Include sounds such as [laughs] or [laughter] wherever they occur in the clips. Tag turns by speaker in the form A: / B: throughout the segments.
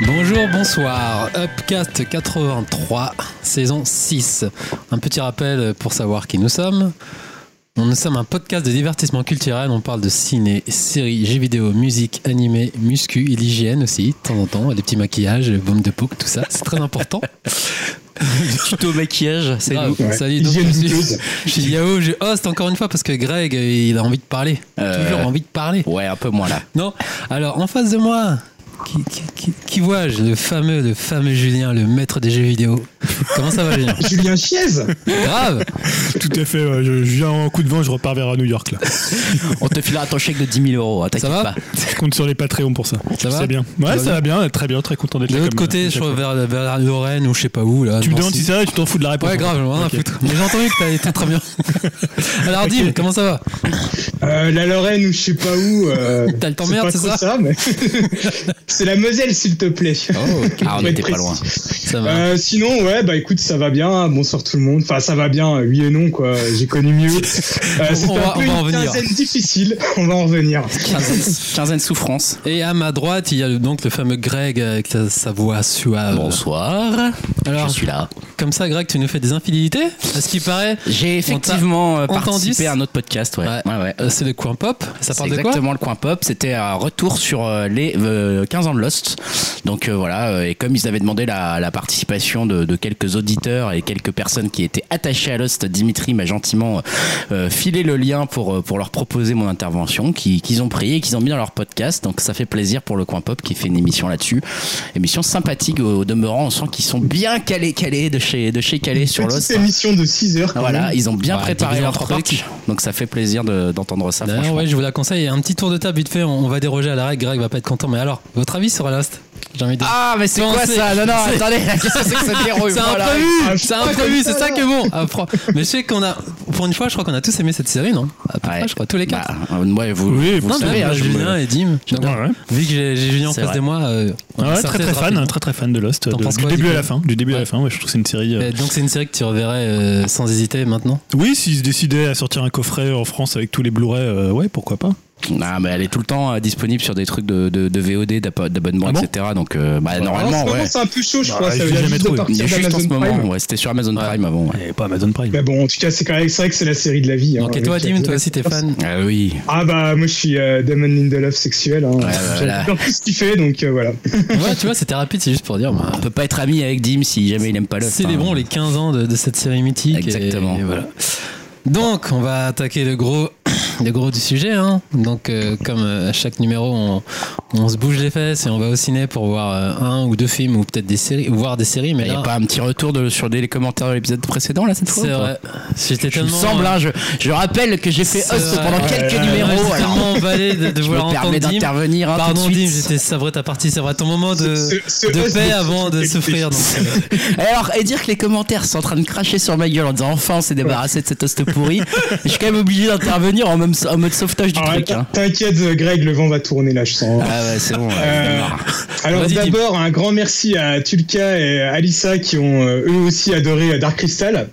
A: Bonjour, bonsoir. Upcast 83, saison 6. Un petit rappel pour savoir qui nous sommes. Nous sommes un podcast de divertissement culturel. On parle de ciné, séries, jeux vidéo, musique, animé, muscu et l'hygiène aussi, de temps en temps. Les petits maquillages, baume de peau, tout ça. C'est très important.
B: Tuto maquillage, c'est
A: Grave,
B: nous.
C: Ouais.
A: salut, donc,
C: Hygiène
A: je, suis,
C: douteuse.
A: je suis Yao, je host encore une fois parce que Greg, il a envie de parler.
B: Euh.
A: Toujours envie de parler.
B: Ouais, un peu moins là.
A: Non. Alors, en face de moi, qui, qui- qui- qui vois-je Le fameux, le fameux Julien, le maître des jeux vidéo. Comment ça va,
D: [laughs]
A: Julien
C: Julien Chiez
A: Grave
D: Tout à fait, ouais, je, je viens en coup de vent, je repars vers New York là.
B: On te filera ton chèque de 10 000 euros, hein, t'inquiète
A: Ça va
B: pas.
D: Je compte sur les Patreons pour ça.
A: Ça va
D: C'est bien.
A: Ça va
D: Ouais, ça va bien, très bien, très content d'être
A: De
D: là.
A: l'autre
D: comme,
A: côté,
D: euh,
A: je
D: chaque
A: vois
D: fois.
A: vers, vers Lorraine ou je sais pas où. Là,
D: Tu me
A: Nancy.
D: demandes si ça va, tu t'en fous de la réponse.
A: Ouais, grave, j'en ai rien
D: Ok.
A: à foutre. Mais j'ai entendu que t'as été très
D: [laughs]
A: bien. Alors, Dim, comment ça va
C: Euh, La Lorraine ou je sais pas où. euh,
A: T'as le temps
C: c'est
A: merde,
C: pas
A: c'est
C: trop
A: ça [laughs]
C: mais- C'est la Moselle, s'il te plaît.
A: Oh,
B: Ah, on
C: Faut être
B: était pas
C: précis.
B: loin.
A: Ça va.
C: Euh, sinon, ouais, bah écoute, ça va bien. hein, Bonsoir tout le monde. Enfin, ça va bien, euh, oui et non, quoi. J'ai
A: [laughs]
C: connu mieux. Euh, C'était
A: on
C: un
A: va-
C: peu
A: on va en
C: une
A: venir.
C: quinzaine difficile. On va en revenir.
B: Quinzaine, quinzaine souffrance.
A: Et à ma droite, il y a le- donc le fameux Greg euh, avec sa- sa voix suave.
B: Euh, Bonsoir.
A: Alors,
B: je suis là.
A: comme ça, Greg, tu nous fais des infidélités À ce qui paraît,
B: J'ai effectivement euh,
A: entendu
B: participé
A: ce-
B: à un autre podcast, ouais.
A: Ouais.
B: ouais, ouais.
A: euh, c'est le coin pop. Ça
B: C'est
A: parle de quoi
B: exactement le coin pop. C'était un retour sur euh, les euh, 15 ans de Lost. Donc euh, voilà, euh, et comme ils avaient demandé la, la participation de, de quelques auditeurs et quelques personnes qui étaient attachées à Lost, Dimitri m'a gentiment euh, filé le lien pour, euh, pour leur proposer mon intervention, qui- qu'ils ont pris et qu'ils ont mis dans leur podcast. Donc ça fait plaisir pour le coin pop qui fait une émission là-dessus. Émission sympathique au, au demeurant. On sent qu'ils sont bien calés, calés de chez, de chez calés sur
C: Petite
B: Lost.
A: hein.
C: émission de 6 heures. quand
B: Voilà,
C: même.
B: ils ont bien
A: Ouais,
B: préparé
A: divisé en
B: leur
A: trois
B: truc. Donc ça fait plaisir de- d'entendre ça.
A: D'ailleurs,
B: Ah, franchement.
A: ouais, je vous la conseille. Un petit tour de table vite fait. On on va déroger à la règle. Greg va pas être content. Mais alors, votre avis sur Lost J'ai envie de.
B: Ah, mais c'est
A: Non,
B: quoi
A: c'est-
B: ça Non, non, attendez, qu'est-ce que c'est que cette dérouille
A: [laughs] c'est
B: Voilà.
A: imprévu,
C: Ah,
A: c'est imprévu, c'est ça que
B: [laughs]
A: bon. Ah, fran- Mais je sais qu'on a, pour une fois, je crois qu'on a tous aimé cette série, non À peu
B: Ouais.
A: près, je crois tous les quatre.
B: Bah, euh, ouais, vous,
D: Oui,
B: vous
A: non,
B: le
A: mais
B: savez,
A: même
B: hein, je me-
A: Julien et Dim.
D: Ouais, ouais.
A: Vu que j'ai j'ai Julien en
B: C'est
A: face
B: vrai. Ah
A: de moi, euh, on
D: Ouais,
A: va
D: très
A: synthèse
D: très fan,
A: rapidement.
D: très très fan de Lost,
A: T'en
D: de-
A: penses
D: du
A: quoi,
D: début à
A: Nicolas
D: la fin, du début à
A: Ouais.
D: la fin. ouais, je trouve que c'est une
B: hein.
D: série. euh,
A: Euh, Donc c'est une série que tu reverrais euh, sans hésiter maintenant.
D: Oui, s'ils se décidaient à sortir un coffret euh, en France avec tous les Blu-ray, euh, ouais, pourquoi pas.
B: Non, mais elle est tout le temps euh, disponible sur des trucs de, de, de VOD, d'ab- d'abonnement,
D: Ah bon
B: etc. Donc, euh, bah,
C: Alors, en ce
B: normalement,
C: moment,
B: ouais.
C: Ah, c'est un peu chaud, je
D: Bah,
C: crois.
D: je
C: ça
D: l'ai
C: vient
D: jamais
C: juste de
D: trouvé.
B: Il y a
C: partir
B: juste en ce
C: d'Amazon Prime.
B: moment, ouais, c'était sur Amazon
A: Ouais.
B: Prime avant. Ouais.
D: Et pas Amazon Prime.
C: Mais bon, en tout cas, c'est quand même- c'est vrai que c'est la série de la vie.
A: Donc
C: hein,
A: et toi,
C: avec,
A: Dim,
C: euh,
A: toi aussi t'es fan
B: Ah oui.
C: Ah bah moi je suis euh, Damon Lindelof sexuel. Hein.
B: voilà.
C: J'adore tout ce qu'il fait donc euh, voilà.
A: Ouais, tu vois, c'était rapide, c'est juste pour dire. bah,
B: On peut pas être ami avec Dim si jamais il aime pas le.
A: Célébrons les 15 ans de, de cette série mythique. et-
B: Exactement.
A: et voilà. Donc, on va attaquer le gros, [coughs] le gros du sujet. hein. Donc, euh, comme euh, à chaque numéro, on, on se bouge les fesses et on va au ciné pour voir euh, un ou deux films ou peut-être des séries, ou voir des séries. Mais
B: Il n'y a
A: là,
B: pas un petit retour de, sur des, les commentaires de l'épisode précédent, là, cette fois
A: c'est
B: ou pas
A: vrai. J'étais
B: Je me
A: tellement.
B: semble, hein, je, je rappelle que j'ai fait
A: C'est
B: host
A: vrai.
B: pendant
A: Ouais,
B: quelques
C: ouais,
A: euh,
B: numéros.
A: j'étais
B: alors,
A: tellement emballé de, de
B: je
A: vouloir
B: me permets
A: entendre Dim.
B: d'intervenir. hein, tout de
A: Pardon, Dim,
B: suite.
A: j'étais sabré ta partie. C'est vrai, ton moment de,
C: Ce- ce
A: de
C: host
A: paix
C: de-
A: avant de souffrir. donc, euh,
B: [laughs] Alors, et dire que les commentaires sont en train de cracher sur ma gueule en disant enfin on s'est débarrassé de cet host pourri, je suis quand même obligé d'intervenir en, même- en mode sauvetage du
C: Ah ouais,
B: truc. Hein.
C: T'inquiète euh, Greg, le vent va tourner là je sens.
B: Ah ouais, c'est bon. ouais,
C: Euh,
B: j'en ai marre.
C: Alors
A: vas-y,
C: d'abord un grand merci à Tulka et à Alissa qui ont euh, eux aussi adoré euh, Dark Crystal.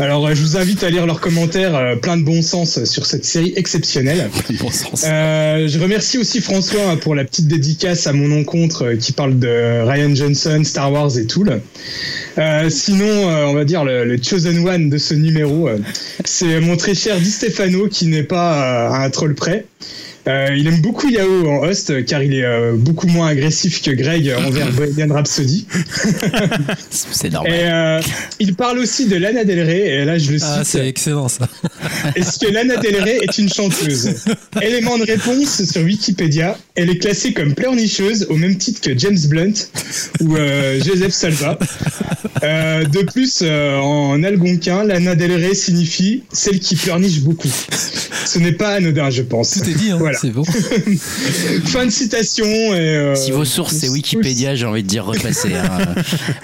C: Alors euh, je vous invite à lire leurs commentaires euh, plein de bon sens sur cette série exceptionnelle.
B: bon sens.
C: Euh, je remercie aussi François hein, pour la petite dédicace à mon encontre euh, qui parle de Ryan Johnson, Star Wars et tout. là. Euh, sinon, euh, on va dire le, le chosen one de ce numéro, euh, c'est mon très cher Di Stefano qui n'est pas euh, à un troll près. Euh, il aime beaucoup Yao en host euh, car il est euh, beaucoup moins agressif que Greg euh, envers Bohemian Rhapsody.
B: C'est
C: Et
B: normal.
C: euh, il parle aussi de Lana Del Rey et là je le
A: ah,
C: cite.
A: c'est excellent ça.
C: Est-ce que Lana Del Rey est une chanteuse Élément de réponse sur Wikipédia, elle est classée comme pleurnicheuse au même titre que James Blunt ou euh, Joseph Salva. Euh, de plus, euh, en algonquin, Lana Del Rey signifie celle qui pleurniche beaucoup. Ce n'est pas anodin, je pense.
A: Tout est dit, hein,
C: Voilà.
A: c'est bon.
C: Fin de citation. Et, euh,
B: Si vos sources c'est Wikipédia, euh, j'ai envie de dire repasser. hein.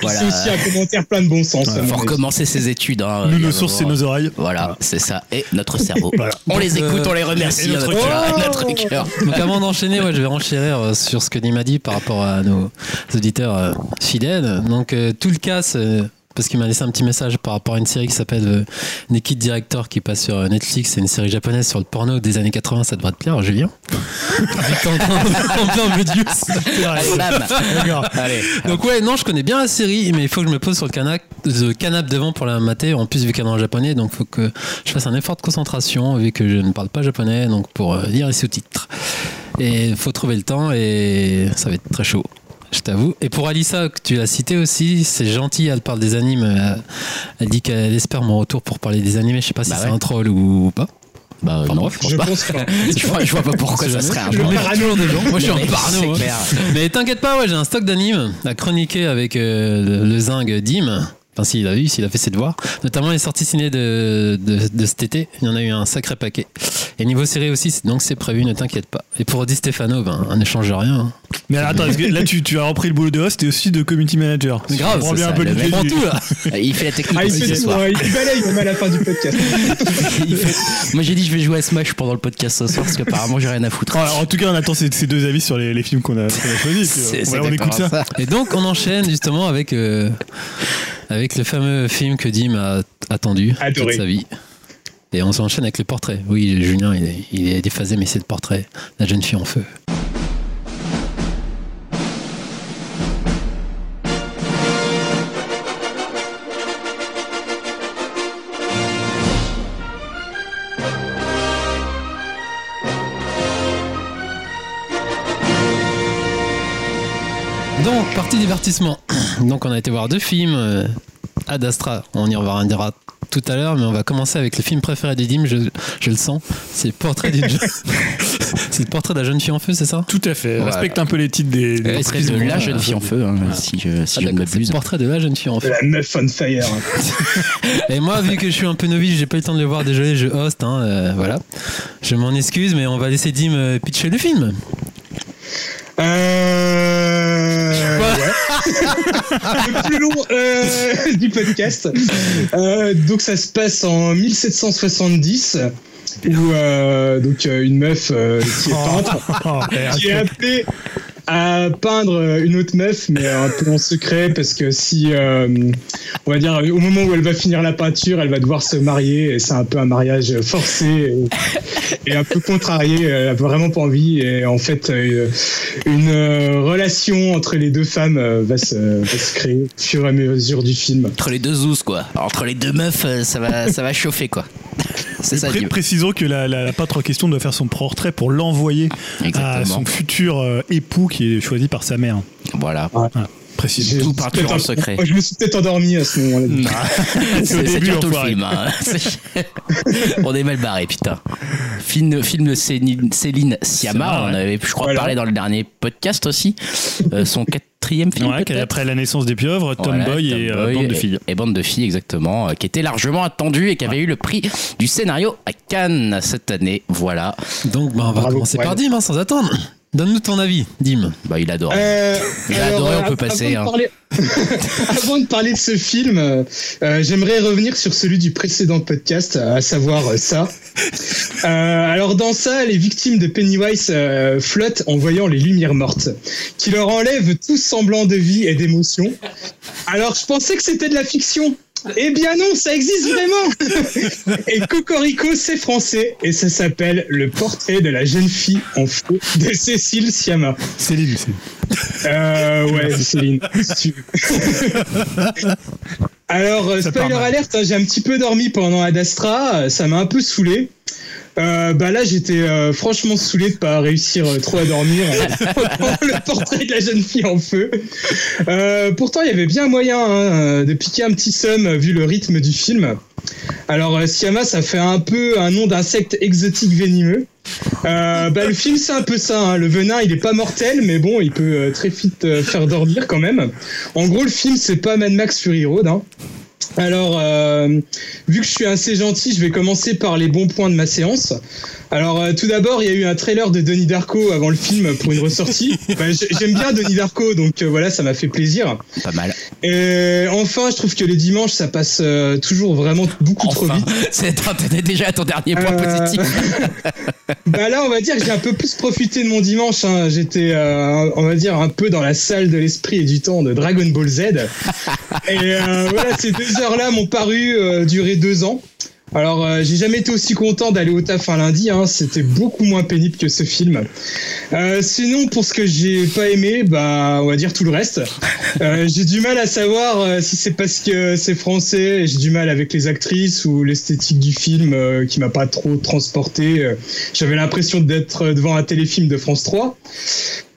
B: Voilà. euh,
C: C'est aussi un commentaire plein de bon sens. hein, à mon
B: Faut
C: avis.
B: recommencer ses études. Hein,
D: Nous,
B: il y a
D: nos sources, c'est
B: vraiment-
D: nos
A: [laughs]
D: oreilles.
B: Voilà, c'est ça. Et notre cerveau.
D: Voilà.
B: On les
A: Donc, euh,
B: écoute, on les remercie.
D: et notre
B: notre
D: cœur.
B: cœur. Notre cœur.
A: Donc avant d'enchaîner, ouais, je vais enchérir euh, sur ce que Dim a dit par rapport à nos auditeurs euh, fidèles. Donc euh, tout le cas, euh, parce qu'il m'a laissé un petit message par rapport à une série qui s'appelle euh, Naked Director qui passe sur euh, Netflix. C'est une série japonaise sur le porno des années 80. Ça devrait te plaire, Julien. Putain, en plein milieu.
B: Blam.
D: D'accord.
B: Allez.
A: Donc ouais, non, je connais bien la série, mais il faut que je me pose sur le canap- le canapé devant pour la mater. En plus, vu qu'elle est en japonais, donc faut que je fasse un effort de concentration, vu que je ne parle pas japonais, donc pour euh, lire les sous-titres. Et faut trouver le temps, et ça va être très chaud. Je t'avoue. Et pour Alissa, que tu l'as cité aussi, c'est gentil, elle parle des animes. euh, Elle dit qu'elle espère mon retour pour parler des animés. Je sais pas si
B: Bah
A: c'est
B: ouais.
A: un troll ou pas.
B: Bah euh,
A: Enfin,
B: non,
A: bref.
B: je
C: Je
B: pense pas.
C: pense pas.
B: [laughs] Je vois, je vois pas pourquoi ça serait un
C: Le
B: genre.
C: parano des gens.
A: Moi, je suis
B: Non,
A: un
B: mais
A: parano.
B: c'est
A: hein.
B: clair.
A: Mais t'inquiète pas, ouais, j'ai un stock d'animes à chroniquer avec euh, le- le zingue Dim. Enfin, s'il a vu, s'il a fait ses devoirs. Notamment les sorties ciné de, de, de cet été. Il y en a eu un sacré paquet. Et niveau série aussi, c'est- donc c'est prévu, ne t'inquiète pas. Et pour Di Stefano, ben, on n'échange rien. hein.
D: Mais alors, attends, est-ce que là, tu, tu as repris le boulot de host et aussi de community manager.
A: C'est
D: Tu
A: grave,
D: comprends
B: c'est
D: bien
B: ça,
D: un peu
B: le
D: l'idée
A: Je
B: mec
A: prends
D: du-
A: tout, là.
B: Ah, Il fait la technique
C: Ah, il,
B: aussi
C: fait
B: ce
C: tout,
B: soir.
C: hein, il balaye même à la fin du podcast.
B: Il fait- Moi j'ai dit je vais jouer à Smash pendant le podcast ce soir parce qu'apparemment j'ai rien à foutre.
D: Oh, alors, en tout cas, on attend ces, ces deux avis sur les, les films qu'on a, qu'on a choisis. puis,
B: C'est-
D: euh,
B: c'est
D: on, on écoute
B: exactement
D: ça.
A: Et donc, on enchaîne justement avec, euh, avec le fameux film que Dim a attendu
C: Adoré.
A: toute sa vie. Et on s'enchaîne avec le portrait. Oui, Julien, il est, il est déphasé, mais c'est le portrait. La jeune fille en feu. Donc, partie divertissement. [clears throat] Donc, on a été voir deux films. euh, Ad Astra, on y reviendra tout à l'heure, mais on va commencer avec le film préféré des Dim, je, je le sens. C'est le portrait d'une jeune- C'est le portrait de la jeune fille en feu, c'est ça
D: Tout à fait.
B: Voilà.
D: Respecte un peu les titres des. des
B: Le portrait de
A: excuse-moi.
B: la jeune fille en feu, hein, si
A: Ah,
B: je, si je ne
A: d'accord, c'est le
B: m'abuse.
A: portrait de la jeune fille en feu.
C: La meuf on fire.
A: Et moi, vu que je suis un peu novice, j'ai pas eu le temps de le voir, désolé, je host, hein, euh, voilà. Je m'en excuse, mais on va laisser Dim euh, pitcher le film.
C: Euh... [laughs] le plus long euh, du podcast. Euh, donc ça se passe en 1770 où euh, donc euh, une meuf euh, qui est peintre,
D: [laughs] Oh, merde.
C: qui est appelée à peindre une autre meuf, mais un peu en secret parce que si euh, on va dire au moment où elle va finir la peinture, elle va devoir se marier et c'est un peu un mariage forcé et, et un peu contrarié. Elle a vraiment pas envie et en fait euh, une euh, relation entre les deux femmes euh, va se, va se créer au fur et à mesure du film.
B: Entre les deux zouzes quoi. Entre les deux meufs, euh, ça va, ça va chauffer
D: [laughs]
B: quoi. C'est ça.
D: Pré-
B: Dieu.
D: précisons que la, la, la peintre en question doit faire son portrait pour l'envoyer à
B: Exactement.
D: son futur euh, époux qui est choisi par sa mère.
B: Voilà.
D: Voilà. Précisons.
C: J'ai-
B: Tout peinture
C: peut-être
B: en
C: un-
B: secret.
C: Je me suis peut-être endormi à ce moment-là.
D: [laughs] C'est au
B: C'est
D: début,
B: déjà tout le
D: enfoiré.
B: film. hein. [laughs] C'est- On est mal barré, putain. Film, film de Céline, Céline Sciamma,
D: Sciamma,
B: on
D: ouais.
B: avait, je crois,
C: Voilà.
B: parlé dans le dernier podcast aussi. Euh, son quatrième film.
D: Ouais, qu'elle-
B: peut-être
D: après la naissance des pieuvres, Tomboy
B: Voilà,
D: et euh,
B: Tomboy
D: Bande de
B: et-
D: filles.
B: Et Bande de filles, exactement, euh, qui était largement attendu et qui avait eu le prix du scénario à Cannes cette année. Voilà.
A: Donc, bah, on va
C: Bravo,
A: commencer par
C: ouais.
A: Dim, hein, sans attendre. Donne-nous ton avis, Dim.
B: Bah, il adore.
C: Euh,
B: Il a adoré, on peut passer,
C: Avant,
B: hein.
C: de
B: [laughs]
C: parler... avant de parler de ce film, euh, euh, j'aimerais revenir sur celui du précédent podcast, à savoir euh, ça. Euh, alors dans ça, les victimes de Pennywise euh, flottent en voyant les lumières mortes, qui leur enlèvent tout semblant de vie et d'émotion. Alors je pensais que c'était de la fiction. Eh bien non, ça existe vraiment Et Cocorico, c'est français, et ça s'appelle Le portrait de la jeune fille en feu de Cécile Siama.
D: Céline, c'est-
C: Euh, ouais, Céline. si tu veux. [laughs] Alors, euh,
D: Ça part
C: spoiler
D: mal.
C: alerte, hein, j'ai un petit peu dormi pendant Ad Astra, euh, ça m'a un peu saoulé. Euh, bah là, j'étais euh, franchement saoulé de pas réussir euh, trop à dormir. euh, [laughs] pendant le portrait de la jeune fille en feu. Euh, pourtant, il y avait bien moyen hein, de piquer un petit seum euh, vu le rythme du film. Alors, euh, Siama, ça fait un peu un nom d'insecte exotique venimeux. Euh, bah, le film, c'est un peu ça. hein. Le venin, il est pas mortel, mais bon, il peut euh, très vite euh, faire dormir quand même. En gros, le film, c'est pas Mad Max Fury Road. Hein. Alors, euh, vu que je suis assez gentil, je vais commencer par les bons points de ma séance. Alors, euh, tout d'abord, il y a eu un trailer de Denis Darko avant le film pour une ressortie. Enfin, j'ai- J'aime bien Denis Darko, donc euh, voilà, ça m'a fait plaisir.
B: Pas mal.
C: Et enfin, je trouve que les dimanches, ça passe euh, toujours vraiment beaucoup trop
B: Enfin,
C: vite.
B: [laughs] c'est t'es déjà à ton dernier point
C: Euh,
B: positif.
C: Bah là, on va dire que j'ai un peu plus profité de mon dimanche. hein. J'étais, euh, on va dire, un peu dans la salle de l'esprit et du temps de Dragon Ball Z. Et euh, voilà, ces deux heures-là m'ont paru euh, durer deux ans. Alors, euh, j'ai jamais été aussi content d'aller au taf un lundi. hein. C'était beaucoup moins pénible que ce film. Euh, sinon, pour ce que j'ai pas aimé, bah, on va dire tout le reste. Euh, j'ai du mal à savoir euh, si c'est parce que c'est français. et J'ai du mal avec les actrices ou l'esthétique du film euh, qui m'a pas trop transporté. euh, j'avais l'impression d'être euh, devant un téléfilm de France 3.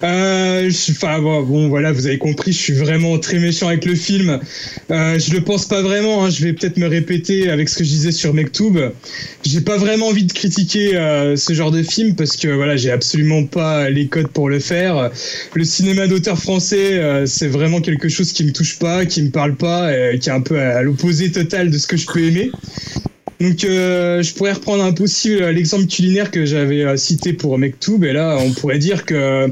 C: Euh, je- Enfin bon, bon, voilà, vous avez compris, je suis vraiment très méchant avec le film. Euh, je le pense pas vraiment. hein, je vais peut-être me répéter avec ce que je disais sur Mektoub. J'ai pas vraiment envie de critiquer euh, ce genre de film parce que voilà, j'ai absolument pas les codes pour le faire. Le cinéma d'auteur français, euh, c'est vraiment quelque chose qui me touche pas, qui me parle pas, et qui est un peu à l'opposé total de ce que je peux aimer. Donc, euh, je pourrais reprendre un peu aussi euh, l'exemple culinaire que j'avais euh, cité pour Mektoub. Et là, on pourrait dire que euh,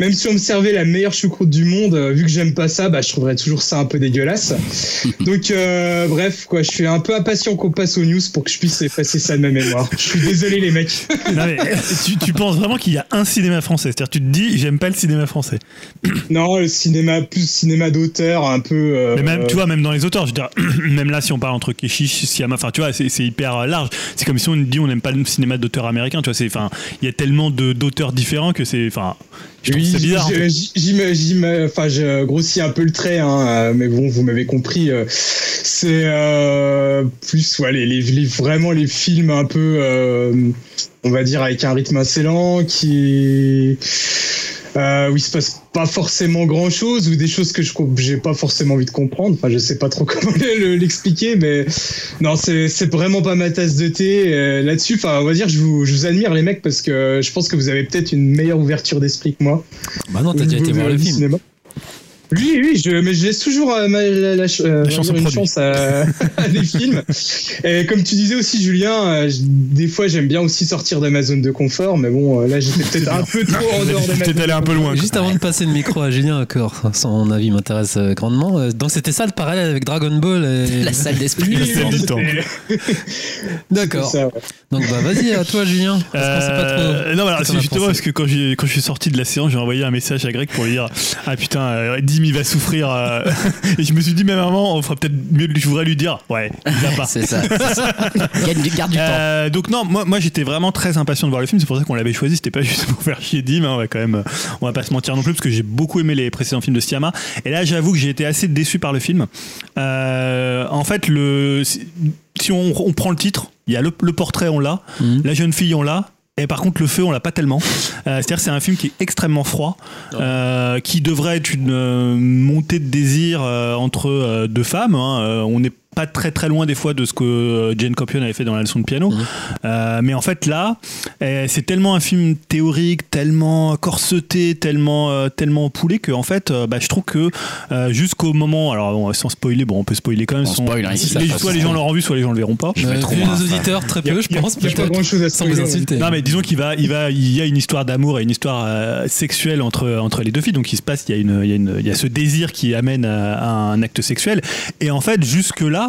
C: même si on me servait la meilleure choucroute du monde, euh, vu que j'aime pas ça, bah, je trouverais toujours ça un peu dégueulasse. Donc, euh, bref, quoi, je suis un peu impatient qu'on passe aux news pour que je puisse effacer ça de ma mémoire. Je suis désolé, les mecs.
D: Non, mais tu, tu penses vraiment qu'il y a un cinéma français C'est-à-dire, tu te dis, j'aime pas le cinéma français.
C: Non, le cinéma, plus cinéma d'auteur, un peu. euh,
D: Mais même, tu vois, même dans les auteurs, je veux dire, [clears throat] même là, si on parle entre Keshish, Siama, enfin, tu vois, c'est c'est hyper euh, large. C'est comme si on dit, on n'aime pas le cinéma d'auteur américain, tu vois, c'est, enfin, il y a tellement de- d'auteurs différents que c'est, enfin, je trouve
C: Oui,
D: que c'est bizarre. en
C: je-
D: fait.
C: j- j'im- j'im- Enfin, je grossis un peu le trait, hein, euh, mais bon, vous m'avez compris. euh, C'est euh, plus ouais, les, les- les- vraiment les films un peu, euh, on va dire, avec un rythme assez lent, qui euh, où il se passe pas forcément grand chose ou des choses que je comp- j'ai pas forcément envie de comprendre. Enfin, je sais pas trop [laughs] comment le- l'expliquer, mais non, c'est c'est vraiment pas ma tasse de thé euh, là-dessus. Enfin, on va dire, je vous, je vous admire les mecs parce que euh, je pense que vous avez peut-être une meilleure ouverture d'esprit que moi.
A: Bah non,
C: au
A: t'as déjà
C: niveau
A: été
C: de-
A: voir le
C: du
A: film.
C: cinéma. Oui, oui, je, mais je laisse toujours euh, ma- la, la ch- euh,
D: La chance au
C: une
D: produit.
C: chance à, [laughs] à des films. Et comme tu disais aussi, Julien, euh, je- des fois j'aime bien aussi sortir de ma zone de confort, mais bon, euh, là j'étais peut-être un peu trop en dehors de ma
D: Peut-être aller un peu loin. quoi.
A: Juste avant de passer le micro à Julien, encore, son avis m'intéresse euh, grandement. Euh, Donc c'était ça le parallèle avec Dragon Ball. et-
B: La salle d'esprit.
D: La salle du temps.
A: D'accord.
C: Ça, ouais.
A: Donc bah vas-y à toi Julien. Parce qu'on sait pas trop
D: Euh, non, voilà,
A: ce qu'on
D: c'est
A: a
D: justement
A: pensé.
D: parce que quand, j'ai- quand je suis sorti de la séance, j'ai envoyé un message à Greg pour lui dire Ah putain, euh, Dim il va souffrir. euh. [laughs] Et je me suis dit, mais maman, on fera peut-être mieux de lui, je voudrais lui dire Ouais, il va pas.
B: C'est ça. c'est ça. Gagne du- Garde du temps.
D: Euh, donc non, moi, moi j'étais vraiment très impatient de voir le film, c'est pour ça qu'on l'avait choisi, c'était pas [laughs] juste pour faire chier Dim, hein, on va quand même, euh, on va pas se mentir non plus parce que j'ai beaucoup aimé les précédents films de Siama. Et là j'avoue que j'ai été assez déçu par le film. Euh, en fait, le, si si on, on prend le titre, il y a le, le portrait on l'a,
A: Mhm.
D: la jeune fille on l'a. Et par contre, le feu, on l'a pas tellement. Euh, C'est-à-dire, que c'est un film qui est extrêmement froid, euh, qui devrait être une euh, montée de désir euh, entre euh, deux femmes. hein. Euh, on n'est pas très très loin des fois de ce que euh, Jane Campion avait fait dans la leçon de piano.
B: Mhm.
D: Euh, mais en fait là, euh, c'est tellement un film théorique, tellement corseté, tellement euh, tellement poulet que en fait, euh, bah, je trouve que euh, jusqu'au moment, alors bon, sans spoiler, bon, on peut spoiler quand même.
B: On
D: sans-
B: spoil, hein, ici, ça
D: les-
B: passe.
D: soit les gens l'auront vu, soit les gens le verront pas.
A: Euh,
B: trop
A: vu
B: loin,
A: nos
B: ça.
A: auditeurs, très
D: Y a-
A: peu, je
D: y a-
A: pense.
C: y a pas
A: peut-être,
C: grand-chose à
A: Sans vous
C: spoiler,
A: insulter.
D: Non mais disons qu'il va, il va, il y a une histoire d'amour et une histoire euh, sexuelle entre entre les deux filles. Donc il se passe, il y a une, il y a une, il y a ce désir qui amène à, à un acte sexuel. Et en fait jusque là,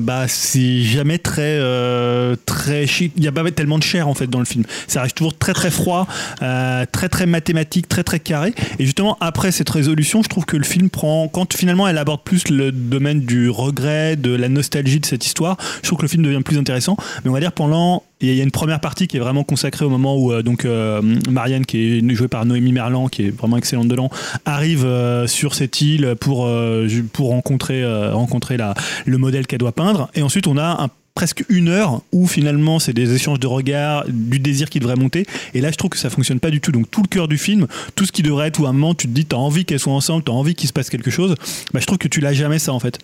D: bah c'est jamais très euh, très chic. Il y a pas tellement de chair en fait dans le film. Ça reste toujours très très froid, euh, très très mathématique, très très carré. Et justement après cette résolution, je trouve que le film prend quand finalement elle aborde plus le domaine du regret, de la nostalgie de cette histoire. Je trouve que le film devient plus intéressant. Mais on va dire pendant il y a- il y a une première partie qui est vraiment consacrée au moment où euh, donc euh, Marianne, qui est jouée par Noémie Merlan, qui est vraiment excellente dedans, arrive euh, sur cette île pour euh, ju- pour rencontrer euh, rencontrer la le modèle qu'elle doit peindre. Et ensuite on a un presque une heure où finalement c'est des échanges de regards, du désir qui devrait monter. Et là je trouve que ça fonctionne pas du tout. Donc tout le cœur du film, tout ce qui devrait être où à un moment tu te dis t'as envie qu'elles soient ensemble, t'as envie qu'il se passe quelque chose, bah, je trouve que tu l'as jamais ça en fait.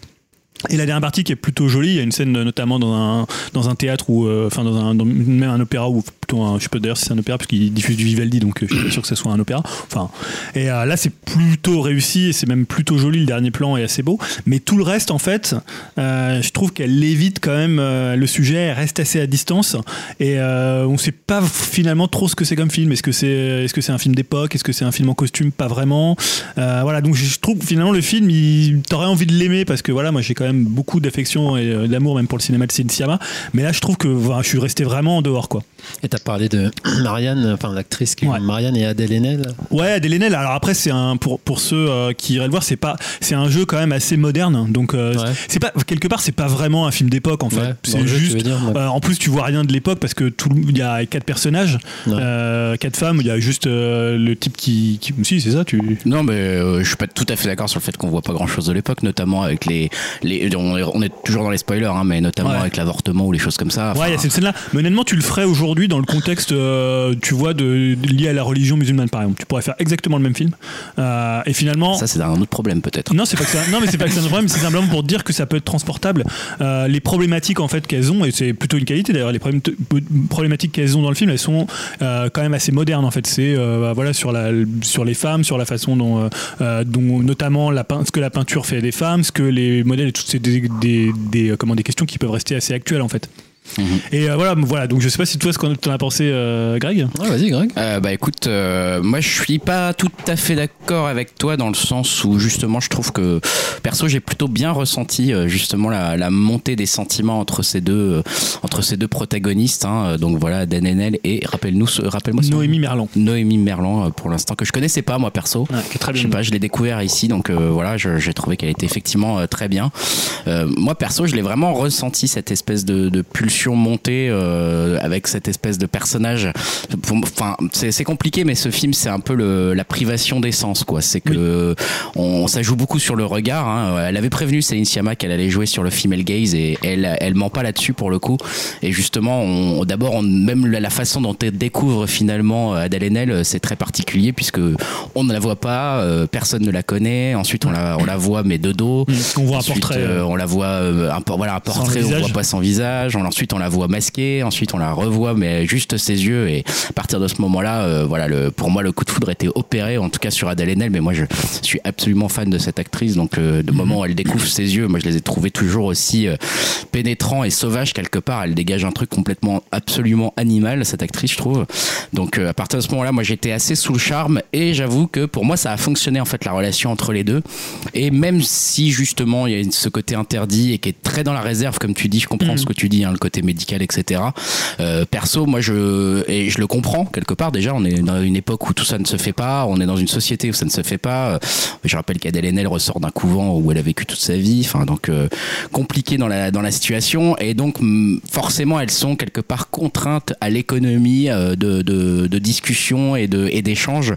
D: Et la dernière partie qui est plutôt jolie, il y a une scène euh, notamment dans un, dans un théâtre ou enfin dans, un, dans même un opéra ou plutôt plutôt un. Je sais pas d'ailleurs si c'est un opéra, parce qu'il diffuse du Vivaldi, donc euh, je suis pas sûr que ce soit un opéra. Enfin, et euh, là, c'est plutôt réussi et c'est même plutôt joli. Le dernier plan est assez beau. Mais tout le reste, en fait, euh, je trouve qu'elle l'évite quand même euh, le sujet, elle reste assez à distance. Et euh, on sait pas finalement trop ce que c'est comme film. Est-ce que c'est est -ce c'est un film d'époque Est-ce que c'est un film en costume Pas vraiment. Euh, voilà, donc je trouve que finalement le film, il- t'aurais envie de l'aimer parce que voilà, moi j'ai quand même beaucoup d'affection et euh, d'amour même pour le cinéma de Cine Sciamma. Mais là, je trouve que voilà, je suis resté vraiment en dehors, quoi.
A: Et t'as parlé de [clears throat] Marianne, enfin l'actrice qui
D: Ouais.
A: Marianne et Adèle Haenel.
D: Ouais, Adèle Haenel, Alors après, c'est un pour pour ceux euh, qui iraient le voir, c'est pas c'est un jeu quand même assez moderne. Donc euh,
A: Ouais.
D: c'est pas quelque part, c'est pas vraiment un film d'époque en fait.
A: Ouais, dans
D: c'est
A: le jeu, tu
D: juste
A: veux dire, ouais.
D: Euh, en plus, tu vois rien de l'époque parce que tout le- il y a quatre personnages,
A: Ouais.
D: euh, quatre femmes. Il y a juste euh, le type qui, qui- si c'est ça. Tu
B: Non, mais euh, je suis pas tout à fait d'accord sur le fait qu'on voit pas grand chose de l'époque, notamment avec les. les on, est, on est toujours dans les spoilers, hein, mais notamment
D: Ouais.
B: avec l'avortement ou les choses comme ça. Enfin,
D: ouais, il y a cette scène-là. Mais honnêtement, tu le ferais aujourd'hui dans le contexte, euh, tu vois, de, de- lié à la religion musulmane, par exemple. Tu pourrais faire exactement le même film. Euh, et finalement,
B: ça, c'est un autre problème peut-être.
D: Non, c'est pas que ça. Non, mais c'est pas que ça un problème. C'est simplement pour dire que ça peut être transportable. Euh, les problématiques en fait qu'elles ont, et c'est plutôt une qualité d'ailleurs. Les problém- problématiques qu'elles ont dans le film, elles sont euh, quand même assez modernes en fait. C'est euh, bah, voilà sur la sur les femmes, sur la façon dont euh, euh, dont notamment la pein- ce que la peinture fait des femmes, ce que les modèles et toutes ces des, des, des, euh, comment des questions qui peuvent rester assez actuelles en fait. Et euh, voilà, voilà. Donc je sais pas si toi ce qu'on t'en as pensé, euh, Greg.
A: Ouais, vas-y, Greg.
B: Euh, bah écoute, euh, moi je suis pas tout à fait d'accord avec toi dans le sens où justement je trouve que perso j'ai plutôt bien ressenti euh, justement la, la montée des sentiments entre ces deux euh, entre ces deux protagonistes. hein. Euh, donc voilà Dan Enel et rappelle-nous ce- rappelle-moi son-
D: Noémie Merlan.
B: Noémie Merlan euh, pour l'instant que je connaissais pas moi perso.
D: Ouais, qui est très
B: Je sais
D: bien.
B: pas, je l'ai découvert ici, donc euh, voilà, je- j'ai trouvé qu'elle était effectivement euh, très bien. Euh, moi perso, je l'ai vraiment ressenti cette espèce de, de pulsion montée euh, avec cette espèce de personnage. Pour- Enfin, c'est c'est compliqué, mais ce film, c'est un peu le, la privation d'essence, quoi. C'est que on, ça joue beaucoup sur le regard. hein. Elle avait prévenu Céline Sciamma qu'elle allait jouer sur le female gaze et elle, elle ment pas là-dessus pour le coup. Et justement, on- d'abord, on- même la la façon dont elle découvre finalement euh, Adèle Haenel, euh, c'est très particulier puisque on ne la voit pas, euh, personne ne la connaît. Ensuite, on la, on la voit mais de dos.
D: On voit un
B: Ensuite,
D: portrait.
B: euh,
D: euh,
B: on la voit euh, un, por- voilà, un
D: Sans
B: portrait, on
D: visage.
B: voit pas son visage. On- ensuite, on la voit masquée. Ensuite, on la revoit, mais juste ses yeux. Et à partir de ce moment-là, euh, voilà, le, pour moi, le coup de foudre était opéré, en tout cas sur Adèle Haenel. Mais moi, je suis absolument fan de cette actrice. Donc, euh, du moment où elle découvre ses yeux, moi, je les ai trouvés toujours aussi euh, pénétrants et sauvages quelque part. Elle dégage un truc complètement, absolument animal, cette actrice, je trouve. Donc, euh, à partir de ce moment-là, moi, j'étais assez sous le charme. Et j'avoue que pour moi, ça a fonctionné, en fait, la relation entre les deux. Et même si justement il y a ce côté interdit et qui est très dans la réserve, comme tu dis, je comprends ce que tu dis, hein, le côté médical, etc. Euh, perso, moi je et je le comprends quelque part. Déjà, on est dans une époque où tout ça ne se fait pas. On est dans une société où ça ne se fait pas. Euh, Je rappelle qu'Adèle Haenel ressort d'un couvent où elle a vécu toute sa vie. Enfin, donc euh, compliqué dans la dans la situation. Et donc hum, forcément, elles sont quelque part contraintes à l'économie euh, de, de de discussion et de et d'échanges.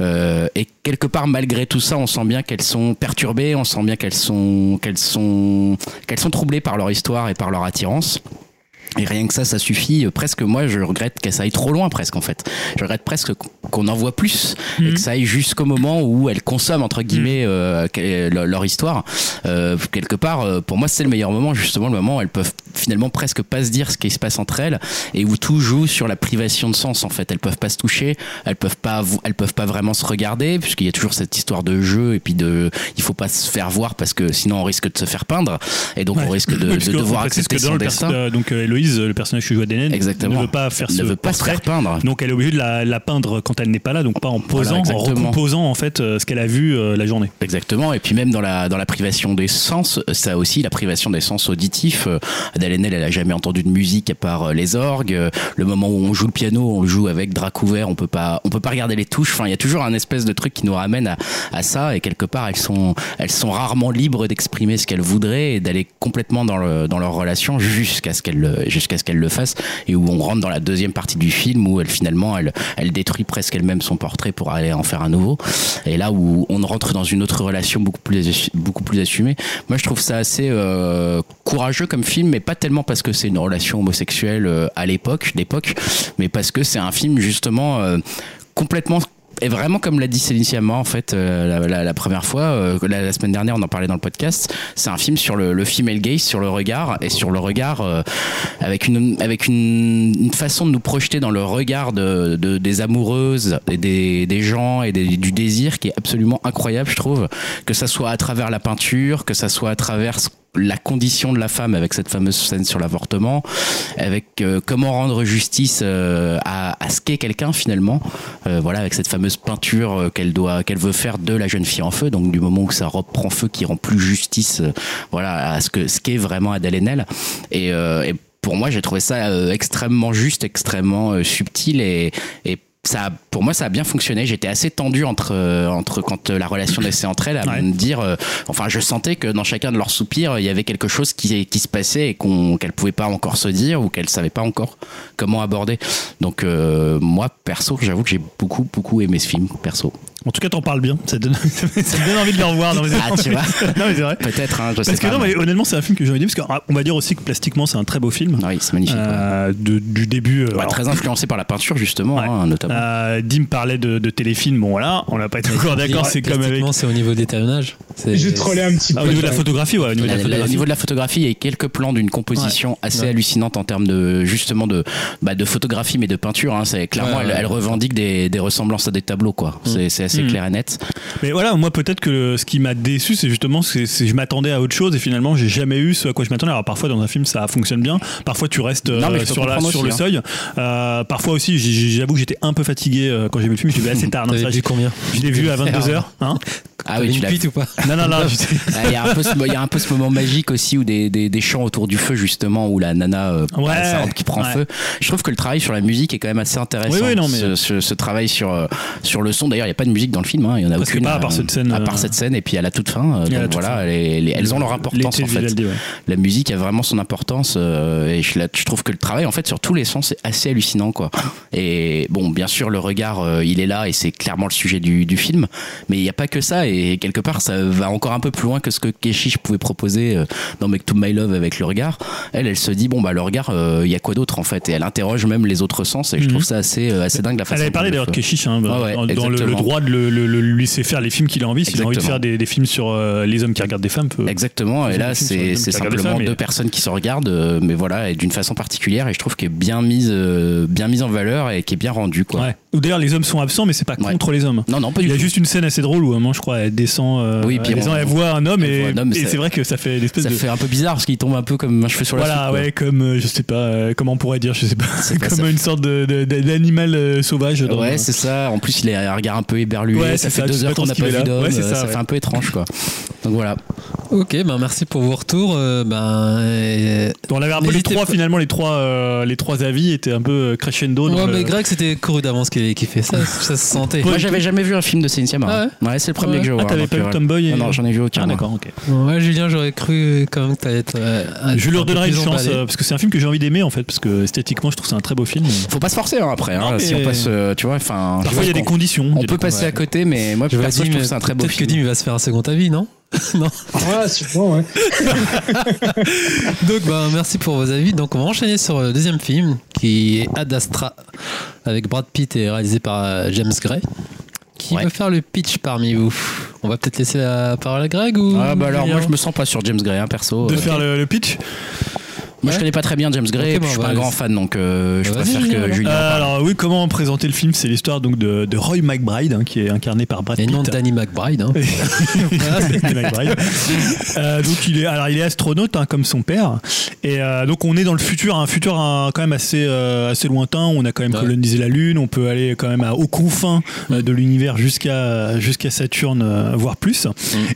B: Euh, et quelque part, malgré tout ça, on sent bien qu'elles sont perturbées, on sent bien qu'elles sont, qu'elles sont, qu'elles sont troublées par leur histoire et par leur attirance. Et rien que ça, ça suffit. Euh, Presque, moi, je regrette que ça aille trop loin, presque, en fait. Je regrette presque qu- qu'on en voit plus et
D: Mhm.
B: que ça aille jusqu'au moment où elles consomment, entre guillemets, euh, que- leur, leur histoire. Euh, quelque part, euh, pour moi, c'est le meilleur moment, justement, le moment où elles peuvent finalement presque pas se dire ce qui se passe entre elles et où tout joue sur la privation de sens, en fait. Elles peuvent pas se toucher, elles peuvent pas, vo- elles peuvent pas vraiment se regarder, puisqu'il y a toujours cette histoire de jeu et puis de, il faut pas se faire voir parce que sinon on risque de se faire peindre et donc on risque de,
D: Oui,
B: de
D: [laughs] parce que, en
B: devoir
D: fait, c'est ce
B: accepter
D: que dans
B: son
D: le
B: destin.
D: perso- euh, donc euh, Héloïse, le personnage que joue Adèle Haenel,
B: Exactement.
D: ne veut pas faire
B: ne
D: ce
B: veut pas se
D: portrait.
B: faire peindre.
D: Donc elle est obligée de la, la peindre quand elle n'est pas là, donc pas en posant, en
B: exactement.
D: recomposant en fait euh, ce qu'elle a vu euh, la journée.
B: Exactement. Et puis même dans la dans la privation des sens, ça aussi la privation des sens auditifs. Euh, Adèle Haenel, elle a jamais entendu de musique à part euh, les orgues. Euh, Le moment où on joue le piano, on le joue avec drap couvert. On peut pas on peut pas regarder les touches. Enfin, il y a toujours un espèce de truc qui nous ramène à, à ça. Et quelque part, elles sont elles sont rarement libres d'exprimer ce qu'elles voudraient et d'aller complètement dans le dans leur relation jusqu'à ce qu'elles le- jusqu'à ce qu'elles le fassent. Et où on rentre dans la deuxième partie du film où elle finalement elle elle détruit presque elle-même son portrait pour aller en faire un nouveau. Et là où on rentre dans une autre relation beaucoup plus, beaucoup plus assumée. Moi, je trouve ça assez euh, courageux comme film, mais pas tellement parce que c'est une relation homosexuelle euh, à l'époque, d'époque, mais parce que c'est un film justement euh, complètement Et vraiment, comme l'a dit Céline Sciamma, en fait, euh, la, la- la première fois, euh, la, la semaine dernière, on en parlait dans le podcast, c'est un film sur le, le female gaze, sur le regard, et sur le regard euh, avec, une, avec une, une façon de nous projeter dans le regard de, de- des amoureuses, et des, des gens et des- du désir qui est absolument incroyable, je trouve, que ça soit à travers la peinture, que ça soit à travers ce- la condition de la femme avec cette fameuse scène sur l'avortement, avec euh, comment rendre justice euh, à, à ce qu'est quelqu'un finalement, Euh, voilà avec cette fameuse peinture euh, qu'elle doit, qu'elle veut faire de la jeune fille en feu, donc du moment où sa robe prend feu, qui rend plus justice, euh, voilà à ce que ce qu'est vraiment Adèle Haenel. et, euh, et pour moi, j'ai trouvé ça euh, extrêmement juste, extrêmement euh, subtil et, et ça, a- pour moi, ça a bien fonctionné. J'étais assez tendu entre, euh, entre quand euh, la relation naissait entre elles, à
D: Ouais.
B: me dire, euh, enfin, je sentais que dans chacun de leurs soupirs, il y avait quelque chose qui, qui se passait et qu'on, qu'elles pouvaient pas encore se dire ou qu'elles savaient pas encore comment aborder. Donc, euh, moi, perso, j'avoue que j'ai beaucoup, beaucoup aimé ce film, perso.
D: En tout cas, t'en parles bien. Ça, donne, [laughs] ça me donne envie de le revoir. Non, mais c'est-
B: Ah, tu vois. [laughs]
D: [laughs] non, mais c'est vrai.
B: Peut-être, hein, je sais
D: Parce que
B: pas.
D: non, mais honnêtement, c'est un film que j'ai envie de dire, parce qu'on va dire aussi que plastiquement, c'est un très beau film.
B: Ah Oui, c'est magnifique. ouais.
D: Euh, de- du début. euh,
B: Bah,
D: alors,
B: très influencé par la peinture, justement,
D: Ouais.
B: hein, notamment.
D: euh, Dim parlait de, de téléfilm. Bon, voilà, on n'a pas été encore d'accord. C'est comme avec.
A: Plastiquement, c'est au niveau des talonnages. C'est-
C: J'ai trollé un petit peu.
D: Ah, au niveau de la photographie, ouais. Au niveau de la
B: La- la- Au
D: photographie.
B: niveau de la photographie, il y a quelques plans d'une composition assez
A: Ouais.
B: hallucinante en termes de justement de bah, de photographie mais de peinture. Hein. C'est clairement,
A: Ouais,
B: elle,
A: ouais.
B: elle revendique des, des ressemblances à des tableaux quoi. C'est- C'est assez
D: Mm.
B: clair et net.
D: Mais voilà, moi peut-être que ce qui m'a déçu, c'est justement c'est, c'est- je m'attendais à autre chose et finalement j'ai jamais eu ce à quoi je m'attendais. Alors parfois dans un film ça fonctionne bien, parfois tu restes euh,
B: Non, mais je peux
D: sur, la-
B: comprendre
D: sur
B: aussi,
D: le
B: hein.
D: seuil. Euh, parfois aussi, j'ai- j'ai- j'avoue que j'étais un peu fatigué euh, quand j'ai vu le film. Je l'ai vu assez
B: [laughs]
D: tard. Non,
A: T'avais
D: ça,
A: vu
D: je,
A: combien
D: je l'ai vu à 22 h Hein
B: Ah oui, tu
A: une
B: l'as.
A: pite ou pas
D: non, non, non.
B: [laughs]
D: j'étais-
B: Ah, Il y, a un peu ce- il y a un peu ce moment magique aussi où des, des, des chants autour du feu justement où la nana euh,
D: Ouais.
B: a sa robe qui prend
D: Ouais.
B: feu. Je trouve que le travail sur la musique est quand même assez intéressant.
D: Oui, oui, non, mais-
B: ce, ce- ce travail sur euh, sur le son. D'ailleurs, il n'y a pas de musique dans le film. Hein. Il y en a
D: Presque
B: aucune.
D: pas, à part
B: euh,
D: cette scène,
B: À part
D: euh,
B: cette scène et puis à la toute fin. euh,
D: Et à la
B: donc
D: toute
B: voilà, les- les- elles ont leur importance
D: L'été
B: en
D: de
B: fait.
D: Vivaldi, ouais.
B: la musique a vraiment son importance euh, et je, la- je trouve que le travail en fait sur tous les sens est assez hallucinant quoi. Et bon, bien sûr le regard euh, il est là et c'est clairement le sujet du, du film, mais il n'y a pas que ça et quelque part ça va encore un peu plus loin que ce que Keshish pouvait proposer euh, dans Make to My Love avec le regard. Elle elle se dit bon bah le regard euh, il y a quoi d'autre en fait et elle interroge même les autres sens et je
D: Mhm.
B: trouve ça assez euh, assez dingue la façon.
D: Elle avait parlé
B: dont
D: d'ailleurs
B: le-
D: de Keshish hein,
B: Ah ouais,
D: dans- dans le,
B: exactement.
D: le droit de le, le- le- lui laisser faire les films qu'il a envie. S'il a envie de
B: Exactement.
D: faire des, des films sur euh, les hommes qui regardent des femmes, peut-
B: Exactement, et
D: Ils ont
B: là
D: des films sur
B: c'est
D: les
B: c'est
D: hommes qui regardent
B: simplement
D: ça, mais-
B: deux personnes qui se regardent, euh, mais voilà, et d'une façon particulière, et je trouve qu'elle est bien mise, euh, bien mise en valeur et qui est bien rendue quoi.
D: Ouais. Ou d'ailleurs les hommes sont absents, mais c'est pas
B: Ouais.
D: contre les hommes.
B: Non, non, pas du
D: Il y a
B: tout.
D: juste une scène assez drôle où à un moment, je crois, elle descend. euh,
B: Oui, puis
D: elle, descend,
B: on-
D: elle voit un homme
B: elle
D: et,
B: voit un homme,
D: et
B: ça-
D: c'est vrai que ça fait une espèce
B: Ça
D: de.
B: fait un peu bizarre parce qu'il tombe un peu comme un cheveu sur la
D: Voilà,
B: soupe, quoi.
D: ouais, comme euh, je sais pas, euh, comment on pourrait dire, je sais pas,
B: C'est pas
D: [laughs] comme
B: ça.
D: une sorte de- de- de- d'animal euh, sauvage. dans-
B: Ouais, c'est ça. En plus, il a un regard un peu éberlué.
D: Ouais,
B: ça
D: c'est
B: fait
D: ça, tu
B: deux
D: sais
B: heures
D: pas
B: qu'on n'a
D: trop
B: pas
D: ce qu'il
B: vu
D: est là.
B: d'homme.
D: Ouais, c'est
B: ça
D: ça,
B: fait
D: ouais.
B: un peu étrange, quoi. Donc voilà.
A: Ok, ben merci pour vos retours. euh, ben, euh,
D: on avait un peu les
A: N'hésitez
D: trois
A: pas.
D: finalement, les trois, euh, les trois avis étaient un peu euh, crescendo. dans
A: ouais,
D: le-
A: mais Greg, c'était couru d'avance qui, qui fait ça. Ça se sentait.
B: Moi, j'avais jamais vu un film de Céline Sciamma.
A: Ah
B: ouais, c'est le premier
A: Ouais.
B: que je vois.
D: Ah, t'avais
B: donc,
D: pas
B: euh,
D: vu Tomboy et-
B: Non, non, j'en ai vu aucun.
D: Ah,
B: moi.
D: d'accord, ok.
A: Ouais, Julien, j'aurais cru quand même que t'allais être. euh, un-
D: Je
A: un
D: lui
A: peu
D: redonnerai une
A: plus
D: chance
A: emballé.
D: euh, parce que c'est un film que j'ai envie d'aimer en fait, parce que esthétiquement, je trouve que c'est un très beau film.
B: Faut pas se forcer hein, après. hein,
D: Non,
B: Si on
D: mais-
B: passe, euh, tu vois, enfin.
D: Parfois, il y a des conditions.
B: On
D: il y a
B: peut
D: des-
B: passer à côté, mais moi,
A: Je vois
B: perso, je
A: Dim,
B: trouve que c'est un très beau
A: Peut-être que
B: film.
A: Dim il va se faire un second avis, non Non.
C: Ouais, Ah, sûrement, ouais.
A: Donc, ben, merci pour vos avis. Donc, on va enchaîner sur le deuxième film qui est Ad Astra avec Brad Pitt et réalisé par euh, James Gray. Qui
B: Ouais.
A: veut faire le pitch parmi vous On va peut-être laisser la parole à Greg ou
B: Ah, bah alors,
A: Mm. Julien
B: moi, je me sens pas sur James Gray, hein, perso.
D: De
B: Euh,
D: faire le, le pitch.
B: Moi, je connais pas très bien James
A: Ok,
B: Gray, et puis
A: bon,
B: je suis
A: bah,
B: pas un grand
A: vas-y.
B: fan, donc euh, je
A: Bah, vas-y,
B: préfère
A: Julien,
B: que
A: alors.
B: Julien.
D: Euh,
B: parle.
D: alors oui, comment présenter le film C'est l'histoire donc de, de Roy McBride hein, qui est incarné par Brad
A: Et
D: Pitt.
A: non Danny McBride. hein.
D: Voilà, [laughs] c'était McBride. Euh, donc il est, alors il est astronaute hein, comme son père. Et euh, donc on est dans le futur, un futur hein, quand même assez euh, assez lointain. On a quand même
A: Ouais.
D: colonisé la Lune. On peut aller quand même à, aux confins euh, de l'univers jusqu'à jusqu'à Saturne, euh, voire plus.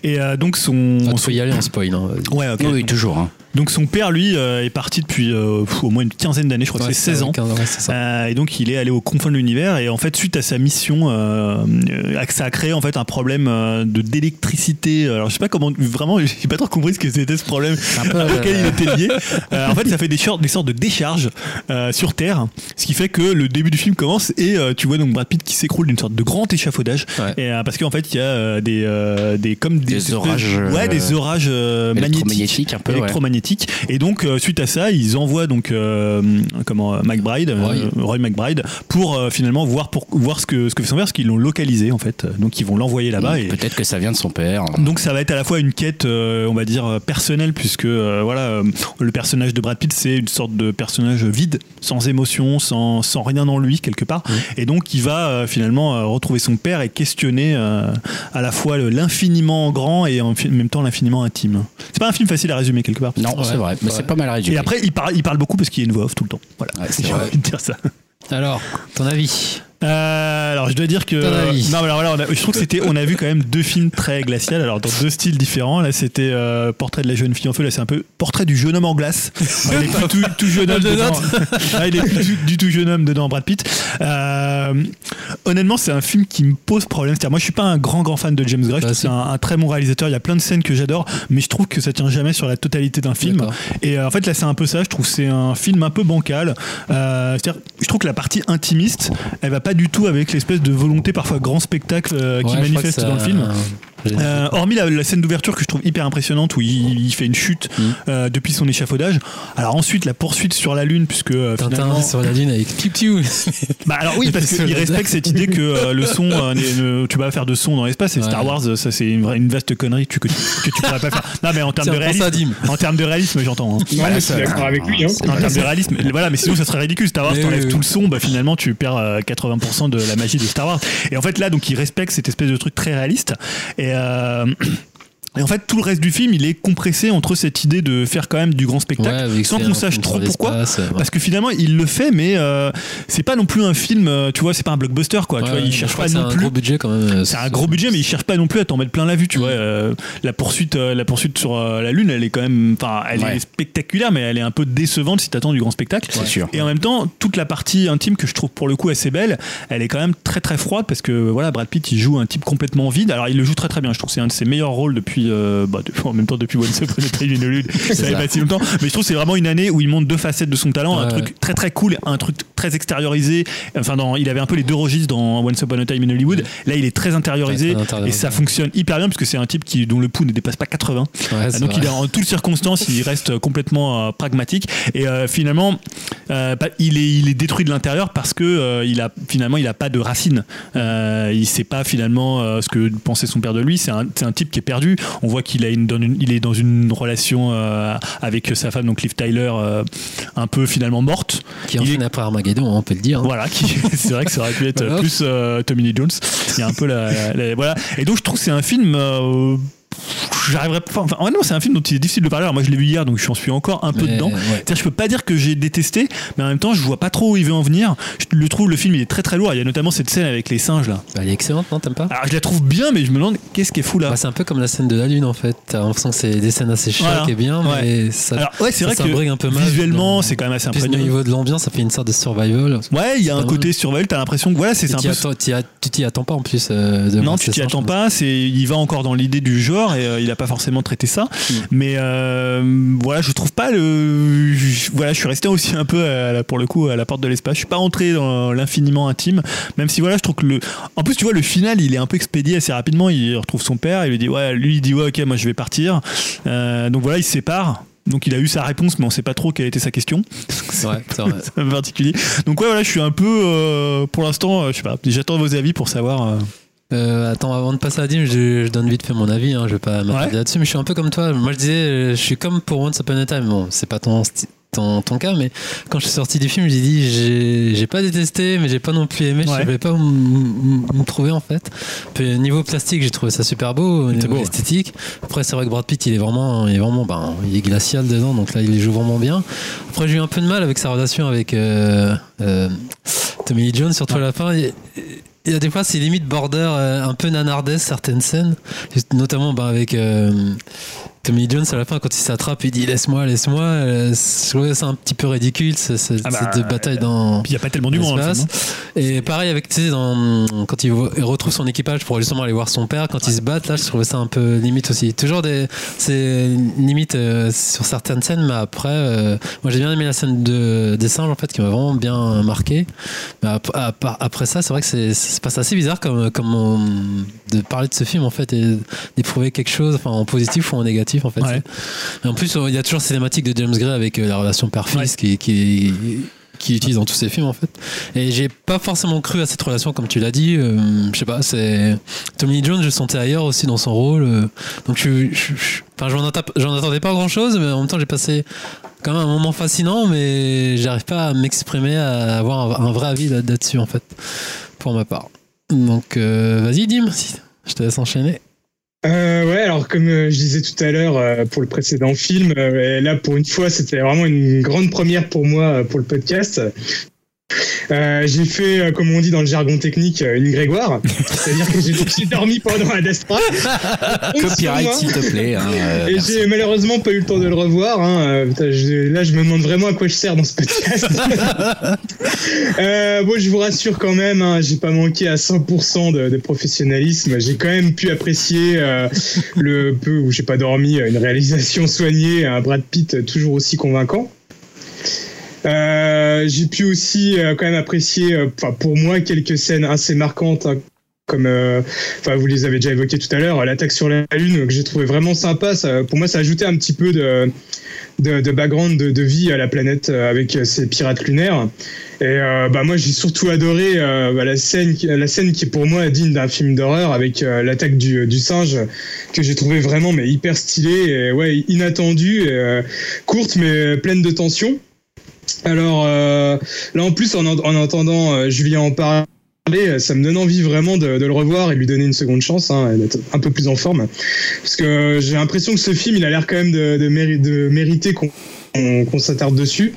D: Et euh, donc son,
A: Mm. Enfin, tu
D: son-
A: peux y aller en spoil. hein.
D: ouais, ok.
B: Oui, oui, toujours. hein.
D: Donc son père lui euh, est parti depuis euh, pff, au moins une quinzaine d'années. Je crois
A: Ouais,
D: que c'est 16 ans.
A: 15 ouais, c'est ça.
D: Euh, et donc il est allé aux confins de l'univers et en fait suite à sa mission, euh, euh, ça a créé en fait un problème euh, de d'électricité. Alors je sais pas comment, vraiment [laughs] j'ai pas trop compris ce que c'était ce problème
B: un peu,
D: auquel
B: euh,
D: il était lié. Euh, en fait ça fait des, sortes- des sortes de décharges euh, sur Terre, ce qui fait que le début du film commence et euh, tu vois donc Brad Pitt qui s'écroule d'une sorte de grand échafaudage
A: Ouais.
D: et, euh, parce qu'en fait il y a euh, des, euh, des comme des,
B: Des
D: espèces-
B: orages, euh,
D: ouais des orages euh, magnétiques
B: Électromagnétique, un peu. ouais.
D: électromagnétique génétique. Et donc, euh, suite à ça, ils envoient donc euh, comment euh, McBride, euh,
A: Roy.
D: Roy McBride, pour euh, finalement voir pour voir ce que ce que fait son père, parce qu'ils l'ont localisé en fait. Donc, ils vont l'envoyer là-bas. Et
B: Peut-être que ça vient de son père.
D: donc ça va être à la fois une quête, euh, on va dire euh, personnelle, puisque euh, voilà, euh, le personnage de Brad Pitt, c'est une sorte de personnage vide, sans émotion, sans, sans rien en lui quelque part, et donc il va euh, finalement euh, retrouver son père et questionner euh, à la fois le- l'infiniment grand et en fi- même temps l'infiniment intime. C'est pas un film facile à résumer quelque part.
B: Non, c'est vrai, mais c'est pas mal
D: Et
B: résumé.
D: après, il parle, il parle beaucoup parce qu'il y a une voix off tout le temps. Voilà,
B: Ouais, c'est
D: j'ai
B: vrai.
D: envie de dire ça.
A: Alors, ton avis
D: Euh, alors je dois dire que
A: Ton avis.
D: non mais alors voilà, on a- je trouve que c'était on a vu quand même deux films très glaciales alors dans deux styles différents là c'était euh, portrait de la jeune fille en feu là c'est un peu portrait du jeune homme en glace il est pas tout, tout jeune homme
A: Je
D: dedans.
A: note.
D: Ah, il est plus du, du tout jeune homme dedans Brad Pitt Euh, honnêtement c'est un film qui me pose problème c'est-à-dire moi je suis pas un grand grand fan de James Gray je
A: Bah,
D: trouve que c'est un, un très bon réalisateur il y a plein de scènes que j'adore mais je trouve que ça tient jamais sur la totalité d'un film
A: D'accord.
D: et euh, en fait, là, c'est un peu ça. Je trouve que c'est un film un peu bancal. Euh, c'est-à-dire, je trouve que la partie intimiste, elle va pas du tout avec l'espèce de volonté parfois grand spectacle euh, qui
A: Ouais, je crois que
D: manifeste
A: ça-
D: dans le film.
A: J'ai-
D: Euh, hormis la, la scène d'ouverture que je trouve hyper impressionnante où il, il fait une chute
A: Mhm.
D: euh, depuis son échafaudage. Alors ensuite la poursuite sur la lune puisque euh,
A: Tintin [laughs]
D: finalement-
A: sur la lune avec Piu Piu.
D: bah alors oui,
A: Et
D: parce
A: puis sur
D: qu'il
A: la-
D: respecte cette idée que euh, le son, euh, n'est- ne- tu vas pas faire de son dans l'espace. Et
A: Ouais.
D: Star Wars, euh, ça c'est une, vraie- une vaste connerie que tu, que tu pourras pas faire. Non, mais en termes
A: Tiens,
D: de
A: prends ça,
D: réalisme,
A: Dim.
D: en termes de réalisme, j'entends. hein.
C: Non, mais je suis d'accord avec lui. Hein.
D: En termes de réalisme, voilà, mais sinon ça serait ridicule. Star Wars,
A: Mais
D: t'enlèves
A: oui, oui.
D: tout le son, bah finalement tu perds euh, 80% de la magie de Star Wars. Et en fait là, donc il respecte cette espèce de truc très réaliste. Et euh, [clears throat] Et en fait, tout le reste du film, il est compressé entre cette idée de faire quand même du grand spectacle,
A: vu que
D: sans
A: c'est
D: qu'on
A: un
D: sache
A: film
D: trop
A: sur
D: pourquoi.
A: l'espace, euh, ouais.
D: Parce que finalement, il le fait, mais euh, c'est pas non plus un film, euh, tu vois, c'est pas un blockbuster, quoi. tu vois,
A: Ouais,
D: il
A: je
D: cherche
A: crois
D: pas
A: que
D: non
A: C'est un gros
D: plus.
A: budget quand même. euh,
D: C'est un gros budget, mais il cherche pas non plus à t'en mettre plein la vue,
A: Mm.
D: tu vois. euh, la poursuite, euh, la poursuite sur euh, la lune, elle est quand même, enfin, elle
B: Ouais.
D: est spectaculaire, mais elle est un peu décevante si t'attends du grand spectacle.
B: C'est sûr.
D: Et en même temps, toute la partie intime que je trouve pour le coup assez belle, elle est quand même très très froide parce que voilà, Brad Pitt il joue un type complètement vide. Alors il le joue très très bien. Je trouve que c'est un de ses meilleurs rôles depuis, euh, bah, depuis- en même temps depuis Once Upon a Time
A: [laughs]
D: in Hollywood. Ça fait
A: ça.
D: pas si longtemps. Mais je trouve que c'est vraiment une année où il montre deux facettes de son talent, un
A: Ouais,
D: truc très très cool, un truc très extériorisé. Enfin, dans, il avait un peu les deux registres dans Once Upon a Time in Hollywood. Là, il est très intériorisé
A: Ouais, très intériorisé.
D: et ça fonctionne hyper bien parce que c'est un type qui dont le pouls ne dépasse pas 80.
A: Ouais,
D: Ah,
A: c'est
D: donc
A: vrai.
D: il est en toutes circonstances, il reste complètement euh, pragmatique et euh, finalement euh, bah, il est il est détruit de l'intérieur parce que euh, il a finalement il a pas de racines. Euh, il sait pas finalement euh, ce que pensait son père de lui. C'est un, c'est un type qui est perdu. On voit qu'il a une, dans une- il est dans une relation euh, avec sa femme donc Liv Tyler euh, un peu finalement morte.
A: Qui
D: il
A: enchaîne après Armageddon, on peut le dire. hein.
D: Voilà, qui- [laughs] c'est vrai que ça aurait pu être
A: Voilà.
D: plus euh, Tommy Lee Jones. Il y a un peu la, la- voilà. Et donc je trouve que c'est un film. euh, J'arriverai pas. Enfin, non, c'est un film dont il est difficile de parler. Alors, moi, je l'ai vu hier, donc je suis encore un peu
A: Mais,
D: dedans.
A: ouais.
D: C'est-à-dire, je peux pas dire que j'ai détesté, mais en même temps, je vois pas trop où il veut en venir. Je le trouve, le film, il est très très lourd. Il y a notamment cette scène avec les singes là.
A: Bah, Elle est excellente, non T'aimes pas
D: Alors, je la trouve bien, mais je me demande qu'est-ce qui est fou là.
A: Bah, C'est un peu comme la scène de la lune en fait. T'as l'impression que c'est des scènes assez choc
D: Voilà.
A: et bien, mais ça.
D: Alors, ouais, c'est
A: ça
D: vrai que
A: s'imbrigue un peu mal
D: visuellement,
A: dans-
D: c'est quand même assez
A: en plus, au
D: impressionnant.
A: niveau de l'ambiance, ça fait une sorte de survival.
D: Ouais, il y a
A: c'est
D: un
A: pas
D: côté survival. T'as l'impression que voilà, c'est
A: Et
D: c'est un
A: t'y
D: peu
A: attends- t'y a- Tu t'y attends pas en plus. euh, de
D: Non,
A: voir
D: tu
A: ces
D: t'y
A: singes,
D: attends
A: mais-
D: pas. C'est, il va encore dans l'idée du genre et euh, il a pas forcément traité ça.
A: Hmm.
D: Mais euh, voilà, je trouve pas le. je- Voilà, je suis resté aussi un peu à la- pour le coup à la porte de l'espace. Je suis pas rentré dans l'infiniment intime. Même si voilà, je trouve que le. En plus, tu vois, le final, il est un peu expédié assez rapidement. Il retrouve son père. Il lui dit ouais, lui il dit ouais, ok, moi je vais partir. Euh, donc voilà, il se sépare. Donc il a eu sa réponse, mais on sait pas trop quelle était sa question. [laughs]
A: Ouais, c'est vrai.
D: C'est un peu particulier. Donc ouais, voilà, je suis un peu euh, pour l'instant, euh, je sais pas. J'attends vos avis pour savoir. euh,
A: Euh, attends, avant de passer à Dim, je, je donne vite fait mon avis. Hein, je vais pas m'attarder
D: Ouais.
A: là-dessus, mais je suis un peu comme toi. Moi, je disais, euh, je suis comme pour Once Upon a Time. Bon, c'est pas ton, sti- ton, ton cas, mais quand je suis sorti du film, j'ai dit, j'ai- j'ai pas détesté, mais j'ai pas non plus aimé. Je
D: Ouais.
A: savais pas où m- m- me trouver en fait. Puis niveau plastique, j'ai trouvé ça super beau, au
D: était
A: niveau
D: beau, ouais.
A: esthétique. Après, c'est vrai que Brad Pitt, il est vraiment, il est vraiment, ben, il est glacial dedans, donc là, il joue vraiment bien. Après, j'ai eu un peu de mal avec sa relation avec euh, euh, Tommy Lee Jones, surtout à la fin. Il, il y a des fois, c'est limite border, euh, un peu nanardesque, certaines scènes. Notamment ben, avec euh, Tommy Lee Jones, à la fin, quand il s'attrape, il dit Laisse-moi, laisse-moi. Euh, je trouvais ça un petit peu ridicule, ce- ce-
D: Ah bah,
A: cette bataille dans.
D: Puis il n'y a pas tellement hein, d'humains. dans le
A: l'espace.
D: film,
A: Et pareil avec, tu sais, dans- quand il, voit- il retrouve son équipage pour justement aller voir son père, quand ils se battent, là, je trouvais ça un peu limite aussi. Toujours des. C'est limite euh, sur certaines scènes, mais après, euh, moi j'ai bien aimé la scène de, des singes, en fait, qui m'a vraiment bien marqué. Mais ap- à part- après ça, c'est vrai que c'est, ça se passe assez bizarre comme, comme on- de parler de ce film, en fait, et d'éprouver quelque chose, enfin, en positif ou en négatif. positif en fait.
D: Ouais.
A: Et en plus, il y a toujours cette cinématique de James Gray avec euh, la relation père-fils
D: Ouais.
A: qui, qui, qui utilise dans tous ses films en fait. Et j'ai pas forcément cru à cette relation comme tu l'as dit. euh, je sais pas, c'est Tommy Lee Jones, je le sentais ailleurs aussi dans son rôle. euh, donc je, je- je- enfin, j'en atta- j'en attendais pas grand chose, mais en même temps j'ai passé quand même un moment fascinant, mais j'arrive pas à m'exprimer, à avoir un, un vrai avis là- là-dessus en fait, pour ma part. Donc euh, vas-y Dim, si- je te laisse enchaîner.
C: Euh, ouais, alors comme euh, je disais tout à l'heure euh, pour le précédent film, euh, et là pour une fois c'était vraiment une grande première pour moi euh, pour le podcast. Euh, j'ai fait, euh, comme on dit dans le jargon technique, euh, une Grégoire, c'est-à-dire que j'ai [laughs] j'ai dormi pendant la Death Strap. [laughs]
B: Copyright, s'il te plaît. hein, euh,
C: Et
B: merci.
C: j'ai malheureusement pas eu le temps de le revoir. hein. Euh, putain, je- là, je me demande vraiment à quoi je sers dans ce podcast.
B: [laughs]
C: [laughs] Euh, bon, je vous rassure quand même, hein, j'ai pas manqué à 100% de, de professionnalisme. J'ai quand même pu apprécier euh, le peu où j'ai pas dormi, euh, une réalisation soignée, un Brad Pitt toujours aussi convaincant. Euh, j'ai pu aussi euh, quand même apprécier, euh, enfin, pour moi, quelques scènes assez marquantes. hein, comme euh, enfin vous les avez déjà évoqués tout à l'heure, l'attaque sur la lune que j'ai trouvé vraiment sympa. Ça, pour moi, ça ajoutait un petit peu de de, de background de, de vie à la planète euh, avec euh, ces pirates lunaires. Et euh, bah moi, j'ai surtout adoré euh, bah, la scène, qui- la scène qui pour moi est digne d'un film d'horreur avec euh, l'attaque du, du singe que j'ai trouvé vraiment mais hyper stylée et ouais inattendue, et, euh, courte mais pleine de tension. Alors euh, là, en plus, en, en en entendant euh, Julien en parler parler, euh, ça me donne envie vraiment de, de le revoir et de lui donner une seconde chance, hein, et d'être un peu plus en forme. Parce que j'ai l'impression que ce film, il a l'air quand même de, de, méri- de mériter qu'on qu'on- qu'on s'attarde dessus.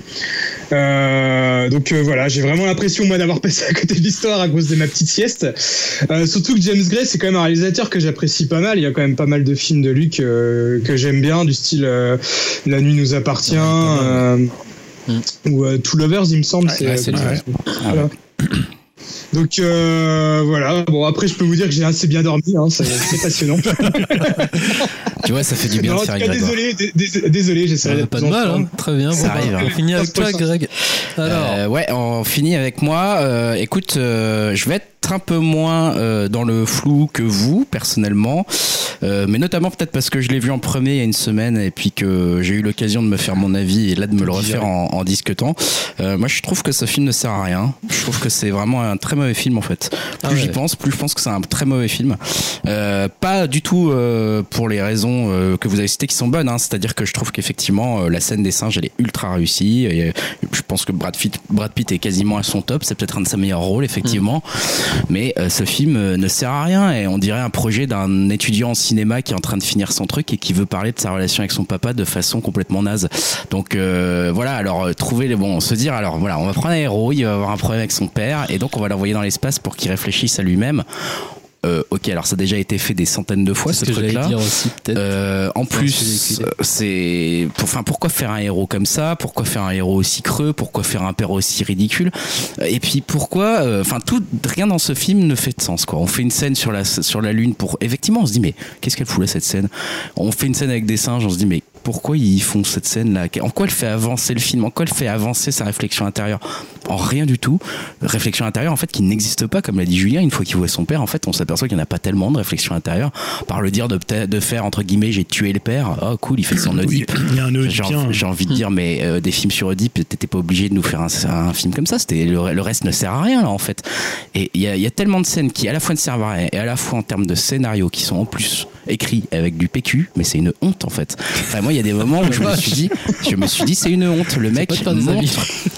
C: Euh, donc euh, voilà, j'ai vraiment l'impression moi d'avoir [laughs] passé à côté de l'histoire à cause de ma petite sieste. Euh, surtout que James Gray, c'est quand même un réalisateur que j'apprécie pas mal. Il y a quand même pas mal de films de lui que, que j'aime bien, du style euh, La nuit nous appartient. euh, Ou euh, Two Lovers, il me semble.
B: Mm.
C: euh,
B: ouais, c'est lui, Ah ouais.
C: Voilà. Donc euh, voilà, bon après je peux vous dire que j'ai assez bien dormi, hein, ça- c'est passionnant.
B: Tu vois, ça fait du bien
C: Non,
B: de
C: en tout
B: faire
C: cas,
B: une Grégoire.
C: désolé, dé- dé- désolé, j'essaierai
A: Euh,
C: d'être
A: pas de
C: plus en
A: mal,
C: forme.
A: hein. très bien. Bon,
B: Ça arrive,
A: On
B: hein.
A: finit avec toi, Greg. Alors,
B: Euh, ouais, on finit avec moi. Euh, écoute, euh, je vais être un peu moins euh, dans le flou que vous, personnellement. Euh, mais notamment peut-être parce que je l'ai vu en premier il y a une semaine et puis que j'ai eu l'occasion de me faire mon avis et là de me le refaire en, en discutant. Euh, moi, je trouve que ce film ne sert à rien. Je trouve que c'est vraiment un très mauvais film en fait. Plus
A: Ah ouais.
B: j'y pense, plus je pense que c'est un très mauvais film. Euh, pas du tout euh, pour les raisons euh, que vous avez citées qui sont bonnes. hein. C'est-à-dire que je trouve qu'effectivement euh, la scène des singes elle est ultra réussie. Et, euh, je pense que Brad Pitt, Brad Pitt est quasiment à son top. C'est peut-être un de ses meilleurs rôles effectivement.
A: Mm.
B: Mais euh, ce film euh, ne sert à rien et on dirait un projet d'un étudiant en cinéma qui est en train de finir son truc et qui veut parler de sa relation avec son papa de façon complètement naze. Donc euh, voilà, alors euh, trouver les bons, se dire alors voilà, on va prendre un héros, il va avoir un problème avec son père et donc on va l'envoyer dans l'espace pour qu'il réfléchisse à lui-même. Euh, ok, alors ça a déjà été fait des centaines de fois
A: c'est ce
B: ce,
A: que j'allais
B: truc-là.
A: dire aussi, peut-être.
B: Euh, en
A: celui
B: plus,
A: qui-
B: euh, c'est pour- enfin pourquoi faire un héros comme ça Pourquoi faire un héros aussi creux Pourquoi faire un père aussi ridicule Euh, Et puis pourquoi euh, Enfin tout, rien dans ce film ne fait de sens quoi. On fait une scène sur la sur la lune pour effectivement on se dit mais qu'est-ce qu'elle fout là cette scène On fait une scène avec des singes, on se dit mais pourquoi ils font cette scène là En quoi elle fait avancer le film En quoi elle fait avancer sa réflexion intérieure En rien du tout. Réflexion intérieure en fait qui n'existe pas comme l'a dit Julien. Une fois qu'il voit son père, en fait on s'aperçoit qu'il n'y en a pas tellement de réflexion intérieure par le dire de, peut-être- de faire entre guillemets j'ai tué le père oh cool il fait son
D: Oui,
B: Oedipe
D: il y a un autre
B: j'ai,
D: bien.
B: j'ai envie de
A: Hmm.
B: dire mais euh, des films sur Oedipe t'étais pas obligé de nous faire un, un film comme ça c'était le, le reste ne sert à rien là en fait et il y, a- il y a tellement de scènes qui à la fois ne servent à rien et à la fois en termes de scénario qui sont en plus écrits avec du PQ mais c'est une honte en fait enfin moi il y a des moments où je me suis dit je me suis dit c'est une honte le mec
A: pas de faire des amis.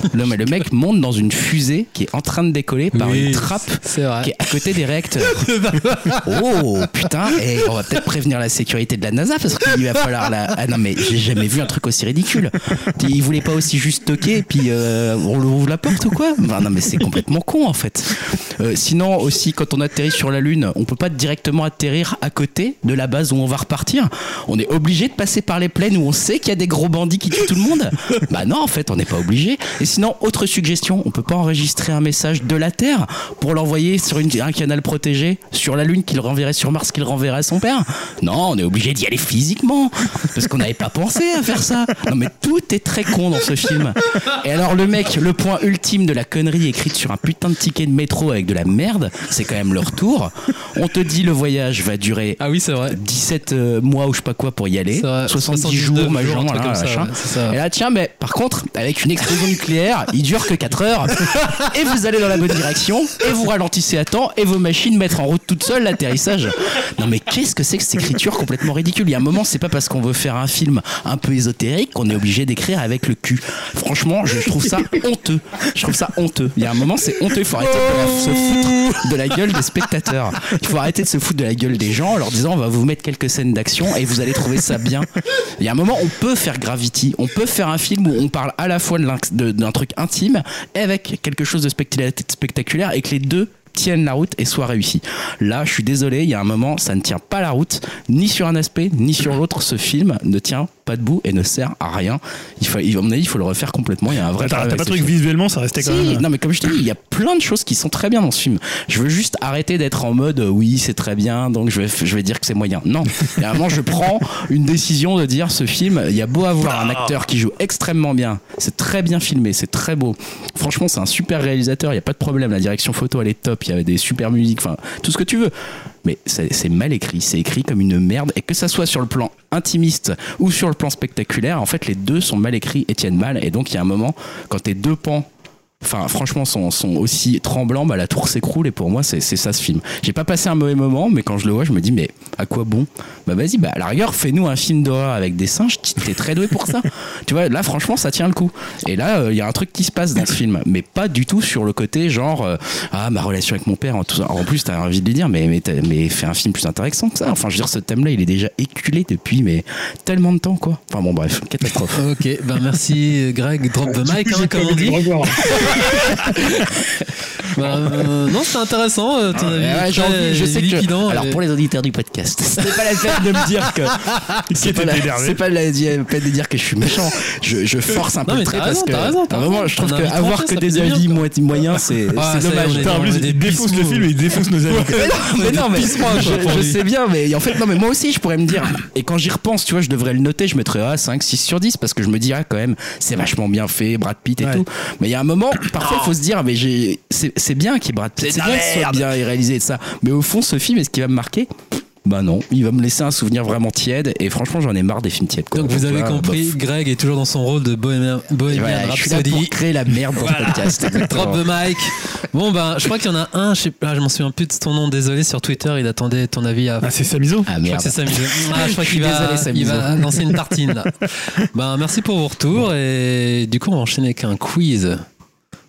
B: monte le, le mec monte dans une fusée qui est en train de décoller par
A: Oui,
B: une trappe
A: c'est vrai.
B: qui est à côté des réacteurs Oh putain, et on va peut-être prévenir la sécurité de la NASA parce qu'il va falloir la. Ah non, mais j'ai jamais vu un truc aussi ridicule. Ils voulaient pas aussi juste toquer et puis euh, on leur ouvre la porte ou quoi Enfin, Non, mais c'est complètement con en fait. Euh, sinon, aussi, quand on atterrit sur la Lune, on peut pas directement atterrir à côté de la base où on va repartir. On est obligé de passer par les plaines où on sait qu'il y a des gros bandits qui tuent tout le monde. Bah non, en fait, on n'est pas obligé. Et sinon, autre suggestion, on peut pas enregistrer un message de la Terre pour l'envoyer sur une- un canal protégé sur la Lune qu'il renverrait sur Mars qu'il renverrait à son père Non, on est obligé d'y aller physiquement parce qu'on n'avait pas pensé à faire ça. Non mais tout est très con dans ce film. Et alors le mec, le point ultime de la connerie écrite sur un putain de ticket de métro avec de la merde, c'est quand même le retour. On te dit le voyage va durer
A: Ah oui, c'est vrai.
B: 17 euh, mois ou je sais pas quoi pour y aller,
A: C'est vrai,
B: 70
A: 79
B: jours,
A: jours, un
B: machin,
A: truc
B: là,
A: comme ça,
B: machin.
A: ouais, c'est ça.
B: Et là, tiens, mais par contre, avec une explosion nucléaire, il dure que 4
A: [laughs]
B: heures, et vous allez dans la bonne direction, et vous ralentissez à temps, et vos machines mettent en route toutes seules l'atterrissage. Non, mais qu'est-ce que c'est que cette écriture complètement ridicule Il y a un moment, c'est pas parce qu'on veut faire un film un peu ésotérique qu'on est obligé d'écrire avec le cul. Franchement, je trouve ça honteux. Je trouve ça honteux. Il y a un moment, c'est honteux. Il faut arrêter de se foutre de la gueule des spectateurs. Il faut arrêter de se foutre de la gueule des gens en leur disant on va vous mettre quelques scènes d'action et vous allez trouver ça bien. Il y a un moment, on peut faire Gravity. On peut faire un film où on parle à la fois de l'inc- de- d'un truc intime et avec quelque chose de spectacula- spectaculaire et que les deux tiennent la route et soient réussis. Là, je suis désolé, il y a un moment, ça ne tient pas la route, ni sur un aspect, ni sur l'autre. Ce film ne tient pas debout et ne sert à rien. Il faut, il- à mon avis, il faut le refaire complètement. Il y a un vrai
D: T'as t'as
B: travail
D: pas
B: avec
D: le
B: ce
D: truc
B: film.
D: visuellement, ça restait quand
B: Si,
D: même. euh.
B: Non mais comme je t'ai dit, il y a plein de choses qui sont très bien dans ce film. Je veux juste arrêter d'être en mode euh, oui c'est très bien donc je vais f- je vais dire que c'est moyen.
D: [laughs]
B: Non, il y a un moment je prends une décision de dire ce film. Il y a beau avoir un
D: Ah.
B: acteur qui joue extrêmement bien, c'est très bien filmé, c'est très beau. Franchement c'est un super réalisateur, il y a pas de problème. La direction photo elle est top, il y avait des super musiques, enfin tout ce que tu veux. Mais c'est c'est mal écrit, c'est écrit comme une merde. Et que ça soit sur le plan intimiste ou sur le plan spectaculaire, en fait, les deux sont mal écrits et tiennent mal. Et donc, il y a un moment, quand tes deux pans Enfin, franchement, sont, sont aussi tremblants, bah, la tour s'écroule et pour moi, c'est c'est ça ce film. J'ai pas passé un mauvais moment, mais quand je le vois, je me dis, mais à quoi bon Bah vas-y, bah à la rigueur, fais-nous un film d'horreur avec des singes, t- t'es très doué pour ça. [laughs] tu vois, là, franchement, ça tient le coup. Et là, euh, il y a un truc qui se passe dans ce film, mais pas du tout sur le côté genre, euh, ah, ma relation avec mon père, en, tout ça. en plus, t'as envie de lui dire, mais, mais, t'as- mais fais un film plus intéressant que ça. Enfin, je veux dire, ce thème-là, il est déjà éculé depuis, mais tellement de temps, quoi. Enfin, bon, bref, catastrophe.
A: Ok, ben merci Greg, drop the mic, hein,
C: J'ai pas
A: comme on
C: envie de
A: dit.
C: le revoir.
A: Bah, euh, non, c'était intéressant, euh, ton avis.
B: Ah, Ouais,
A: est
B: j'ai envie-
A: très
B: je sais que-
A: liquidant euh,
B: alors
A: et-
B: pour les auditeurs du podcast, c'est pas la peine de me dire que [laughs] c'est
D: euh, Qui
B: pas,
D: était
B: la,
D: énervé.
B: c'est pas la la peine de dire que je suis méchant. Je, je force un peu
A: mais
B: le
A: t'as
B: trait
A: raison,
B: parce que
A: t'as raison, t'as
B: ah, vraiment,
A: raison.
B: je trouve
A: On a
B: que
A: envie de
B: avoir
A: trancher,
B: que
A: ça
B: des
A: fait du
B: avis
A: bien,
B: moyen- moyens, c'est
A: Ah,
B: c'est
A: ça y est,
B: dommage.
A: on est
D: Putain, en plus,
A: des
D: il défonce le
A: bisous.
D: film et il défonce nos amis.
B: Mais non, [laughs] mais
A: pissements,
B: je,
A: quoi, pour
B: je
A: lui.
B: sais bien, mais en fait, non, mais moi aussi, je pourrais me dire. Et quand j'y repense, tu vois, je devrais le noter, je mettrais ah, 5, 6 sur 10 parce que je me dirais quand même, c'est vachement bien fait, Brad Pitt et
D: Ouais.
B: tout. Mais il y a un moment, parfois, il faut se dire, ah, mais j'ai, c'est, c'est bien qu'il y ait Brad Pitt, c'est bien qu'il soit bien réalisé et tout ça. Mais au fond, ce film, est-ce qu'il va me marquer bah non, il va me laisser un souvenir vraiment tiède et franchement j'en ai marre des films tièdes. quoi.
A: Donc vous avez
B: Voilà,
A: compris,
B: bof.
A: Greg est toujours dans son rôle de Bohemian,
B: Et
A: Bohemian
B: voilà, je suis là pour
A: Rhapsody.
B: créer la merde dans ce podcast. exactement.
A: Drop the mic. Bon ben, je crois qu'il y en a un, je sais pas, je m'en souviens plus de ton nom, désolé, sur Twitter, il attendait ton avis à
D: Ah, c'est Samizo
A: Je
B: Ah
A: crois
B: merde.
A: que c'est Samy Jeux. Ah, je crois
B: Je
A: qu'il
B: suis
A: va,
B: désolé, Samy
A: il
B: Jeux.
A: va lancer une tartine
B: [laughs]
A: là. Ben, merci pour vos retours et du coup on va enchaîner avec un quiz.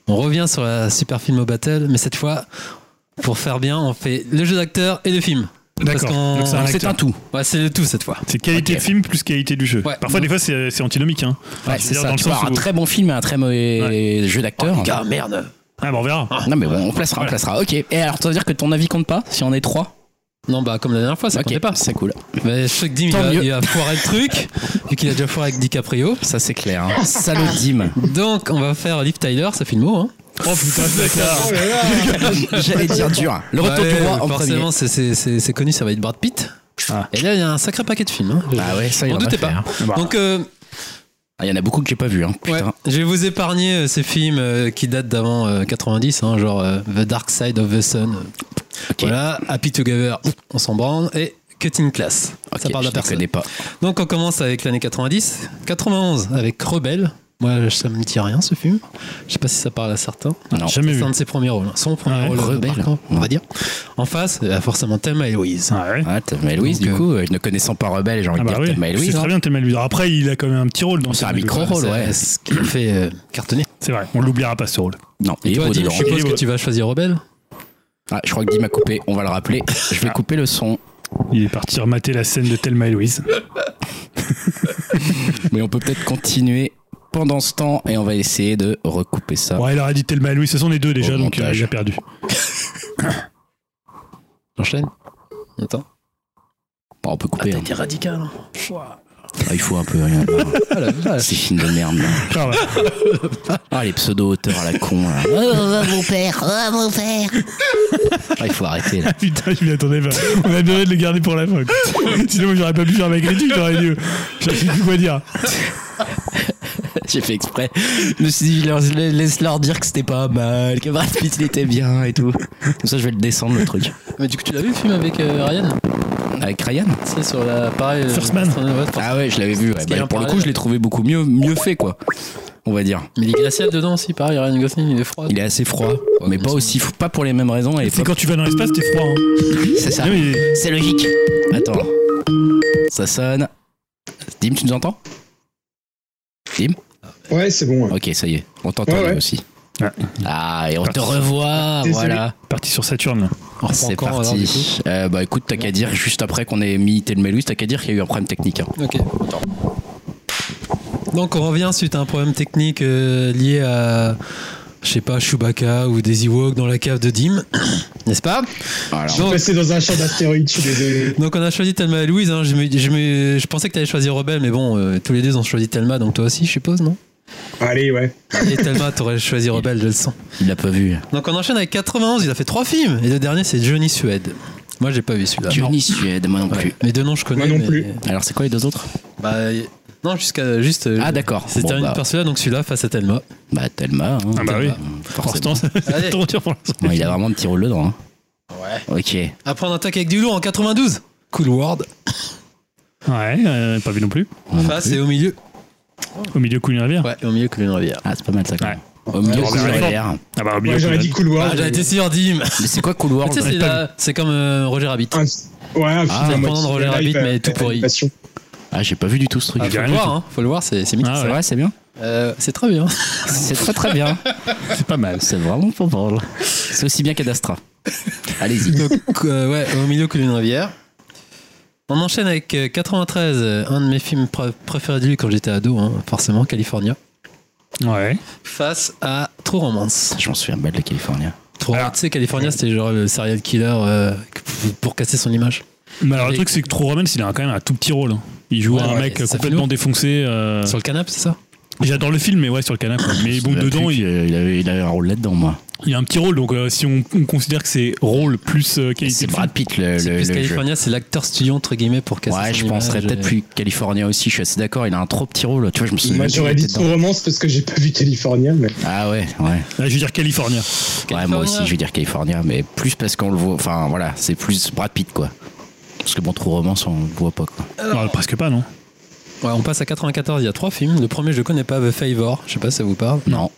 A: On revient sur la super film au battle, mais cette fois pour faire bien, on fait le jeu d'acteur et le film. Parce
D: D'accord.
A: qu'on-
D: Donc c'est un
B: C'est un
D: acteur.
B: tout.
A: Ouais, c'est le tout cette fois.
D: C'est qualité
B: Ok.
D: de film plus qualité du jeu.
A: Ouais.
D: Parfois, des fois, c'est c'est antinomique. Hein. Enfin,
B: Ouais,
D: je veux
B: c'est
D: dire,
B: ça.
D: Dans le
B: Tu peux
D: sens
B: avoir un
D: où-
B: très bon film et un très mauvais jeu
A: Oh,
B: d'acteur.
A: merde.
D: Ah, bah, on verra.
B: Non mais bon, on placera, on placera. Ok. Et alors, ça veut dire que ton avis compte pas si on est trois
A: Non, bah comme la dernière fois, ça
B: Ok,
A: comptait pas.
B: C'est cool.
A: Mais je sais que Dim, il
B: Tant
A: a,
B: mieux.
A: il a foiré le truc, vu qu'il a déjà foiré avec DiCaprio.
B: Ça c'est clair. [laughs] Hein. Salodime.
A: Donc on va faire Liv Tyler, ça fait le mot. Hein.
D: Oh putain, d'accord.
C: Oh là là.
B: J'allais dire dur. Le retour
A: Ouais,
B: du roi en
A: Forcément, c'est- c'est c'est- c'est connu, ça va être Brad Pitt.
D: Ah.
A: Et là, il y a un sacré paquet de films. hein.
B: premier. Ah ouais, ça il
A: On
B: en a
A: doutait
B: fait,
A: pas.
B: hein. Bah,
A: Donc, euh,
B: Il y en a beaucoup que j'ai pas vu. Hein.
A: ouais,
B: Putain.
A: je vais vous épargner euh, ces films euh, qui datent d'avant euh, 90, hein, genre euh, The Dark Side of the Sun.
B: Ok.
A: Voilà, Happy Together, on s'en branle. Et Cutting Class,
B: Ok,
A: ça parle
B: je
A: à
B: les
A: personne.
B: connais pas.
A: Donc on commence avec l'année 90, 91 avec Rebelle. Moi, ça me dit rien ce film. Je sais pas si ça parle à certains.
B: Non.
D: Jamais
A: C'est
D: vu.
A: un de ses premiers rôles, hein. son premier
D: Ah ouais,
A: rôle
B: Rebelle.
A: marquant, on va
B: Ouais.
A: dire. En face, euh, forcément Thelma et Louise.
D: Ah ouais.
B: Ah, Thelma et Louise,
A: Donc,
B: du
A: euh,
B: coup, euh, ne connaissant pas Rebelle, j'ai envie
D: Ah
B: de
D: bah
B: dire
D: oui,
B: Thelma et
D: c'est
B: Louise. hein.
D: très bien Thelma et Louise. Après, il a quand même un petit rôle dans
B: Ah, C'est
D: Thelma
B: un
D: et Louise.
B: micro-rôle,
A: C'est-
B: ouais.
A: Ce qui le fait euh, cartonner.
D: C'est vrai, on l'oubliera pas ce rôle.
B: Non,
A: Et
B: il est
A: toi,
B: beau,
A: Dim,
B: dis
A: je
B: donc.
A: suppose que tu vas choisir Rebelle
B: Ah, je crois que Dim a coupé. On va le rappeler. Je
A: Ah.
B: vais couper le son.
D: Il est parti remater la scène de Thelma et Louise.
B: Mais on peut peut-être continuer pendant ce temps et on va essayer de recouper ça.
D: Ouais, il aurait dit Thelma et Louise, ce sont les deux déjà,
B: Au
D: donc euh,
B: montage.
D: il a perdu.
A: J'enchaîne Attends.
B: Bon, on peut couper. hein.
A: radical.
B: Ah, il faut un peu. Rien. [laughs] Ces films de merde. là.
D: Ah ouais. [laughs]
B: Ah, les pseudo-auteurs à la con. Là.
E: Oh, mon père, oh, mon père.
B: [laughs] Ah, il faut arrêter là.
D: Putain, je m'y attendais pas. bah. On a bien fait de le garder pour la fin. quoi. Sinon, j'aurais pas pu faire ma critique, j'aurais dû. Je sais plus quoi dire.
B: [laughs] J'ai fait exprès. Je me suis dit, leur- laisse-leur dire que c'était pas mal, que Brad Pitt il était bien et tout. Comme ça, je vais le descendre le truc.
A: Mais du coup, tu l'as vu le film avec euh, Ryan
B: avec Ryan.
A: C'est sur la pareil. euh,
D: First Man.
B: Ah ouais, je l'avais vu. ouais.
A: Parce
B: Bah,
A: qu'il y a un
B: pour le coup,
A: parallèle.
B: je l'ai trouvé beaucoup mieux, mieux fait, quoi. On va dire.
A: Mais il est glacial dedans aussi, pareil. Ryan Gosling, il est froid.
B: Il est assez froid, mais pas aussi, fou- pas pour les mêmes raisons. Et
D: C'est
B: pas-
D: quand tu vas dans l'espace, t'es froid. hein.
B: c'est ça.
D: Non, mais-
B: C'est logique. Attends. Ça sonne. Dim, tu nous entends
C: Ouais, c'est bon.
B: Ok, ça y est. On t'entend
C: Ouais,
B: là
C: ouais.
B: aussi.
D: Ouais.
B: Ah, et on te
D: Parti.
A: Ah,
B: revoit.
C: Désolé.
B: Voilà.
D: Parti sur Saturne.
A: On reprend
B: C'est
A: encore, alors, du coup.
B: parti. Euh, bah écoute, t'as qu'à dire juste après qu'on ait mis Telmelus, t'as qu'à dire qu'il y a eu un problème technique. hein.
A: Ok. Donc on revient suite à un problème technique euh, lié à, je sais pas, Chewbacca ou Daisy Walk dans la cave de Dim, [coughs] n'est-ce pas
B: Voilà.
C: Je suis passé dans un champ d'astéroïdes, je suis désolé.
A: Donc on a choisi Thelma et Louise. hein. Je, me- je me- je pensais que t'allais choisir Rebelle, mais bon, euh, tous les deux ont choisi Thelma, donc toi aussi, je suppose, [coughs] non
C: Allez, ouais.
A: Et Thelma, t'aurais choisi Rebelle, je le sens.
B: Il l'a pas vu.
A: Donc on enchaîne avec 91. Il a fait trois films et le dernier c'est Johnny Suède. Moi, j'ai pas vu celui-là.
B: Johnny Suède, moi non
A: Ouais.
B: plus.
A: Les deux noms je connais.
C: Moi non
A: mais-
C: plus.
B: Alors c'est quoi les deux autres
A: Bah, y- non, jusqu'à juste. euh,
B: Ah d'accord.
A: C'est
B: Bon,
A: terminé
B: bah,
A: par celui-là, donc celui-là face à Thelma.
B: bah, Thelma. hein,
D: Ah bah oui.
B: Thelma,
D: Pour
B: forcément.
D: [laughs] l'instant, c'est
A: Allez.
D: ton tir pour l'instant.
B: Bon, il a vraiment un petit rôle dedans. Ouais. Ok.
A: Après, on attaque avec du lourd en 92. Cool World.
D: Ouais, euh, pas vu non plus.
B: Moi non
A: Face
B: plus.
A: et au milieu.
D: Au milieu, coule une rivière.
A: Ouais, au milieu, coule une rivière.
B: Ah c'est pas mal ça. Quand
D: Ouais.
B: même. Au milieu
D: Ouais,
B: cool
D: c'est vrai.
B: rivière.
D: Ah bah, au milieu.
C: Moi, j'aurais
D: coule
C: dit
D: une
C: Couloir.
A: Ah, j'avais été sûr, Dim. [laughs]
B: Mais c'est quoi Cool
A: Tu
B: World
A: sais, c'est la- c'est comme euh, Roger Rabbit.
C: Un- Ouais, un
B: Ah,
C: film à
A: pendant
C: moitié
A: Roger Rabbit,
C: live,
A: mais
C: euh,
A: tout pourri.
C: animation.
B: Ah j'ai pas vu du tout ce truc.
A: Ah, faut
D: j'ai
A: le
D: rien
A: voir,
D: du
A: hein. Faut le voir, c'est c'est mythique.
D: Ah
B: c'est
D: ouais.
B: vrai, c'est bien.
A: Euh, c'est très bien.
B: C'est très très bien.
D: rivière. C'est pas mal.
B: C'est vraiment pas mal. C'est aussi bien qu'Adastra. Allez-y.
A: [laughs] Donc, euh, ouais, au milieu coule une rivière. On enchaîne avec euh, 93, euh, un de mes films pr- préférés de lui quand j'étais ado, hein, forcément, California.
D: Ouais.
A: Face à True Romance.
B: Je m'en souviens mal de la Californie.
A: True
D: Alors-
A: Romance, tu sais, California, c'était genre le serial killer euh, pour casser son image.
D: Mais alors, le
A: Allez.
D: truc, c'est que True Romance, il a quand même un tout petit rôle. hein. Il joue
A: Ouais,
D: un
A: ouais,
D: mec
A: ça fait
D: complètement
A: lourd.
D: défoncé. euh,
A: Sur le canapé, c'est ça
D: J'adore le film, mais ouais, sur le canapé. Mais bon, dedans, il,
B: il... il avait, il avait un rôle là-dedans, moi.
D: il y a un petit rôle. Donc, euh, si on, on considère que c'est rôle plus euh, qualité
B: C'est
D: de film,
B: Brad Pitt, le,
A: C'est
B: le,
A: plus
B: le jeu.
A: California, c'est l'acteur studio, entre guillemets, pour casser son
B: Ouais, je
A: image. euh,
B: penserais peut-être plus Californien aussi. Je suis assez d'accord. Il a un trop petit rôle. Tu vois, je me souviens.
C: Moi,
B: même plus
C: j'aurais
B: qu'il
C: dit
B: était
C: tout romance parce que j'ai pas vu California, mais.
B: dedans. Ah ouais, ouais.
D: Ah, je veux dire California.
B: Ouais,
A: California.
B: moi aussi, je vais dire California, mais plus parce qu'on le voit. Enfin, voilà, c'est plus Brad Pitt, quoi. Parce que bon, trop romance, on le voit pas, quoi.
D: Non, presque pas, non
A: Ouais, on passe à 94, il y a trois films. Le premier, je le connais pas, The Favor, je sais pas si ça vous parle.
B: Non,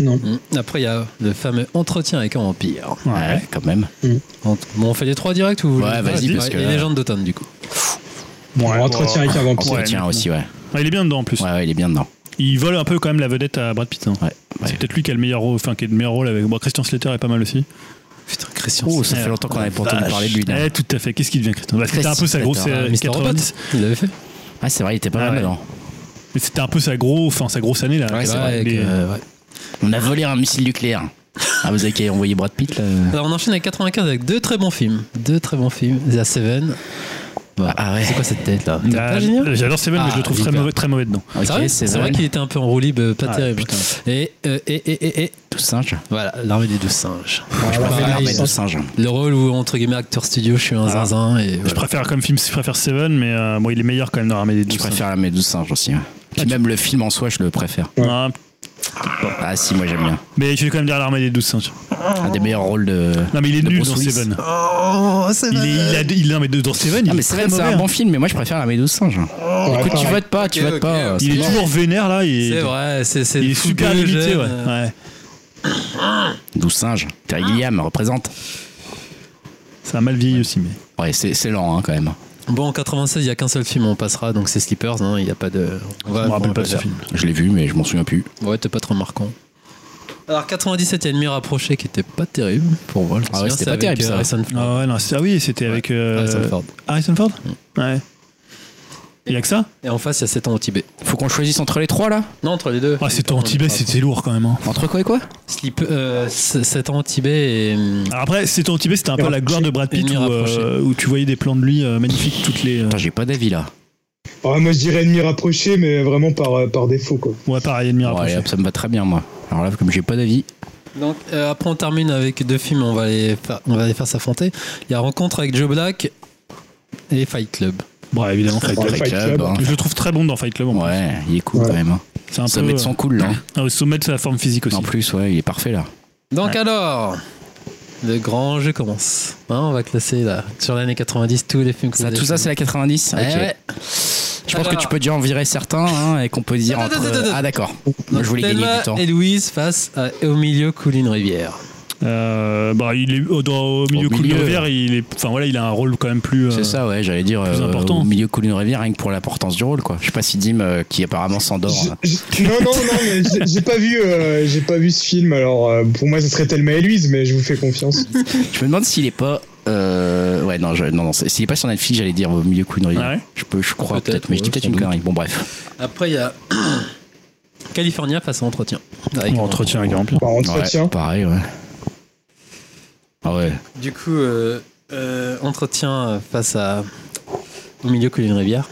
C: Non.
A: Mm. Après, il y a le fameux Entretien avec un vampire.
B: ouais, quand même.
A: Bon, on fait les trois directs ou vous
B: Ouais,
A: voulez-
B: vas-y, parce que-
A: Et Légende d'automne, du coup.
D: Bon, ouais,
C: entretien
D: bon.
C: avec un vampire.
D: Ouais,
B: Entretien
D: mais-
B: aussi, ouais.
D: Ah, il est bien dedans en plus.
B: Ouais, ouais, il est bien dedans.
D: Il vole un peu quand même la vedette à Brad Pitt. hein.
B: Ouais. ouais.
D: C'est peut-être lui qui a le meilleur rôle, enfin qui a le meilleur rôle avec bon, Christian Slater est pas mal aussi.
A: Putain, Christian.
B: Oh,
A: c'est-
B: ça fait longtemps qu'on avait pas entendu parler de lui. là.
D: Eh, tout à fait. Qu'est-ce qu'il devient Christian Bah, C'était un peu sa
B: Christian
D: grosse
B: Slater,
D: euh,
A: Ah, Mr. Robot,
D: 90.
A: il l'avait fait.
B: Ah, c'est vrai, il était pas
D: Ah,
B: mal
D: ouais.
B: dedans.
D: Mais C'était un peu sa grosse, enfin sa grosse année là.
B: Ouais, c'est
A: Ouais,
B: vrai,
A: avec,
D: les-
A: euh, ouais.
B: On a volé un missile [laughs] nucléaire. Ah, vous avez qu'à envoyer Brad Pitt là euh.
A: Alors, on enchaîne avec 95 avec deux très bons films. Deux très bons films. The Seven. Voilà.
B: Ah ouais.
A: C'est quoi cette tête là T'es
D: Ah,
A: pas génial
D: J'adore Seven, mais je
A: Ah,
D: le trouve très
A: Viper.
D: mauvais, très mauvais dedans.
B: Ok,
A: Sérieux
B: c'est
A: C'est vrai qu'il était un peu en roue libre, pas
D: Ah,
A: terrible.
D: putain.
A: Et, euh, et, et, et, et,
B: tout singe.
A: voilà, l'armée des douze singes.
B: Je
C: Alors,
B: préfère
C: mais-
B: l'armée de singe.
A: Le rôle où, entre guillemets, acteur studio, je suis un
D: Ah.
A: zinzin. Et voilà.
D: Je préfère comme film, je préfère Seven, mais euh, bon, il est meilleur quand même dans l'armée des
B: Je
D: douze.
B: préfère l'armée de singe aussi. ouais. Puis même le film en soi, je le préfère.
D: Ah,
B: Ah si, moi j'aime bien.
D: mais je vais quand même dire l'armée des douze singes.
B: Un des meilleurs rôles de.
D: Non, mais il est
B: de
D: nul
B: Bruce
D: dans
B: Willis.
D: Seven.
A: Oh, c'est
D: Il est, il a, il est- non, mais dans Seven,
B: Ah,
D: il
B: mais
D: est
B: Seven,
D: très
B: c'est un
D: mauvais. hein.
B: bon film, mais moi je préfère l'armée de singe.
C: Ouais,
B: Écoute, tu
C: pareil.
B: votes pas, tu
A: Ok,
B: votes
A: ok,
B: pas. hein.
A: ok.
D: Il
B: c'est
D: est
B: mort.
D: toujours vénère là. et-
A: C'est vrai, c'est c'est
D: Il est
A: le football
D: super limité,
A: jeune.
D: ouais.
B: euh,
D: ouais.
B: Douze singes. Terry Gilliam représente.
D: Ça a mal vieilli aussi, mais.
B: Ouais, c'est c'est lent hein, quand même.
A: Bon, en 96, il n'y a qu'un seul film, on passera, donc c'est Slippers, hein, il n'y a pas de. On va-
D: je
A: on
D: me rappelle
A: va
B: bah,
D: pas de ce
A: faire.
D: film.
B: Je l'ai vu, mais je m'en souviens plus.
A: Ouais, t'es pas trop marquant. Alors, 97, il y a Ennemi rapproché qui était pas terrible pour moi. je me
B: Ah ouais,
A: souviens,
B: c'était
A: c'est
B: pas
A: avec,
B: terrible,
A: euh,
B: ça.
A: Harrison Ford.
D: Ah ouais, non, c'est- ah oui, c'était avec euh,
A: Harrison Ford.
D: Harrison Ford
B: Mm.
D: Ouais. Il y a que ça
A: Et en face, il y a 7 ans au Tibet.
B: Faut qu'on choisisse entre les trois là
A: Non, entre les deux.
D: Ah, c'était en Tibet, c'était lourd quand même. hein.
B: Entre quoi et quoi
A: Slip, euh, 7 ans au Tibet et. hum,
D: Alors après, c'était en Tibet, c'était un peu la gloire de Brad Pitt
A: Ennemi
D: où, euh, où tu voyais des plans de lui euh, magnifiques toutes les. euh,
B: Attends, j'ai pas d'avis là.
C: Ouais, moi, je dirais ennemi rapproché, mais vraiment par, euh, par défaut, quoi.
D: Ouais, pareil, ennemi
B: Bon, allez,
D: rapproché.
B: hop, ça me va très bien moi. Alors là, comme j'ai pas d'avis,
A: Donc, euh, après, on termine avec deux films, on va les, fa- on va les faire s'affronter. Il y a Rencontre avec Joe Black et Fight Club.
D: Ouais, évidemment, Fight Club.
C: Ouais.
B: Fight
C: Fight
B: Club.
C: Club.
B: hein.
D: Je le trouve très bon dans Fight Club. en plus.
B: Ouais, il est cool
C: Ouais.
B: quand même. hein.
D: C'est un
B: Ça
D: peu Ah
B: met de son cool là. hein.
D: euh, au sommet de sa forme physique aussi.
B: En plus, ouais, il est parfait là.
A: Donc, alors, Le grand jeu commence. Hein, on va classer là, sur l'année 90 tous les films qu'on
B: Ça,
A: a
B: tout ça,
A: fait.
B: c'est la 90
A: Eh
B: Ok.
A: ouais.
B: Je pense que
A: Alors.
B: tu peux déjà en virer certains hein, et qu'on peut dire
A: Attends,
B: entre.
A: attends, attends.
B: Ah d'accord. Moi, je voulais gagner
A: Thelma
B: du temps.
A: Et Louise face à Et au milieu Couline Rivière.
D: Euh, bah, il est au, dans- au milieu
B: Au
D: coup de
B: milieu.
D: verre, il est, enfin voilà, il a un rôle quand même plus. euh,
B: C'est ça, ouais, j'allais dire
D: plus
B: euh,
D: important.
B: au milieu coulune rivière, rien que pour l'importance du rôle, quoi. Je sais pas si Dim, euh, qui apparemment s'endort. hein.
C: Je- je- non, non, non, mais j'ai- j'ai pas vu, euh, j'ai pas vu ce film. Alors euh, pour moi, ce serait Thelma et Louise, mais je vous fais confiance.
B: Je me demande s'il est pas. euh, ouais, non, je- non, non, c'est- s'il est pas sur Netflix, j'allais dire au milieu coulune rivière.
D: Ah ouais
B: Je peux, je crois
A: Peut-être,
B: peut-être, mais je dis
A: ouais,
B: peut-être
A: sans
B: une
A: doute.
B: connerie. Bon, bref.
A: Après, il y a [clears throat] California face à Entretien. Avec-
D: entretien avec remplir.
C: Enfin, entretien.
B: Ouais, pareil, ouais. Ah ouais.
A: Du coup, euh, euh, Entretien face à au milieu Couline Rivière.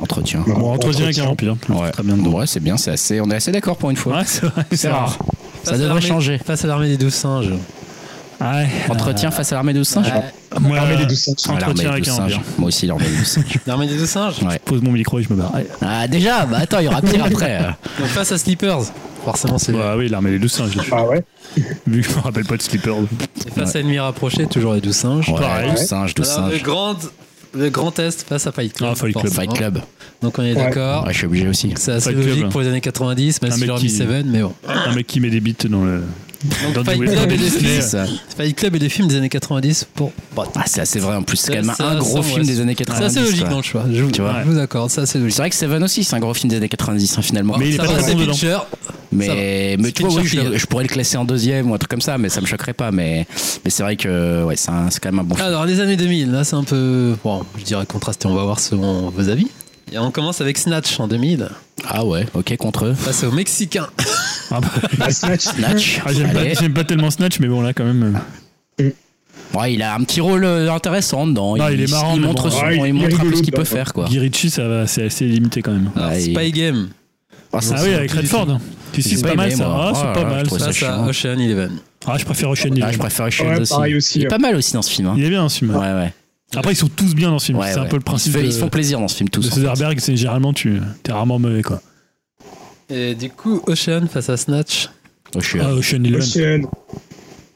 B: Entretien.
C: Bah,
D: Bon, entretien avec un rempli, hein.
B: Ouais.
D: Très bien.
B: Ouais, c'est bien, c'est assez. On est assez d'accord pour une fois.
D: Ouais, c'est vrai.
B: c'est rare.
A: Face à
B: Ça devrait
A: l'armée-
B: changer.
A: Face à l'armée des douze singes.
D: Ouais.
B: Entretien face à l'armée de singes.
A: Ouais.
D: Moi,
C: Armée des
D: euh,
C: douze singes.
B: Ah, l'armée
D: entretien
B: des
D: avec
B: douze
D: un
B: singes.
D: rempli.
B: Moi aussi, l'armée des douze singes.
A: L'armée des douze singes
B: Ouais.
D: Pose mon micro et je me barre.
B: Ah, déjà, bah attends, il y aura pire après. euh.
A: Donc, Face à Slippers. Forcément, c'est
D: Bah oui, l'armée des douze singes.
C: Ah
B: [laughs]
C: ouais.
D: Vu que je me rappelle pas de Slippers.
A: Et face à Ennemis rapprochés, toujours les douze singes.
B: Ouais,
D: Pareil.
B: douze singes, douze
A: Alors, le
B: singes.
A: grand, le grand Est face à Fight Club.
D: Ah, Fight Club.
A: forcément.
B: Fight Club.
A: Donc on est
C: Ouais.
A: d'accord.
B: Ouais, Ah, je suis obligé aussi.
A: C'est assez
D: Fight Club.
A: logique pour les années 90, même
D: Un
A: si
D: mec
A: j'aurais mis
D: qui-
A: Seven, mais bon.
D: Un mec qui met des bites dans le.
A: Donc
D: Dans
A: Fight
D: Double
A: Club, et les
D: Dragon.
A: films,
B: Ça.
A: Fight Club et les films des années 90 pour. Bah,
B: Ah, c'est assez vrai en plus. C'est quand même
A: Ça,
B: un
A: ça,
B: gros
A: ça,
B: film
A: ouais.
B: des années
A: c'est
B: 90.
A: assez logique
B: quoi.
A: dans le choix. Je vous,
B: Tu vois.
A: je vous accorde, c'est assez logique.
B: C'est vrai que Seven aussi, c'est un gros film des années 90, hein, finalement.
D: Mais il est
A: Ça
D: pas
A: passe
D: très
A: des
D: bon dedans.
A: pitchers. ça va.
B: Mais, mais tu vois,
A: Fincher,
B: oui,
A: Club.
B: je, je pourrais le classer en deuxième ou un truc comme ça, mais ça me choquerait pas. Mais, mais c'est vrai que ouais, c'est un- c'est quand même un bon film.
A: Alors les années 2000, là c'est un peu. Bon, je dirais contrasté, on va voir selon vos avis. Et on commence avec Snatch en 2000,
B: Ah ouais, ok, contre eux.
A: face aux Mexicains.
D: Ah bah,
C: Bah, Snatch.
B: Snatch.
D: ah, j'aime, pas,
B: Allez. Ah,
D: j'aime pas tellement Snatch, mais bon, là, quand même.
B: Ouais, il a un petit rôle euh, intéressant dedans.
D: Non, Ah, il est Ah, marrant,
B: Il
D: mais
B: montre,
D: bon.
B: son-
C: Ouais, il est
B: il montre un peu
C: rigolo
B: ce qu'il peut
C: dedans.
B: faire, quoi.
D: Guy Ritchie, ça va, c'est assez limité quand même.
B: Ouais, il-
A: Spy Game,
B: Ah, ça,
D: Ah
B: c'est
D: oui,
B: un
D: avec
B: peu difficile.
D: Redford. Si, si,
B: J'ai
D: c'est
B: pas
D: pas mal
B: aimé,
D: ça.
B: moi.
D: Ah,
B: Ouais,
D: c'est pas
B: ouais,
D: mal
B: je trouve
D: ça.
A: face à
B: chiant.
A: Ocean Eleven.
D: Ah, je préfère Ocean Eleven.
B: Ah, je préfère Ocean
C: Ouais,
B: aussi.
C: pareil aussi,
B: Il est
C: ouais.
B: pas mal aussi dans ce film. hein.
D: Il est bien ce film.
B: Ouais, ouais.
D: Après, ils sont tous bien dans ce film.
B: Ouais,
D: c'est un
B: ouais.
D: peu le
B: Ils
D: principe
B: se font-
D: de,
B: Ils se font plaisir dans ce film,
D: de
B: tous. hein. en fait.
D: Soderbergh. C'est généralement, tu t'es rarement mauvais quoi.
A: Et du coup, Ocean face à Snatch.
B: Ocean.
D: Ah, Ocean Eleven.
C: Ocean.
B: Oh,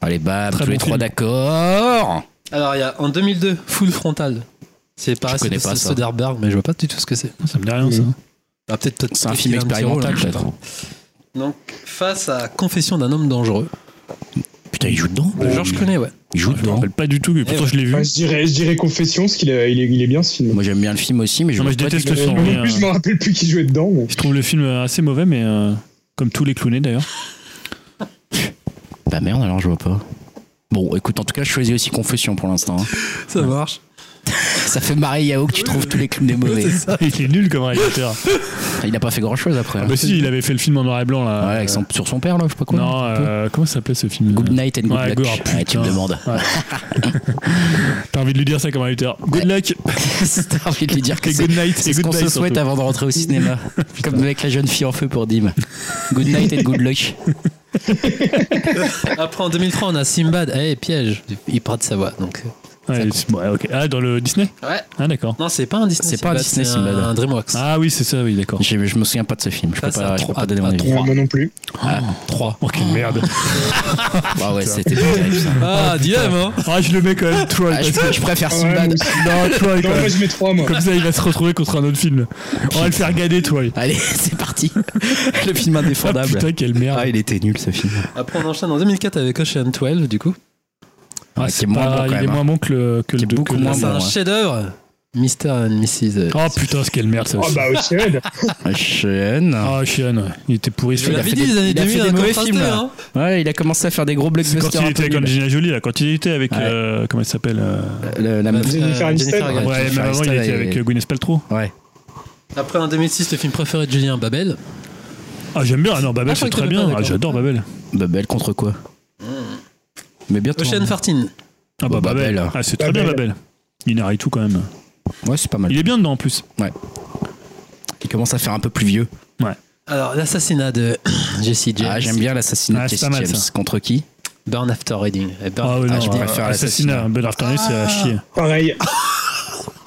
B: Allez, bam,
D: Très
B: tous
D: bon
B: les trois
D: film.
B: d'accord.
A: Alors il y a en 2002, Full Frontal. C'est pareil,
B: connais
A: c'est
B: pas
A: de
B: ça.
A: Soderbergh, mais je vois pas du tout ce que c'est.
D: Ça me dit rien ça.
A: Ah, peut-être peut-être
B: C'est un
A: qu'il
B: film
A: a petit rôle,
B: expérimental,
A: hein, je sais
B: peut-être.
A: pas. Donc, face à Confession d'un homme dangereux,
B: Putain, il joue dedans.
A: de Georges Clooney, ouais.
B: Il joue
D: Ah, Je me
B: dedans.
D: rappelle pas du
B: Eh
D: tout. mais Pourtant, je l'ai vu.
C: Ouais, je dirais, je dirais Confession, parce qu'il est, il est, il est bien ce film.
B: Moi, j'aime bien le film aussi, mais je
D: Non, mais je
B: vois pas du tout.
D: déteste ce
C: Euh,
D: film.
C: non
D: mais,
C: plus, je me
B: hein.
D: euh,
C: rappelle plus qui jouait dedans. Mais...
D: Je trouve le film assez mauvais, mais euh, comme tous les
B: [laughs]
D: clownés d'ailleurs.
B: Bah merde, alors je vois pas. Bon, écoute, en tout cas, je choisis aussi Confession pour l'instant. hein.
A: Ça marche.
B: Ça fait marrer Yao que tu trouves tous les clowns des mauvais.
D: Il est nul comme réalisateur.
B: Ah, Il a pas fait grand chose après. hein.
D: Bah si, il avait fait le film en noir et blanc là.
B: Ouais, avec son- sur son père, là, je sais pas quoi.
D: non,
B: un peu.
D: euh, comment ça s'appelait ce film
B: Good night and good
D: Ouais,
B: luck.
D: go- oh,
B: Ouais, tu me
D: putain. [laughs]
B: demandes.
D: T'as envie de lui dire ça comme un lutteur. Good luck
B: T'as envie de lui dire que
D: et
B: c'est
D: good night.
B: C'est
D: et
B: ce qu'on
D: good
B: se
D: night,
B: souhaite avant de rentrer au
D: [laughs]
B: cinéma. Comme avec la jeune fille en feu pour Dim. Good night and good luck.
A: Après, en 2003, on a Simbad. Eh, piège. Il part de sa voix, donc.
D: surtout. Ouais, c'est- ouais, ok. Ah, dans le Disney
A: Ouais.
D: Ah, d'accord.
A: Non, c'est pas un Disney.
B: C'est pas un Disney,
A: c'est
B: Sinbad.
A: Un Dreamworks.
D: Ah oui, c'est ça, oui, d'accord.
B: Je, je me souviens pas de ce film. Je peux
A: Face à
B: pas, je peux
A: trois-
B: pas donner
A: à
B: mon avis.
A: trois.
C: Ouais, moi non plus.
D: Trois. Oh, quelle
B: [laughs]
D: merde.
B: Ah ouais, c'était pas terrible ça. [laughs]
A: Ah, dilemme, hein.
D: ah, je le mets quand même, Troy.
B: Ah,
D: parce
B: je,
D: que-
B: je préfère
C: Ouais, moi
B: Sinbad.
C: aussi.
D: Non, Troy,
C: non,
D: quand
C: moi
D: même.
C: je mets 3 moi.
D: Comme ça, il va se retrouver contre un autre film. On va le faire gader, Troy. [laughs]
B: Allez, c'est parti. Le film
D: Ah,
B: indéfendable.
D: putain, quelle merde.
B: Ah, il était nul ce film.
A: Après, on enchaîne en 2004 avec Ocean 12, du coup.
D: Ah,
B: Ouais, qui
D: c'est
B: est moins
D: pas-
B: bon, quand
D: il est
B: même,
D: moins bon que le. Que
B: Qui
D: le
B: est beaucoup
D: que le-
B: moins
A: C'est
B: bon.
A: un
B: ouais.
A: chef-d'œuvre. Mr. and Mrs. euh,
D: Oh putain, c'est quelle merde ça
B: Ah,
C: Oh
D: aussi.
C: bah Ocean.
B: hein. Ocean.
D: Ah, Chien, ouais. Il était pourri.
A: Je vous
B: a
D: celui-là.
A: l'avais
B: fait
A: dit,
B: des-
A: les années
B: il a fait
A: 2000,
B: des
A: un
B: mauvais
A: contrasté,
B: films, là.
A: hein.
B: Ouais, il a commencé à faire des gros
D: C'est quand
B: blockbusters.
D: hein,
B: un
D: il
B: peu
D: était avec
B: nuls.
D: Angelina Jolie, là, quand il était avec.
B: Ouais.
D: euh, comment elle s'appelle euh,
B: Le- la meuf.
A: Euh,
C: Jennifer Aniston.
A: Aniston.
D: Ouais,
B: Jennifer
D: mais avant, il
B: Aniston
D: était
B: et-
D: avec euh, Gwyneth Paltrow.
B: Ouais.
A: Après, en 2006, le film préféré de Julien, Babel.
D: Ah, j'aime bien. Ah non, Babel,
A: Ah, je crois
D: c'est
A: que
D: très
A: t'aimais pas,
D: bien. Ah,
A: d'accord.
D: j'adore Babel.
B: Bah, belle contre quoi Mais bientôt. hein.
A: Ocean Fartin.
D: Ah bah,
B: Bah, Babel.
D: Babel. Ah, c'est très
C: Babel.
D: bien Babel. Il narre et tout quand même.
B: Ouais, c'est pas mal.
D: Il est bien dedans en plus.
B: Il commence à faire un peu plus vieux.
A: Alors, l'assassinat de [coughs] Jesse James.
B: Ah, j'aime bien l'assassinat
D: Ah,
B: de
D: c'est
B: Jesse
D: pas mal,
B: James.
D: ça.
B: Contre qui
A: Burn After Reading. Eh, Burn-
D: Ah ouais,
B: Ah,
D: non,
B: je
D: ouais.
B: préfère
D: Assassinat. Ben Afternoon, c'est à chier.
C: Pareil.
B: Ah,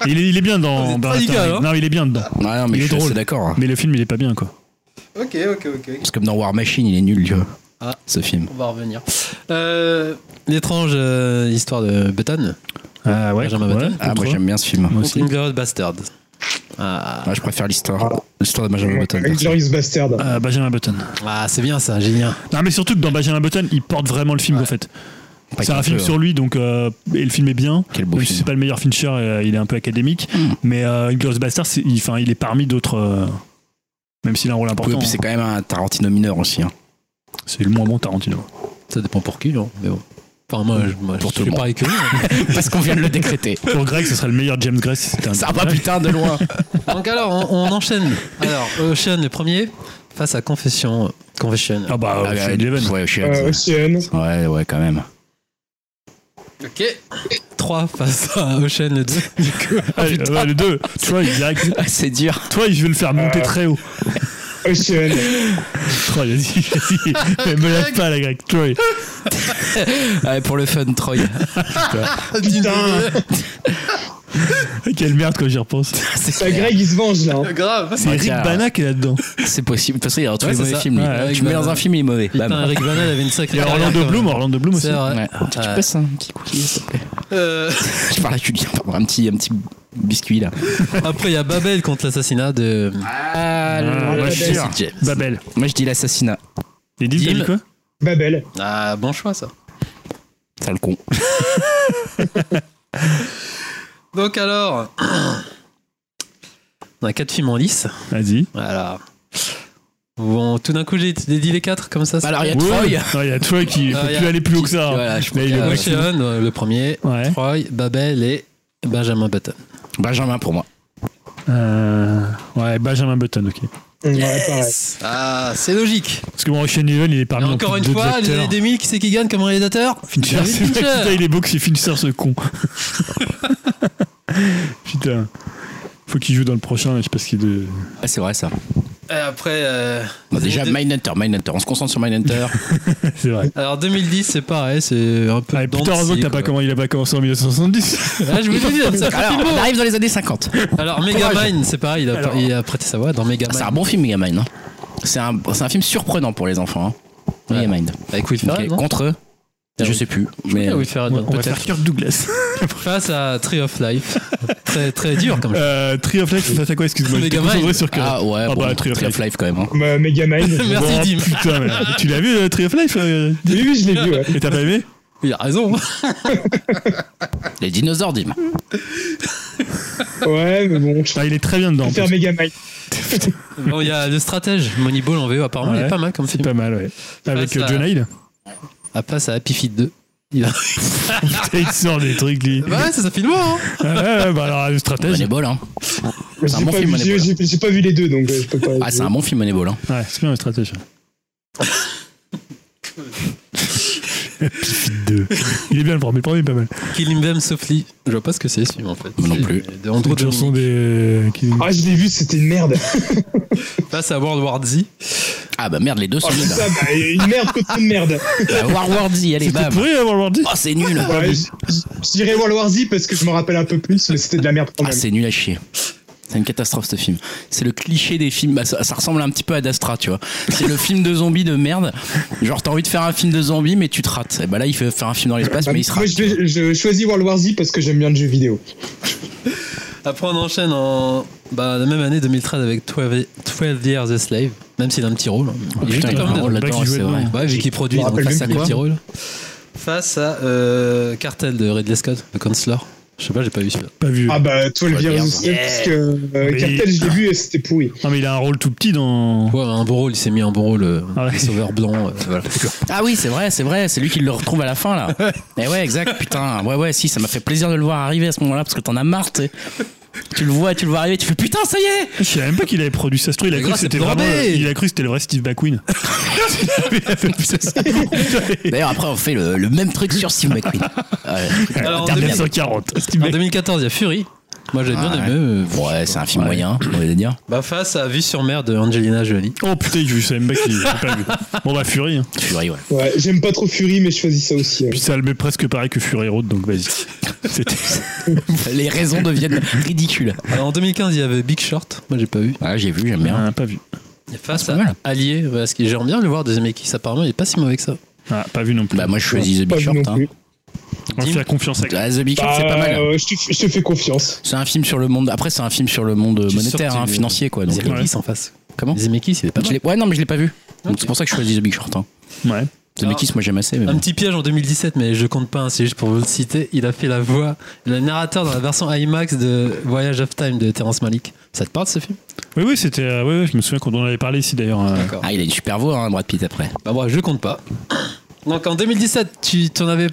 D: Et Il est, il est bien
A: Vous
D: dans.
A: êtes
D: dans
A: radical,
D: Afternoon.
A: hein.
D: non, il est bien dedans.
B: Ouais, non, mais
D: Il
B: je
D: est
B: suis assez
D: drôle.
B: d'accord. hein.
D: Mais le film, il est pas bien quoi.
A: Ok, ok, ok.
B: Parce que comme dans War Machine, il est nul, tu vois.
A: Ah.
B: Ce film.
A: On va revenir. Euh, L'étrange euh, histoire de Button.
D: Ah ouais.
A: Benjamin Button.
B: Ah, moi
D: Contre-
B: j'aime bien ce film.
D: Moi aussi.
A: Inglourious Bastard. Ah,
B: Moi, je préfère l'histoire. L'histoire de Benjamin Button. perso.
C: Glorious Bastard.
D: Euh, Benjamin Button.
A: Ah, c'est bien ça, génial.
D: Non, mais surtout que dans Benjamin Button, il porte vraiment le film en fait.
B: Pas
D: C'est un
B: qu'un hein.
D: film
B: peu,
D: sur lui, donc euh, et le film est bien.
B: Quel beau
D: Même si
B: film.
D: c'est pas le meilleur Fincher, euh, il est un peu académique. Mais euh, Inglourious Bastard, c'est- il, enfin, il est parmi d'autres. euh, même s'il a un rôle
B: Oui,
D: important,
B: puis c'est quand même un Tarantino mineur aussi. hein.
D: c'est le moins bon Tarantino.
A: Ça dépend pour qui, non Mais bon. Enfin, moi, je, moi,
B: Pour
A: je
B: tout le
A: suis
B: monde.
A: pareil que lui.
B: [laughs] Parce qu'on vient de le décréter.
D: Pour Greg, ce serait le meilleur James Grace. si c'était un-
B: Ça va putain de loin.
A: Donc, alors, on, on
B: [laughs]
A: enchaîne. Alors, Ocean, le premier, face à Confession. Confession.
D: Ah bah,
B: Ah,
D: euh,
B: ouais,
D: Ocean Eleven.
B: ouais, Ocean.
C: Euh, Ocean.
D: Ah,
B: Ouais, ouais, quand même.
A: Ok. 3 face à Ocean, le 2.
D: Ah, ouais, le 2. Troy, direct. [laughs]
B: c'est dur.
D: Troy, je vais le faire monter
C: Euh.
D: très haut.
C: Ocean.
B: [laughs]
D: Troy, vas-y, vas-y. Mais me lève pas, la Greg. Troy.
B: pour le fun, [laughs] Troy. Ah,
C: Putain.
D: Quelle merde quand j'y repense.
C: Ça, Bah, Greg, il se venge là. hein.
A: Grave.
D: C'est
B: Ah,
D: Rick
B: tiens.
D: Bana qui est là-dedans.
B: C'est possible. Parce qu'il y a dans tous
A: Ouais,
B: les
A: c'est
B: mauvais
A: ça.
B: films. lui.
A: Ouais, avec
B: tu me mets dans
A: Bana.
B: un film, il est mauvais. Bam.
D: bah.
A: Putain, Eric Bana, il avait une
D: Il
A: sacrée.
D: y a
A: carrière,
D: Orlando
A: quand
D: Bloom,
A: même.
D: Orlando Bloom aussi.
A: C'est vrai.
B: Ouais. Tu
A: Euh,
B: passes un petit cookie, s'il te plaît.
A: euh,
B: [laughs] Je parle à Julien, pardon, un petit, un petit biscuit là.
A: Après, il y a Babel contre l'assassinat de.
B: Ah,
D: Ah, bah, je suis sûr.
B: James.
D: Babel.
B: Moi je dis l'assassinat.
D: Et dis,
A: Dim.
D: t'as dit quoi
C: Babel.
A: Ah, bon choix, ça.
B: Sale con.
A: Donc, alors. [clears throat] On a 4 films en lice.
D: Vas-y.
A: Voilà. Bon, tout d'un coup, j'ai j'ai dit les 4 comme ça. ça
B: alors il y a
D: Ouais.
B: Troy.
D: Non, il y a Troy qui
A: Ah,
D: peut
A: il y a-
D: plus aller plus haut que ça. hein.
B: Voilà, je
D: Mais il est
A: Euh,
D: maxi-
A: Ocean, euh, le premier,
D: Ouais.
A: Troy, Babel et Benjamin Button.
B: Benjamin pour moi.
D: Euh, ouais, Benjamin Button, ok.
C: Ouais, pareil.
A: Ah, c'est logique.
D: Parce que moi, Ocean Eleven, il est
A: Et
D: parmi
A: encore une
D: d'autres
A: fois, les
D: acteurs.
A: années 2000, qui c'est qui gagne comme réalisateur
D: Fincher,
A: David
D: c'est vrai que,
A: Fincher.
D: [laughs] putain, il est beau que c'est Fincher
A: [laughs]
D: ce con. putain. Faut qu'il joue dans le prochain, je sais pas ce
A: [laughs]
D: qu'il de.
B: Ah, c'est vrai ça.
A: Et après. euh,
B: Bon, déjà
A: deux-
B: Mindhunter, Mindhunter. On se concentre sur Mindhunter.
D: C'est vrai.
A: Alors 2010, c'est pareil, c'est un peu.
D: Ah, et
A: dans
D: putain,
A: le
D: heureusement que
A: scie,
D: t'as pas
A: quoi.
D: comment il a pas commencé
A: [laughs]
D: en 1970.
A: Ah, je vous l'ai dit, ça fait
B: Alors,
A: film
B: on
A: beau.
B: arrive dans les années 50.
A: Alors Megamind, c'est pareil, il a,
D: Alors-
A: il a prêté sa voix dans Megamind.
B: C'est un bon film, Megamind. hein. C'est un, c'est un film surprenant pour les enfants. Hein.
A: Ouais.
B: Megamind.
A: Avec Will
B: Ok,
A: Ferrell, non
B: Contre eux
A: Ah
B: Je
A: oui.
B: sais plus. Mais
A: Ah, Will Ferrell, non,
D: on va
A: peut-être.
D: faire Kirk
A: [laughs]
D: Douglas.
A: Face à Tree of Life, [laughs] très très dur comme.
D: euh, Tree of Life, face à quoi Excuse-moi, j'étais
A: Megamind.
D: concentré sur Kirk.
B: ah ouais,
D: Ah
B: bon,
D: bah, Tree of Life.
B: quand même. hein. [laughs]
C: Bah, Megamind.
A: ah, Merci,
D: Oh,
A: Dim.
D: Putain,
A: [laughs]
D: mais tu l'as vu, euh, Tree of Life euh,
C: Oui, oui, je l'ai vu, ouais.
D: Et t'as pas aimé
A: Il a raison.
B: Les dinosaures, dis
C: Ouais, mais bon, je
D: Ah, Il est très bien dedans. en
C: préfère
D: plus.
C: Megamind.
A: Bon, il y a le stratège Moneyball en VO, apparemment, il est
D: Ouais.
A: pas mal comme film.
D: Pas mal, ouais. Avec
A: Face
D: euh,
A: à- [laughs]
D: Jonah Hill. [laughs]
A: À face à Happy Feet 2. Il a...
D: Il sort des trucs, lui.
A: bah ouais, c'est ça film hein.
D: Ah, [laughs] ouais, ouais, bah alors, le stratège.
B: Moneyball, hein.
C: J'ai
B: un bon
C: pas,
B: film,
C: vu-
B: Moneyball.
C: j'ai- j'ai pas vu les deux, donc euh, je peux pas.
B: Ah, c'est un bon film, Moneyball. Hein.
D: Ouais, c'est bien le stratège. Pifid 2. Il est bien le premier, le premier est pas mal.
A: Killing Them Softly. Je vois pas ce que c'est ce film en fait.
B: Moi non
A: C'est
B: plus.
A: De Andrew
D: Une chanson
A: Dominic.
D: des. euh, qui-
C: Ah, je l'ai vu, c'était
B: [laughs]
C: une merde.
A: Face à World War Z.
B: Ah bah merde, les deux sont
C: Oh, c'est
B: nuls.
C: ça, bah, une merde contre une merde.
B: Bah, [laughs] War War Z, allez,
D: C'était
B: bam.
D: pourri avant World
B: Oh, c'est nul.
C: Ouais, j- j- J'irai voir le Warzy parce que je me rappelle un peu plus, mais c'était de la merde quand
B: Ah,
C: même.
B: c'est nul à chier. C'est une catastrophe ce film. C'est le cliché des films. Bah, ça, ça ressemble un petit peu à Dastra, tu vois. C'est le film de zombies de merde. Genre, t'as envie de faire un film de zombies, mais tu te rates. Et bah là, il fait faire un film dans l'espace,
C: Bah,
B: mais il se
C: moi,
B: rate.
C: je, vais- je choisis World War Z parce que j'aime bien le jeu vidéo.
A: Après, on enchaîne en bah, la même année 2013 avec 12, 12 Years a Slave. Même s'il a un petit rôle. hein. Il
B: Ah,
A: joue
B: Putain, il a
A: quand
B: un
A: même des-
B: rôle là-dedans,
D: Black
B: c'est
D: Jewel,
B: vrai.
D: non.
A: Ouais, vu qu'il produit,
C: me
A: donc
C: rappelle
A: face à
C: même
A: des
C: plus,
A: petits rôles. Face à euh, Cartel de Ridley Scott, le Counselor. Je sais pas, j'ai pas vu celui-là.
D: Pas vu.
C: Ah bah, toi le
B: Ouais,
C: virus
B: merde.
C: aussi, parce que euh,
D: Oui.
C: Cartel, je l'ai vu et c'était pourri.
D: Non, mais il a un rôle tout petit dans.
A: Ouais, un beau rôle, il s'est mis un beau rôle. euh,
D: Ah ouais.
A: le Sauveur blanc. euh, voilà.
B: Ah oui, c'est vrai, c'est vrai. C'est lui qui le retrouve à la fin, là. Mais [laughs] ouais, exact, putain. Ouais, ouais, si, ça m'a fait plaisir de le voir arriver à ce moment-là, parce que t'en as marre, tu sais. Tu le vois, tu le vois arriver, tu fais putain, ça y est! [laughs]
D: Je savais même pas qu'il avait produit ça. Ce truc, il a
A: Mais
D: cru que
A: grâce à
D: c'était
A: Brabé.
D: vraiment. le- Il a cru que c'était le vrai Steve McQueen. Il a fait plus ça.
B: D'ailleurs, après, on fait le, le même truc sur Steve McQueen. Ouais.
A: Alors, en
D: Terre 1940. Steve
A: En
D: McQueen.
A: 2014, il y a Fury. Moi, j'ai bien
B: Ah,
A: aimé. euh,
B: Ouais, c'est un film
A: Ouais.
B: moyen, on va dire.
A: Bah, face à Vue sur mer de Angelina Jolie.
D: Oh putain, je savais même pas qu'il. j'ai pas vu. Bon, bah, Fury. hein.
B: Fury, ouais.
C: Ouais, j'aime pas trop Fury, mais je choisis ça aussi. hein. ouais.
D: Puis ça le met presque pareil que Fury Road, donc vas-y. C'était.
B: [laughs] Les raisons deviennent ridicules.
A: Alors, en 2015, il y avait Big Short. Moi, j'ai pas vu.
B: Ah, j'ai vu, j'aime bien.
D: Ah, pas vu.
A: Et face
B: pas
A: à
B: mal.
A: Allié, voilà, ce qui j'aimerais bien le voir de Zemeckis. Apparemment, il est pas si mauvais que ça.
D: Ah, pas vu non plus.
B: Bah, moi, je choisis The
C: Pas
B: Big
C: vu
B: Short.
C: non
B: hein.
C: plus.
D: On se fait la confiance avec.
B: Ah, The Big Short,
C: Bah,
B: c'est pas mal.
C: euh, je, te, je te fais confiance.
B: C'est un film sur le monde. Après, c'est un film sur le monde
A: Tu
B: monétaire,
A: sortais
B: hein,
A: le-
B: financier, quoi. Donc, euh,
A: Zemeckis en face.
B: comment
A: Zemeckis, il est pas
B: Bah, Je
A: mal.
B: l'ai- Ouais, non, mais je l'ai pas vu. Donc,
A: Ok.
B: c'est pour ça que je choisis The Big Short. Hein.
D: Ouais.
B: Zemeckis, moi, j'aime assez. Mais
A: Un
B: bon.
A: petit piège en 2017, mais je compte pas, hein, c'est juste pour vous le citer. Il a fait la voix, le narrateur dans la version IMAX de Voyage of Time de Terrence Malick. Ça te parle ce film
D: Oui, oui, c'était. euh, oui, oui, je me souviens qu'on en avait parlé ici d'ailleurs. euh.
A: D'accord.
B: Ah, il a une super voix, hein, Brad Pitt, après.
A: Bah, moi, je compte pas. Donc en 2017, tu t'en avais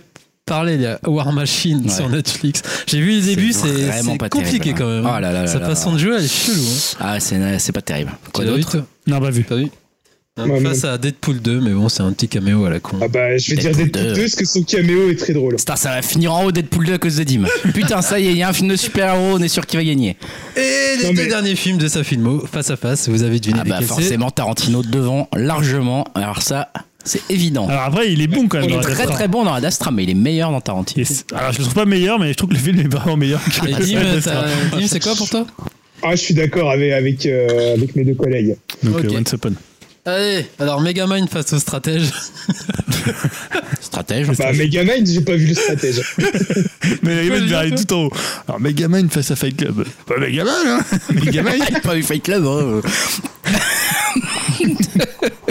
A: parlé, il y a War Machine
B: Ouais.
A: sur Netflix. J'ai vu les débuts, c'est
B: vraiment
A: c'est
B: pas
A: compliqué
B: terrible, hein.
A: quand même.
B: Ah là là
A: Sa
B: là là.
A: façon de jouer, elle est chelou. hein.
B: Ah, c'est c'est pas terrible. Quoi
A: Tu l'as vu,
B: d'autre
A: toi
D: Non, pas vu.
A: T'as vu
C: Ouais, mais-
A: Face à Deadpool 2, mais bon, c'est un petit caméo à la con.
C: Ah bah, je vais dire
B: Deadpool
C: des
B: deux.
C: deux, parce que son caméo est très drôle.
B: Star, ça va finir en haut Deadpool 2 à cause de [laughs] Dim. Putain, ça y est, il y a un film de super-héros, on est sûr qu'il va gagner.
A: Et les
C: Non,
A: deux
C: mais-
A: derniers films de sa filmo, Face à Face, vous avez deviné
B: Ah bah
A: lesquels c'est.
B: forcément, Tarantino devant largement. Alors ça, c'est évident.
D: Alors après, il est bon quand même.
C: Il est
D: dans la
B: Très
D: Dastra.
B: très bon dans Adastra, mais il est meilleur dans Tarantino.
D: Yes. Alors je le trouve pas meilleur, mais je trouve que le film est vraiment meilleur. Que
A: Et
D: la
A: Dim,
B: [laughs]
D: Dastra.
A: Ah, t'as- Dim, c'est quoi pour toi
C: Ah, je suis d'accord avec, avec, euh, avec mes deux collègues.
D: Donc
A: Ok.
D: euh, Once Upon.
A: Allez, alors Megamind face au stratège.
B: [laughs] Stratège.
C: Bah, Megamind, j'ai pas vu le stratège.
D: Mais il
A: Quoi,
D: va
A: j'ai
D: aller
A: dit
D: tout en haut. Alors Megaman face à Fight Club. Pas Megaman, hein Megaman.
B: [laughs] Il a pas eu Fight Club. Hein.
C: [laughs]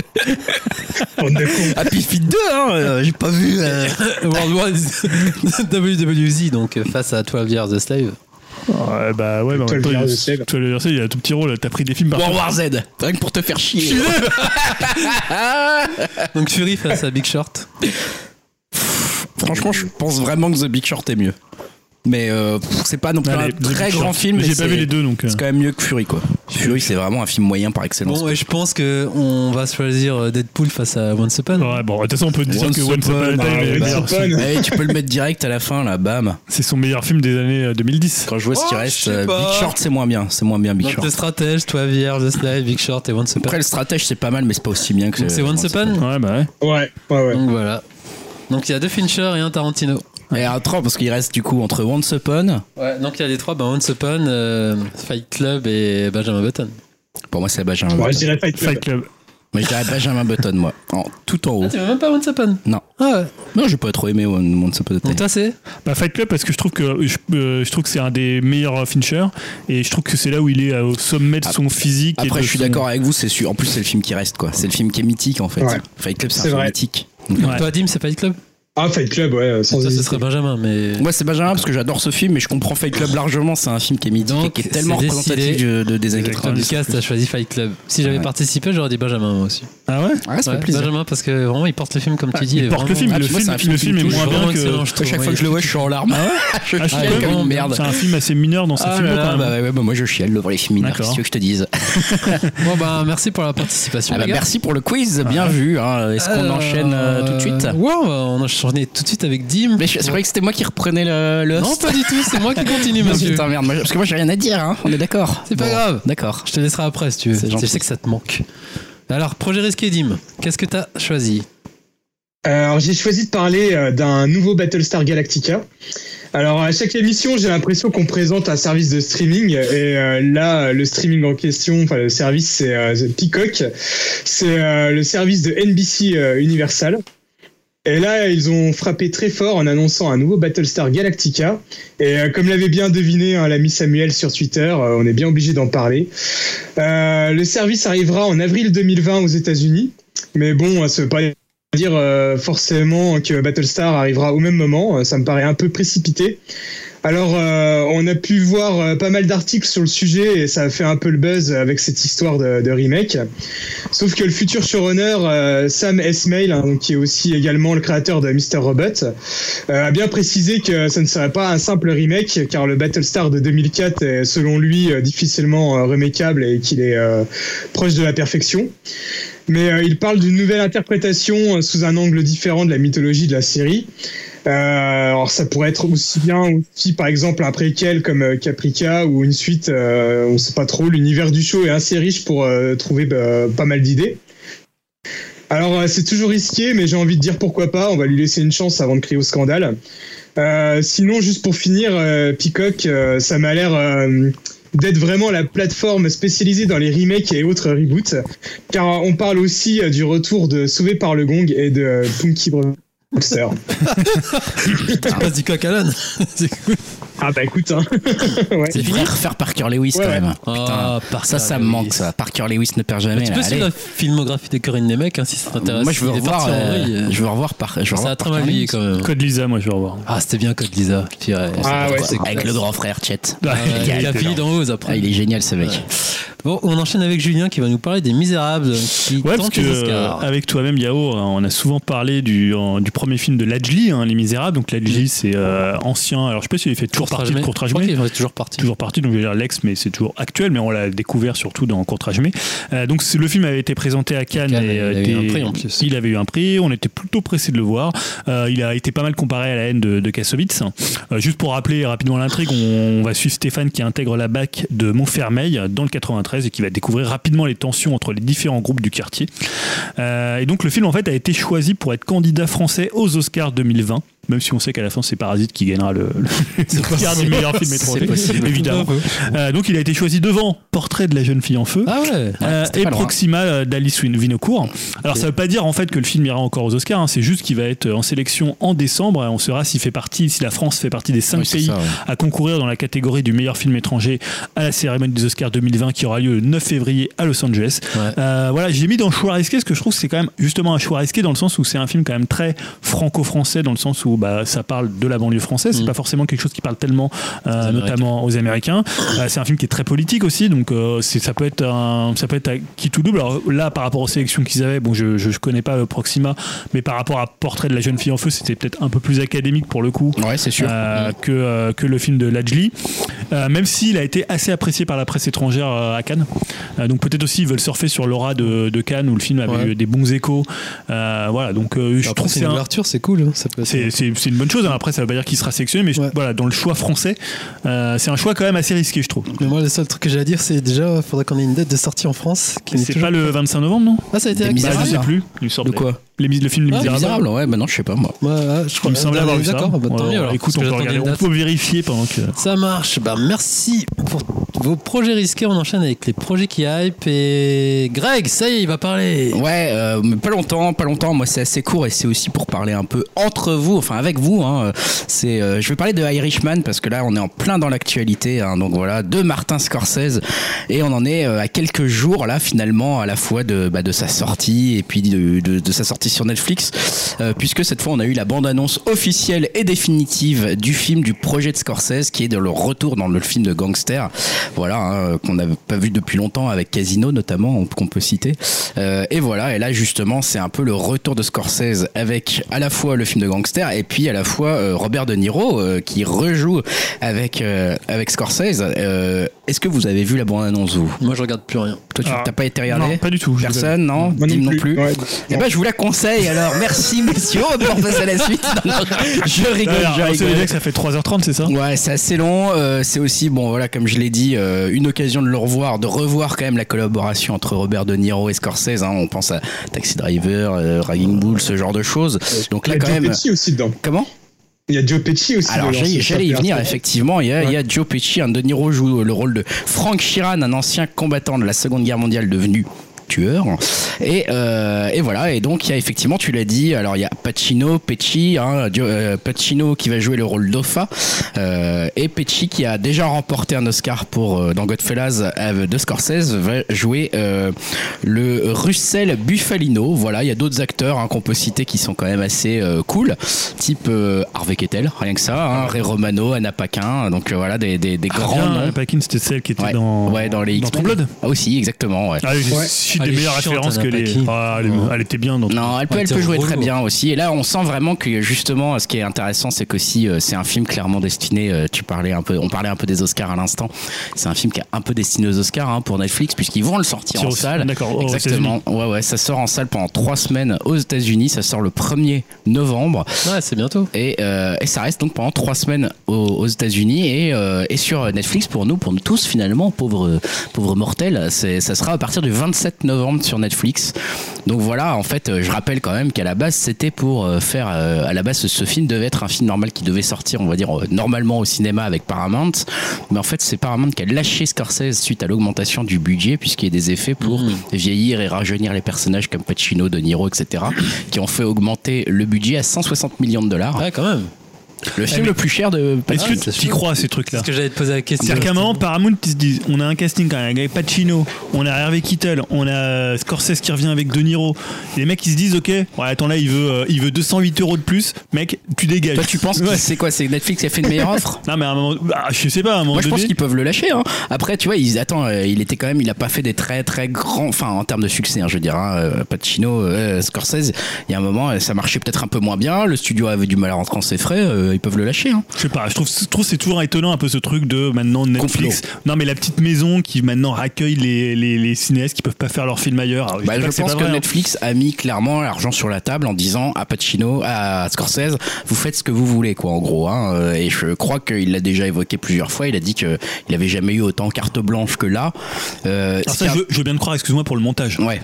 C: On est con.
B: Happy Feet 2, hein. euh, J'ai pas vu. euh.
A: [laughs] World War WWZ, donc euh, face à 12 Years a Slave.
D: [laughs] Ouais, bah ouais, bah, en
C: Toi,
D: même
C: le
D: temps,
C: verre de
D: il-
C: sel.
D: toi, le verset, il a un tout petit rôle. T'as pris des films par
B: World War Z. Rien que pour te faire chier.
A: Donc Fury face à Big Short.
B: Franchement, je pense vraiment que The Big Short est mieux. Mais euh, pff, c'est pas non plus
D: Allez,
B: un
D: The
B: très
D: Big
B: grand
D: Short.
B: film.
D: Mais
B: mais
D: J'ai pas
B: c'est-
D: vu les deux donc. euh.
B: C'est quand même mieux que Fury, quoi. Fury, c'est vraiment un film moyen par excellence.
A: Bon, et je pense que on va choisir euh, Deadpool face à Once Upon.
D: Ouais, bon, de toute façon, on peut dire que Once Upon a Time
B: ah,
D: est
B: ouais,
D: le
B: bah,
D: meilleur.
C: Upon.
B: ouais, [laughs] tu peux le mettre direct à la fin, là, bam.
D: C'est son meilleur film des années euh, 2010.
B: Quand je vois ce qui
A: Oh,
B: reste,
A: je sais
B: euh, Big
A: pas. Bah,
B: Short, c'est moins bien. C'est moins bien, Big
A: Donc
B: Short.
A: le stratège, 12 Years a Slave, Big Short et Once Upon.
B: Après, le stratège, c'est pas mal, mais c'est pas aussi bien que.
A: Donc c'est Once Upon.
D: Ouais, bah ouais.
C: Ouais, ouais, ouais.
A: Donc voilà. Donc il y a deux Fincher et un Tarantino.
B: Et un 30, parce qu'il reste du coup entre Once Upon.
A: Ouais, donc il y a les trois, bah, Once Upon, euh, Fight Club et Benjamin Button.
B: Pour moi, c'est Benjamin
C: Ouais, je
B: Button.
C: dirais Fight Club.
D: Fight Club.
B: Mais je dirais Benjamin Button, moi. En, tout en haut.
A: Ah, tu veux même pas Once Upon
B: Non.
A: Ah ouais.
B: Non, j'ai pas trop aimé One- Once Upon a Time.
A: Donc toi c'est
D: Bah, Fight Club parce que je trouve que je, euh, je trouve que c'est un des meilleurs euh, Fincher et je trouve que c'est là où il est euh, au sommet de son physique. et
B: Après,
D: de
B: je suis
D: son-
B: d'accord avec vous, c'est sûr. En plus, c'est le film qui reste, quoi. C'est le film qui est mythique, en fait.
C: Ouais.
B: Fight Club, c'est un
C: C'est
B: film
C: vrai.
B: mythique. euh,
D: Ouais.
A: Toi Dim, c'est Fight Club
C: Ah, Fight Club, ouais, sans
A: Toi ce
C: hésiter.
A: serait Benjamin, mais...
B: Moi, c'est Benjamin parce que j'adore ce film, mais je comprends Fight Club largement. C'est un film qui est mythique
A: Donc,
B: et qui est tellement
A: c'est
B: représentatif
A: décidé.
B: de, de- des années
A: Dans
B: 90.
A: Lucas, t'as choisi Fight Club. Si j'avais
B: Ouais.
A: participé, j'aurais dit Benjamin moi aussi.
D: Ah ouais.
B: Ouais, ça
A: Ouais,
B: fait plaisir.
A: Benjamin parce que vraiment il porte le film comme tu dis.
D: il porte le film.
B: Ah,
D: le
B: puis moi, c'est un
D: film,
B: film
D: le
B: qui
D: film
B: me
D: est
B: touche
D: moins bien que.
B: À chaque fois que je le vois, je suis en larmes. [laughs] je
D: Ah,
B: chiale
D: je suis
B: comme
D: d'accord.
B: une merde.
D: C'est un film assez mineur dans sa
B: Ah
D: film
B: là là,
D: quand
B: bah
D: même.
B: ouais, ouais, bah moi je chiale le vrai film mineur,
D: D'accord. Ah,
B: qu'est-ce que je te dise
A: Bon bah merci pour la participation.
B: Ah bah,
A: les gars.
B: Merci pour le
D: Ah.
B: quiz, bien vu. hein. Est-ce qu'on
A: Euh,
B: enchaîne euh, tout de suite
A: Ouais, on va- on enchaîne tout de suite avec Dim.
B: Mais je- C'est vrai que c'était moi qui reprenais le, le
A: Non,
B: host.
A: pas du tout, c'est moi qui continue,
B: [laughs] Non,
A: monsieur.
B: putain, merde, moi, parce que moi j'ai rien à dire, hein. on est d'accord.
A: C'est pas
B: Bon,
A: grave.
B: D'accord.
A: Je te laisserai après si tu
B: C'est
A: veux.
B: gentil.
A: Je sais que ça te manque. Alors, projet risqué, Dim. Qu'est-ce que t'as choisi
C: Euh, Alors j'ai choisi de parler euh, d'un nouveau Battlestar Galactica. Alors à chaque émission, j'ai l'impression qu'on présente un service de streaming et euh, là euh, le streaming en question, enfin le service c'est euh, The Peacock, c'est euh, le service de NBC euh, Universal. Et là, ils ont frappé très fort en annonçant un nouveau Battlestar Galactica. Et euh, comme l'avait bien deviné hein, l'ami Samuel sur Twitter, euh, on est bien obligé d'en parler. Euh, le service arrivera en avril 2020 aux États-Unis. Mais bon, ça veut pas dire euh, forcément que Battlestar arrivera au même moment, euh, ça me paraît un peu précipité. Alors, euh, on a pu voir euh, pas mal d'articles sur le sujet et ça a fait un peu le buzz avec cette histoire de, de remake. Sauf que le futur showrunner euh, Sam Esmail, hein, donc, qui est aussi également le créateur de Mr. Robot, euh, a bien précisé que ça ne serait pas un simple remake car le Battlestar de 2004 est selon lui euh, difficilement euh, remakeable et qu'il est euh, proche de la perfection. Mais euh, il parle d'une nouvelle interprétation euh, sous un angle différent de la mythologie de la série. Euh, alors ça pourrait être aussi bien aussi par exemple un préquel comme euh, Caprica ou une suite, euh, on sait pas trop, l'univers du show est assez riche pour euh, trouver bah, pas mal d'idées. Alors euh, c'est toujours risqué mais j'ai envie de dire pourquoi pas, on va lui laisser une chance avant de crier au scandale. Euh, sinon juste pour finir, euh, Peacock, euh, ça m'a l'air... euh, d'être vraiment la plateforme spécialisée dans les remakes et autres reboots, car on parle aussi euh, du retour de Sauvé par le Gong et de euh, Punky Brewster.
B: Ah.
A: Tu passes du coq à l'âne. C'est cool.
C: Ah bah écoute, hein. [laughs] ouais.
B: C'est fini refaire Parker Lewis
C: Ouais,
B: quand
C: ouais.
B: même.
A: Ah,
B: Putain,
A: Parker
B: ça, ça me
A: Lewis.
B: manque ça. Parker Lewis ne perd jamais.
A: Mais tu peux
B: là,
A: suivre
B: Ah, allez.
A: la filmographie de Corinne Nemec hein, si ça t'intéresse.
B: Moi je veux
A: Il est
B: revoir.
A: parti en
B: euh,
A: vrille, euh.
B: Je veux revoir par. je veux
A: Ça a
B: revoir
A: très mal
B: Parker
A: vieilli
B: Lewis.
A: quand même.
D: Code Lisa, moi je vais revoir.
A: Ah, c'était bien Code Lisa. Purée.
C: Ah ouais, c'est
B: Avec le grand frère Chet.
A: Ah
D: Bah,
A: ouais,
B: Il
A: il a
B: était
A: fini
B: genre-
A: d'en haut
B: Ah,
A: après.
B: il est génial ce mec.
A: Ouais. Bon, on enchaîne avec Julien qui va nous parler des Misérables qui
D: Ouais, parce
A: tentent
D: que
A: les
D: euh,
A: Oscars.
D: avec toi-même, Yao, hein, on a souvent parlé du, en- du premier film de Ladjli, hein, Les Misérables. Donc
B: Mm.
D: Ladjli, c'est euh, ancien. Alors je sais pas s'il est fait toujours partie de
A: Je crois
D: Courtrage-Mé.
A: qu'il en est toujours parti.
D: toujours parti, donc je vais dire l'ex, mais c'est toujours actuel, mais on l'a découvert surtout dans Courtrage-Mé. Euh, donc c'est- le film avait été présenté à Cannes.
A: Cannes,
D: et, euh,
A: il avait eu un
D: des-
A: prix, en plus.
D: Il avait eu un prix, on était plutôt pressé de le voir. Euh, il a été pas mal comparé à la haine de, de Kassovitz. Euh, juste pour rappeler rapidement l'intrigue, on, on va suivre Stéphane qui intègre la BAC de Montfermeil dans le 93 et qui va découvrir rapidement les tensions entre les différents groupes du quartier. Euh, et donc le film en fait a été choisi pour être candidat français aux Oscars 2020. Même si on sait qu'à la fin c'est Parasite qui gagnera le, le Oscar du meilleur film étranger, évidemment. Euh, donc il a été choisi devant Portrait de la jeune fille en feu.
A: Ah ouais.
D: euh,
B: c'était
D: et
B: pas loin.
D: Proxima euh, d'Alice Win- Vinocourt. Alors ça veut pas dire en fait que le film ira encore aux Oscars, hein, c'est juste qu'il va être en sélection en décembre et on saura s'il fait partie, si la France fait partie des cinq
B: Oui, c'est
D: pays
B: ça, ouais.
D: à concourir dans la catégorie du meilleur film étranger à la cérémonie des Oscars 2020 qui aura lieu le 9 février à Los Angeles.
A: Ouais.
D: Euh, voilà, j'ai mis dans choix risqué parce que je trouve que c'est quand même justement un choix risqué dans le sens où c'est un film quand même très franco-français dans le sens où bah, ça parle de la banlieue française, c'est
A: Mm.
D: pas forcément quelque chose qui parle tellement euh,
A: Américains.
D: notamment aux Américains. Euh, c'est un film qui est très politique aussi, donc euh, c'est- ça peut être un, ça peut être à qui tout double. Alors là, par rapport aux sélections qu'ils avaient, bon, je, je, je connais pas euh, Proxima, mais par rapport à Portrait de la jeune fille en feu, c'était peut-être un peu plus académique pour le coup.
B: Ouais, c'est sûr.
D: Euh, que, euh, que le film de Lajli, Euh, même s'il a été assez apprécié par la presse étrangère euh, à Cannes. Euh, donc peut-être aussi ils veulent surfer sur l'aura de, de Cannes où le film avait
A: Ouais.
D: eu des bons échos. Euh, voilà, donc euh, je
A: Après,
D: trouve que
A: c'est
D: c'est
A: une
D: un-
A: ouverture, c'est cool. hein, Ça peut être-
D: c'est- c'est c'est une bonne chose. hein. Après, ça veut pas dire qu'il sera sélectionné, mais je-
A: Ouais.
D: voilà, dans le choix français, euh, c'est un choix quand même assez risqué, je trouve.
A: Mais moi, le seul truc que j'ai à dire, c'est déjà, faudrait qu'on ait une date de sortie en France. qui n'est
D: C'est
A: toujours-
D: pas le 25 novembre, non
A: Ah, ça a été
B: Des
A: acté.
D: Bah,
B: Misérables,
D: Je sais
B: hein.
D: plus. Il me semble-
B: De quoi
D: Les mis- Le film Les
A: Ah,
B: Les
D: Misérables.
B: Misérables, ouais, bah non, je sais pas moi.
A: Ouais, ouais, je crois
D: Il me semblait avoir vu ça.
A: D'accord, bah, tant
D: Ouais,
A: mieux alors.
D: Écoute,
A: parce
D: on
A: que
D: peut,
A: j'attendais
D: regarder,
A: une
D: on
A: date.
D: peut vérifier pendant que.
A: Ça marche. Bah, merci pour vos projets risqués. On enchaîne avec les projets qui hype. Et Greg, ça y est, il va parler.
B: Ouais, euh, mais pas longtemps, pas longtemps. Moi, c'est assez court et c'est aussi pour parler un peu entre vous, enfin avec vous. hein. Euh, C'est, euh, je vais parler de Irishman parce que là, on est en plein dans l'actualité. hein. donc voilà, de Martin Scorsese et on en est euh, à quelques jours là finalement à la fois de bah, de sa sortie et puis de, de- de sa sortie sur Netflix, euh, puisque cette fois on a eu la bande annonce officielle et définitive du film du projet de Scorsese qui est de le retour dans le film de gangster. Voilà, hein, qu'on n'avait pas vu depuis longtemps avec Casino notamment, on- qu'on peut citer. Euh, et voilà, et là justement, c'est un peu le retour de Scorsese avec à la fois le film de gangster et puis à la fois euh, Robert De Niro euh, qui rejoue avec euh, avec Scorsese. Euh, Est-ce que vous avez vu la bande annonce vous
A: Moi, je regarde plus rien.
B: Toi, tu
D: Ah.
B: t'as pas été regardé
D: Non, pas du tout. je vais-
B: Personne, non
C: Moi
B: Dim non plus.
C: Ouais.
B: Eh ben, je vous la conseille alors. Merci, messieurs. On passe à la suite. Non, non, je rigole,
D: Ah, Alors,
B: je
D: alors, ça veut
B: rigole.
D: dire que ça fait 3h30, c'est ça
B: Ouais, c'est assez long. euh, c'est aussi, bon, voilà, comme je l'ai dit, euh, une occasion de le revoir, de revoir quand même la collaboration entre Robert De Niro et Scorsese. hein. on pense à Taxi Driver, euh, Ragging Bull, ce genre de choses. Donc
C: Il y
B: là,
C: a
B: quand
C: Joe
B: même.
C: Pesci aussi dedans.
B: Comment
C: Il y a Joe Pesci aussi.
B: Alors
C: dedans,
B: j'allais
C: c'est
B: j'allais y
C: super
B: venir,
C: intéressant.
B: effectivement. Il y a, il y a Joe Pesci, un De Niro joue euh, le rôle de Frank Sheeran, un ancien combattant de la Seconde Guerre mondiale devenu tueur et, euh, et voilà et donc il y a effectivement tu l'as dit alors il y a Pacino Pesci hein, Joe- euh, Pacino qui va jouer le rôle d'Offa euh, et Pesci qui a déjà remporté un Oscar pour euh, dans Godfellas euh, de Scorsese va jouer euh, le Russell Buffalino voilà il y a d'autres acteurs hein, qu'on peut citer qui sont quand même assez euh, cool type euh, Harvey Keitel rien que ça hein, Ray Romano Anna Paquin donc euh, voilà des, des, des grands
D: Bien,
B: noms
D: Paquin, c'était celle qui était
B: Ouais,
D: dans,
B: ouais, dans les
D: dans
B: X-Men.
D: True Blood.
B: Ah, aussi exactement ouais
D: Ah, oui,
C: Ouais.
D: c'est
A: Ah,
D: des
A: elle est
D: meilleures
A: chiante,
D: références que
A: Anna
D: les.
A: Paquin.
D: Ah, elle, est-
A: Ouais.
D: elle était bien dans.
B: hein, Non, elle peut,
A: Ouais,
B: elle
A: t'es
B: peut jouer très
A: relou.
B: bien aussi. Et là, on sent vraiment que justement, ce qui est intéressant, c'est qu'aussi, euh, c'est un film clairement destiné. euh, Tu parlais un peu, on parlait un peu des Oscars à l'instant. C'est un film qui est un peu destiné aux Oscars hein, pour Netflix, puisqu'ils vont le sortir
D: Sur-
B: en salle.
D: D'accord. oh, aux
B: Exactement. Ouais, ouais. Ça sort en salle pendant trois semaines aux États-Unis. Ça sort le 1er novembre.
A: Ouais, c'est bientôt.
B: Et, euh, et ça reste donc pendant trois semaines aux, aux États-Unis et, euh, et sur Netflix pour nous, pour nous tous finalement, pauvres, pauvres mortels. c'est- Ça sera à partir du 27 novembre sur Netflix. Donc voilà, en fait, euh, je rappelle quand même qu'à la base, c'était pour euh, faire. euh, à la base, ce- ce film devait être un film normal qui devait sortir, on va dire, euh, normalement au cinéma avec Paramount. Mais en fait, c'est Paramount qui a lâché Scorsese suite à l'augmentation du budget, puisqu'il y a des effets pour vieillir et rajeunir les personnages comme Pacino, De Niro, etc., qui ont fait augmenter le budget à 160 millions de dollars.
A: Ouais, quand même.
B: Le film le plus cher de
D: Est-ce
B: Pacino.
A: Ah,
D: que
A: c'est
D: tu y
A: chaud.
D: crois à ces trucs-là
A: Parce que j'allais te poser la question.
D: C'est-à-dire qu'à un moment, Paramount, ils se disent on a un casting quand même avec Pacino, on a Hervé Kittel, on a euh, Scorsese qui revient avec De Niro. Les mecs, ils se disent ok, ouais, attends là, il veut, euh, il veut 208 euros de plus, mec, tu dégages.
B: Toi, tu penses que
D: [laughs] Ouais.
B: c'est quoi C'est Netflix qui a fait une meilleure offre
D: Non, mais à un moment, bah, je sais pas, à un moment
B: Moi, je pense
D: donné.
B: qu'ils peuvent le lâcher. hein. Après, tu vois, ils attends, euh, il était quand même, il a pas fait des très très grands, enfin en termes de succès, hein, je veux dire, hein, euh, Pacino, euh, Scorsese. Il y a un moment, euh, ça marchait peut-être un peu moins bien. Le studio avait du mal à rentrer en ses frais. euh, ils peuvent le lâcher. hein.
D: Je sais pas, je trouve, je trouve que c'est toujours étonnant un peu ce truc de maintenant Netflix. Non, mais la petite maison qui maintenant accueille les, les, les cinéastes qui peuvent pas faire leur film ailleurs. Alors, je
B: Bah,
D: dis
B: je
D: pas que c'est
B: pense
D: pas
B: que
D: vrai, hein.
B: Netflix a mis clairement l'argent sur la table en disant à Pacino, à Scorsese, vous faites ce que vous voulez, quoi, en gros. hein. Euh, Et je crois qu'il l'a déjà évoqué plusieurs fois. Il a dit que il avait jamais eu autant carte blanche que là. Euh,
D: Alors
B: ce
D: ça,
B: qui
D: je, veux- je veux bien te croire, excuse-moi pour le montage.
B: a- Ouais.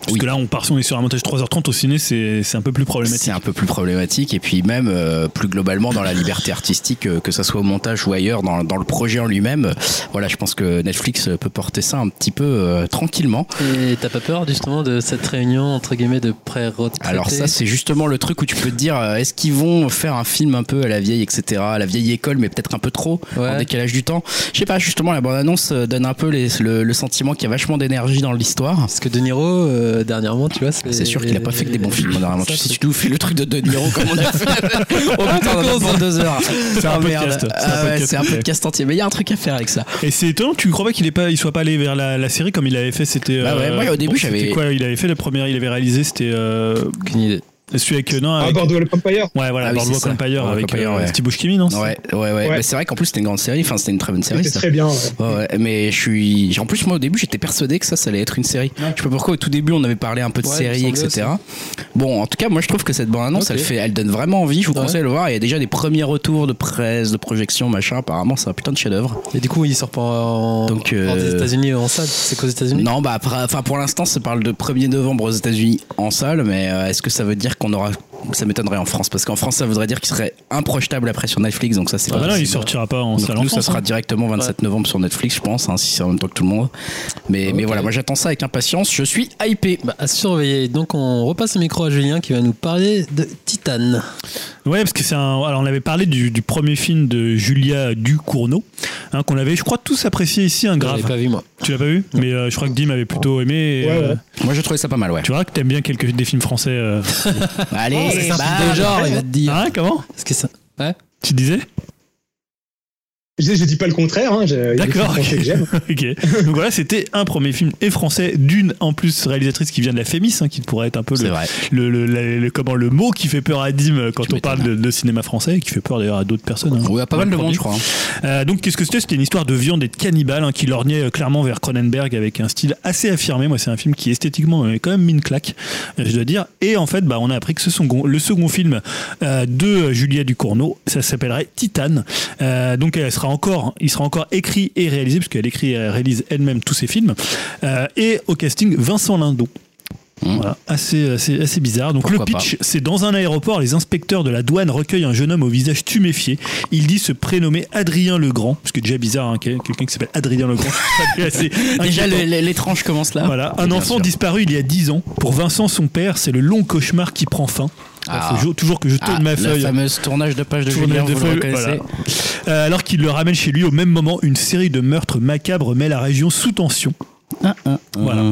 D: Parce
B: oui.
D: que là, on part, on est sur un montage 3h30 au ciné, c'est c'est un peu plus problématique.
B: C'est un peu plus problématique et puis même euh, plus globalement dans la liberté artistique, euh, que ça soit au montage ou ailleurs dans, dans le projet en lui-même. euh, Voilà, je pense que Netflix euh, peut porter ça un petit peu euh, tranquillement.
A: Et t'as pas peur justement de cette réunion entre guillemets de pré-retraités
B: Alors ça, c'est justement le truc où tu peux te dire, euh, est-ce qu'ils vont faire un film un peu à la vieille, etc., à la vieille école, mais peut-être un peu trop en
A: Ouais.
B: décalage du temps. Je sais pas, justement, la bande-annonce euh, donne un peu les- le, le sentiment qu'il y a vachement d'énergie dans l'histoire.
A: Parce que De Niro, euh, dernièrement, tu vois,
B: C'est sûr qu'il a pas fait que des bons films, normalement.
A: Ça,
B: Tu- si
A: c'est-
B: tu nous fais le truc de De Niro comme on a
A: [laughs]
B: fait. oh putain, on a fait pour deux heures.
D: C'est un
B: Ah, merde.
D: podcast, c'est un
B: Ah ouais,
D: podcast.
B: C'est un podcast entier. Mais il y a un truc à faire avec ça.
D: Et c'est étonnant, tu ne crois pas qu'il est pas, il soit pas allé vers la, la série comme il avait fait. C'était. euh,
B: Bah ouais, moi, au début,
D: c'était
B: j'avais-
D: quoi Il avait fait la première, il avait réalisé, c'était euh,
A: Aucune idée.
D: celui avec euh, non.
C: Ah,
D: Avec,
C: Bordeaux le Empire
D: Ouais, voilà,
B: Ah oui,
D: Boardwalk
B: c'est ça.
D: Empire
B: Boardwalk
D: avec
B: Empire,
D: euh,
B: ouais.
D: Steve Buscemi, non c'est-
B: Ouais, ouais, ouais.
C: Ouais.
B: Mais c'est vrai qu'en plus, c'était une grande série. Enfin, c'était une très bonne série.
C: C'était
B: ça.
C: très bien. ouais.
B: Ouais, ouais. mais je suis. j'ai- En plus, moi, au début, j'étais persuadé que ça, ça allait être une série. Je sais pas pourquoi, au tout début, on avait parlé un peu de
A: Ouais,
B: série,
A: il me semblait
B: etc. Bon, en tout cas, moi, je trouve que cette bande-annonce,
A: Ok.
B: elle, fait, elle donne vraiment envie. Je vous
A: Ouais.
B: conseille de le voir. Il y a déjà des premiers retours de presse, de projection, machin. Apparemment, c'est un putain de chef-d'œuvre.
A: Et du coup, il sort pas en,
B: Donc,
A: en-
B: euh,
A: des États-Unis en salle C'est qu'aux États-Unis
B: Non, bah après, enfin pour l'instant, ça parle de 1er novembre aux États-Unis en salle, mais euh, est-ce que ça veut dire qu'on aura. Ça m'étonnerait en France, parce qu'en France, ça voudrait dire qu'il serait improjetable après sur Netflix, donc ça c'est
D: Ah
B: pas
D: bah non, il
B: possible.
D: sortira pas en
B: Donc
D: salle
B: nous,
D: en
B: ça
D: France,
B: sera
D: hein.
B: directement 27 novembre sur Netflix, je pense, hein, si c'est en même temps que tout le monde. Mais, mais
A: Ok.
B: voilà, moi j'attends ça avec impatience. Je suis hypé.
A: Bah, à surveiller. Donc, on repasse le micro à Julien qui va nous parler de Titan.
D: Ouais, parce que c'est un. Alors, on avait parlé du, du premier film de Julia Ducournau, hein, qu'on avait, je crois, tous apprécié ici,
A: Je
D: un
A: l'ai
D: grave.
A: pas vu, moi.
D: Tu l'as pas vu Mais euh, je crois que Dim avait plutôt aimé. et,
C: Ouais,
D: euh,
C: ouais.
B: Moi j'ai trouvé ça pas mal, ouais.
D: [laughs] Tu vois que t'aimes bien quelques des films français. euh,
B: Allez,
A: c'est
B: bam.
A: un film de genre, il va te
B: Ah.
A: dire.
D: Hein, comment
A: Est-ce que ça... Ouais
D: Tu disais [laughs]
C: Je, dis- je dis pas le contraire. Hein, je- il y a des
D: D'accord,
C: films français que j'aime.
D: Ok. Donc voilà, c'était un premier film et français d'une en plus réalisatrice qui vient de la Fémis, hein, qui pourrait être un peu
B: C'est
D: le,
B: vrai.
D: le, le- la- le- comment, le mot qui fait peur à Dim quand
B: Tu
D: on parle de, de cinéma français, et qui fait peur d'ailleurs à d'autres personnes. hein.
B: Oui, à pas mal de monde,
D: Promis.
B: je crois. hein.
D: Euh, donc qu'est-ce que c'était C'était une histoire de viande et de cannibales hein, qui lorgnait euh, clairement vers Cronenberg avec un style assez affirmé. Moi, c'est un film qui esthétiquement est quand même mis une claque, euh, je dois dire. Et en fait, bah, on a appris que ce second, le second film euh, de euh, Julia Ducournau, ça s'appellerait Titane. Euh, donc elle sera encore, il sera encore écrit et réalisé parce qu'elle écrit et réalise elle-même tous ses films. Euh, et au casting, Vincent Lindon.
B: Mmh.
D: Voilà, assez, assez, assez bizarre. Donc
B: Pourquoi
D: le pitch, c'est dans un aéroport, les inspecteurs de la douane recueillent un jeune homme au visage tuméfié. Il dit se prénommer Adrien Legrand, parce que déjà bizarre, hein, quel- quelqu'un qui s'appelle
B: [laughs]
D: Adrien Legrand. ça fait assez
B: Déjà,
D: inquiétant.
B: le- le- l'étrange commence là.
D: Voilà, un
B: Bien
D: enfant
B: sûr.
D: disparu il y a 10 ans. Pour Vincent, son père, c'est le long cauchemar qui prend fin.
B: Ah.
D: Faut jo- toujours que je tourne
B: Ah,
D: ma
B: le
D: feuille.
B: fameux tournage de page de
D: Tournage
B: Julien,
D: de
B: vous le
D: feuille,
B: reconnaissez.
D: voilà. Euh, alors qu'il le ramène chez lui au même moment, une série de meurtres macabres met la région sous tension.
B: Ah,
D: Voilà.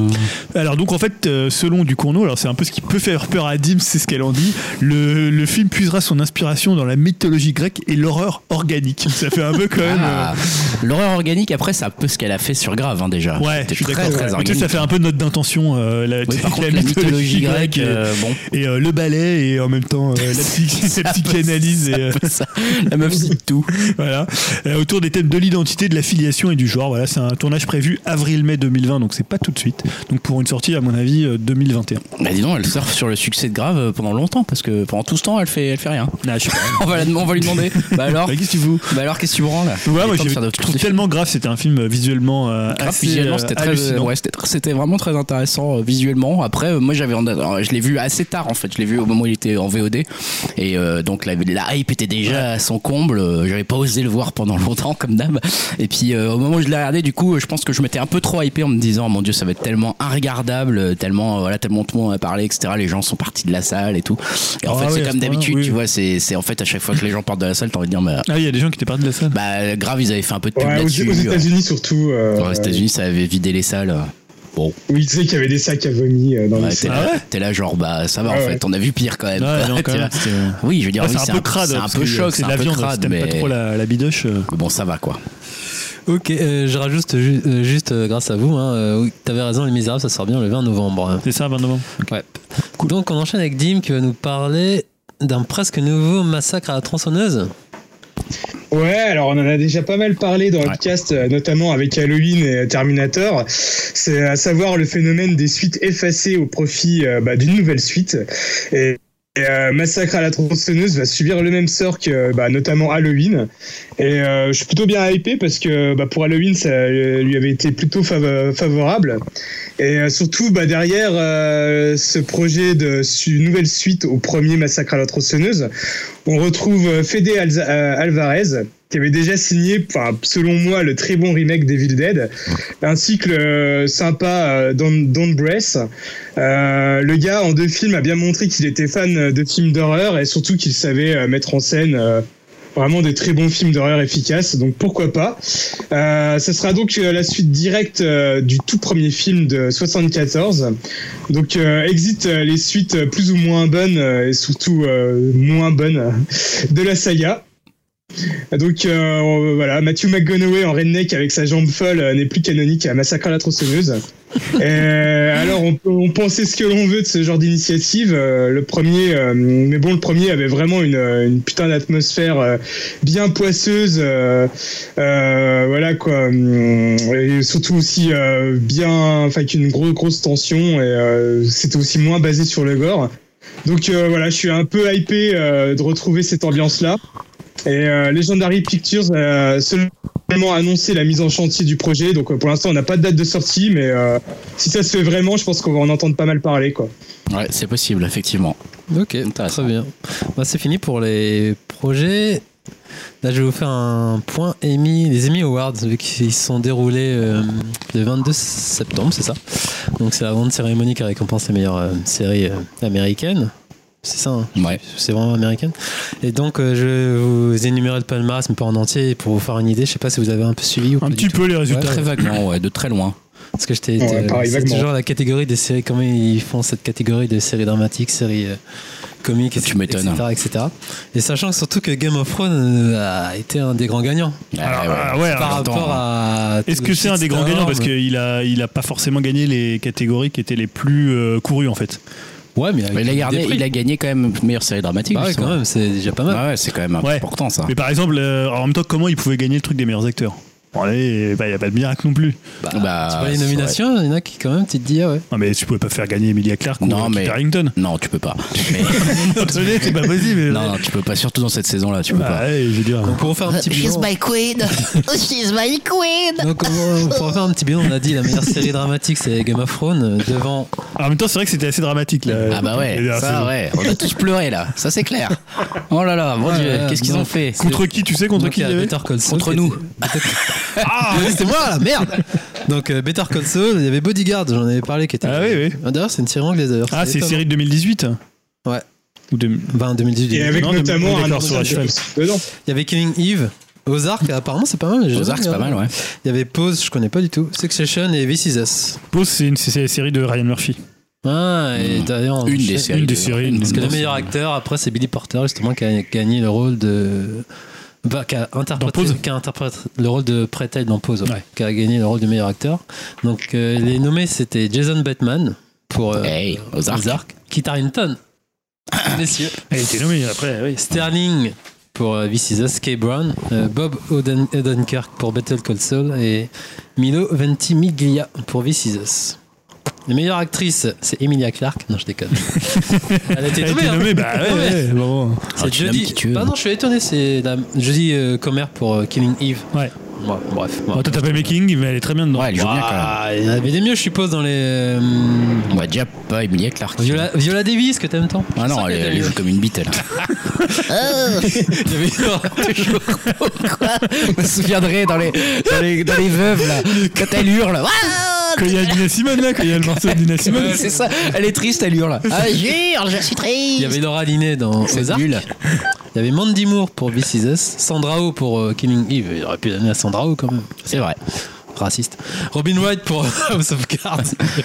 D: Alors donc en fait, euh, selon Ducournau, alors c'est un peu ce qui peut faire peur à Dim, c'est ce qu'elle en dit. Le, le film puisera son inspiration dans la mythologie grecque et l'horreur organique. Ça fait un peu quand même. euh,
B: Ah. L'horreur organique, après, c'est un peu ce qu'elle a fait sur Grave, hein, déjà.
D: euh, Ouais,
B: C'était
D: je suis
B: très,
D: d'accord.
B: très
D: Mais tu
B: organique.
D: sais, ça fait un peu de note d'intention, euh, la,
B: Oui, par
D: [laughs] la
B: contre, la mythologie grecque, euh, bon. [laughs]
D: et euh, le ballet et en même temps euh, la, psy- la psychanalyse et, euh,
B: Ça, la meuf dit tout.
D: voilà. Euh, autour des thèmes de l'identité, de la filiation et du genre. Voilà, c'est un tournage prévu avril-mai 2020, donc c'est pas tout de suite. Donc pour une sortie, à mon avis, euh, 2021.
B: Bah dis donc, elle surfe sur le succès de Grave euh, pendant longtemps parce que pendant tout ce temps, elle fait, elle fait rien. [laughs]
D: Ah, je sais pas.
B: On va, la dem- on va lui demander. Bah
D: [laughs]
B: alors
D: Bah, qu'est-ce que tu veux
B: Bah alors qu'est-ce que tu branles là Il
D: Ouais,
B: est
D: moi
B: temps de
D: j'ai-
B: faire de-
D: je trouve
B: des-
D: tellement grave, c'était un film euh, visuellement euh,
B: Grave,
D: assez
B: visuellement,
D: euh,
B: c'était très,
D: hallucinant.
B: ouais, c'était tr- c'était vraiment très intéressant euh, visuellement. Après, euh, moi, j'avais, alors, je l'ai vu assez tard en fait. Je l'ai vu au moment où il était en VOD et euh, donc la, la hype était déjà à son comble. Euh, J'avais pas osé le voir pendant [laughs] longtemps comme d'hab. Et puis euh, au moment où je l'ai regardé, du coup, euh, je pense que je m'étais un peu trop hypé en me disant, mon Dieu, ça va être tellement inregardable, euh, tellement euh, voilà, tellement tout le monde a parlé, etc. Les gens sont partis de la salle et tout. Et en
D: Ah
B: fait,
D: oui,
B: c'est
D: à ce
B: comme d'habitude,
D: point-là,
B: tu
D: oui.
B: vois, c'est c'est en fait à chaque fois que les gens partent de la salle, t'as envie de dire, bah,
D: Ah, il y a des gens qui étaient partis de la salle.
B: bah, grave, ils avaient fait un peu de pub
C: Ouais, aux,
B: là-dessus.
C: aux États-Unis surtout. euh,
B: Ouais, aux États-Unis, ça avait vidé les salles. Bon,
C: Où ils disaient qu'il y avait des sacs à vomi euh, dans
B: ouais,
C: les
B: t'es
C: salles.
B: là,
D: Ah ouais
B: t'es là, genre, bah ça va en
C: Ouais,
B: fait,
C: ouais.
B: on a vu pire quand même. [laughs]
D: Ouais, non,
B: Tu
D: quand même,
B: vois.
D: c'était- Ouais,
B: Oui, je veux dire, oui,
D: c'est un peu crade.
B: c'est un
D: parce
B: peu
D: que euh,
B: choc,
D: C'est de
B: un
D: la
B: peu
D: viande, si
B: crade,
D: t'aimes pas
B: mais
D: trop la, la bidoche. euh.
B: bon, ça va quoi.
A: Ok, euh, je rajoute ju- euh, juste euh, grâce à vous, hein, euh, oui, t'avais raison, Les Misérables, ça sort bien le 20 novembre. hein.
D: C'est ça, 20 novembre.
A: Ouais. Donc on enchaîne avec Dim qui va nous parler d'un presque nouveau massacre à la tronçonneuse.
C: Ouais, alors on en a déjà pas mal parlé dans le
B: Ouais.
C: podcast, euh, notamment avec Halloween et euh, Terminator. C'est à savoir le phénomène des suites effacées au profit euh, bah, d'une nouvelle suite. Et, et, euh, Massacre à la tronçonneuse va subir le même sort que euh, bah, notamment Halloween. Et euh, je suis plutôt bien hypé parce que bah, pour Halloween, ça euh, lui avait été plutôt fav- favorable. Et euh, surtout, bah, derrière euh, ce projet de su- nouvelle suite au premier Massacre à la tronçonneuse, on retrouve euh, Fede Alza- euh, Alvarez, qui avait déjà signé, enfin, selon moi, le très bon remake d'Evil Dead, ainsi que le sympa euh, Don't, Don't Breath. Euh, le gars, en deux films, a bien montré qu'il était fan euh, de films d'horreur et surtout qu'il savait euh, mettre en scène euh, vraiment des très bons films d'horreur efficaces, donc pourquoi pas. Euh, ça sera donc euh, la suite directe euh, du tout premier film de 74. Donc euh, exit euh, les suites euh, plus ou moins bonnes euh, et surtout euh, moins bonnes euh, de la saga. Donc euh, on- voilà, Matthew McGonaghy en redneck avec sa jambe folle euh, n'est plus canonique à Massacre à la tronçonneuse. Et, alors on peut on penser ce que l'on veut de ce genre d'initiative. euh, le premier, euh, mais bon, le premier avait vraiment une, euh, une putain d'atmosphère euh, bien poisseuse. euh, euh, voilà quoi. hum, Et surtout aussi euh, bien, enfin, avec une grosse grosse tension. Et euh, c'était aussi moins basé sur le gore. Donc euh, voilà, je suis un peu hypé euh, de retrouver cette ambiance-là. Et euh, Legendary Pictures a seulement annoncé la mise en chantier du projet. Donc euh, pour l'instant, on n'a pas de date de sortie, mais euh, si ça se fait vraiment, je pense qu'on va en entendre pas mal parler. Quoi.
B: Ouais, c'est possible, effectivement.
A: Ok,
B: Intéressant.
A: très bien. Bah, c'est fini pour les projets. Là, je vais vous faire un point Emmy, les Emmy Awards, vu qu'ils se sont déroulés euh, le 22 septembre, c'est ça Donc, c'est la grande cérémonie qui récompense les meilleures euh, séries euh, américaines. C'est ça, hein
B: Ouais.
A: c'est vraiment américaine. Et donc, euh, je vais vous énumérer le palmarès, mais pas en entier, et pour vous faire une idée. Je sais pas si vous avez un peu suivi ou pas.
D: Un
A: du
D: petit
A: tout.
D: peu les résultats.
B: Très vaguement, ouais, de très loin.
A: Parce que j'étais.
C: Ouais,
A: t'es-
C: pareil,
A: c'est
C: vaguement.
A: toujours la catégorie des séries. Comment ils font cette catégorie de séries dramatiques, séries euh, comiques,
B: Tu m'étonnes.
A: etc., etc. Et sachant surtout que Game of Thrones euh, a été un des grands gagnants
D: Alors,
B: Ah,
D: ah, ouais,
A: par
D: alors,
B: j'entends,
A: rapport à.
D: Est-ce que c'est un des grands gagnants Parce qu'il a, il a pas forcément gagné les catégories qui étaient les plus euh, courues en fait.
A: euh, Ouais, mais,
B: Mais il, a gardé- il a gagné hein. quand même meilleure série dramatique.
A: Bah ouais,
B: justement.
A: quand même, c'est déjà pas mal.
B: Ah ouais, c'est quand même
D: Ouais.
B: important ça.
D: Mais par exemple, euh, en même temps, comment il pouvait gagner le truc des meilleurs acteurs Bon, allez, bah, il n'y a pas de miracle non plus.
B: Bah,
A: tu vois
B: c'est
A: les
B: vrai.
A: nominations, il y en a qui, quand même, tu te dis, ah ouais.
D: Non, mais tu pouvais pas faire gagner Emilia Clarke ou
B: Non,
D: Kit
B: mais-
D: Harington.
B: Non, tu peux pas. Mais-
D: Désolé, c'est pas possible.
B: non, non, tu peux pas, surtout dans cette saison-là, tu peux
D: Bah,
B: pas.
D: ouais, je veux dire.
A: Donc, pour refaire un petit
E: She's
A: bilan.
E: my queen. [laughs] She's my queen.
A: Donc, euh, on- pour refaire un petit bilan, on a dit la meilleure série dramatique, c'est Game of Thrones, euh, devant
D: Alors, en même temps, c'est vrai que c'était assez dramatique là. euh,
B: Ah bah ouais,
D: les dernières
B: ça
D: saisons.
B: ouais, on a tous pleuré là, ça c'est clair. Oh là là, mon
A: Ouais,
B: dieu,
A: ouais,
B: qu'est-ce qu'ils
A: non.
B: ont fait
D: Contre qui tu sais contre
A: Donc,
D: qui
A: il y a
D: il y avait
A: Better Call Saul
B: Contre
A: qui
B: nous.
A: était- Ah oui, c'était moi la merde. Donc euh, Better Call Saul, il y avait Bodyguard, j'en avais parlé qui était.
D: Ah oui, oui.
A: D'ailleurs, c'est une série anglaise d'ailleurs.
D: Ah, c'est
A: étonnant.
D: série de 2018
A: Ouais.
D: Ou de...
A: Bah, en 2018.
C: Et
A: Il
C: avec
D: Non,
C: notamment
D: d'accord,
C: un
D: sur la cheval.
C: dedans.
A: y avait Killing Eve, Ozark, apparemment c'est pas mal. j'ai jamais
B: Ozark, c'est pas
A: regardé.
B: mal, ouais.
A: Il y avait Pose, je connais pas du tout. Succession et This Is Us.
D: Pose, c'est une c'est la série de Ryan Murphy.
A: Ah, et
B: Mm.
A: d'ailleurs, on
B: Une
A: enchaîne.
B: des séries.
D: des
B: de-
D: séries, une
A: Parce que
D: Non,
A: le
D: c'est-
A: meilleur acteur, après, c'est Billy Porter, justement, qui a gagné le rôle de. Bah, qui a interprété,
D: Dans Pose
A: qui a interprété le rôle de Pretel dans Pose, ouais,
D: Ouais.
A: qui a gagné le rôle de meilleur acteur. Donc, euh, les nommés, c'était Jason Bateman pour euh,
B: Hey, Ozark.
A: Ozark, Kit Harington, [coughs] messieurs,
D: Elle était nommée après, oui.
A: Sterling pour euh, This Is Us, Kay Brown, euh, Bob Oden- Odenkirk pour Battle Call Saul et Milo Ventimiglia pour This Is Us. La meilleure actrice, c'est Emilia Clarke. Non, je déconne. Elle a été
D: Elle a
A: nommée.
D: été
A: hein.
D: nommée, bah ouais,
A: Nommée.
D: ouais, bon.
B: Alors,
A: C'est
B: Ah, tu nommes qui
A: Jodie.
B: tu veux.
A: Bah non, je suis étonné. C'est la... Jodie euh, Comer pour euh, Killing Eve.
D: Ouais.
A: Ouais, bref.
D: Bon,
A: ouais.
D: toi, t'as pas Making, mais elle est très bien dedans.
B: Ouais, elle joue bien quand même.
A: Ah, il y en avait des mieux, je suppose, dans les. euh,
B: On va déjà pas Emilia Clarke.
A: Viola, Viola Davis, que t'aimes tant
B: Ah non, elle, elle joue comme une bite, elle.
A: [laughs] Il y avait
B: Je me souviendrai dans les, dans les, dans les veuves, là, [laughs] quand elle hurle. Ah
D: Quand il y a Dina Simone, là, quand il y a le morceau de Dina Simone.
B: c'est ça, elle est triste, elle hurle. Ah,
E: Jure, je
A: Il
E: suis
A: y
E: triste.
A: avait Laura Linney dans
B: C'est
A: Ozark.
B: [laughs] nul.
A: Il y avait Mandy Moore pour This Is Us. Sandra Oh pour euh, Killing Eve. Il aurait pu donner à Sandra Oh quand même.
B: c'est vrai.
A: Raciste. Robin Wright pour euh, House of Cards.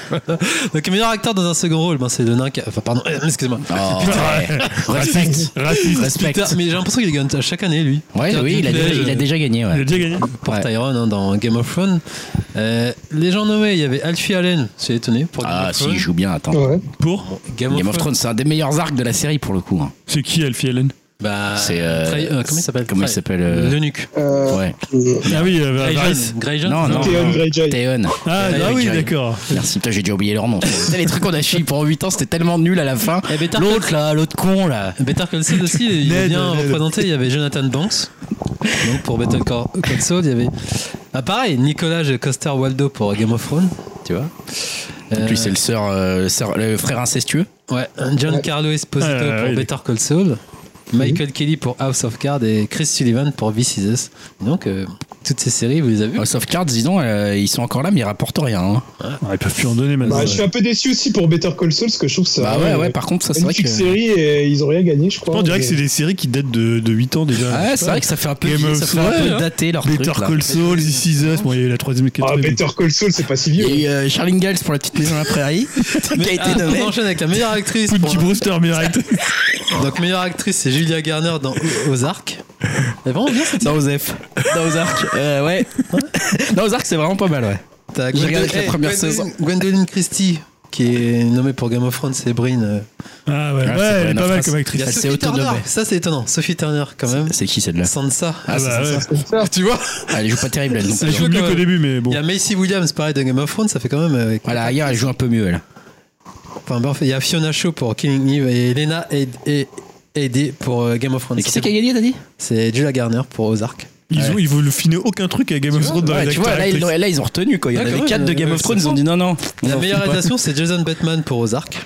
A: Voilà. Donc, meilleur acteur dans un second rôle, ben, c'est le nain qui a- Enfin, pardon, euh, excusez-moi.
B: Oh, ouais. Respect.
D: Raciste.
B: Respect.
A: Putain, mais j'ai l'impression qu'il gagne à chaque année, lui.
B: Ouais,
A: Putain,
B: oui, il a,
A: Dinklage,
B: déjà, il a
A: euh,
B: déjà gagné,
D: Elle a
B: ouais.
D: déjà gagné.
A: Pour
B: Ouais.
A: Tyrone hein, dans Game of Thrones. Euh, les gens nommés, il y avait Alfie Allen, c'est étonné. Pour Game
B: Ah,
A: of
B: si, il
A: Thrones.
B: joue bien, attends.
C: Ouais.
D: Pour
A: Game,
B: Game of Thrones, c'est un des meilleurs arcs de la série pour le coup. hein.
D: C'est qui, Alfie Allen
A: Bah,
B: C'est, euh,
A: Trey- euh, comment il s'appelle
B: comment il
A: Trey-
B: s'appelle, euh,
A: Le nuque.
C: Euh,
B: Ouais.
D: Ah oui, euh,
A: Grey
D: Varys.
A: Jones. Grey Jones
B: Non, non.
C: Theon Greyjoy.
B: Theon.
D: Ah,
A: Grey
D: ah oui,
B: Jones.
D: d'accord.
B: Merci, putain, j'ai déjà oublié leur nom. [laughs] Putain, les trucs qu'on a suivi pendant 8 ans, c'était tellement nul à la fin.
A: Eh, Better Call-
B: L'autre là, l'autre con là.
A: Euh, Better Call Saul aussi, il est
D: Ned,
A: bien
D: Ned.
A: représenté. Il y avait Jonathan Banks. Donc pour Better Call Call Saul, il y avait. Ah, pareil, Nicolas Coster Waldo pour Game of Thrones, tu vois.
B: En
A: Euh,
B: plus, c'est le, sœur, euh, sœur- le frère incestueux.
A: Ouais, Giancarlo Esposito
D: Ah,
A: pour
D: oui. Mhm.
A: Better Call Saul, Michael Kelly pour House of Cards et Chris Sullivan pour This Is Us. Donc, euh, toutes ces séries, vous les avez vues
B: House of Cards, disons, euh, ils sont encore là, mais ils rapportent rien. hein.
D: Ah, ils peuvent plus en donner maintenant.
C: Bah, je suis un peu déçu aussi pour Better Call Saul parce que je trouve que c'est
B: Bah ouais, ouais, par contre, ça c'est vrai que.
C: magnifique série et ils ont rien gagné, je crois.
D: On dirait que c'est
C: Mais-
D: des séries qui datent de, de 8 ans déjà.
B: Ah
D: Je
B: ouais,
D: sais
B: c'est
D: pas.
B: vrai que ça fait un peu,
D: Game
B: ça
D: of
B: fait un peu
D: Thrones,
B: dater leur
D: Better
B: truc. là.
D: Call Saul, This Is Us. Bon, il y a eu la troisième et
C: Ah,
D: quatrième.
C: Better Call Saul, c'est pas si
B: Il
C: vieux.
B: y a eu euh, Charles Ingalls pour la petite maison à la prairie, [laughs] qui a été
A: Ah,
B: nommée.
A: on enchaîne avec la meilleure actrice. pour-
D: Punky Brewster,
B: Ah,
D: Mirate.
A: Donc, meilleure actrice, c'est Julia Garner dans O- Ozark. Elle est vraiment bien cette
B: Dans Osef. Dans Ozark. Euh, ouais. Dans Ozark, c'est vraiment pas mal, ouais.
A: T'as
B: J'ai regardé la première
A: Gwendoline-
B: saison.
A: Eh, Gwendoline Christie, qui est nommée pour Game of Thrones, c'est Breen. euh.
D: Ah ouais,
B: Ah,
D: ouais,
B: c'est
D: elle
B: vrai,
D: est
B: la
D: pas mal
B: phrase.
D: comme
A: Il y
D: actrice.
A: a
B: Elle
A: Sophie
B: s'est
A: Turner.
B: autonommée.
A: Ça, c'est étonnant. Sophie Turner, quand même.
B: C'est qui celle-là
A: Sansa.
B: Ah, c'est
D: bah, ouais.
B: ça. Ah,
A: tu vois
B: Elle joue pas terrible, elle. non
D: Elle
B: plus,
D: joue
B: hein.
D: mieux
A: que-
D: qu'au début, mais bon.
A: Il y a Macy Williams, pareil, de Game of Thrones. Ça fait quand même. euh,
B: À la rigueur, elle joue un peu mieux, elle.
A: Enfin, bref, il y a Fiona Shaw pour Killing Eve et Elena Ed- et Eddy pour euh, Game of Thrones.
B: Et qui c'est qui a gagné, t'as dit
A: C'est Julia Garner pour Ozark.
D: Ils, ont, ils veulent finner aucun truc à Game of Thrones dans
B: Ouais,
D: les
B: tu vois,
D: acteurs
B: là ils,
D: actrices.
B: l'ont- là, ils ont retenu quoi. Il y en
A: Ouais, quand
B: avait
A: même,
B: 4 de
A: euh,
B: Game of
A: c'est
B: Thrones, ils ont dit non, non. on
A: La
B: en
A: meilleure
B: fout pas.
A: réalisation, c'est Jason Bateman pour Ozark.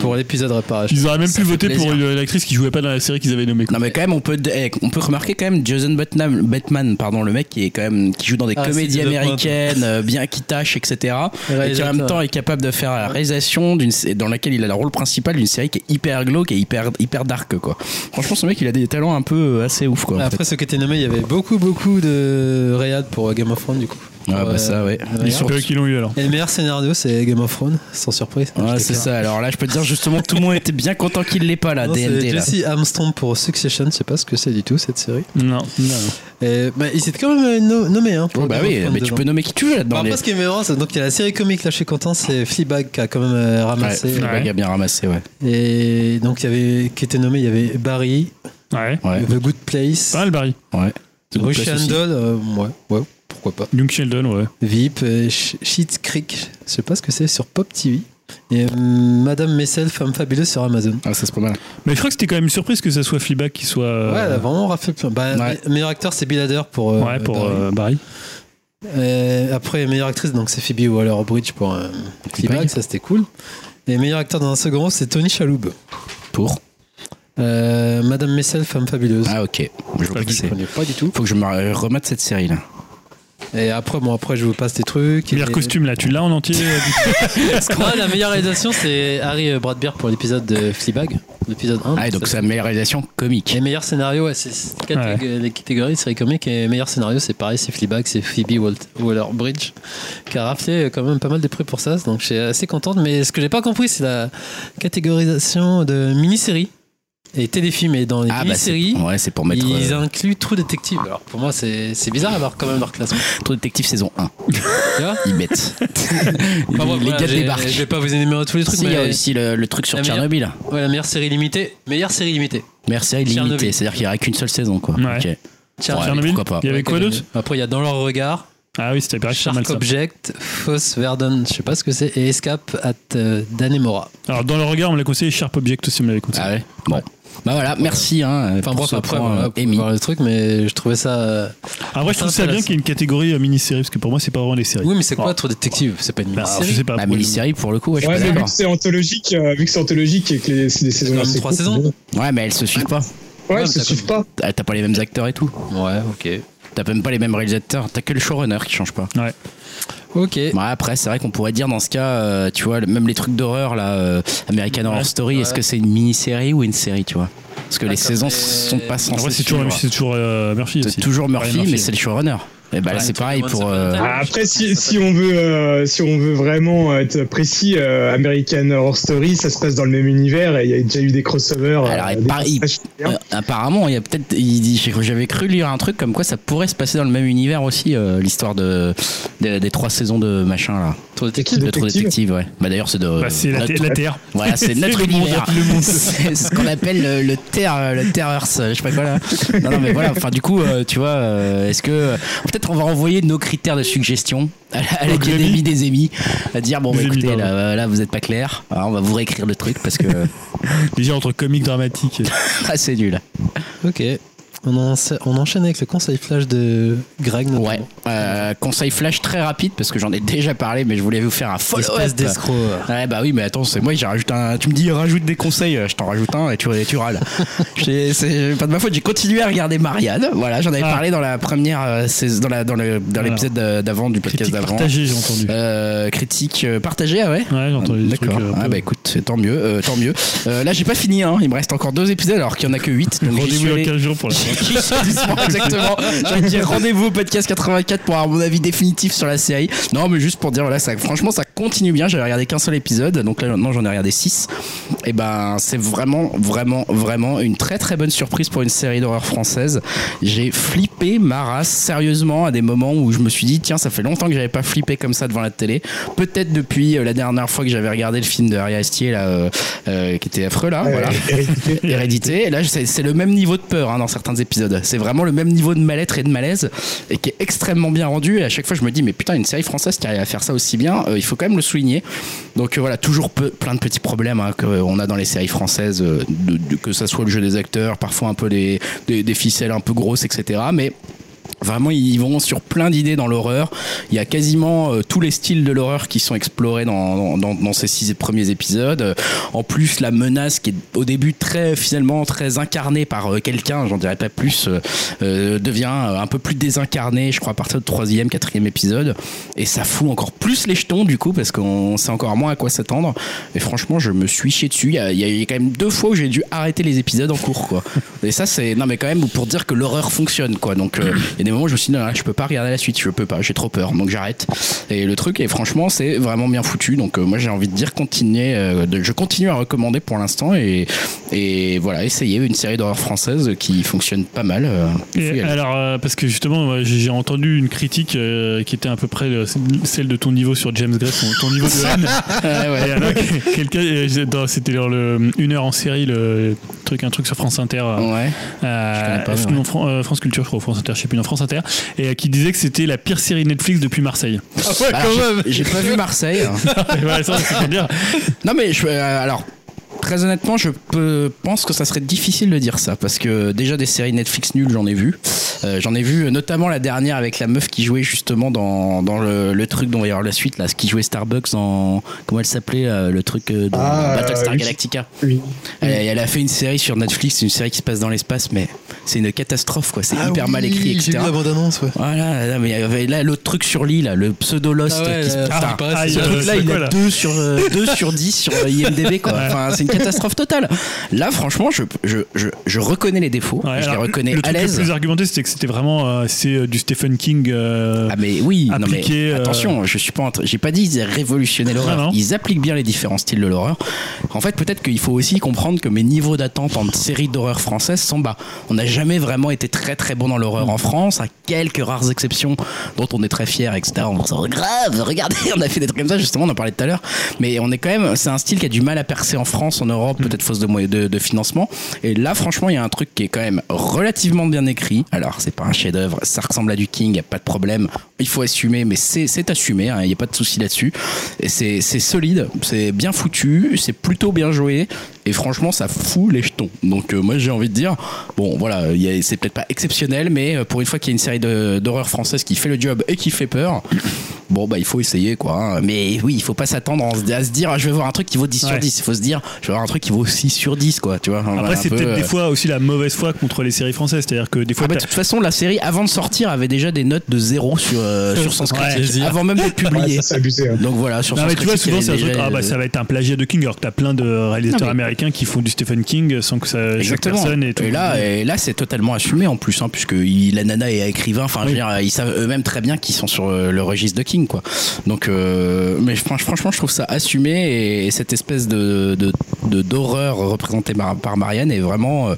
A: Pour l'épisode réparation.
D: Ils auraient même
B: Ça
D: pu
B: fait
D: voter pour
B: plaisir.
D: une- l'actrice qui jouait pas dans la série qu'ils avaient nommée. quoi.
B: Non mais quand même on peut eh, on peut remarquer quand même Jason Batman, Batman pardon le mec qui est quand même qui joue dans des
A: Ah,
B: comédies
A: c'est Jason
B: américaines euh, bien qui tâche etc et qui en
A: Réalisateur.
B: même temps est capable de faire la réalisation d'une sé- dans laquelle il a le rôle principal d'une série qui est hyper glauque et hyper hyper dark quoi franchement ce mec il a des talents un peu euh, assez ouf quoi en
A: Après, ceux qui étaient nommés, il y avait beaucoup, beaucoup de Rayad pour euh, Game of Thrones, du coup.
B: fait. ah
A: Pour, euh,
B: bah ça ouais
A: Rayad.
D: Ils sont eux qui l'ont eu alors.
A: Et le meilleur scénario, c'est Game of Thrones, sans surprise.
B: Ouais, c'est ça alors là je peux te dire justement tout le monde était bien content qu'il l'ait pas là
A: Non,
B: DND
A: c'est
B: là
A: Jesse Armstrong pour Succession, je sais pas ce que c'est du tout cette série.
D: Non.
A: Et, bah, il s'est quand même euh, no- nommé. Hein, pour
B: Oh, bah
A: Game of
B: oui
A: Thrones
B: mais tu
A: dedans.
B: peux nommer qui tu veux là
A: Bah,
B: dedans
A: après,
B: les-
A: ce qui est marrant, c'est donc il y a la série comique, là je suis content, c'est Fleabag qui a quand même euh, ramassé.
B: Ouais, le
D: Ouais.
B: gars bien ramassé ouais
A: Et donc il y avait, qui était nommé, il y avait Barry,
D: Ouais.
B: ouais
A: The Good Place,
D: Pas mal, Barry.
B: ouais C'est
A: Rush
B: pas souci.
A: Handle, euh, ouais, ouais, pourquoi pas.
D: Young Sheldon, ouais.
A: VIP, euh, Sh- Schitt's Creek, je sais pas ce que c'est, sur Pop TV. Et euh, Madame Messel, Femme Fabuleuse sur Amazon.
B: ah ça c'est pas mal
D: Mais je crois que c'était quand même une surprise que ça soit Fleabag qui soit. euh,
A: Ouais, elle a vraiment raflé plein. Bah,
B: Ouais.
A: me- Meilleur acteur, c'est Bill Hader pour. euh,
D: ouais, pour
A: Barry.
D: euh, Barry.
A: Euh, après, meilleure actrice, donc c'est Phoebe Waller-Bridge pour euh, Fleabag, ça c'était cool. Et meilleur acteur dans un second rôle, c'est Tony Chaloub.
B: pour
A: Euh, Madame Messel, Femme Fabuleuse.
B: Ah ok, je vois
D: Pas
B: pas qui
D: du
A: Je
B: c'est.
A: connais pas du tout.
B: Faut que je me remate cette série là.
A: Et après, bon, après, je vous passe des trucs.
D: Meilleur
A: Et- [laughs]
D: costume là, tu l'as en entier euh, du-
A: Ah, la meilleure réalisation, c'est Harry Bradbeer pour l'épisode de Fleabag, l'épisode 1.
B: Ah et donc c'est la meilleure réalisation comique.
A: Et meilleur scénario, ouais, c'est c'est catég- les catégories séries comiques. Et meilleur scénario, c'est pareil, c'est Fleabag, c'est Phoebe Walt- Waller-Bridge, qui a raflé euh, quand même pas mal de prix pour ça. Donc je suis assez contente. Mais ce que j'ai pas compris, c'est la catégorisation de mini-série. et téléfilms et dans les
B: Ah bah c'est
A: séries
B: ouais, c'est pour mettre
A: ils
B: euh,
A: incluent True Detective. Alors pour moi c'est c'est bizarre d'avoir quand même leur classement.
B: True Detective saison 1.
A: Tu vois
B: Ils
A: [laughs]
B: mettent.
A: Enfin, bref,
B: [laughs] les
A: voilà,
B: gars
A: j'ai-
B: débarquent.
A: Je vais pas vous énumérer tous les trucs,
B: Si, il y a
A: mais
B: aussi le, le truc sur
A: la meilleure-
B: Tchernobyl.
A: ouais, la meilleure série limitée, meilleure série limitée.
B: Merci à illimité,
A: Tchernobyl.
B: c'est-à-dire qu'il n'y aura qu'une seule saison quoi.
D: Ouais.
B: Ok.
A: Tiens, j'en
B: Ouais,
A: ai-
D: Tchernobyl,
B: pourquoi pas.
D: Il y avait
A: ouais,
D: quoi
A: quelques-
D: d'autre
A: Après il y a Dans leur regard,
D: Ah oui, c'était pareil, c'était pas mal
A: Shark
D: ça.
A: Object, Foss Verdon, je sais pas ce que c'est, et Escape at euh, Danemora.
D: Alors, dans le regard, on me l'a conseillé, Sharp Object aussi, on me l'avait conseillé.
B: Ah ouais Bon. Bah voilà, merci. Hein,
A: Enfin
B: pour
A: bref,
B: ce
A: après
B: point,
A: voilà,
B: euh,
A: vous pouvez
B: émis.
A: voir le truc, mais je trouvais ça. euh,
B: Ah,
D: En vrai, je trouve ça bien
A: intéressant.
D: qu'il y ait une catégorie euh, mini-série, parce que pour moi, c'est pas vraiment des séries.
A: Oui, mais c'est quoi
D: Oh.
A: True Detective C'est pas une
D: Bah, alors, je
A: série.
D: sais pas.
B: La
D: pour le-
B: mini-série pour le coup, ouais, je suis pas
C: Ouais, mais vu que
B: d'accord.
C: c'est anthologique, euh, vu que c'est anthologique et que les, c'est des saisons
A: Quand même
C: assez
A: trois
C: courtes,
A: saisons.
C: Ouais,
B: Ouais, mais elles se suivent pas.
A: Ouais,
C: ils
A: mais
C: se
A: ça
C: suivent pas.
B: Ah, T'as pas les mêmes acteurs et tout.
A: Ouais, ok.
B: T'as même pas les mêmes réalisateurs. T'as que le showrunner qui change pas.
D: Ouais.
A: Ok.
B: Ouais, après, c'est vrai qu'on pourrait dire dans ce cas, euh, tu vois, le- même les trucs d'horreur, là, euh, American Horror Story, est-ce
A: Ouais.
B: que c'est une mini-série ou une série, tu vois Parce que les
A: D'accord,
B: saisons
A: mais-
B: sont pas
D: En
B: censées.
D: vrai, c'est toujours,
B: suivre.
D: c'est toujours euh, Murphy aussi.
B: C'est toujours Murphy,
D: Ryan Murphy.
B: mais c'est le showrunner. Et bah là,
A: Ouais.
B: c'est pareil pour. euh,
A: Ouais.
C: Ah, Après, si, si on veut, euh, si on veut vraiment être précis, euh, American Horror Story, ça se passe dans le même univers et il y a déjà eu des crossovers.
B: Alors,
C: euh,
B: et
C: des
B: pareil.
C: passages
B: euh, apparemment, il y a peut-être. il dit- J'avais cru lire un truc comme quoi ça pourrait se passer dans le même univers aussi, euh, l'histoire de, de- des trois saisons de machin là.
A: True Detective.
B: De True Détective, ouais. Bah d'ailleurs, c'est de.
D: Bah, c'est la,
B: notre-
D: la Terre.
B: Voilà,
D: [laughs]
B: c'est notre
D: le monde,
B: univers. C'est ce qu'on appelle le, le terre, le terreur, je sais pas quoi là. Non, non, mais voilà. Enfin, du coup, euh, tu vois, euh, est-ce que euh, peut-être on va renvoyer nos critères de suggestion à la- à
D: Au
B: l'académie
D: Grémy.
B: des émis, à dire bon, bah,
D: Des Émis,
B: écoutez,
D: pardon.
B: là, là, vous êtes pas clair. Alors, on va vous réécrire le truc parce que
D: [laughs]
B: euh,
D: Déjà, entre comique dramatique. et-
B: ah, c'est nul.
A: Ok. On, en- on enchaîne avec le conseil flash de Greg. notamment.
B: Ouais. Euh, conseil flash très rapide parce que j'en ai déjà parlé, mais je voulais vous faire un
A: Espèce
B: follow-up.
A: d'escroc. euh.
B: Ouais bah oui mais attends c'est moi j'ai rajouté un tu me dis rajoute des conseils euh, je t'en rajoute un et tu et tu
D: [laughs]
B: râles J'ai- c'est pas de ma faute j'ai continué à regarder Marianne voilà j'en avais
D: Ah.
B: parlé dans la première euh, saison- dans la dans le dans
D: Alors.
B: l'épisode d'a- d'avant du podcast
D: Critique
B: d'avant
D: partagée, j'ai entendu.
B: Euh, critique euh, partagée ah ouais
D: Ouais, j'ai entendu des trucs.
B: D'accord.
D: euh, un
B: Ah
D: peu-
B: bah écoute, tant mieux, euh, tant mieux. Euh, là j'ai pas fini, hein. il me reste encore deux épisodes alors qu'il y en a que huit. donc j'y suis
D: Rendez-vous dans
B: allé-
D: 15 jours pour
B: [laughs]
D: la
B: Doucement, exactement. J'allais dire rendez-vous au podcast 84 pour avoir mon avis définitif sur la série. Non, mais juste pour dire, voilà, ça, franchement, ça continue bien. J'avais regardé qu'un seul épisode, donc là maintenant j'en ai regardé 6. Et ben, c'est vraiment, vraiment, vraiment une très très bonne surprise pour une série d'horreur française. J'ai flippé ma race sérieusement à des moments où je me suis dit, tiens, ça fait longtemps que j'avais pas flippé comme ça devant la télé. Peut-être depuis euh, la dernière fois que j'avais regardé le film de Harry Astier, là, euh, euh, qui était affreux, là.
C: euh,
B: Voilà.
C: hérédité.
B: [laughs] Hérédité. Et là, c'est c'est le même niveau de peur hein, dans certains épisodes. C'est vraiment le même niveau de mal-être et de malaise et qui est extrêmement bien rendu. Et à chaque fois, je me dis, mais putain, une série française qui arrive à faire ça aussi bien, euh, il faut quand même le souligner. Donc euh, voilà, toujours peu- plein de petits problèmes hein, qu'on a dans les séries françaises, euh, de- de- que ça soit le jeu des acteurs, parfois un peu des, des- des ficelles un peu grosses, etc. Mais Vraiment, ils vont sur plein d'idées dans l'horreur. Il y a quasiment euh, tous les styles de l'horreur qui sont explorés dans, dans- dans- dans ces six premiers épisodes. Euh, En plus, la menace qui est au début très finalement très incarnée par euh, quelqu'un, j'en dirais pas plus, euh, euh, devient euh, un peu plus désincarnée, je crois, à partir du troisième, quatrième épisode. Et ça fout encore plus les jetons du coup parce qu'on sait encore moins à quoi s'attendre. Et franchement, je me suis chié dessus. Il y a, il y a eu quand même deux fois où j'ai dû arrêter les épisodes en cours
D: [laughs]
B: quoi. Et ça, c'est. Non, mais quand même, pour dire que l'horreur fonctionne, quoi. Donc,
D: Mm.
B: euh, il y a des moments où je me suis dit, non, là, je peux pas regarder la suite, je peux pas, j'ai trop peur, donc j'arrête. Et le truc, et franchement, c'est vraiment bien foutu. Donc, euh, moi, j'ai envie de dire, continuez. euh, de- je continue à recommander pour l'instant. Et, et voilà, essayez une série d'horreur française qui fonctionne pas mal. euh, il faut y
D: Et
B: aller.
D: alors, euh, parce que justement, moi, j'ai j'ai entendu une critique euh, qui était à peu près euh, celle de ton niveau sur James Gray, ton, ton
B: [laughs]
D: niveau de haine.
B: Ouais, Ah ouais.
D: Et alors, que- quelqu'un, euh, j'ai- dans- c'était dans le une heure en série, le truc, un truc sur France Inter. euh,
B: Ouais.
D: euh,
B: connais pas,
D: F-
B: mais ouais.
D: non, Fran- euh, France Culture, je crois, ou France Inter, je sais plus, non, France Inter, et euh, qui disait que c'était la pire série Netflix
B: [laughs]
D: depuis Marseille.
B: Alors, Bah, j'ai- J'ai pas vu Marseille. hein.
D: Et voilà, ça, c'est pour dire.
B: Non mais je, euh, alors très honnêtement, je peux- pense que ça serait difficile de dire ça parce que déjà des séries Netflix nulles, j'en ai vu. Euh, j'en ai vu euh, notamment la dernière avec la meuf qui jouait justement dans, dans le, le truc dont il va y avoir la suite là, ce qui jouait Starbucks en comment elle s'appelait euh, le truc euh, dans
C: Ah,
B: Battlestar
C: euh,
B: Galactica.
C: Oui.
B: Elle, elle a fait une série sur Netflix, une série qui se passe dans l'espace, mais c'est une catastrophe quoi. C'est Ah
C: Ah
B: hyper mal écrit, etc.
A: bande-annonce, ouais.
B: Voilà, là, mais il y avait là l'autre truc sur l'île, là, le pseudo Lost
A: Ah ouais,
C: euh,
B: qui se
A: là,
B: passe.
A: ah, il paraît,
D: Ah,
A: c'est
D: il
B: Ce
A: sur-
D: y a-
B: truc-là,
D: [laughs] c'est
B: il
D: quoi,
B: a
D: là
B: 2 sur, 2 sur 10 sur euh, IMDB, quoi. Enfin, c'est une catastrophe totale. Là, franchement, je, je, je, je reconnais les défauts,
D: Ouais,
B: je
D: alors,
B: les reconnais
D: le
B: à
D: truc le
B: l'aise.
D: plus argumenté, c'était que c'était vraiment euh, c'est euh, du Stephen King. euh,
B: Ah mais oui, non mais
D: appliqué, euh,
B: attention, je suis pas en train- j'ai pas dit ils révolutionnaient
D: Non,
B: l'horreur.
D: non.
B: Ils appliquent bien les différents styles de l'horreur. En fait, peut-être qu'il faut aussi comprendre que mes niveaux d'attente en séries d'horreur françaises sont bas. On n'a jamais vraiment été très très bon dans l'horreur en France, à quelques rares exceptions dont on est très fier, etc. On s'en grave, regardez, on a fait des trucs comme ça justement, on en parlait tout à l'heure. Mais on est quand même, c'est un style qui a du mal à percer en France, en Europe,
D: Mm.
B: peut-être fausse de, moyens- de, de financement. Et là, franchement, il y a un truc qui est quand même relativement bien écrit. Alors, c'est pas un chef-d'œuvre, ça ressemble à du King, y a pas de problème. Il faut assumer, mais c'est c'est assumé, il n'y a pas de souci là-dessus. Et c'est c'est solide, c'est bien foutu, c'est plutôt bien joué. Et franchement, ça fout les jetons. Donc, euh, moi, j'ai envie de dire, bon, voilà, il y a- c'est peut-être pas exceptionnel, mais euh, pour une fois qu'il y a une série de- d'horreur française qui fait le job et qui fait peur, [coughs] bon, bah, il faut essayer, quoi. hein. Mais oui, il faut pas s'attendre en se- à se dire, ah, je vais voir un truc qui vaut 10 sur
D: Ouais.
B: 10. Il faut se dire, je vais voir un truc qui vaut 6 sur 10, quoi, tu vois.
D: Après,
B: Un
D: c'est
B: peu,
D: peut-être des
B: euh,
D: fois aussi la mauvaise foi contre les séries françaises. C'est-à-dire que des fois,
B: ah bah, de
D: t'as-
B: toute façon, la série, avant de sortir, avait déjà des notes de 0 sur,
D: [laughs]
B: euh, sur Sens
A: Ouais,
B: Critique,
A: plaisir.
B: avant même d'être
C: Ouais,
B: publié.
C: ça, c'est abusé. hein.
B: Donc voilà, sur
D: Non,
B: Sens
D: mais tu vois,
B: Critique, il y
D: souvent,
B: avait
D: c'est un
B: déjà
D: truc, ah,
B: le-
D: bah, ça va être un plagiat de King, alors que t'as plein de euh, réalisateurs
B: euh, Non, mais-
D: américains qui font du Stephen King euh, sans que ça choque
B: Exactement.
D: personne et tout.
B: Et là, euh, et là, c'est totalement assumé en plus, hein, puisque il- la nana est écrivain. Enfin, je veux
D: Oui.
B: dire, ils savent eux-mêmes très bien qu'ils sont sur euh, le registre de King, quoi. Donc, euh, mais fran- franchement, je trouve ça assumé et, et cette espèce de de- de- d'horreur représentée par, par Marianne est vraiment euh,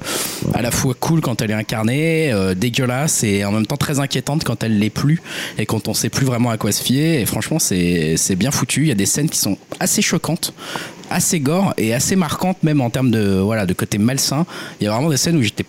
B: à la fois cool quand elle est incarnée, euh, dégueulasse et en même temps très inquiétante quand elle l'est plus et quand on sait plus vraiment à quoi se fier. Et franchement, c'est c'est bien foutu. Il y a des scènes qui sont assez choquantes assez gore et assez marquante même en termes de voilà de côté malsain il y a vraiment des scènes où j'étais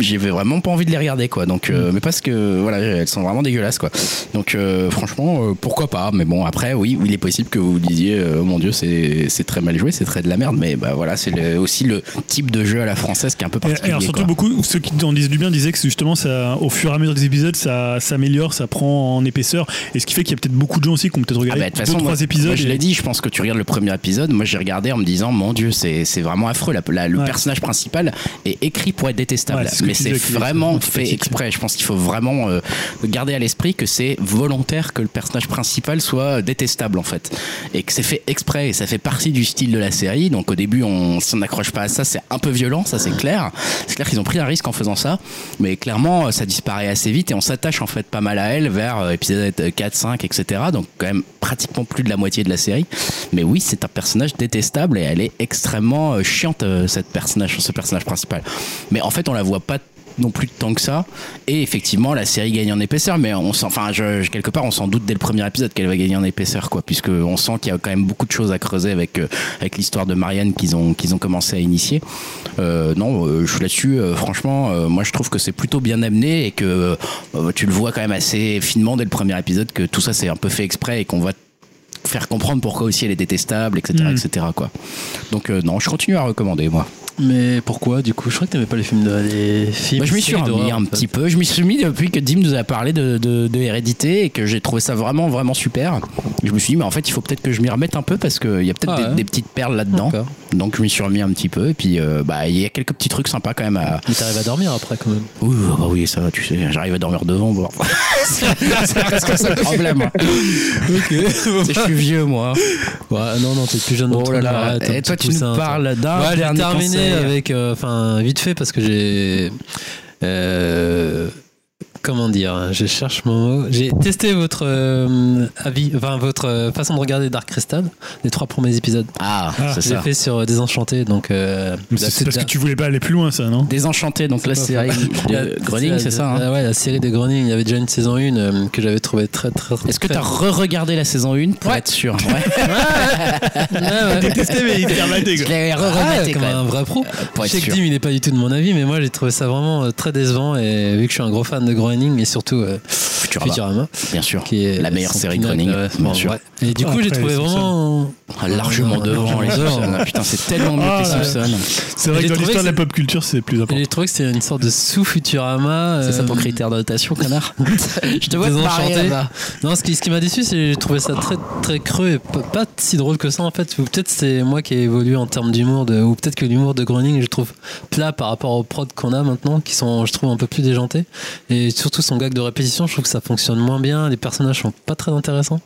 B: j'avais vraiment pas envie de les regarder quoi donc euh, mais parce que voilà elles sont vraiment dégueulasses quoi donc euh, franchement euh, pourquoi pas mais bon après oui il est possible que vous vous disiez euh, oh mon dieu c'est c'est très mal joué c'est très de la merde mais bah voilà c'est le- aussi le type de jeu à la française qui est un peu
D: Et- Et
B: particulier
D: alors surtout
B: quoi.
D: beaucoup ceux qui en disent du bien disaient que justement ça, au fur et à mesure des épisodes ça s'améliore, ça prend en épaisseur et ce qui fait qu'il y a peut-être beaucoup de gens aussi qui ont peut-être
B: Ah
D: regardé
B: bah, de toute
D: deux
B: façon, moi,
D: trois épisodes.
B: moi, je
D: et-
B: l'ai dit, je pense que tu regardes le premier épisode. Moi, j'ai regardé en me disant, mon Dieu, c'est c'est vraiment affreux. La- la- le
D: Ouais.
B: personnage principal est écrit pour être détestable.
D: Ouais, c'est ce que
B: mais
D: tu
B: c'est
D: disais, qu'il est
B: vraiment
D: antipathique.
B: fait exprès. Je pense qu'il faut vraiment euh, garder à l'esprit que c'est volontaire que le personnage principal soit détestable, en fait. Et que c'est fait exprès. Et ça fait partie du style de la série. Donc, au début, on, si on n'accroche pas à ça, c'est un peu violent, ça, c'est clair. C'est clair qu'ils ont pris un risque en faisant ça. Mais clairement, euh, ça disparaît assez vite et on s'attache en fait pas mal à elle vers euh, épisode 4, 5, etc. Donc quand même pratiquement plus de la moitié de la série. Mais oui, c'est un personnage détestable et elle est extrêmement euh, chiante, euh, cette personnage, ce personnage principal. Mais en fait, on la voit pas non plus tant que ça et effectivement la série gagne en épaisseur mais on s'en enfin je, je- quelque part on s'en doute dès le premier épisode qu'elle va gagner en épaisseur quoi puisque on sent qu'il y a quand même beaucoup de choses à creuser avec euh, avec l'histoire de Marianne qu'ils ont qu'ils ont commencé à initier euh, non, euh, je suis là-dessus. euh, franchement, euh, moi, je trouve que c'est plutôt bien amené et que euh, tu le vois quand même assez finement dès le premier épisode que tout ça c'est un peu fait exprès et qu'on va faire comprendre pourquoi aussi elle est détestable, etc.,
D: Mm.
B: etc. Quoi. Donc euh, non, je continue à recommander moi.
A: Mais pourquoi du coup Je crois que t'aimais pas les films de les films.
B: Bah, je m'y suis
A: séries d'horreur,
B: remis un
A: en fait.
B: petit peu. Je m'y suis mis depuis que Dim nous a parlé de, de, de Hérédité et que j'ai trouvé ça vraiment, vraiment super. Je me suis dit, mais en fait, il faut peut-être que je m'y remette un peu parce qu'il y a peut-être
A: Ah
B: des,
A: ouais.
B: des petites perles là-dedans.
A: D'accord.
B: Donc je m'y suis remis un petit peu et puis euh, bah, il y a quelques petits trucs sympas quand même à,
A: Mais t'arrives à dormir après quand même.
B: Oui, ah bah oui, ça va, tu sais, j'arrive à dormir devant,
A: [laughs]
B: bon. c'est presque ça le problème. hein.
A: Ok.
B: C'est- Je suis vieux, moi.
A: ouais, ah non, non, t'es plus jeune d'entre
B: Oh là
A: nous,
B: là.
A: arrête,
B: Et
A: un
B: toi,
A: petit
B: tu nous
A: poussin, toi.
B: parles Ah, d'un
A: Ouais, j'ai
B: dernier
A: terminé
B: conseil.
A: avec. euh, Enfin, vite fait parce que j'ai. euh, comment dire Je cherche mon mot. J'ai testé votre euh, avis, enfin, votre euh, façon de regarder Dark Crystal, les trois premiers épisodes.
B: Ah, c'est
A: J'ai
B: ça.
A: fait sur euh, Désenchanté, donc. euh,
B: Bah,
D: Mais c'est-
A: la-
D: c'est parce que tu voulais pas aller plus loin ça, non
B: Désenchanté, donc
A: [laughs]
B: la série
A: la-
B: de Groening, c'est ça hein
A: Ah Ouais, la série des Groening. Il y avait déjà une saison 1 que j'avais trouvé très, très.
B: Est-ce que
A: très-
B: t'as re-regardé la saison 1 pour
A: Ouais.
B: être sûr ouais.
A: Ouais,
B: [laughs]
A: ouais.
D: Testé mais il
B: Je l'ai re-rematé
A: Ah Ouais,
B: quand
A: comme un
B: même.
A: vrai pro.
B: Pour
A: Je
B: être
A: sais que
B: sûr.
A: Dim, il n'est pas du tout de mon avis, mais moi, j'ai trouvé ça vraiment euh, très décevant. Et vu que je suis un gros fan de Groening et surtout euh,
B: Futurama,
A: Futurama,
B: bien sûr.
A: qui est
B: La meilleure
A: son
B: série
A: pinacle,
B: Groening,
A: ouais,
B: bien
A: bon,
B: sûr.
A: ouais. Et du coup,
D: Après,
A: j'ai trouvé
D: les
A: vraiment.
B: Ah, largement
A: Non, largement
B: devant les
A: devant.
B: Simpsons. Putain, c'est tellement mieux
D: Ah,
B: que les
D: ouais.
B: Simpsons.
D: C'est vrai
A: J'ai
D: que dans
A: trouvé
D: l'histoire de la
A: que
D: pop culture c'est plus important.
A: J'ai trouvé que c'était une sorte de sous-Futurama.
B: C'est ça
A: euh,
B: ton critère de
A: [laughs]
B: notation, connard Je te vois te
A: Désenchanté.
B: barrer là-bas.
A: Non, ce qui, ce qui m'a déçu, c'est que j'ai trouvé ça très très creux et pas, pas si drôle que ça en fait. Ou peut-être c'est moi qui ai évolué en termes d'humour, de- ou peut-être que l'humour de Groening, je trouve plat par rapport aux prods qu'on a maintenant, qui sont, je trouve, un peu plus déjantés. Et je surtout son gag de répétition, je trouve que ça fonctionne moins bien. Les personnages sont pas très intéressants.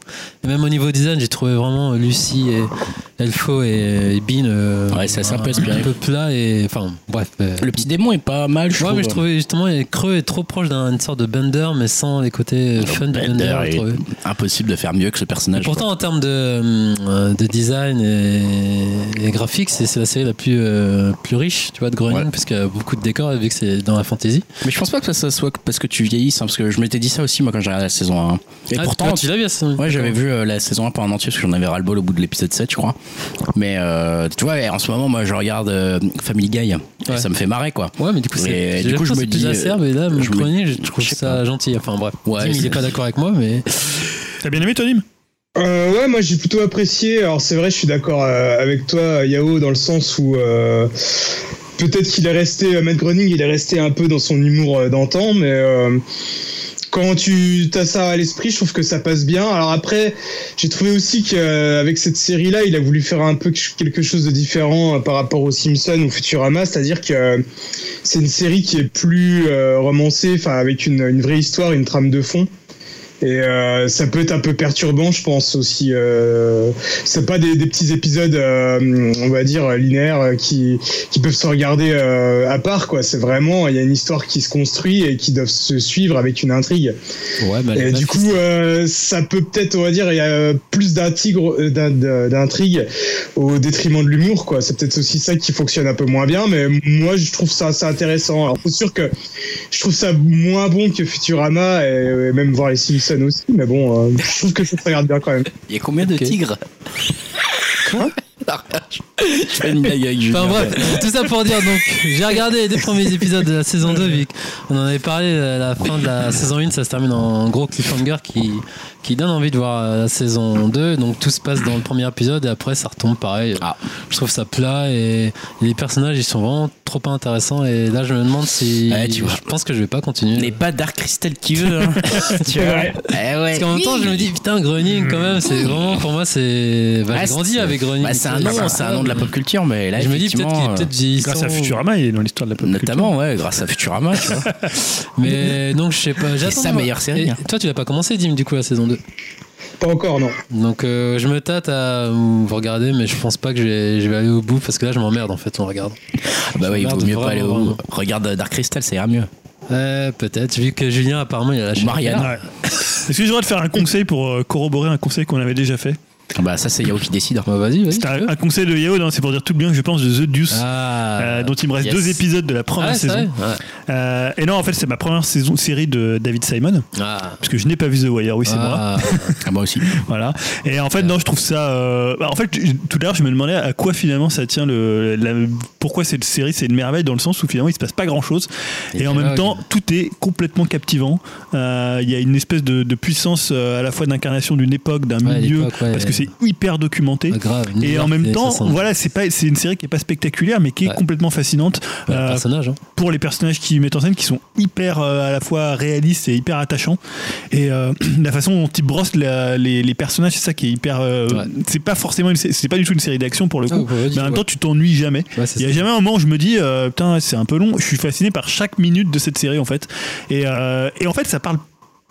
A: Et même au niveau design, j'ai trouvé vraiment Lucie et Elfo et, et Bean euh,
B: Ouais, ça, c'est un peu aspiré.
A: un peu plat et enfin bref. euh,
B: Le petit démon est pas mal, je
A: ouais,
B: trouve.
A: mais je trouvais justement il est creux et trop proche d'un- d'une sorte de Bender, mais sans les côtés euh, fun de Bender.
B: Bender
A: je
B: est
A: trouvais.
B: impossible de faire mieux que ce personnage.
A: Pourtant, en termes de, euh, de design et, et graphique, c'est c'est la série la plus, euh, plus riche, tu vois, de Groening,
B: Ouais.
A: parce qu'il y a beaucoup de décors, vu que c'est dans la fantasy.
B: Mais je pense pas que ça soit parce que tu vieillisses, hein, parce que je m'étais dit ça aussi moi quand j'ai regardé la saison 1. Et
A: Ah,
B: pourtant,
A: toi, tu l'as vu, ça
B: ouais, j'avais vu euh, la saison 1 pas en entier parce que j'en avais ras le bol au bout de l'épisode 7, je crois. Mais euh, tu vois, en ce moment, moi je regarde euh, Family Guy et
A: Ouais.
B: ça me fait marrer quoi.
A: Ouais, mais du coup, c'est
B: Et du coup, je
A: l'impression que
B: me
A: c'est plus
B: dis, euh,
A: acerbe, et là, mon
B: je me-
A: Groening, je trouve
B: je sais
A: ça
B: pas.
A: gentil. Enfin, bref.
B: Ouais,
A: Tim, il
B: c'est-
A: est pas d'accord avec moi, mais.
D: T'as bien aimé, Tony
C: Euh, ouais, moi j'ai plutôt apprécié. Alors c'est vrai, je suis d'accord euh, avec toi, Yao, dans le sens où euh, peut-être qu'il est resté, euh, Matt Groening, il est resté un peu dans son humour euh, d'antan, mais euh, quand tu as ça à l'esprit, je trouve que ça passe bien. Alors après, j'ai trouvé aussi qu'avec cette série-là, il a voulu faire un peu quelque chose de différent euh, par rapport aux Simpsons ou Futurama, c'est-à-dire que euh, c'est une série qui est plus euh, romancée, enfin avec une, une vraie histoire, une trame de fond. Et euh, ça peut être un peu perturbant, je pense aussi. Euh, c'est pas des, des petits épisodes, euh, on va dire linéaires, euh, qui qui peuvent se regarder euh, à part, quoi. C'est vraiment, il y a une histoire qui se construit et qui doivent se suivre avec une intrigue.
A: Ouais, bah,
C: Et du coup, euh, ça peut peut-être, on va dire, il y a plus d'intrigue euh, d'in- d'intrigue au détriment de l'humour, quoi. C'est peut-être aussi ça qui fonctionne un peu moins bien, mais moi, je trouve ça assez intéressant. Alors, c'est sûr que je trouve ça moins bon que Futurama et, et même voir les Simpsons aussi, mais bon, euh, je trouve que ça se regarde bien quand même.
B: Il y a combien de
A: Ok.
B: tigres [laughs]
C: Quoi
B: Je fais une blague avec Julien.
A: Enfin bref, tout ça pour dire donc, j'ai regardé les deux premiers épisodes de la saison 2, Vic. On en avait parlé à la fin de la saison 1, ça se termine en gros cliffhanger qui, qui donne envie de voir euh, la saison 2. Donc tout se passe dans le premier épisode et après ça retombe pareil.
B: Ah.
A: Je trouve ça plat et, et les personnages ils sont vraiment trop pas intéressants et là je me demande si
B: Ouais, Eh, tu vois.
A: je pense que je vais pas continuer.
B: N'est pas Dark Crystal qui veut. [laughs] Hein. tu vois.
C: Ouais.
B: Eh ouais.
A: Parce qu'en même temps je me dis putain Groening quand même, c'est vraiment pour moi c'est... Bah,
B: Hmm. Ah,
A: j'ai
B: c'est-
A: grandi avec Groening.
B: Bah, c'est un
A: tu vois,
B: nom, c'est un nom de la pop culture, mais là
A: Je me dis peut-être qu'il est
B: effectivement,
A: peut-être vieillissant.
D: Grâce à Futurama, il est dans l'histoire de la
B: euh,
D: pop culture.
B: Notamment, ouais, grâce à Futurama, tu [laughs] vois.
A: Mais donc je sais pas, j'attends.
B: sa
A: de voir.
B: meilleure série,
A: Et
B: hein.
A: Toi tu l'as pas commencé Dim du coup la saison 2.
C: Pas encore, non.
A: Donc euh, je me tâte à vous regarder mais je pense pas que je vais, je vais aller au bout parce que là je m'emmerde en fait on regarde.
B: Bah ouais, il vaut
A: Regarde
B: mieux pas aller
A: vraiment,
B: au.
A: vraiment.
B: Regarde euh, Dark Crystal, ça ira mieux.
A: Euh, peut-être vu que Julien apparemment il a lâché. Ah,
B: Marianne.
D: Ouais. Est-ce que j'aurais de faire un conseil pour euh, corroborer un conseil qu'on avait déjà fait
B: Ah Bah ça c'est Yao qui décide.
A: Bah vas-y vas-y.
D: C'est
A: tu
D: un,
A: veux.
D: un conseil de Yao, non, c'est pour dire tout le bien que je pense de The Deuce.
A: Ah.
D: euh, dont il me reste
B: yes.
D: deux épisodes de la
A: Ah,
D: première
A: ouais, c'est
D: saison.
A: vrai Ouais.
D: Euh, et non, en fait, c'est ma première saison série de David Simon,
A: Ah.
D: parce que je n'ai pas vu The Wire, oui, c'est moi.
A: Ah.
B: Ah moi aussi.
D: Voilà. Et en fait, non, je trouve ça. euh, bah, en fait, j- tout à l'heure, je me demandais à quoi finalement ça tient le. la- pourquoi cette série, c'est une merveille dans le sens où finalement il se passe pas grand chose. Et,
A: Les
D: en même temps,
A: dialogues.
D: tout est complètement captivant. Euh, Il y a une espèce de, de puissance euh, à la fois d'incarnation d'une époque, d'un
A: Ouais,
D: milieu,
A: l'époque, ouais.
D: parce que c'est hyper documenté.
A: Ah, grave.
D: Et en même temps, voilà, c'est pas, c'est une série qui est pas spectaculaire, mais qui est
A: Ouais.
D: complètement fascinante euh,
A: personnage hein.
D: pour les personnages qui mettent en scène, qui sont hyper euh, à la fois réalistes et hyper attachants. Et euh, [clears throat] la façon dont ils brossent la- les, les personnages, c'est ça qui est hyper. euh,
A: Ouais.
D: C'est pas forcément, une sé- c'est pas du tout une série d'action pour le
A: Ah,
D: coup.
A: ouais,
D: mais en même
A: ouais.
D: temps, tu t'ennuies jamais.
A: Ouais, c'est
D: Il y a
A: ça.
D: jamais un moment où je me dis euh, putain c'est un peu long. Je suis fasciné par chaque minute de cette série en fait. Et, euh, et en fait ça parle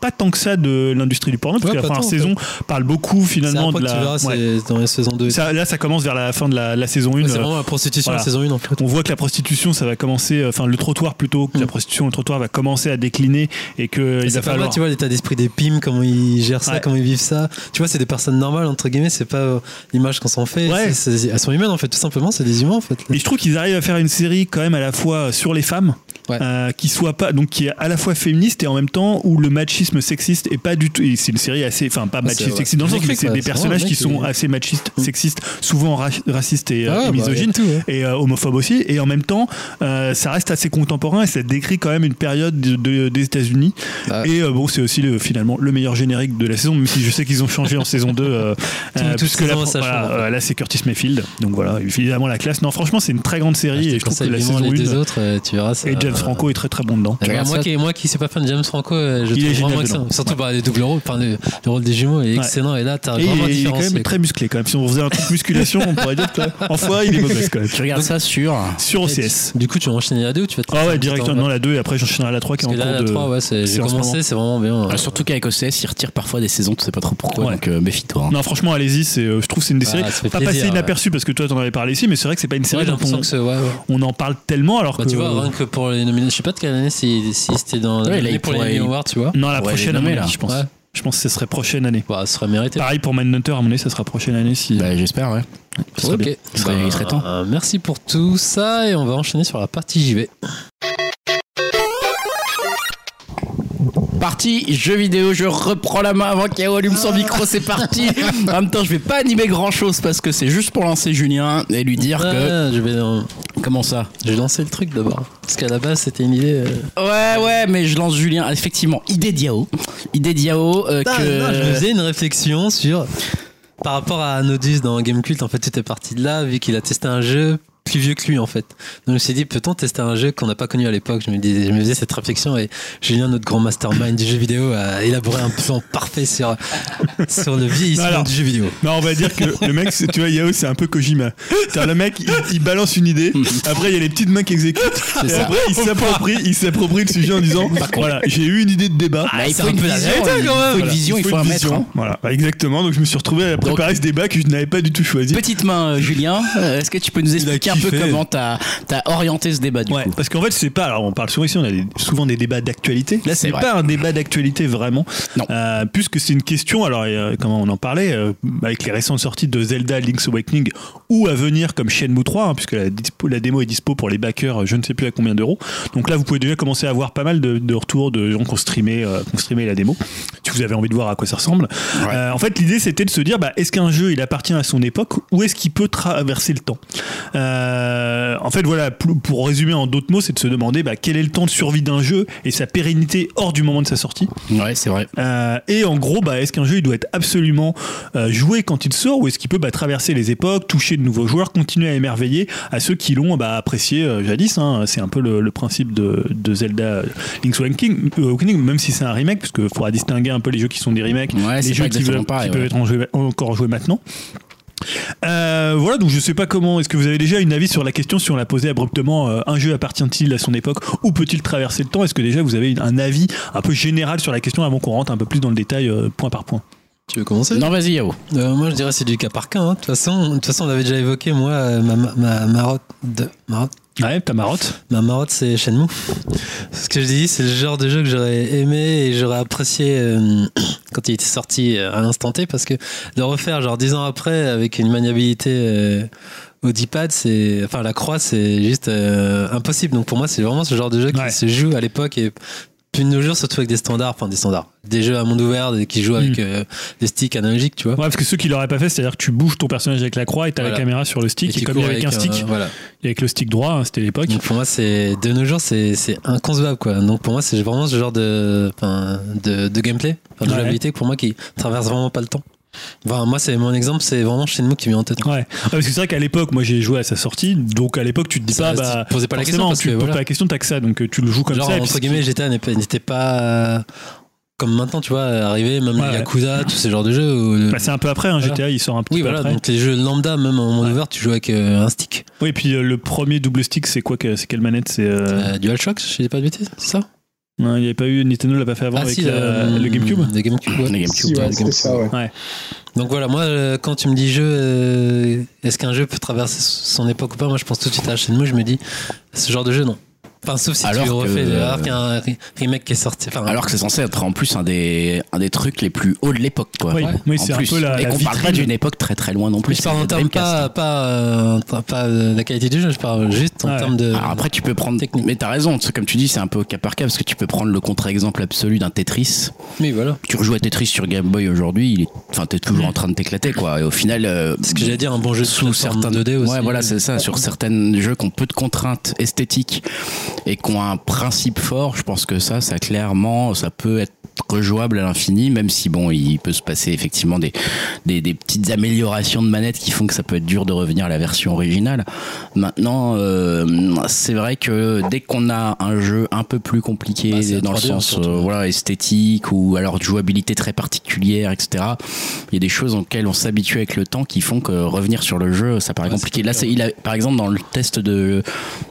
D: pas tant que ça de l'industrie du porno
A: Ouais,
D: parce que la
A: pas
D: première
A: tant, en
D: saison parle beaucoup
A: C'est
D: finalement
A: après
D: de
A: que tu
D: la.
A: verras,
D: ouais.
A: c'est dans la saison 2. C'est
D: Ça- là ça commence vers la fin de la, la saison 1
A: vraiment la prostitution
D: voilà.
A: la saison 1 en fait.
D: on voit que la prostitution, ça va commencer, euh, enfin le trottoir plutôt, que la prostitution, le trottoir va commencer à décliner et que
A: Et Mm.
D: il va
A: C'est pas
D: falloir.
A: mal, tu vois, l'état d'esprit des pimes, comment ils gèrent ça,
D: Ouais.
A: comment ils vivent ça. Tu vois, c'est des personnes normales, entre guillemets, c'est pas euh, l'image qu'on s'en fait.
D: Ouais.
A: C'est- c'est- elles sont humaines, en fait, tout simplement, c'est des humains, en fait.
D: Et je trouve qu'ils arrivent à faire une série quand même à la fois sur les femmes,
A: Ouais.
D: euh, qui soit pas donc qui est à la fois féministe et en même temps où le machisme sexiste est pas du tout. et C'est une série assez, enfin pas
A: Ouais,
D: machiste
A: Ah, c'est-
D: sexiste dans le
A: ouais.
D: sens où
A: Écrit,
D: c'est
A: quoi.
D: des
A: C'est vraiment
D: personnages qui
A: le mec
D: sont
A: qui- Mm.
D: assez machistes, sexistes, souvent ra- racistes et, euh, et
A: Ah, bah, y a
D: misogynes.
A: tout, ouais.
D: et euh, homophobe aussi. Et en même temps, euh, ça reste assez contemporain et ça décrit quand même une période de- de- des États-Unis.
A: Ah.
D: Et euh, bon, c'est aussi le, finalement le meilleur générique de la saison, même si je sais qu'ils ont changé en saison
A: [laughs]
D: 2. euh, euh,
A: toute
D: puisque là,
A: saison, ça
D: voilà,
A: change, en fait.
D: euh, là, c'est Curtis Mayfield. Donc voilà, évidemment la classe. Non, franchement, c'est une très grande
A: Ah,
D: série
A: je
D: et
A: te
D: je trouve que
A: conseille
D: la
A: vivement
D: saison
A: les deux
D: 1
A: autres, euh, tu verras. ça-
D: et James Franco est très très bon dedans.
A: Eh ben,
B: regardes
A: moi,
B: ça
A: qui, moi qui suis pas fan de James Franco, euh, je
D: Il est
A: trouve
D: génial
A: vraiment excellent. Surtout par les doubles rôles, enfin, le, le rôle des jumeaux est excellent. Et là, t'as
D: Et
A: vraiment
D: il est- il est quand
A: différencié.
D: même
A: quoi.
D: très musclé quand même. Si on faisait un truc musculation, on pourrait dire que
A: [laughs]
D: en foire, il est mauvais quand même.
B: Tu regardes ça sur. euh,
D: Sur
A: Et
D: OCS.
A: tu- Du coup, tu vas enchaîner la 2 ou tu vas te
D: Ah ouais,
A: directement
D: directement non, la 2 et après j'enchaînerai la 3 qui est en
A: Parce que
D: cours
A: là, la
D: de.
A: 3, ouais, c'est- j'ai
D: c'est en ce
A: commencé,
D: moment.
A: c'est vraiment bien. hein.
B: Ah, surtout qu'avec OCS, ils retirent parfois des saisons, tu sais pas trop pourquoi,
D: Ouais.
B: donc euh, méfie-toi. hein.
D: Oh. Non, franchement, allez-y, c'est, euh, je trouve que c'est une des
B: Bah,
A: Ah,
D: séries.
A: ça fait
D: Pas
A: plaisir,
D: passée
A: ouais.
D: inaperçue parce que toi t'en avais parlé ici, mais c'est vrai que c'est pas une
A: C'est vrai,
D: série
A: j'ai
D: dont
A: l'impression
D: on,
A: que c'est. Ouais, ouais.
D: on en parle tellement alors
A: Bah,
D: que.
A: tu vois,
B: hein.
A: rien que pour les nominations, je sais pas de quelle année si, si c'était dans la
B: Ouais, là, il
A: pour les
B: pourrait-
A: Emmy Awards, tu vois.
D: Non, la
B: Ouais,
D: prochaine
B: les
D: année,
B: nommés, là.
D: je pense.
A: Ouais.
D: Je pense que ce serait prochaine année.
A: Bah, ça serait mérité.
D: Pareil pour Mindhunter, à mon avis, ça sera prochaine année si.
B: Bah, j'espère, ouais.
D: ça serait
A: Ok.
D: bien.
B: Il serait- il serait temps.
A: Euh, merci pour tout ça et on va enchaîner sur la partie JV.
B: Parti, jeu vidéo, je reprends la main avant qu'il allume son micro, c'est parti. En même temps, je vais pas animer grand chose parce que c'est juste pour lancer Julien et lui dire que.
A: Ah, je, vais, euh,
B: Comment ça
A: je vais lancer le truc d'abord. Parce qu'à la base, c'était une idée. euh,
B: Ouais, ouais, mais je lance Julien. Ah, Effectivement, idée Diao. Idée Diao euh,
A: Ah, non, je me
B: que.
A: faisais une réflexion sur par rapport à Anodis dans Game Cult en fait tout est parti de là vu qu'il a testé un jeu plus vieux que lui en fait donc je me suis dit peut-on tester un jeu qu'on n'a pas connu à l'époque je me disais je me faisais cette réflexion et Julien notre grand mastermind du jeu vidéo a élaboré un plan parfait sur sur le vieillissement
D: Alors.
A: du jeu vidéo
D: Non, on va dire
B: [laughs]
D: que le mec, c'est- tu vois, Yao, c'est un peu Kojima. C'est-à-dire, le mec, il, il balance une idée, après, il y a les petites mains
B: [laughs]
D: qui exécutent, et
B: ça.
D: après, il s'approprie, il s'approprie le sujet en disant Voilà, j'ai eu une idée de débat.
B: Ah, il
A: c'est
B: faut
A: un
B: une
A: peu la
B: vision,
A: vérité,
B: il
A: quand même.
B: faut une vision, il faut
D: une
B: un
D: vision.
B: maître. hein.
D: Voilà, bah, exactement. Donc, je me suis retrouvé à préparer ce débat que je n'avais pas du tout choisi.
B: Petite main, euh, Julien, euh, est-ce que tu peux nous expliquer un peu
D: kiffé.
B: comment t'as as orienté ce débat du
D: Ouais,
B: coup
D: parce qu'en fait, c'est pas. Alors, on parle souvent ici, on a des- souvent des débats d'actualité. Là,
B: C'est
D: c'est
B: vrai.
D: pas un débat d'actualité vraiment.
B: Non.
D: Euh, puisque c'est une question. Alors, euh, comment on en parlait euh, avec les récentes sorties de Zelda Link's Awakening ou à venir comme Shenmue 3, hein, puisque la, dispo- la démo est dispo pour les backers, euh, je ne sais plus à combien d'euros. Donc là, vous pouvez déjà commencer à avoir pas mal de, de retours de gens qui ont streamé, euh, qui ont streamé la démo. Si vous avez envie de voir à quoi ça ressemble. Euh, en fait, l'idée, c'était de se dire bah, est-ce qu'un jeu, il appartient à son époque ou est-ce qu'il peut traverser le temps euh, en fait, voilà, pl- pour résumer en d'autres mots, c'est de se demander bah, quel est le temps de survie d'un jeu et sa pérennité hors du moment de sa sortie.
B: Ouais, c'est vrai.
D: Euh, et en gros, bah, est-ce qu'un jeu il doit être absolument euh, joué quand il sort ou est-ce qu'il peut bah, traverser les époques, toucher de nouveaux joueurs, continuer à émerveiller à ceux qui l'ont bah, apprécié euh, jadis hein. C'est un peu le, le principe de, de Zelda euh, Link's Awakening, euh, Awakening, même si c'est un remake, parce qu'il faudra distinguer un peu les jeux qui sont des remakes,
B: Ouais, c'est
D: les
B: pas
D: jeux qui,
B: exactement
D: veulent- qui
B: pareil,
D: peuvent
B: ouais.
D: être en jeu- encore joués maintenant. Euh, voilà, donc je sais pas comment. Est-ce que vous avez déjà une avis sur la question si on l'a posée abruptement euh, Un jeu appartient-il à son époque ou peut-il traverser le temps Est-ce que déjà vous avez une- un avis un peu général sur la question avant qu'on rentre un peu plus dans le détail euh, point par point
A: tu veux commencer
B: Non, vas-y, Yao.
A: Euh, moi, je dirais c'est du cas par cas. hein. De toute façon, de toute façon, on l'avait déjà évoqué. Moi, euh, ma, ma, ma marotte, de, marotte,
D: Ouais, ta marotte.
A: ma marotte, c'est Shenmue. Ce que je dis, c'est le genre de jeu que j'aurais aimé et j'aurais apprécié euh, [clears throat] quand il était sorti euh, à l'instant T, parce que le refaire, genre dix ans après, avec une maniabilité euh, au D-pad, c'est, enfin, la croix, c'est juste euh, impossible. Donc pour moi, c'est vraiment ce genre de jeu qui
D: Ouais.
A: se joue à l'époque et plus de nos jours, surtout avec des standards, enfin des standards, des jeux à monde ouvert des- qui jouent avec euh, des sticks analogiques, tu vois.
D: Hmm. Ouais, parce que ceux qui l'auraient pas fait, c'est-à-dire que tu bouges ton personnage avec la croix et t'as
A: Voilà.
D: la caméra sur le
A: Et
D: stick et,
A: tu
D: comme
A: cours Mm.
D: il y avait qu'un stick,
A: euh, voilà.
D: et avec le stick droit, hein, c'était l'époque.
A: Donc pour moi, c'est de nos jours, c'est c'est inconcevable quoi. Donc pour moi, c'est vraiment ce genre de enfin, de, de gameplay, enfin, de
D: Ouais.
A: jouabilité pour moi qui traverse vraiment pas le temps. Enfin, moi, c'est mon exemple, c'est vraiment Shenmue qui me vient en tête.
D: Ouais. Ouais, parce que c'est vrai qu'à l'époque, moi j'ai joué à sa sortie, donc à l'époque tu te dis
A: Ça,
D: pas, bah.
A: tu te posais pas la question,
D: forcément,
A: parce
D: tu
A: que
D: te poses
A: voilà.
D: pas la question, t'as que ça, donc euh, tu le joues comme
A: Genre
D: ça. et puis
A: entre
D: c'est-
A: guillemets, GTA n'est pas- n'était pas euh, comme maintenant, tu vois, arrivé même
D: Ouais,
A: les
D: ouais.
A: Yakuza, tous ces genres de jeux. où le-
D: Bah, c'est un peu après, hein,
A: Voilà.
D: GTA il sort un petit
A: oui,
D: peu
A: voilà.
D: après.
A: Donc les jeux lambda, même en monde ouvert, tu joues avec euh, un stick,
D: Oui, et puis euh, le premier double stick, c'est quoi que- C'est quelle manette C'est euh,
A: Euh, DualShock, je dis pas de bêtises, c'est ça
D: non, il n'y avait pas eu Nintendo l'a pas fait avant avec la-
A: euh,
D: le GameCube.
A: le GameCube, ouais.
B: Le GameCube,
A: Ouais,
C: Si, ouais,
A: le
C: c'était
A: GameCube.
C: ça, ouais.
A: Donc voilà, moi, euh, quand tu me dis jeu, euh, est-ce qu'un jeu peut traverser son époque ou pas Moi, je pense tout de suite à Shenmue, je me dis, ce genre de jeu, non. Enfin, sauf si
B: Alors
A: tu
B: que-
A: refais le- alors qu'il y a un re- remake qui est sorti. Enfin,
B: Alors que c'est censé être en plus un des, un des trucs les plus hauts de l'époque, quoi.
D: Oui,
B: En
D: oui, c'est un
B: plus.
D: peu la-
B: Et
D: la
B: qu'on parle pas
D: vitrine.
B: d'une époque très très loin non plus.
A: je parle en
B: c'est
A: termes pas,
B: Dreamcast, hein.
A: pas, euh, pas de la qualité du jeu, je parle juste en
D: Ouais.
A: termes de.
B: Alors après, tu peux prendre.
A: Euh, technique.
B: Mais t'as raison, c'est- comme tu dis, c'est un peu au cas par cas parce que tu peux prendre le contre-exemple absolu d'un Tetris.
A: Mais voilà,
B: Tu rejoues à Tetris sur Game Boy aujourd'hui, il est... enfin, t'es toujours en train de t'éclater, quoi. Et au final. euh,
A: c'est ce que j'allais dire, un bon jeu de
B: sous
A: plateforme
B: certains
A: 2D aussi.
B: Ouais, voilà, c'est ça. Sur certains jeux qui ont peu de contraintes esthétiques et qui ont un principe fort, je pense que ça, ça clairement, ça peut être rejouable à l'infini, même si bon, il peut se passer effectivement des, des, des petites améliorations de manette qui font que ça peut être dur de revenir à la version originale. Maintenant, euh, c'est vrai que dès qu'on a un jeu un peu plus compliqué
A: Bah, c'est la
B: dans le
A: 3D,
B: sens
A: surtout.
B: euh, voilà esthétique ou alors de jouabilité très particulière, etc. Il y a des choses auxquelles on s'habitue avec le temps qui font que revenir sur le jeu, ça paraît
A: Ouais,
B: compliqué.
A: c'est
B: Là,
A: clair.
B: c'est il a, par exemple dans le test de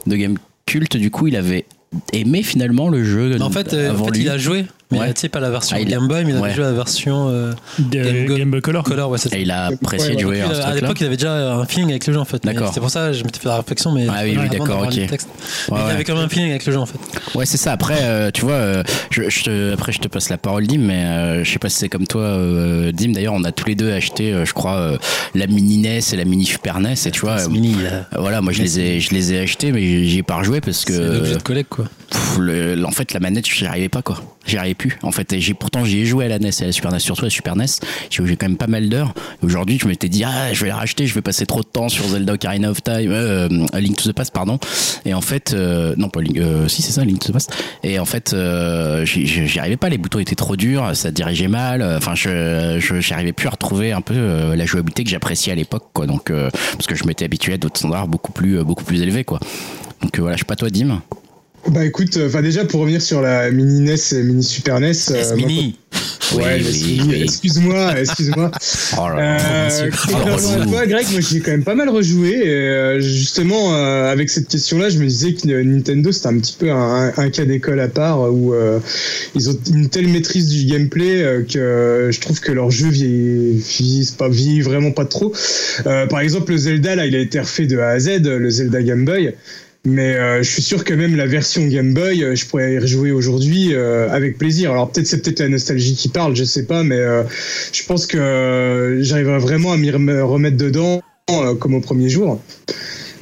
B: de Game Cult, du coup, il avait aimé finalement le jeu.
A: Mais en fait, euh, en
B: avant
A: fait,
B: lui.
A: il a joué, mais
B: Ouais.
A: tu sais, pas la version
B: Ah, il a-
A: Game Boy, mais il a
B: ouais.
A: joué à la version euh, Game
D: Game,
A: Boy.
D: Boy Color.
A: Color. Ouais, c'est ça.
B: Et il a apprécié
C: Ouais,
B: de
C: ouais.
B: jouer
A: Il,
B: à ce
A: à
B: truc-là.
A: l'époque, il avait déjà un feeling avec le jeu en fait. Mais
B: D'accord.
A: C'est pour ça que je m'étais fait la réflexion, mais
B: Ah oui, oui,
A: avant
B: d'accord,
A: d'avoir
B: ok.
A: lu le texte.
B: Ouais,
A: Mais il
B: ouais.
A: avait quand même un feeling avec le jeu en fait.
B: Ouais, c'est ça. Après, euh, tu vois, euh, je, je te, après, je te passe la parole, Dim, mais euh, je sais pas si c'est comme toi, euh, Dim. D'ailleurs, on a tous les deux acheté, euh, je crois, euh, la mini NES et la mini Super NES. Et tu vois,
A: C'est
B: euh,
A: mini, là.
B: voilà, moi, je les ai, je les ai achetés, mais j'y ai pas rejoué parce
A: C'est un objet
B: que,
A: de collègue quoi.
B: pff, le- en fait, la manette, j'y arrivais pas, quoi. J'y arrivais plus. En fait, et j'ai, pourtant, j'y ai joué à la NES et à la Super NES, surtout à la Super NES. J'ai joué quand même pas mal d'heures. Et Aujourd'hui, je m'étais dit, ah, je vais la racheter, je vais passer trop de temps sur Zelda Ocarina of Time, euh, euh, Link to the Past, pardon. Et en fait, euh, non, pas Link, euh, si, c'est ça, Link to the Past. Et en fait, euh, j'y j'y arrivais pas, les boutons étaient trop durs, ça dirigeait mal. Enfin, je je- j'y arrivais plus à retrouver un peu euh, la jouabilité que j'appréciais à l'époque, quoi. Donc, euh, parce que je m'étais habitué à d'autres standards beaucoup plus, euh, beaucoup plus élevés, quoi. Donc euh, voilà, je sais pas toi, Dim.
C: Bah écoute, euh, enfin déjà pour revenir sur la mini NES et mini Super NES. euh, moi,
A: mini.
C: quand- Ouais,
B: Oui,
C: NES
B: oui,
C: mini,
B: oui.
C: excuse-moi, excuse-moi.
B: Oh là là. Ah,
C: Euh, contrairement à toi, Greg, moi j'ai quand même pas mal rejoué. Et, euh, justement, euh, avec cette question-là, je me disais que euh, Nintendo c'était un petit peu un, un cas d'école à part euh, où euh, ils ont une telle maîtrise du gameplay euh, que euh, je trouve que leur jeu vieillit, vieillit pas, vieillit vraiment pas trop. Euh, par exemple, le Zelda, là, il a été refait de A à Z, le Zelda Game Boy. Mais euh, je suis sûr que même la version Game Boy, euh, je pourrais y rejouer aujourd'hui euh, avec plaisir. Alors peut-être c'est peut-être la nostalgie qui parle, je sais pas, mais euh, je pense que euh, j'arriverai vraiment à m'y rem- remettre dedans euh, comme au premier jour.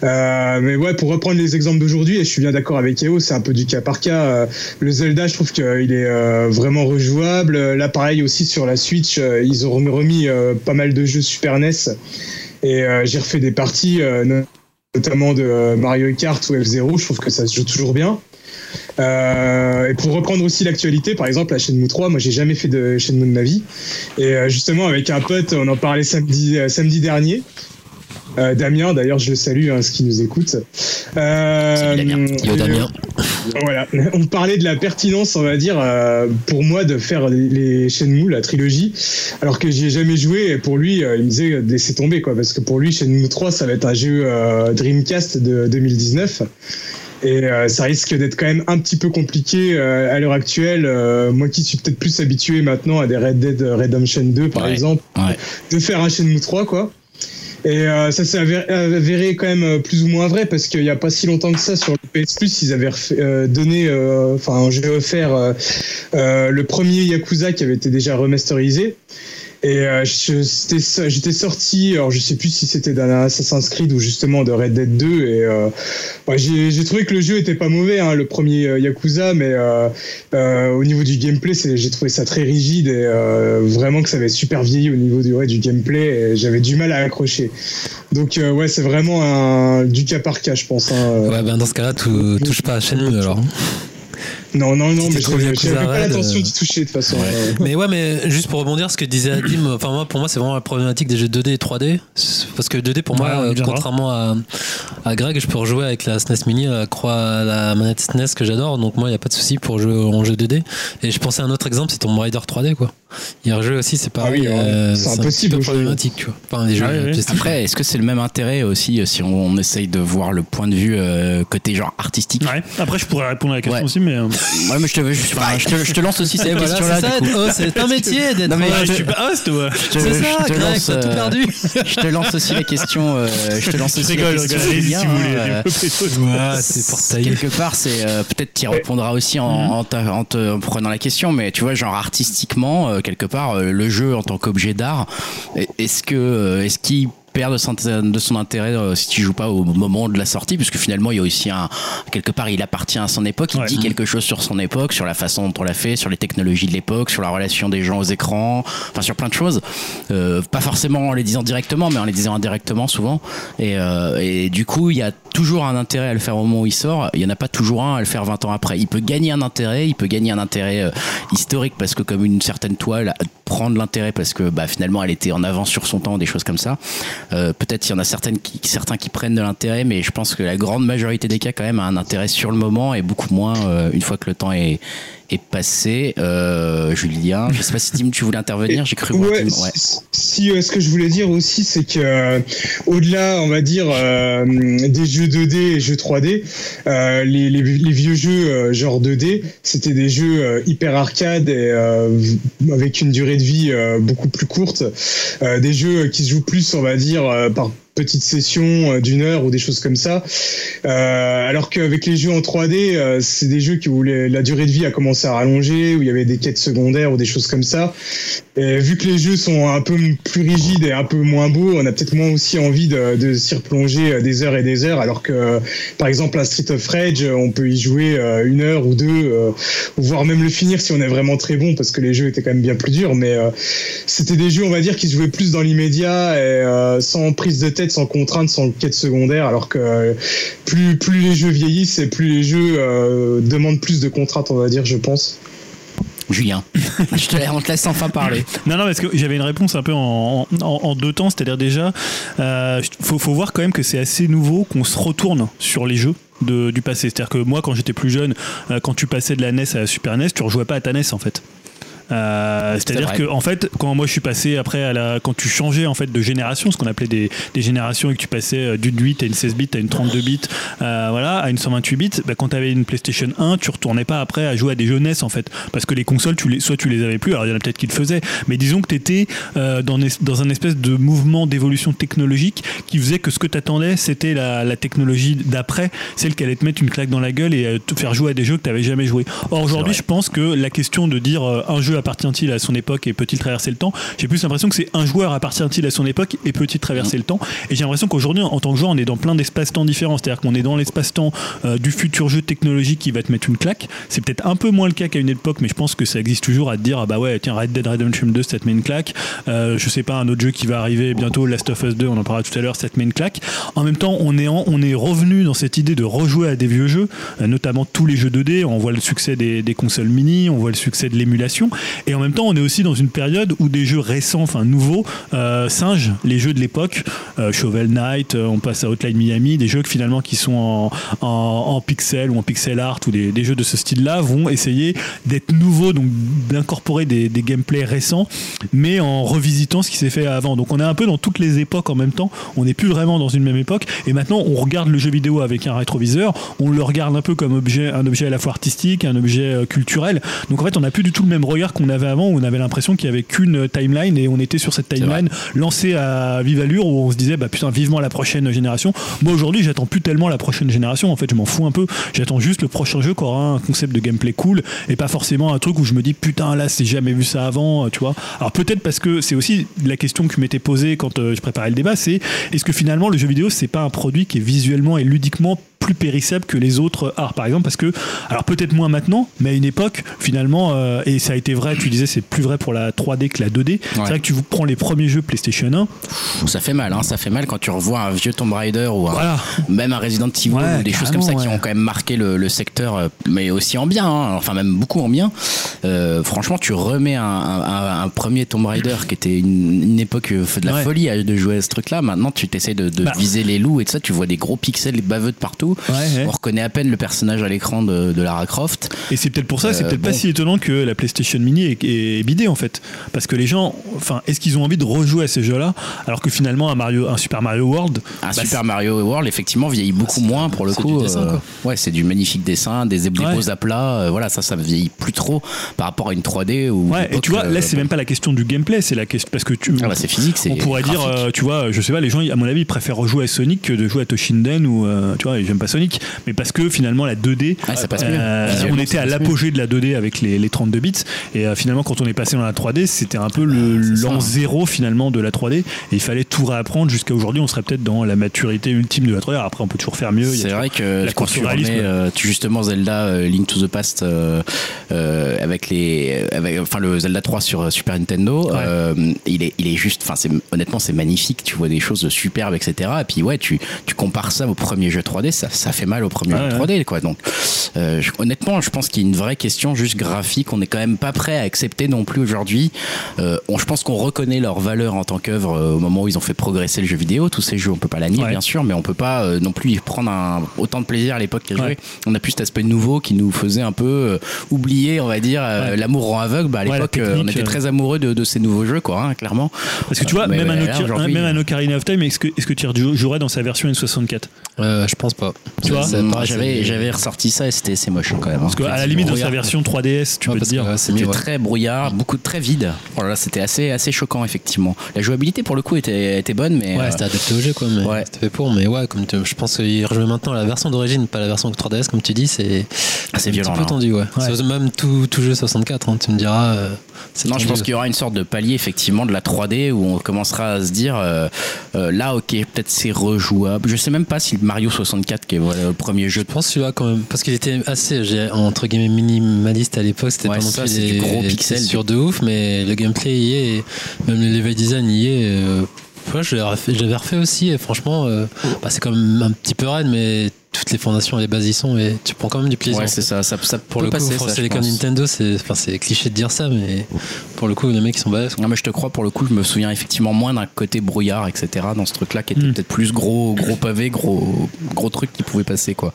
C: Euh, mais ouais, pour reprendre les exemples d'aujourd'hui, et je suis bien d'accord avec Eo, c'est un peu du cas par cas. euh, le Zelda, je trouve qu'il est euh, vraiment rejouable. Euh, Là, pareil aussi sur la Switch, euh, ils ont rem- remis euh, pas mal de jeux Super NES et euh, j'ai refait des parties, euh, no- notamment de euh, Mario Kart ou F-Zero. Je trouve que ça se joue toujours bien. Euh, et pour reprendre aussi l'actualité, par exemple, la Shenmue 3, moi j'ai jamais fait de Shenmue de ma vie. Et euh, justement, avec un pote, on en parlait samedi, euh, samedi dernier. Euh, Damien, d'ailleurs, je le salue, hein, ce qui nous écoute. Euh,
B: Salut Damien. Yo,
C: et-
B: Damien.
C: voilà, on parlait de la pertinence, on va dire, euh, pour moi, de faire les- les Shenmue, la trilogie, alors que j'y ai jamais joué. Et pour lui, euh, il me disait euh, de laisser tomber, quoi, parce que pour lui, Shenmue 3, ça va être un jeu euh, Dreamcast de 2019. Et euh, ça risque d'être quand même un petit peu compliqué euh, à l'heure actuelle. Euh, moi qui suis peut-être plus habitué maintenant à des Red Dead Redemption 2, par
B: Ouais.
C: exemple,
B: Ouais.
C: de faire un Shenmue 3, quoi. Et euh, ça s'est avéré, avéré quand même euh, plus ou moins vrai parce qu'il n'y a pas si longtemps que ça sur le PS Plus ils avaient refait- euh, donné, euh, enfin j'ai offert euh, euh, le premier Yakuza qui avait été déjà remasterisé. Et euh, je- c'était so- j'étais sorti, alors je sais plus si c'était d'un Assassin's Creed ou justement de Red Dead 2. Et euh, ouais, j'ai j'ai trouvé que le jeu était pas mauvais, hein, le premier euh, Yakuza, mais euh, euh, au niveau du gameplay, c'est- j'ai trouvé ça très rigide et euh, vraiment que ça avait super vieilli au niveau du, ouais, du gameplay. et J'avais du mal à accrocher. Donc euh, ouais, c'est vraiment un, du cas par cas, je pense. hein.
A: Ouais, ben dans ce cas-là, tou- touche pas à Shenmue
B: [laughs]
A: alors.
C: Non, non, non,
A: Si
C: mais
A: t'es trop
C: je-
A: Yakuza
C: j'avais pas
A: Red,
C: l'intention
A: euh,
C: d'y toucher de toute façon. euh.
A: Mais ouais, mais juste pour rebondir, ce que disait Adim, enfin moi, pour moi, c'est vraiment la problématique des jeux 2D et 3D. C'est- Parce que 2D, pour moi,
D: Ouais, on y
A: euh,
D: viendra.
A: contrairement à, à Greg, je peux rejouer avec la SNES Mini, la, croix, la manette SNES que j'adore, donc moi, il n'y a pas de souci pour jouer en jeu 2D. Et je pensais à un autre exemple, c'est Tomb Raider 3D, quoi. Il y a un jeu aussi, c'est pareil,
C: oui, hein,
A: euh,
C: c'est
A: c'est un petit
C: impossible
A: peu
C: au jeu.
A: problématique, tu vois. Enfin, les jeux
D: Ah oui, oui.
A: de ce type.
B: Après, est-ce que c'est le même intérêt aussi euh, si on, on essaye de voir le point de vue euh, côté genre artistique
D: Ouais. Après, je pourrais répondre à la question
B: Ouais.
D: aussi, mais. euh,
B: Ouais, mais je te, je, enfin, je te, je te lance [laughs] aussi
A: Et
B: cette
A: voilà,
B: question-là.
A: Ah, c'est ça,
B: du coup.
A: oh, c'est un métier d'être.
B: Non, mais
D: ouais,
B: je-
D: Ah, je suis pas host, ouais.
B: Je te-
A: C'est
B: je
A: ça,
B: te
A: Greg,
B: lance,
A: t'as tout
B: euh,
A: perdu.
B: Je te lance aussi la question. euh, je te lance
D: Je
B: aussi
D: rigole,
B: la
D: je
B: question.
D: rigole, allez-y
B: Julien,
D: si vous voulez.
B: euh,
A: Ouais, Ah, c'est pour ta gueule.
B: Quelque part, c'est euh, peut-être t'y répondras aussi en, en ta- en te en prenant la question, mais tu vois, genre artistiquement, euh, quelque part, euh, le jeu en tant qu'objet d'art, est- est-ce que euh, est-ce qu'il perd de son, de son intérêt euh, si tu joues pas au moment de la sortie puisque finalement il y a aussi un quelque part il appartient à son époque il
D: Ouais.
A: Mhm.
B: dit quelque chose sur son époque sur la façon dont on l'a fait sur les technologies de l'époque sur la relation des gens aux écrans enfin sur plein de choses Euh, pas forcément en les disant directement mais en les disant indirectement souvent et, euh, et du coup il y a toujours un intérêt à le faire au moment où il sort, il n'y en a pas toujours un à le faire 20 ans après. Il peut gagner un intérêt, il peut gagner un intérêt euh, historique parce que comme une certaine toile prend de l'intérêt parce que bah, finalement elle était en avance sur son temps, des choses comme ça. Euh, Peut-être il y en a certaines qui, certains qui prennent de l'intérêt, mais je pense que la grande majorité des cas quand même a un intérêt sur le moment et beaucoup moins euh, une fois que le temps est, est passé. Euh, Julien, je sais pas si Tim tu voulais intervenir, j'ai cru voir
C: Ouais,
B: Tim. Ouais.
C: Si, si, euh, ce que je voulais dire aussi, c'est que euh, au-delà, on va dire, euh, des jeux 2D et jeux 3D, euh, les, les- les vieux jeux euh, genre 2D, c'était des jeux euh, hyper arcade et euh, avec une durée de vie euh, beaucoup plus courte, Euh, des jeux qui se jouent plus, on va dire, euh, par petites sessions euh, d'une heure ou des choses comme ça. Euh, alors qu'avec les jeux en 3D, euh, c'est des jeux qui où les- la durée de vie a commencé à rallonger, où il y avait des quêtes secondaires ou des choses comme ça. Et vu que les jeux sont un peu plus rigides et un peu moins beaux, on a peut-être moins aussi envie de, de s'y replonger euh, des heures et des heures, alors que euh, par exemple un Street of Rage, euh, on peut y jouer euh, une heure ou deux, euh, voire même le finir si on est vraiment très bon, parce que les jeux étaient quand même bien plus durs, mais euh, c'était des jeux, on va dire, qui se jouaient plus dans l'immédiat, et euh, sans prise de tête, sans contrainte, sans quête secondaire, alors que euh, plus, plus les jeux vieillissent et plus les jeux euh, demandent plus de contraintes, on va dire, je pense.
B: Julien, je te, la- on te laisse enfin parler.
D: Non, non, parce que j'avais une réponse un peu en, en- en deux temps, c'est-à-dire déjà, euh, faut, faut voir quand même que c'est assez nouveau qu'on se retourne sur les jeux. de- du passé. C'est-à-dire que moi, quand j'étais plus jeune, euh, quand tu passais de la NES à la Super NES, tu rejouais pas à ta NES en fait. Euh, C'est-à-dire
B: vrai.
D: que en fait, quand moi je suis passé après à la, quand tu changeais en fait de génération, ce qu'on appelait des, des générations et que tu passais euh, d'une 8 à une 16 bits à une 32 bits, euh, voilà, à une 128 bits, bah, quand tu avais une PlayStation 1, tu retournais pas après à jouer à des jeux NES en fait, parce que les consoles, tu les, soit tu les avais plus, alors il y en a peut-être qui le faisaient, mais disons que tu étais dans, es- dans un espèce de mouvement d'évolution technologique qui faisait que ce que t'attendais, c'était la, la technologie d'après, celle qui allait te mettre une claque dans la gueule et euh, te faire jouer à des jeux que t'avais jamais joué. Or aujourd'hui, je pense que la question de dire euh, un jeu appartient-il à son époque et peut-il traverser le temps, j'ai plus l'impression que c'est un joueur appartient-il à son époque et peut-il traverser le temps. Et j'ai l'impression qu'aujourd'hui, en tant que joueur, on est dans plein d'espaces-temps différents. C'est-à-dire qu'on est dans l'espace-temps euh, du futur jeu technologique qui va te mettre une claque. C'est peut-être un peu moins le cas qu'à une époque, mais je pense que ça existe toujours à te dire ah bah ouais, tiens, Red Dead Redemption 2, ça te met une claque. Euh, je sais pas, un autre jeu qui va arriver bientôt, Last of Us 2, on en parlera tout à l'heure, ça te met une claque. En même temps, on est, en- on est revenu dans cette idée de rejouer à des vieux jeux, euh, notamment tous les jeux 2D. On voit le succès des, des consoles mini, on voit le succès de l'émulation. Et en même temps, on est aussi dans une période où des jeux récents, enfin nouveaux, euh, singent les jeux de l'époque. Euh, Shovel Knight, euh, on passe à Outline Miami, des jeux que finalement qui sont en, en, en pixel ou en pixel art ou des, des jeux de ce style-là vont essayer d'être nouveaux, donc d'incorporer des, des gameplays récents, mais en revisitant ce qui s'est fait avant. Donc on est un peu dans toutes les époques en même temps. On n'est plus vraiment dans une même époque. Et maintenant, on regarde le jeu vidéo avec un rétroviseur. On le regarde un peu comme objet, un objet à la fois artistique, un objet euh, culturel. Donc en fait, on n'a plus du tout le même regard qu'on avait avant. Où on avait l'impression qu'il y avait qu'une timeline et on était sur cette timeline lancée à vive allure où on se disait bah putain vivement la prochaine génération. Moi aujourd'hui, j'attends plus tellement la prochaine génération. En fait, je m'en fous un peu. J'attends juste le prochain jeu qui aura un concept de gameplay cool et pas forcément un truc où je me dis putain là c'est jamais vu ça avant, euh, tu vois. Alors peut-être parce que c'est aussi la question que je m'étais posée quand euh, je préparais le débat, c'est est-ce que finalement le jeu vidéo c'est pas un produit qui est visuellement et ludiquement plus périssable que les autres arts par exemple parce que alors peut-être moins maintenant mais à une époque finalement euh, et ça a été vrai tu disais c'est plus vrai pour la 3D que la 2D c'est vrai que tu vous prends les premiers jeux PlayStation 1
B: Ça fait mal, hein, ça fait mal quand tu revois un vieux Tomb Raider ou un,
D: voilà
B: même un Resident Evil
D: Ouais,
B: ou des choses comme ça
D: carrément,
B: qui
D: ouais.
B: ont quand même marqué le, le secteur, euh, mais aussi en bien, hein, enfin même beaucoup en bien. Euh, franchement, tu remets un, un- un- un premier Tomb Raider qui était une, une époque euh, de la
D: Ouais.
B: folie à- de jouer à ce truc-là. Maintenant, tu t'essayes de, de
D: Bah.
B: viser les loups et tout ça, tu vois des gros pixels baveux de partout.
D: Ouais, ouais.
B: On reconnaît à peine le personnage à l'écran de, de Lara Croft.
D: Et c'est peut-être pour ça, c'est
B: Euh,
D: peut-être
B: bon.
D: pas si étonnant que la PlayStation Mini est, est bidée en fait, parce que les gens, enfin, est-ce qu'ils ont envie de rejouer à ces jeux-là, alors que finalement un Mario, un Super Mario World,
B: Un
D: bah,
B: Ah,
D: Ah,
B: Super Mario World, effectivement, vieillit beaucoup moins pour le
A: c'est
B: coup.
A: du dessin,
B: euh,
A: quoi.
B: ouais, c'est du magnifique dessin, des, des
D: Ouais.
B: beaux aplats. euh, voilà, ça, ça vieillit plus trop par rapport à une 3D ou. euh,
D: Ouais, et tu vois, là, c'est même pas la question du gameplay, c'est la question parce que tu.
B: Ah bah, c'est physique, c'est
D: On pourrait dire,
B: graphique.
D: euh, tu vois, je sais pas, les gens, à mon avis, ils préfèrent jouer à Sonic que de jouer à Toshinden ou, euh, tu vois, j'aime pas Sonic, mais parce que finalement, la 2D,
B: Ouais, ça passe mieux.
D: euh, on
B: Visuellement,
D: était
B: ça
D: à
B: passe
D: l'apogée de la 2D avec les, les 32 bits, et euh, finalement, quand on est passé dans la 3D, c'était un peu le
B: Bah, c'est ça.
D: l'an zéro finalement de la 3D, et il fallait tout réapprendre jusqu'à aujourd'hui, on serait peut-être dans la maturité ultime de la 3D. Alors après, on peut toujours faire mieux. il y a
B: C'est
D: toujours-
B: vrai que
D: la
B: quand
D: course
B: tu
D: au réalisme.
B: remets, euh, tu- justement Zelda euh, Link to the Past euh, euh, avec avec les, avec- enfin le Zelda 3 sur euh, Super Nintendo,
D: Ouais.
B: euh, il est, il est juste, enfin c'est honnêtement c'est magnifique. Tu vois des choses superbes, etc. Et puis ouais, tu, tu compares ça au premier jeu 3D, ça, ça fait mal au premier
D: Ouais,
B: jeu 3D quoi. Donc euh, je- honnêtement, je pense qu'il y a une vraie question juste graphique. On n'est quand même pas prêt à accepter non plus aujourd'hui. Euh, on, je pense qu'on reconnaît leur valeur en tant qu'œuvre euh, au moment où ils ont fait progresser le jeu vidéo. Tous ces jeux, on peut pas la nier
D: Ouais.
B: bien sûr, mais on peut pas euh, non plus y prendre un- autant de plaisir à l'époque qu'à
D: Ouais.
B: jouer. On a plus cet aspect nouveau qui nous faisait un peu euh, oublier, on va dire, euh,
D: Ouais.
B: l'amour rend aveugle. Bah, à
D: Ouais, la
B: l'époque, euh, on
D: technique,
B: était
D: euh,
B: très amoureux de, de ces nouveaux jeux, quoi, hein, clairement.
D: Parce que tu vois,
B: Mais
D: même,
B: ouais,
D: un
B: là,
D: Oca-
B: aujourd'hui, euh,
D: même un Ocarina of Time, est-ce que, est que tu y rejou- jouerais dans sa version N64
B: Ah,
A: Euh, je pense pas.
D: Tu vois,
A: Ça
B: Moi,
A: paraît-
B: j'avais, j'avais ressorti ça et c'était c'est moche hein, quand même. hein.
D: Parce qu'à la limite, dans sa
B: Brouillard.
D: version 3DS, tu
B: Ah,
A: Ouais,
D: peux te
A: parce que,
D: dire.
A: ouais, c'est
B: C'était
A: mieux, ouais.
B: très brouillard, beaucoup très vide. Oh là là, c'était assez, assez choquant effectivement. La jouabilité pour le coup était, était bonne, mais
A: Ouais,
B: euh,
A: c'était adapté au jeu, quoi. Mais
B: Ouais.
A: C'était fait pour, mais ouais, comme tu- je pense qu'il rejouait maintenant à la version d'origine, pas la version 3DS, comme tu dis, c'est
B: Ah, c'est
A: un
B: violent,
A: petit peu
B: là.
A: tendu, ouais.
D: Ouais.
A: C'est Même tout, tout jeu 64, hein, tu me diras. euh, c'est
B: Non, je
A: tendu.
B: pense qu'il y aura une sorte de palier effectivement de la 3D où on commencera à se dire euh, euh, là ok peut-être c'est rejouable. Je sais même pas si Mario 64 qui est voilà, le premier jeu
A: Je pense celui-là quand même, parce qu'il était assez, j'ai- entre guillemets, minimaliste à l'époque. C'était
B: Ouais,
A: pas non
B: ça,
A: plus
B: c'est
A: des-
B: du gros
A: des
B: pixel.
A: sur de ouf, mais le gameplay y est, et même le level design y est. euh, ouais, je l'ai refait- j'avais refait aussi, et franchement, euh, bah, c'est quand même un petit peu raide, mais toutes les fondations et les bases y sont, et tu prends quand même du plaisir.
B: Ouais,
A: en
B: c'est
A: fait.
B: ça, ça, ça
A: Pour
B: peut
A: le coup,
B: passer,
A: France
B: ça, je
A: Télécom
B: pense.
A: Nintendo, c'est enfin, c'est cliché de dire ça, mais pour le coup, les mecs ils sont balèzes. quoi.
B: Non, Ah, mais je te crois, pour le coup, je me souviens effectivement moins d'un côté brouillard, etc. dans ce truc-là qui était peut-être plus gros, gros pavé, gros, gros truc qui pouvait passer, quoi.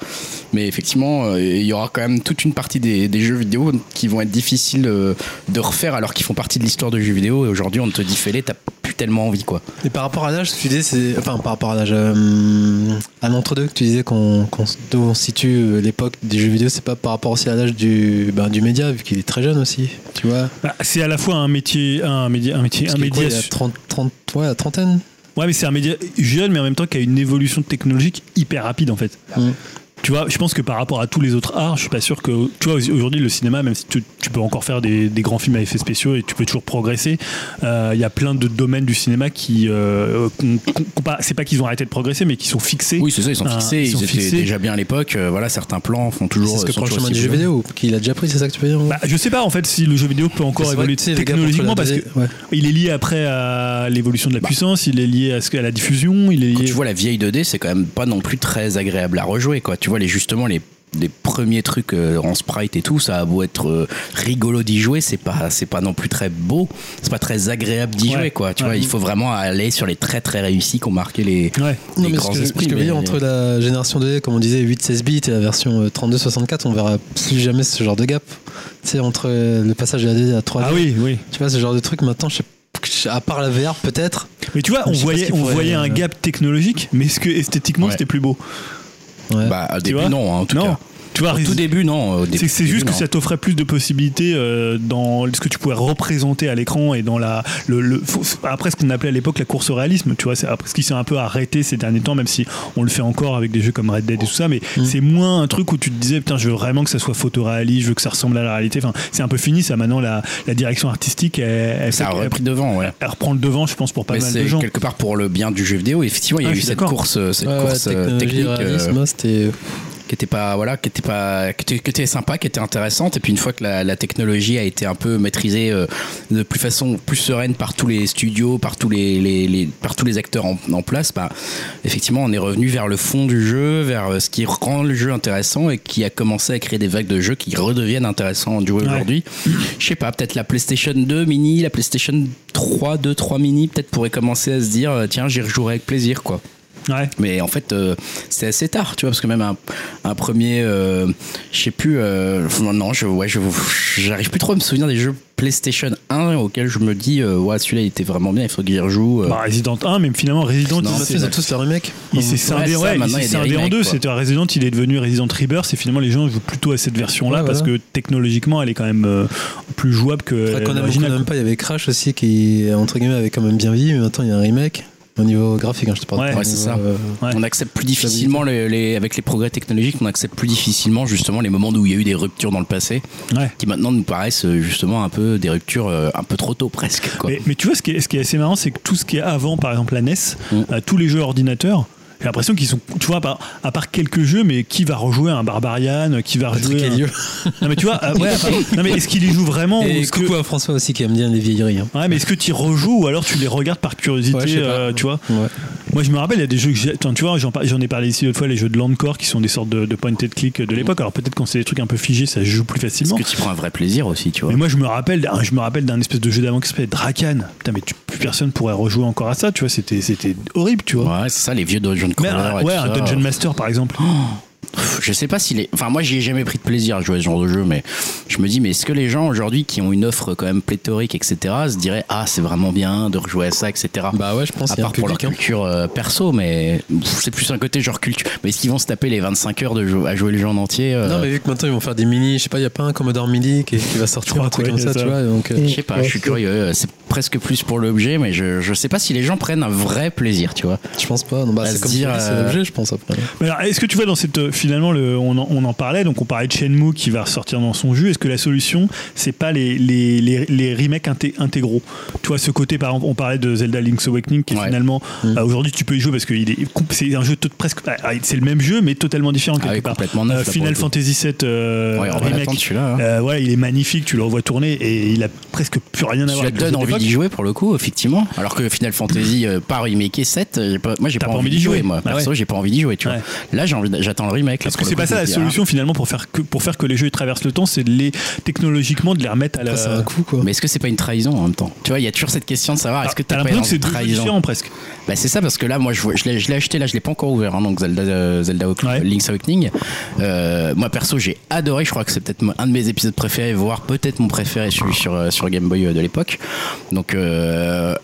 B: Mais effectivement, euh, il y aura quand même toute une partie des, des jeux vidéo qui vont être difficiles euh, de refaire alors qu'ils font partie de l'histoire de jeux vidéo. Et aujourd'hui, on te dit fais-les, t'as plus tellement envie, quoi.
A: Et par rapport à l'âge, tu disais, c'est- enfin par rapport à l'âge, euh, à l'entre-deux que tu disais qu'on qu'on s- d'où on situe euh, l'époque des jeux vidéo, c'est pas par rapport aussi à l'âge du, ben, du média, vu qu'il est très jeune aussi, tu vois.
D: Bah, c'est à la fois un métier, un média, un métier,
A: Parce
D: un
A: que quoi,
D: média.
A: il a 30, 30, ouais, la trentaine.
D: Ouais, mais c'est un média jeune, mais en même temps qui a une évolution technologique hyper rapide en fait.
A: Mm.
D: Tu vois, je pense que par rapport à tous les autres arts, je suis pas sûr que. Tu vois, aujourd'hui, le cinéma, même si tu, tu peux encore faire des, des grands films à effets spéciaux et tu peux toujours progresser, euh, il y a plein de domaines du cinéma qui. euh, qu'on- qu'on- qu'on pas- c'est pas qu'ils ont arrêté de progresser, mais qui sont fixés.
B: Oui, c'est ça, ils sont
D: Ah,
B: fixés, ils,
D: ils sont
B: étaient
D: fixés.
B: déjà bien à l'époque. euh, voilà, certains plans font toujours. euh,
A: C'est ce que
B: sont
A: prend le
B: toujours
A: chemin
B: aussi
A: du jeu
B: violents.
A: vidéo, qu'il a déjà pris, c'est ça que tu veux dire
D: Bah, je sais pas en fait si le jeu vidéo peut encore
A: C'est vrai
D: évoluer
A: que, tu sais, les gars, contre
D: technologiquement
A: la
D: parce qu'il
A: télé- ouais.
D: est lié après à l'évolution de la
B: Bah.
D: puissance, il est lié à, ce, que- à la diffusion, il est
B: quand
D: lié.
B: tu vois la vieille 2D, c'est quand même pas non plus très agréable à rejouer, quoi. Tu vois, les, justement, les, les premiers trucs euh, en sprite et tout, ça a beau être euh, rigolo d'y jouer, c'est pas, c'est pas non plus très beau, c'est pas très agréable d'y
D: Ouais.
B: jouer, quoi. Tu
D: Ouais.
B: vois, il faut vraiment aller sur les très très réussis qui ont marqué les,
D: Ouais.
B: les
A: Non, mais ce
B: grands
A: que,
B: esprits.
A: ce que je veux
B: mais-
A: dire, entre la génération 2D, comme on disait, 8-16 bits et la version 32-64, on verra plus jamais ce genre de gap. Tu sais, entre euh, le passage de la 2D à 3D.
D: Ah oui, oui.
A: Tu vois, ce genre de truc, maintenant, je sais- à part la VR, peut-être.
D: Mais tu vois,
A: Je sais
D: on
A: pas ce
D: voyait,
A: qu'il euh,
D: on
A: pourrait-
D: voyait un gap technologique, mais est-ce que esthétiquement
B: Ouais.
D: c'était plus beau
A: Ouais.
B: Bah, au
D: Tu
B: début,
D: vois
B: non, hein, en tout
D: Non.
B: cas.
D: Tu vois,
B: Au tout
D: Resident-
B: début, non. au début-
D: c'est, c'est
B: début,
D: juste que
B: non.
D: ça t'offrait plus de possibilités euh, dans ce que tu pouvais représenter à l'écran et dans la le, le- faut- après ce qu'on appelait à l'époque la course au réalisme tu vois c'est après ce qui s'est un peu arrêté ces derniers temps même si on le fait encore avec des jeux comme Red Dead et tout ça mais
B: Mm.
D: c'est moins un truc où tu te disais putain je veux vraiment que ça soit photoréaliste je veux que ça ressemble à la réalité enfin c'est un peu fini ça maintenant la, la direction artistique elle, elle
B: Ça a
D: fait- elle-
B: repris devant, ouais.
D: elle reprend le devant je pense pour pas
B: Mais
D: mal
B: c'est
D: de gens
B: quelque part pour le bien du jeu vidéo. Effectivement, il y
D: Ah,
B: a
D: je
B: eu
D: suis
B: cette
D: d'accord.
B: course, euh, cette
A: Ouais, ouais,
B: course euh,
A: technologie,
B: technique. euh,
A: réalisme, hein, c'était.
B: qui était pas voilà qui était pas qui était, qui était sympa qui était intéressante et puis une fois que la, la technologie a été un peu maîtrisée euh, de plus façon plus sereine par tous les studios par tous les, les- les- par tous les acteurs en, en place bah effectivement on est revenu vers le fond du jeu vers euh, ce qui rend le jeu intéressant et qui a commencé à créer des vagues de jeux qui redeviennent intéressants du
D: Ouais.
B: aujourd'hui je sais pas peut-être la PlayStation 2 mini la PlayStation 3 2 3 mini peut-être pourrait commencer à se dire euh, tiens j'y rejouerai avec plaisir quoi
D: ouais
B: mais en fait, euh, c'est assez tard, tu vois, parce que même un, un premier, euh, je sais plus, euh, non, non, je, ouais, je, j'arrive plus trop à me souvenir des jeux PlayStation 1 auxquels je me dis, euh, ouais, celui-là il était vraiment bien, il faut que j'y rejoue. euh.
D: Bah, Resident 1 même finalement Resident
B: Non,
D: il
B: mais
D: s'est-
A: Ils ont tous le remake.
D: Il s'est scindé,
B: ça,
D: ouais, il
B: maintenant,
D: s'est
B: il y a des
D: scindé en
B: remakes,
D: deux.
B: quoi.
D: C'était un Resident, il est devenu Resident Rebirth et finalement les gens jouent plutôt à cette version-là
A: Ouais,
D: parce
A: voilà.
D: que technologiquement elle est quand même euh, plus jouable que
A: Après, qu'on aime ou qu'on
D: l'original.
A: aime pas, il y avait Crash aussi qui, entre guillemets, avait quand même bien vieilli, mais maintenant il y a un remake au niveau graphique, hein, je te parle.
D: Ouais.
A: pas au
B: Ouais, c'est
A: niveau,
B: ça.
A: euh,
D: ouais.
B: On accepte plus difficilement les, les- avec les progrès technologiques, on accepte plus difficilement justement les moments où il y a eu des ruptures dans le passé,
D: Ouais.
B: qui maintenant nous paraissent euh, justement un peu des ruptures euh, un peu trop tôt presque. Quoi.
D: Mais, mais tu vois, ce qui est, ce qui est assez marrant, c'est que tout ce qui est avant, par exemple la E NES,
B: Mm.
D: euh, tous les jeux ordinateurs, J'ai l'impression qu'ils sont, tu vois, à part, à part quelques jeux, mais qui va rejouer un Barbarian, qui va
A: Patrick
D: rejouer. un-
A: Hellieux.
D: Non mais tu vois, euh, ouais, à part-
B: [laughs]
D: non mais est-ce qu'il y joue vraiment ou
A: Et
D: est-ce que...
A: coucou à François aussi qui aime bien les vieilleries. hein.
D: Ouais, mais est-ce que tu rejoues ou alors tu les regardes par curiosité,
A: Ouais, je sais pas.
D: euh, tu vois
A: Ouais.
D: Moi, je me rappelle, il y a des jeux que j'ai. attends, tu vois, j'en par- j'en ai parlé ici l'autre fois, les jeux de Landcore qui sont des sortes de, de point and click de l'époque. Alors peut-être quand c'est des trucs un peu figés, ça se joue plus facilement.
B: Parce que tu prends un vrai plaisir aussi, tu vois.
D: Mais moi, je me rappelle, d'un- je me rappelle d'un espèce de jeu d'avant qui s'appelait Drakan. Putain, mais tu- plus personne pourrait rejouer encore à ça, tu vois. C'était, c'était horrible, tu vois.
B: Ouais, c'est ça, les vieux dungeon
D: Mais
B: crawler.
D: un-
B: et
D: ouais,
B: tout
D: un
B: ça. euh.
D: Dungeon Master, par exemple.
B: Pff, Je sais pas s'il est. Enfin, moi, j'y ai jamais pris de plaisir à jouer à ce genre de jeu, mais je me dis, mais est-ce que les gens aujourd'hui qui ont une offre quand même pléthorique, etc., se diraient, ah, c'est vraiment bien de rejouer à ça, etc.
A: Bah ouais, je pense
B: à
A: qu'il y a un
B: part pour leur
A: public. hein.
B: culture euh, perso, mais pff, c'est plus un côté genre culture. Mais est-ce qu'ils vont se taper les 25 heures de jeu, à jouer le jeu en entier euh,
A: Non, mais vu que maintenant ils vont faire des mini, je sais pas, il y a pas un Commodore Mini qui, qui va sortir [laughs]
D: crois
A: un truc
D: que
A: comme
D: ouais,
A: ça,
D: c'est
A: tu
D: ça.
A: vois. Donc, euh,
B: Je sais pas, je suis curieux. euh, C'est presque plus pour l'objet, mais je, je sais pas si les gens prennent un vrai plaisir, tu vois.
A: je pense pas. Non, bah,
B: À
A: c'est
B: se
A: comme tu dis,
B: dire,
A: c'est
B: euh,
A: l'objet, je pense après.
D: Mais alors, est-ce que tu vois dans cette euh, finalement, le- on, en, on en parlait, donc on parlait de Shenmue qui va ressortir dans son jeu. Est-ce que la solution, c'est pas les, les, les, les remakes inté- intégraux Tu vois ce côté, par exemple, on parlait de Zelda Link's Awakening qui
B: Ouais. Mm.
D: finalement euh, aujourd'hui tu peux y jouer parce que il est com- c'est un jeu tout- presque, ah, ah, c'est le même jeu mais totalement différent
B: Ah
D: quelque
B: oui,
D: part. Euh,
B: complètement neuf, là, pour
D: Final
B: le coup.
D: Fantasy VII euh,
B: Ouais, on va
D: remake.
B: l'attendre celui-là. hein.
D: Euh, voilà, il est magnifique, tu le revois tourner et il a presque plus rien à voir
B: Tu
D: avec le
B: donne
D: jeu
B: envie
D: d'époque.
B: d'y jouer pour le coup, effectivement. Alors que Final Fantasy, euh, pas remake 7, j'ai pas- moi j'ai
D: T'as
B: pas, envie d'y jouer. Moi,
D: Bah
B: perso,
D: ouais.
B: j'ai pas envie d'y jouer, tu
D: Ouais.
B: vois. Là, j'ai envie d- j'attends le remake. là,
D: Parce
B: pour
D: que
B: le
D: c'est
B: coup,
D: pas ça
B: je
D: la
B: me dis,
D: solution finalement pour faire que, pour faire que les jeux ils traversent le temps, c'est de les technologiquement de les remettre à la.
A: Après, c'est un coup, quoi.
B: ah, Mais est-ce que c'est pas une trahison en même temps Tu vois, il y a toujours cette question de savoir est-ce que
D: t'as
B: t'as pas
D: l'impression
B: une
D: Ah, que c'est deux jeux
B: trahison
D: différents presque.
B: Bah c'est ça parce que là moi je, vois- je l'ai je l'ai acheté là je l'ai pas encore ouvert hein, donc Zelda euh, Zelda Awakening-
D: Ouais.
B: Link's Awakening Euh, moi perso j'ai adoré je crois que c'est peut-être un de mes épisodes préférés voire peut-être mon préféré celui sur euh, sur Game Boy euh, de l'époque donc euh,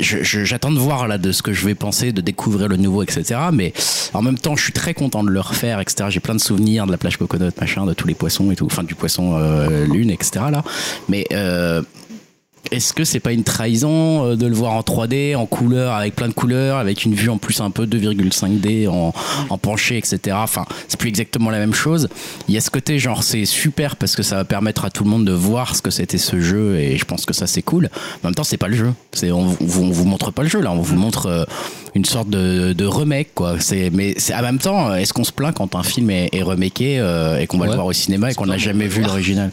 B: je- je- J'attends de voir là de ce que je vais penser, de découvrir le nouveau, etc. Mais en même temps, je suis très content de le refaire, etc. J'ai plein de souvenirs de la plage coconut, machin, de tous les poissons et tout, enfin du poisson euh, lune, etc. Là, mais euh, est-ce que c'est pas une trahison euh, de le voir en 3D, en couleur, avec plein de couleurs, avec une vue en plus un peu 2,5D en, en penché, etc. Enfin, c'est plus exactement la même chose. Il y a ce côté genre c'est super parce que ça va permettre à tout le monde de voir ce que c'était ce jeu et je pense que ça c'est cool. En même temps, c'est pas le jeu. C'est on, vous- on vous montre pas le jeu là, on vous montre euh, une sorte de, de remake quoi. C'est mais c'est en même temps, est-ce qu'on se plaint quand un film est, est remaké euh, et qu'on va
A: Ouais.
B: le voir au cinéma et qu'on n'a jamais vu l'original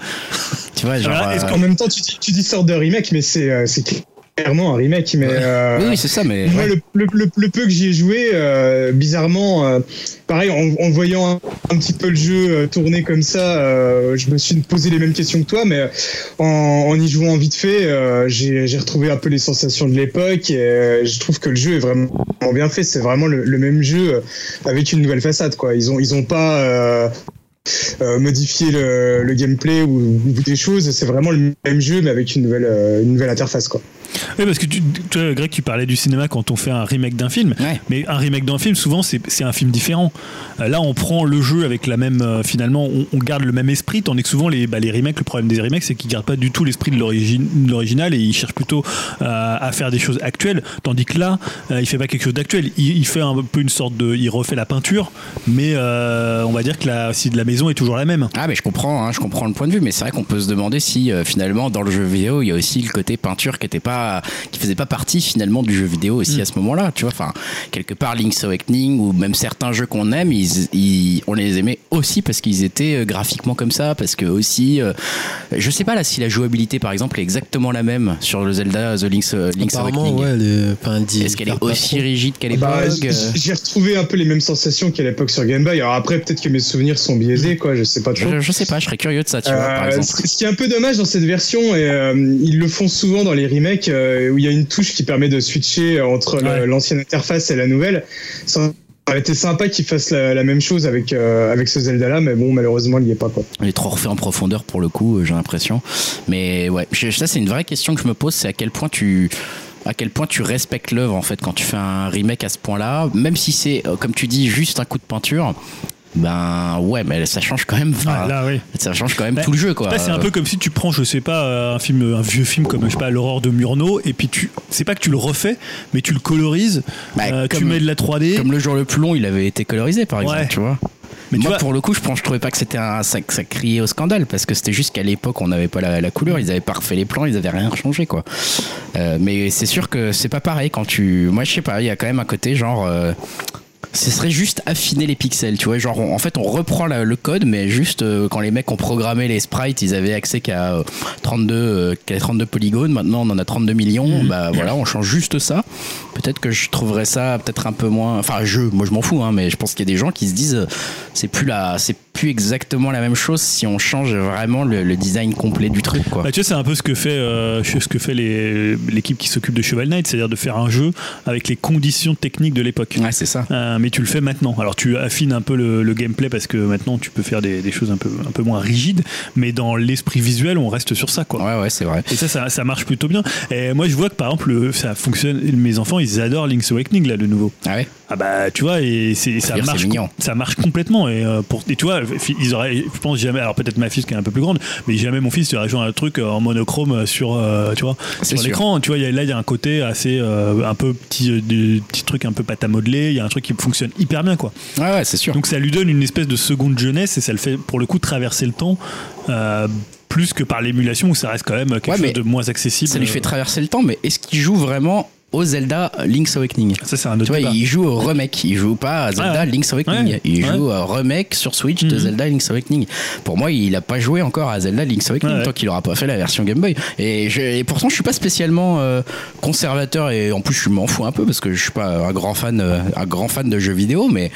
B: Tu vois, genre.
D: Alors, est-ce
B: euh,
D: qu'on
C: En même temps, tu dis, tu dis sorte de remake, mais c'est euh, c'est clairement un remake. Mais euh,
B: oui, oui, c'est ça, mais.
C: Moi, le, le- le- le peu que j'y ai joué, euh, bizarrement, euh, pareil, en, en voyant un, un petit peu le jeu euh, tourner comme ça, euh, je me suis posé les mêmes questions que toi, mais euh, en, en y jouant vite fait, euh, j'ai j'ai retrouvé un peu les sensations de l'époque et euh, je trouve que le jeu est vraiment bien fait. C'est vraiment le, le même jeu euh, avec une nouvelle façade, quoi. Ils ont, ils ont pas. euh, euh, modifié le, le gameplay ou, ou des choses, c'est vraiment le même jeu mais avec une nouvelle, euh, une nouvelle interface quoi.
D: Oui, parce que tu, toi, Greg, tu parlais du cinéma quand on fait un remake d'un film.
B: Ouais.
D: Mais un remake d'un film, souvent, c'est c'est un film différent. Euh, Là, on prend le jeu avec la même. euh, finalement, on, on garde le même esprit, tandis que souvent, les, bah, les remakes, le problème des remakes, c'est qu'ils gardent pas du tout l'esprit de l'origine- de l'original et ils cherchent plutôt euh, à faire des choses actuelles. Tandis que là, euh, il fait pas quelque chose d'actuel. Il, il fait un peu une sorte de. Il refait la peinture, mais euh, on va dire que la, si de la maison est toujours la même.
B: Ah mais je comprends, hein, je comprends le point de vue, mais c'est vrai qu'on peut se demander si euh, finalement dans le jeu vidéo il y a aussi le côté peinture qui était pas, qui faisait pas partie finalement du jeu vidéo aussi à ce moment-là, tu vois. Enfin quelque part Link's Awakening ou même certains jeux qu'on aime, ils, ils- on les aimait aussi parce qu'ils étaient euh, graphiquement comme ça, parce que aussi, euh, je sais pas là si la jouabilité par exemple est exactement la même sur le Zelda The Link's, euh, Link's
A: Apparemment,
B: Awakening.
A: ouais, les- enfin, dis-
B: Est-ce qu'elle
A: pas-
B: est
A: pas
B: aussi
A: trop.
B: rigide qu'à l'époque
C: Bah, j-
B: euh,
C: J'ai retrouvé un peu les mêmes sensations qu'à l'époque sur Game Boy. Alors après, peut-être que mes souvenirs sont biaisés, quoi. Je sais pas trop.
B: je, je sais pas, je serais curieux de ça, tu vois. Par
C: Euh,
B: exemple.
C: ce ce qui est un peu dommage dans cette version, et euh, ils le font souvent dans les remakes, euh, où il y a une touche qui permet de switcher entre le-
D: Ouais.
C: l'ancienne interface et la nouvelle. Ça aurait été sympa qu'ils fassent la, la même chose avec, euh, avec ce Zelda-là, mais bon, malheureusement, il n'y est pas. Quoi.
B: Il est trop refait en profondeur pour le coup, euh, j'ai l'impression. Mais ouais, je- ça c'est une vraie question que je me pose, c'est à quel point tu à quel point tu respectes l'œuvre en fait quand tu fais un remake à ce point-là, même si c'est euh, comme tu dis juste un coup de peinture. Ben ouais, mais ça change quand même. enfin,
D: Ah, là, oui.
B: ça change quand même
D: Bah,
B: tout le jeu quoi.
D: Là, c'est un peu comme si tu prends, je sais pas, euh, un film, un vieux film comme je sais pas, l'Aurore de Murnau, et puis tu, c'est pas que tu le refais, mais tu le colorises,
B: Bah,
D: euh, tu
B: comme-
D: mets de la 3D.
B: Comme le jour le plus long, il avait été colorisé par exemple,
D: Ouais.
B: tu vois.
D: Mais tu
B: Moi,
D: vois-
B: pour le coup, je pense, je trouvais pas que c'était un, ça, que ça criait au scandale parce que c'était juste qu'à l'époque, on n'avait pas la, la couleur, ils avaient pas refait les plans, ils avaient rien changé quoi. Euh, mais c'est sûr que c'est pas pareil quand tu, moi, je sais pas, il y a quand même un côté genre. euh, ce serait juste affiner les pixels, tu vois. Genre, on- en fait, on reprend la- le code, mais juste euh, quand les mecs ont programmé les sprites, ils avaient accès qu'à euh, 32, euh, qu'à 32 polygones. Maintenant, on en a 32 millions. Bah voilà, on change juste ça. Peut-être que je trouverais ça peut-être un peu moins. Enfin, je, moi, je m'en fous, hein, mais je pense qu'il y a des gens qui se disent, euh, c'est plus la, c'est plus exactement la même chose si on change vraiment le, le design complet du truc, quoi.
D: Bah, tu sais, c'est un peu ce que fait, euh, ce que fait les- l'équipe qui s'occupe de Cheval Knight, c'est-à-dire de faire un jeu avec les conditions techniques de l'époque.
B: Ouais, c'est ça.
D: Euh, mais tu le fais maintenant. Alors tu affines un peu le, le gameplay parce que maintenant tu peux faire des, des choses un peu, un peu moins rigides, mais dans l'esprit visuel, on reste sur ça, quoi.
B: Ouais, ouais, c'est vrai.
D: Et ça, ça, ça marche plutôt bien. Et moi, je vois que par exemple, le- ça fonctionne. Mes enfants, ils adorent Link's Awakening, là, de nouveau.
B: Ah ouais.
D: Ah bah tu vois et c'est ça
B: dire, c'est
D: marche com-
B: mignon.
D: ça marche complètement et euh, pour et tu vois fi- ils auraient je pense jamais alors peut-être ma fille qui est un peu plus grande mais jamais mon fils aurait joué à un truc euh, en monochrome euh, sur euh, tu vois
B: C'est
D: sur
B: sûr.
D: l'écran tu vois il y a- là il y a un côté assez euh, un peu petit euh, des petits trucs un peu pâte à modeler il y a un truc qui fonctionne hyper bien quoi
B: Ouais, ouais, c'est sûr.
D: donc ça lui donne une espèce de seconde jeunesse et ça le fait pour le coup traverser le temps euh, plus que par l'émulation où ça reste quand même quelque
B: Ouais, mais
D: chose de moins accessible
B: ça lui fait traverser le temps, mais est-ce qu'il joue vraiment au Zelda Link's Awakening
D: ça c'est un autre
B: tu vois,
D: débat.
B: il joue au remake, il joue pas à Zelda
D: Ah ouais.
B: Link's Awakening,
D: Ouais.
B: il
D: Ouais.
B: joue au remake sur Switch de
D: Mhm.
B: Zelda Link's Awakening. Pour moi, il a pas joué encore à Zelda Link's Awakening
D: Ouais, ouais.
B: tant qu'il aura pas fait la version Game Boy. Et, je- et pourtant, je suis pas spécialement euh, conservateur et en plus, je m'en fous un peu parce que je suis pas un grand fan, euh, un grand fan de jeux vidéo, mais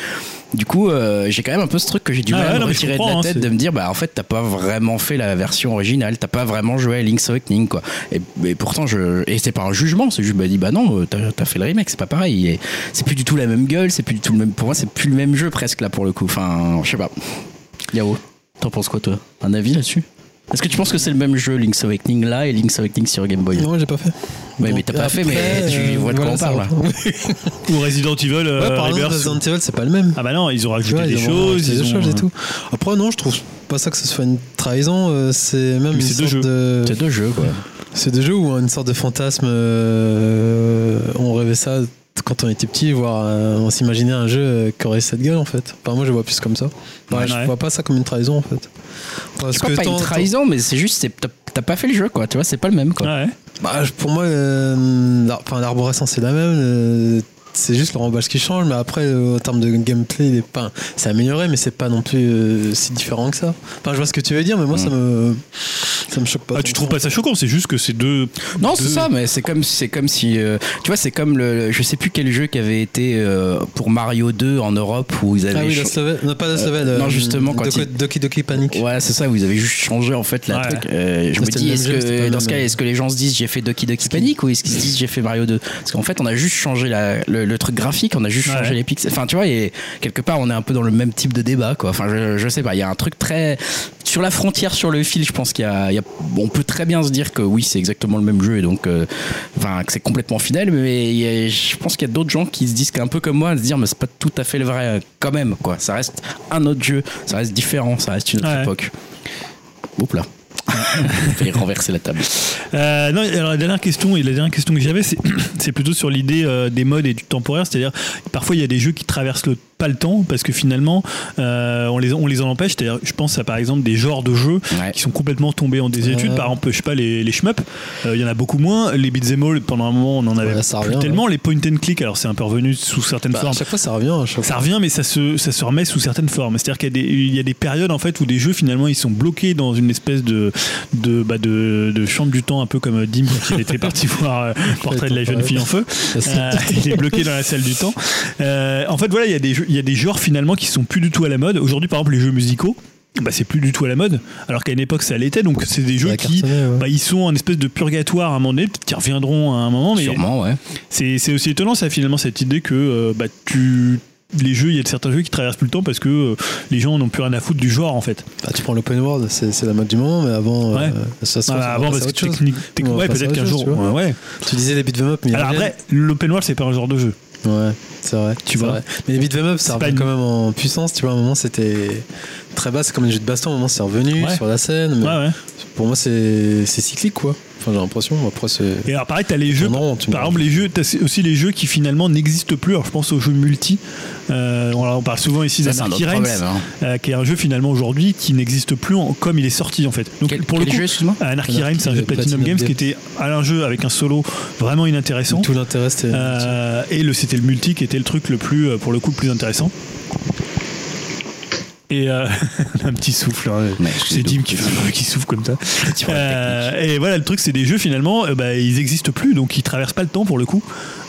B: du coup, euh, j'ai quand même un peu ce truc que j'ai du
D: Ah
B: mal
D: ouais,
B: à me
D: non, mais je
B: retirer de
D: comprends,
B: la
D: hein,
B: tête,
D: c'est-
B: de me dire, bah en fait, t'as pas vraiment fait la version originale, t'as pas vraiment joué à Link's Awakening, quoi. Et, et pourtant, je, et c'est pas un jugement, c'est juste, bah dit, bah non, euh, t'as t'as fait le remake, c'est pas pareil. Et c'est plus du tout la même gueule, c'est plus du tout le même. Pour moi, c'est plus le même jeu presque là pour le coup. Enfin, je sais pas. Yao, t'en penses quoi toi Un avis là-dessus Est-ce que tu penses que c'est le même jeu Link's Awakening là et Link's Awakening sur Game Boy
A: Non, euh, j'ai pas fait.
B: Ouais, mais t'as pas fait, mais tu vois de quoi on parle là.
D: ou Resident Evil euh,
A: Ouais, par exemple,
D: Rebirth,
A: Resident Evil, c'est pas le même.
D: Ah bah non, ils ont
A: Tu
D: rajouté
A: vois,
D: des
A: ils ont
D: choses,
A: rajouté
D: ils
A: des
D: ont-
A: choses et tout. Après, non, je trouve pas ça que ce soit une trahison. euh, c'est même
D: Mais
A: une
D: c'est deux
A: sorte
D: jeux.
A: de.
B: C'est deux jeux quoi.
A: C'est des jeux où une sorte de fantasme. euh, on rêvait ça quand on était petit, voire euh, on s'imaginait un jeu euh, qui aurait cette gueule en fait. Enfin, moi, je vois plus comme ça. Ouais,
D: Ouais,
A: je
D: ouais.
A: vois pas ça comme une trahison en fait. Parce
B: C'est pas, pas
A: tant-
B: une trahison, mais c'est juste, c'est- t'as t'as pas fait le jeu quoi, tu vois, c'est pas le même quoi.
D: Ouais.
A: Bah, je- pour moi, euh, l'ar- enfin, l'arborescence c'est la même. euh, c'est juste le remballage qui change, mais après, euh, en termes de gameplay, il est pas, c'est amélioré, mais c'est pas non plus euh, si différent que ça. Enfin, je vois ce que tu veux dire, mais moi, ça me, ça me choque pas.
D: Mm. Ah,
A: tant
D: tu
A: que
D: trouves
A: ça.
D: pas ça choquant, c'est juste que c'est deux.
B: Non, c'est
D: deux-
B: ça, mais c'est comme c'est comme si euh, tu vois, c'est comme le je sais plus quel jeu qui avait été euh, pour Mario 2 en Europe où ils avaient
A: Ah oui,
B: cho-
A: la Slovène, non, pas la Slovène.
B: non,
A: euh,
B: justement, quand
A: Doki,
B: il-
A: Doki Doki Panic.
B: Ouais, c'est ça, vous avez juste changé en fait la
D: Ouais.
B: truc. Euh, je me
A: C'était
B: dis,
A: le
B: est-ce
A: même jeu, c'était pas
B: que
A: le
B: dans ce
A: même,
B: cas,
A: euh,
B: est-ce que les gens se disent j'ai fait Doki Doki Panic ou est-ce qu'ils se disent j'ai fait Mario 2 Parce qu'en fait, on a juste changé la- le, le truc graphique, on a juste
D: Ouais.
B: changé les pixels. Enfin, tu vois, et quelque part, on est un peu dans le même type de débat quoi. Enfin, je, je sais pas, il y a un truc très. Sur la frontière, sur le fil, je pense qu'il y a, il y a- On peut très bien se dire que oui, c'est exactement le même jeu et donc. euh, Enfin, que c'est complètement fidèle, mais il y a- je pense qu'il y a d'autres gens qui se disent qu'un peu comme moi, à se dire mais c'est pas tout à fait le vrai euh, quand même quoi. Ça reste un autre jeu, ça reste différent, ça reste une autre
D: Ouais.
B: époque. Oups là. Il fallait renverser la table.
D: Euh, non, alors la dernière question et la dernière question que j'avais, c'est [clears throat] c'est plutôt sur l'idée euh, des modes et du temporaire, c'est-à-dire parfois il y a des jeux qui traversent le pas le temps parce que finalement euh, on les on les en empêche. C'est-à-dire, je pense à par exemple des genres de jeux
B: Ouais.
D: qui sont complètement tombés en désuétude.
A: Ouais.
D: Par exemple, je sais pas les les shmup, euh, il y en a beaucoup moins. Les beats all pendant un moment on en avait
A: Ouais, ça
D: plus
A: revient,
D: tellement. Les point and click, alors c'est un peu revenu sous certaines
A: Bah, à
D: formes.
A: chaque fois, ça revient. à chaque
D: Ça revient, mais ça se, ça se remet sous certaines formes. C'est-à-dire qu'il y, a des- il y a des périodes en fait où des jeux finalement ils sont bloqués dans une espèce de de, bah, de, de chambre du temps, un peu comme euh, Dim quand il était parti [laughs] voir euh, Portrait de la jeune fille en feu.
A: fois.
D: Euh, il est bloqué dans la salle du temps. Euh, en fait, voilà, il y, a des jeux- il y a des genres finalement qui sont plus du tout à la mode. Aujourd'hui, par exemple, les jeux musicaux, bah, c'est plus du tout à la mode. Alors qu'à une époque, ça l'était. Donc, c'est des jeux
A: a
D: qui.
A: cartonné, ouais.
D: bah, ils sont en espèce de purgatoire à un moment donné, peut-être qu'ils reviendront à un moment, mais
B: Sûrement, ouais.
D: c'est c'est aussi étonnant, ça, finalement, cette idée que euh, bah, tu. Les jeux, il y a certains jeux qui traversent plus le temps parce que euh, les gens n'ont plus rien à foutre du genre en fait.
A: Bah, tu prends l'open world, c'est c'est la mode du moment, mais avant,
D: Ouais.
A: euh, ça se trouve,
D: Ah,
A: ça va passer
D: avant, parce
A: à
D: que
A: autre chose.
D: technique, technique-
A: On va
D: ouais,
A: passer à
D: peut-être
A: autre
D: qu'un
A: chose,
D: jour.
A: tu vois.
D: ouais, ouais.
A: Tu disais les beat'em up, mais il y
D: Alors
A: a
D: après, l'open world, c'est pas un genre de jeu.
A: Ouais, c'est vrai.
D: Tu
A: c'est
D: vois.
A: vrai. Mais les beat'em up,
D: C'est
A: ça
D: pas
A: revient
D: une-
A: quand même en puissance. Tu vois, à un moment, c'était très bas. C'est comme les jeux de baston. À un moment, c'est revenu
D: Ouais.
A: sur la scène. mais
D: Ouais, ouais.
A: Pour moi, c'est c'est cyclique, quoi. Enfin, j'ai l'impression. Après, c'est.
D: Et alors pareil, t'as les jeux.
A: Non, tu me-
D: par exemple, les jeux, t'as aussi les jeux qui finalement n'existent plus. Alors je pense aux jeux multi. Euh, on, on parle souvent ici
B: Ça, c'est un
D: d'Anarchy
B: autre
D: Reigns,
B: problème. hein.
D: euh, qui est un jeu finalement aujourd'hui qui n'existe plus en- comme il est sorti en fait. Donc
B: Quel,
D: pour le
B: quel
D: coup,
B: jeu, excuse-moi
D: Anarchy Reigns, c'est un jeu de Platinum
A: Platinum
D: Games
A: Games.
D: qui était un jeu avec un solo vraiment inintéressant.
A: Tout l'intérêt, c'était.
D: Euh, et le c'était le multi qui était le truc le plus euh, pour le coup le plus intéressant. Et euh, [laughs] un petit souffle, hein.
B: Ouais,
D: c'est Dim qui, fait- qui souffle
A: [laughs]
D: comme ça. Euh, et voilà, le truc, c'est des jeux finalement, euh, bah, ils existent plus, donc ils traversent pas le temps pour le coup.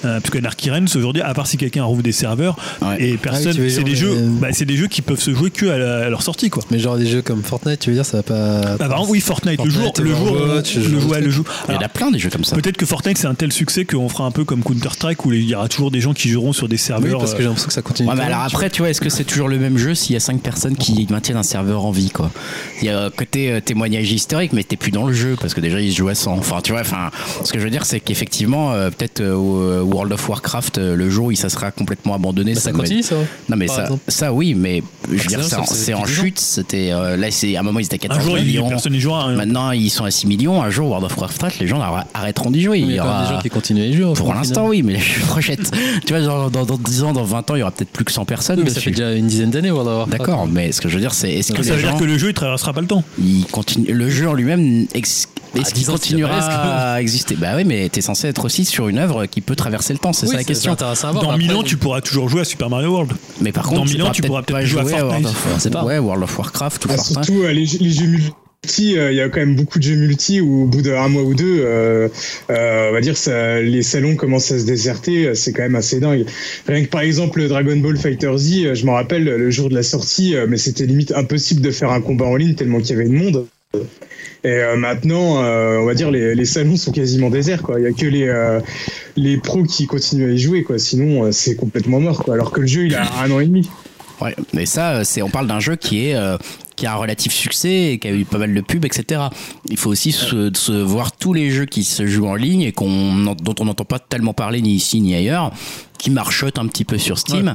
D: Euh, parce que Anarchy Reigns aujourd'hui, à part si quelqu'un rouvre des serveurs,
B: Ouais.
D: et personne,
A: Ah oui, tu veux
D: c'est
A: dire,
D: des jeux,
A: euh,
D: bah, c'est des jeux qui peuvent se jouer que à, la- à leur sortie, quoi.
A: Mais genre des jeux comme Fortnite, tu veux dire, ça va pas.
D: Bah, par exemple, oui, Fortnite,
A: Fortnite,
D: le jour, le jour,
A: Overwatch,
D: le
A: ce genre
D: jour,
A: de
D: ouais, le jour.
B: Il y en
D: Alors,
B: a plein des jeux comme ça.
D: Peut-être que Fortnite c'est un tel succès qu'on fera un peu comme Counter Strike où il y aura toujours des gens qui joueront sur des
A: Ah Oui,
D: serveurs.
A: parce que j'ai l'impression que ça continue.
B: Ouais, mais
A: de-
B: alors après, tu vois, est-ce que c'est toujours le même jeu s'il y a cinq personnes qui maintiennent un serveur en vie, quoi Il y a euh, côté euh, témoignage historique, mais t'es plus dans le jeu parce que déjà ils se jouent à 100. Enfin, tu vois, enfin, ce que je veux dire, c'est qu'effectivement, euh, peut-être euh, au- World of Warcraft, euh, le jour où ça sera complètement abandonné,
A: Bah,
B: ça
A: ça
B: doit être-
A: continue, ça.
B: Non mais
A: Par
B: ça,
A: exemple.
B: ça oui, mais je veux
A: Ah,
B: dire,
A: c'est
B: ça,
A: vrai, ça
B: c'est
A: faisait
B: en
A: plus longtemps.
B: chute. C'était euh, là, c'est à un moment ils étaient à
D: un
B: 14
D: jour, il y a
B: millions.
D: personne n'y jouera. hein.
B: Maintenant, ils sont à 6 millions. Un jour, World of Warcraft, les gens arr- arrêteront d'y jouer.
A: Il y,
B: Il y
A: a quand même
B: aura-
A: des gens qui continuent les jeux.
B: pour
A: au final.
B: l'instant, oui, mais [laughs] je projette. tu vois, dans, dans, dans 10 ans, dans 20 ans, il y aura peut-être plus que 100 personnes.
A: Oui, mais ça
B: dessus.
A: fait déjà une dizaine d'années, World of Warcraft.
B: D'accord, mais ce que je veux dire, c'est est-ce que
D: Ça
B: les
D: veut
B: gens,
D: dire que le jeu il traversera pas le temps.
B: ils continuent, le jeu en lui-même, ex- est-ce
A: Ah,
B: qu'il
A: disons, c'est
B: continuera
A: presque.
B: à exister Bah oui, mais t'es censé être aussi sur une œuvre qui peut traverser le temps, c'est
A: Oui,
B: ça la question.
A: intéressant à voir.
D: Dans
A: Après,
D: 1000 ans, tu pourras toujours jouer à Super Mario World.
B: Mais par
D: Dans
B: contre,
D: mille ans, tu pourras peut-être
B: pas
D: jouer à
B: World
D: Fortnite.
B: of,
A: On sait pas.
B: Ouais, World of Warcraft ou
C: Bah,
B: Fortnite.
C: surtout euh, les, jeux- les jeux multi, euh, il y a quand même beaucoup de jeux multi où au bout d'un mois ou deux, euh, euh, on va dire ça, les salons commencent à se déserter, euh, c'est quand même assez dingue. Rien que par exemple le Dragon Ball Fighter Z, euh, je m'en rappelle le jour de la sortie, euh, mais c'était limite impossible de faire un combat en ligne tellement qu'il y avait de monde. Et euh, maintenant, euh, on va dire les, les salons sont quasiment déserts quoi. Il y a que les euh, les pros qui continuent à y jouer quoi. Sinon, euh, c'est complètement mort quoi. Alors que le jeu, il a un an et demi.
B: Ouais, mais ça, euh, c'est on parle d'un jeu qui est euh, qui a un relatif succès, et qui a eu pas mal de pubs, etc. Il faut aussi se, se voir tous les jeux qui se jouent en ligne et qu'on en- dont on n'entend pas tellement parler ni ici ni ailleurs, qui marchotent un petit peu sur Steam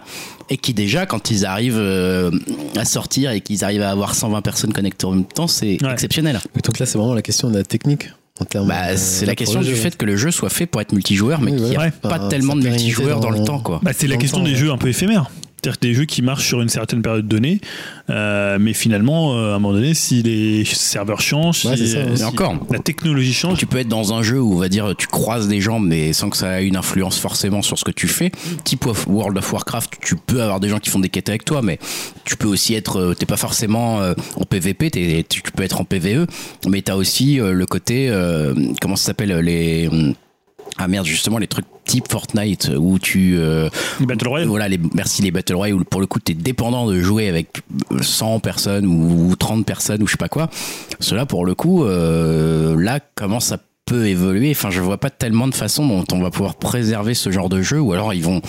B: et qui déjà quand ils arrivent euh, à sortir et qu'ils arrivent à avoir 120 personnes connectées en même temps, c'est
D: Ouais.
B: exceptionnel.
A: Et Donc là, c'est vraiment la question de la technique. En termes
B: Bah,
A: euh,
B: c'est la
A: pour
B: question
A: le
B: du
A: jeu.
B: fait que le jeu soit fait pour être multijoueur, mais
A: Oui,
B: qu'il n'y a
D: ouais.
B: pas
A: Enfin,
B: tellement
A: sa
B: de
A: pérennité
B: multijoueur dans, le
A: dans-
B: temps, quoi.
D: Bah, c'est la
A: Dans le
D: question
A: temps,
D: des
A: ouais.
D: jeux un peu éphémères. C'est-à-dire que des jeux qui marchent sur une certaine période donnée, euh, mais finalement, euh, à un moment donné, si les serveurs changent,
A: Ouais,
D: si,
A: c'est ça,
D: euh,
A: ouais.
B: Et
D: si
B: encore.
D: la technologie change,
B: Tu peux être dans un jeu où, on va dire, tu croises des gens, mais sans que ça ait une influence forcément sur ce que tu fais. Type of- World of Warcraft, tu peux avoir des gens qui font des quêtes avec toi, mais tu peux aussi être, euh, t'es pas forcément euh, en PVP, t'es- tu tu peux être en PVE, mais t'as aussi euh, le côté, euh, comment ça s'appelle, les, ah merde, justement, les trucs type Fortnite où tu euh,
D: Battle Royale.
B: voilà les merci les battle royale où pour le coup t'es dépendant de jouer avec 100 personnes ou 30 personnes ou je sais pas quoi cela pour le coup euh, là comment ça peut évoluer enfin je vois pas tellement de façon dont on va pouvoir préserver ce genre de jeu ou alors ils vont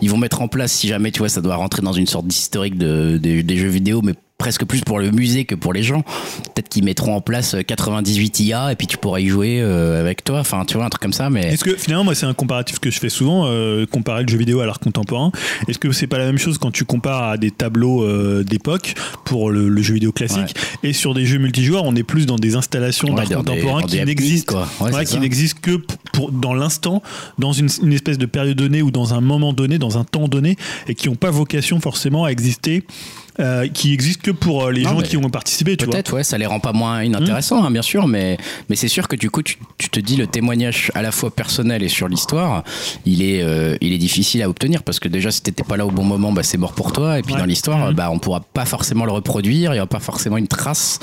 B: ils vont mettre en place si jamais tu vois ça doit rentrer dans une sorte d'historique de, des- des jeux vidéo mais presque plus pour le musée que pour les gens peut-être qu'ils mettront en place euh, 98 IA et puis tu pourras y jouer euh, avec toi enfin tu vois un truc comme ça mais
D: Est-ce que finalement, moi, c'est un comparatif que je fais souvent, euh, comparer le jeu vidéo à l'art contemporain. Est-ce que c'est pas la même chose quand tu compares à des tableaux euh, d'époque pour le, le jeu vidéo classique et sur des jeux multijoueurs, on est plus dans des installations
B: Ouais,
D: d'art
B: dans des-
D: contemporain
B: dans
D: qui
B: des applis,
D: n'existent
B: quoi. Ouais,
D: ouais,
B: c'est
D: qui
B: ça.
D: n'existent que pour, pour- dans l'instant, dans une, une espèce de période donnée ou dans un moment donné, dans un temps donné, et qui n'ont pas vocation forcément à exister, euh, qui existent que pour euh, les
B: Non,
D: gens
B: mais
D: qui ont participé. Tu vois. Hmm.
B: Peut-être, ouais, ça les rend pas moins inintéressants, hein, bien sûr, mais, mais c'est sûr que du coup, tu, tu te dis le témoignage à la fois personnel et sur l'histoire, il, est euh, il est difficile à obtenir parce que déjà, si t'étais pas là au bon moment, bah, c'est mort pour toi, et puis
D: Ouais.
B: dans l'histoire,
D: Mhm.
B: bah, on pourra pas forcément le reproduire, il y aura pas forcément une trace.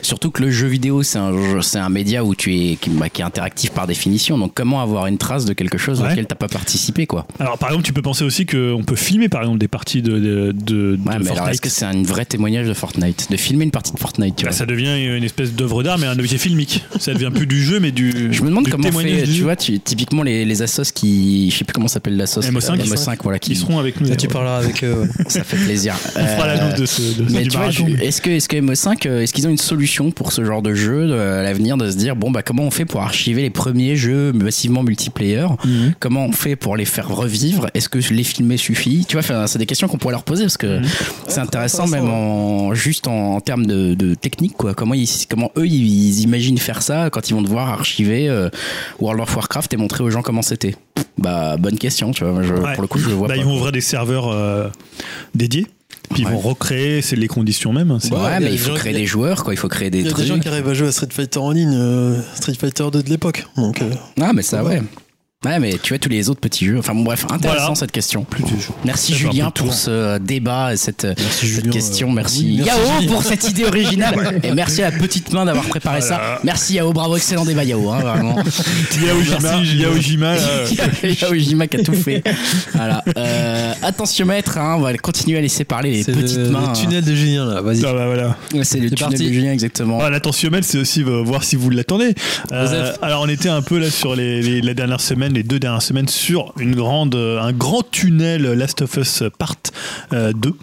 B: Surtout que le jeu vidéo, c'est un, jeu- c'est un média où tu es, qui, bah, qui est interactif par définition, donc comment avoir une trace de quelque chose
D: Ouais.
B: auquel t'as pas participé, quoi.
D: Alors, par exemple, tu peux penser aussi qu'on peut filmer, par exemple, des parties de, de, de- de
B: Ouais, mais alors,
D: Fortnite.
B: est-ce que c'est un vrai témoignage de Fortnite De filmer une partie de Fortnite, tu
D: Bah,
B: vois
D: ça devient une espèce d'œuvre d'art, mais un objet filmique. Ça devient plus du jeu, mais du.
B: [laughs] Je me demande
D: du
B: comment
D: témoignage
B: fait,
D: du
B: tu
D: jeu.
B: vois, tu- typiquement les, les assos qui, je sais plus comment s'appelle l'assos,
D: MO5.
B: MO5, voilà,
D: Qui
B: qui,
D: seront avec nous.
A: Là, tu parleras avec euh, eux. [laughs] ouais.
B: ça fait plaisir.
D: [laughs] On fera l'annonce de ce. de-
B: mais
D: du
B: tu vois,
D: marathon.
B: je- est-ce que, est-ce que MO5, euh, est-ce qu'ils ont une solution pour ce genre de jeu euh, à l'avenir de se dire bon bah comment on fait pour archiver les premiers jeux massivement multiplayer
D: Mhm.
B: Comment on
F: Mhm.
B: fait pour les faire revivre Est-ce que les filmer suffit Tu vois, enfin, c'est des questions qu'on pourrait leur poser parce que c'est intéressant, même en, juste en, en termes de, de technique, quoi. Comment, ils, comment eux, ils, ils imaginent faire ça quand ils vont devoir archiver euh, World of Warcraft et montrer aux gens comment c'était Bah, bonne question, tu vois. Moi, je-
D: Ouais.
B: Pour le coup, je le vois
D: Bah,
B: pas.
D: ils vont ouvrir des serveurs euh, dédiés, puis ils
B: Ouais.
D: vont recréer c'est les conditions même. hein, c'est-
B: Ouais,
F: Ouais, y a
B: mais il
F: des
B: faut
F: gens-
B: créer
F: y a-
B: des joueurs, quoi. Il faut créer des
F: Il y a
B: trucs.
F: des gens qui arrivent à jouer à Street Fighter en ligne, euh, Street Fighter 2 de l'époque. Donc, euh,
B: Ah, mais ça,
F: Ouais.
B: ouais. Ouais, mais tu vois, tous les autres petits jeux. Enfin, bon, bref, intéressant
D: Voilà.
B: cette question.
D: de
B: [laughs]
D: jeux.
B: Merci
D: Ça fait un
B: Julien
D: peu tour.
B: pour ce euh, débat et cette, cette
A: Julien,
B: question.
A: euh,
B: Merci,
A: oui, merci,
B: Yao hein,
A: Julien.
B: pour cette idée
A: [laughs]
B: originale. et merci à la petite main d'avoir préparé ça. Merci Yao, bravo, excellent débat Yao, hein,
A: [laughs]
B: [laughs] vraiment.
D: Yaojima, Yaojima,
B: [laughs]
D: là,
B: Yao Jima qui a tout
A: [laughs]
B: fait. Voilà. Euh, attention maître, hein, on va continuer à laisser parler les
A: C'est
B: petites
A: le,
B: mains.
A: le tunnel de Julien là, vas-y.
F: [laughs]
D: Ah, bah, voilà.
B: hein. C'est le
A: C'est
B: tunnel
A: parti.
B: de Julien exactement.
D: Ah, l'intentionnel, c'est aussi euh, voir si vous l'attendez. Euh,
A: Joseph.
D: alors, on était un peu là sur les, les- la dernière semaine, les deux dernières semaines, sur une grande, euh, un grand tunnel euh, Last of Us Part euh, 2.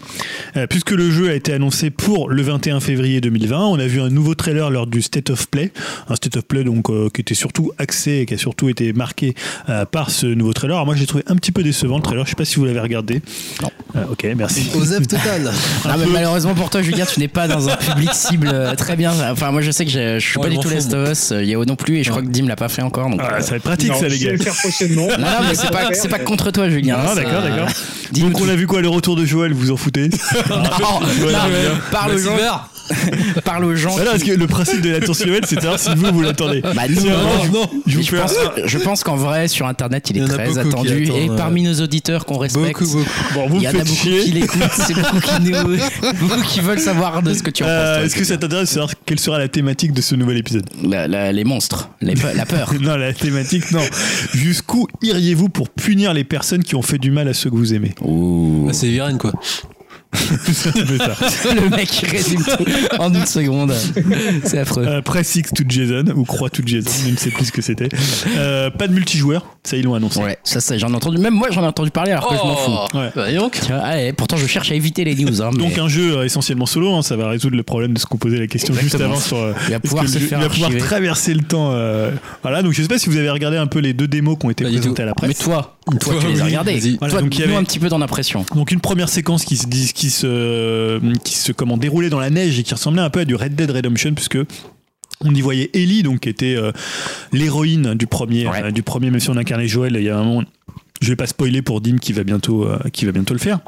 D: Euh, puisque le jeu a été annoncé pour le 21 février 2020, on a vu un nouveau trailer lors du State of Play. Un State of Play donc, euh, qui était surtout axé et qui a surtout été marqué euh, par ce nouveau trailer. Alors, moi, j'ai trouvé un petit peu décevant le trailer. Je sais pas si vous l'avez regardé.
B: Non.
D: Euh, ok, merci.
F: Osef total.
A: [laughs]
B: Ah, mais malheureusement pour toi, Julien, tu n'es pas dans un public cible euh, très bien. Enfin, moi, je sais que je, je suis
A: Oh,
B: pas
A: ils
B: du
A: m'en
B: tout
A: font,
B: Last of Us, euh, Yao non plus, et je crois que Dim l'a pas fait encore. Donc,
D: Ah,
B: euh,
D: ça va être pratique,
C: Non,
D: ça, les
C: je vais
D: gars.
C: le faire prochainement.
B: Non, non, mais c'est pas, c'est pas contre toi, Julien. hein,
D: Ah,
B: Ça- euh,
D: d'accord, d'accord.
B: Dis-nous
D: Donc on a vu quoi le retour de Joël, vous en foutez
B: Non,
D: [laughs] Voilà.
B: Oh, non, parle aux
A: Vas-y,
B: gens,
A: Hubert.
B: parle aux gens.
D: Ah non, parce que le principe de la tour silhouette, c'est de savoir si vous vous l'attendez.
B: Bah, nous,
D: Si
B: non,
D: vraiment, je-
A: Oh, non.
D: je
B: Mais
D: vous
B: je
D: fais
B: pense,
D: un-
B: je pense qu'en vrai, sur Internet, il est
A: Il y en a
B: très
A: beaucoup qui
B: attendu. Et
A: attendent,
B: parmi nos auditeurs qu'on respecte,
A: Beaucoup, beaucoup.
D: Bon, vous
B: il
D: me
B: y en a
D: faites
B: beaucoup
D: chier.
B: qui l'écoutent. C'est beaucoup qui nous,
D: [laughs]
B: beaucoup qui veulent savoir de ce que tu en
D: Euh,
B: penses. toi,
D: Est-ce que ça t'intéresse de savoir quelle sera la thématique de ce nouvel épisode
B: La- la- les monstres, les pe- la
D: [laughs]
B: peur.
D: Non, la thématique, non. Jusqu'où iriez-vous pour punir les personnes qui ont fait du mal à ceux que vous aimez
B: Ouh.
A: Ah, C'est Viren quoi.
D: C'est un peu ça.
B: Le mec qui résume tout en une seconde. C'est affreux.
D: [laughs] Euh, Press X to Jason, ou Croix to Jason, je ne sais plus ce que c'était. Euh, pas de multijoueur, ça ils l'ont annoncé.
B: Ouais, ça, ça j'en ai entendu. Même moi, j'en ai entendu parler
A: Oh.
B: alors que je m'en fous.
D: Ouais.
F: Bah,
B: Tu vois, allez, pourtant, je cherche à éviter les news. Hein, mais-
D: Oh. Donc un jeu euh, essentiellement solo, hein, ça va résoudre le problème de ce qu'on posait la question
B: Exactement.
D: juste avant sur. euh,
B: Il va
D: est-ce
B: pouvoir
D: que
B: se
D: le jeu-
B: faire
D: il va pouvoir
B: archiver.
D: traverser le temps. euh, voilà, donc je sais pas si vous avez regardé un peu les deux démos qui ont été
A: Pas du
D: présentées à la
B: Mais
D: presse.
B: toi, toi,
A: Toi,
B: tu les
A: oui,
B: as regardés.
A: vas-y.
B: Toi,
D: Voilà, donc il y
B: dis-nous
D: avait-
B: un petit peu dans l'impression.
D: Donc une première séquence qui se dis- qui se qui se comment déroulait dans la neige et qui ressemblait un peu à du Red Dead Redemption puisque on y voyait Ellie donc qui était euh, l'héroïne du premier
B: Ouais.
D: euh, du premier même si on incarnait Joël il y a un moment je vais pas spoiler pour Dim qui va bientôt euh, qui va bientôt le faire.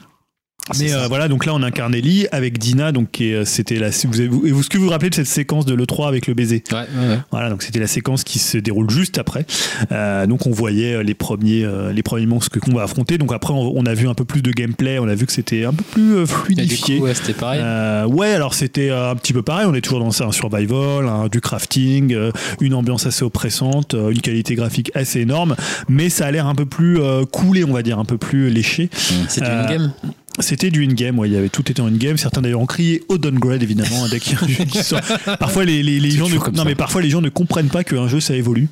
D: Mais euh, voilà, donc là on incarne Ellie avec Dina, donc qui est, euh, c'était la. Vous, avez- vous, ce que vous vous rappelez de cette séquence de l'E3 avec le baiser
A: Ouais, ouais, ouais.
D: Voilà, donc c'était la séquence qui se déroule juste après. Euh, donc on voyait euh, les premiers, euh, les premiers monstres que- qu'on va affronter. Donc après, on, on a vu un peu plus de gameplay, on a vu que c'était un peu plus euh,
A: Et du
D: fluidifié.
A: coup, ouais, c'était pareil.
D: Euh, ouais, alors c'était euh, un petit peu pareil. On est toujours dans ça, un survival, un- du crafting, euh, une ambiance assez oppressante, euh, une qualité graphique assez énorme, mais ça a l'air un peu plus euh, coulé, on va dire, un peu plus léché.
A: C'était
D: euh,
A: une game.
D: C'était du in-game, ouais, il y avait tout était en in-game. Certains d'ailleurs ont crié au downgrade évidemment hein, dès qu'il y a un jeu
B: [laughs]
D: qui sort. Parfois les, les- les
B: C'est
D: gens ne,
B: toujours comme
D: non,
B: ça.
D: mais parfois les gens ne comprennent pas qu'un jeu ça évolue,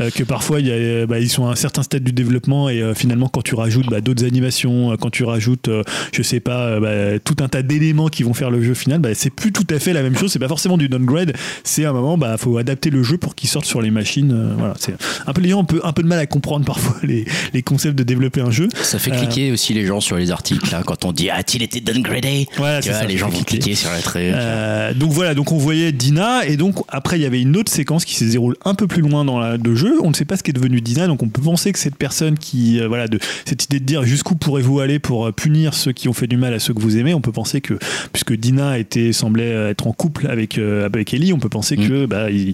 D: euh, que parfois il y a, euh, bah, ils sont à un certain stade du développement et euh, finalement quand tu rajoutes bah, d'autres animations, euh, quand tu rajoutes euh, je sais pas euh, bah, tout un tas d'éléments qui vont faire le jeu final, bah, c'est plus tout à fait la même chose. C'est pas forcément du downgrade, c'est à un moment bah faut adapter le jeu pour qu'il sorte sur les machines. euh, voilà, c'est un peu les gens ont un peu, un peu de mal à comprendre [laughs] parfois les, les concepts de développer un jeu.
B: Ça fait
D: Euh,
B: cliquer aussi les gens sur les articles là, quand on dit a-t-il été downgradé
D: Voilà,
B: Tu
D: c'est
B: vois,
D: ça,
B: les
D: ça
B: gens
D: fait
B: vont
D: cliquer.
B: cliquer sur le truc.
D: Euh, donc voilà, donc on voyait Dina et donc après il y avait une autre séquence qui se déroule un peu plus loin dans la, le jeu. On ne sait pas ce qu'est devenu Dina, donc on peut penser que cette personne qui euh, voilà de cette idée de dire jusqu'où pourrez-vous aller pour euh, punir ceux qui ont fait du mal à ceux que vous aimez, on peut penser que puisque Dina était semblait euh, être en couple avec euh, avec Ellie, on peut penser
B: Mm.
D: que bah il,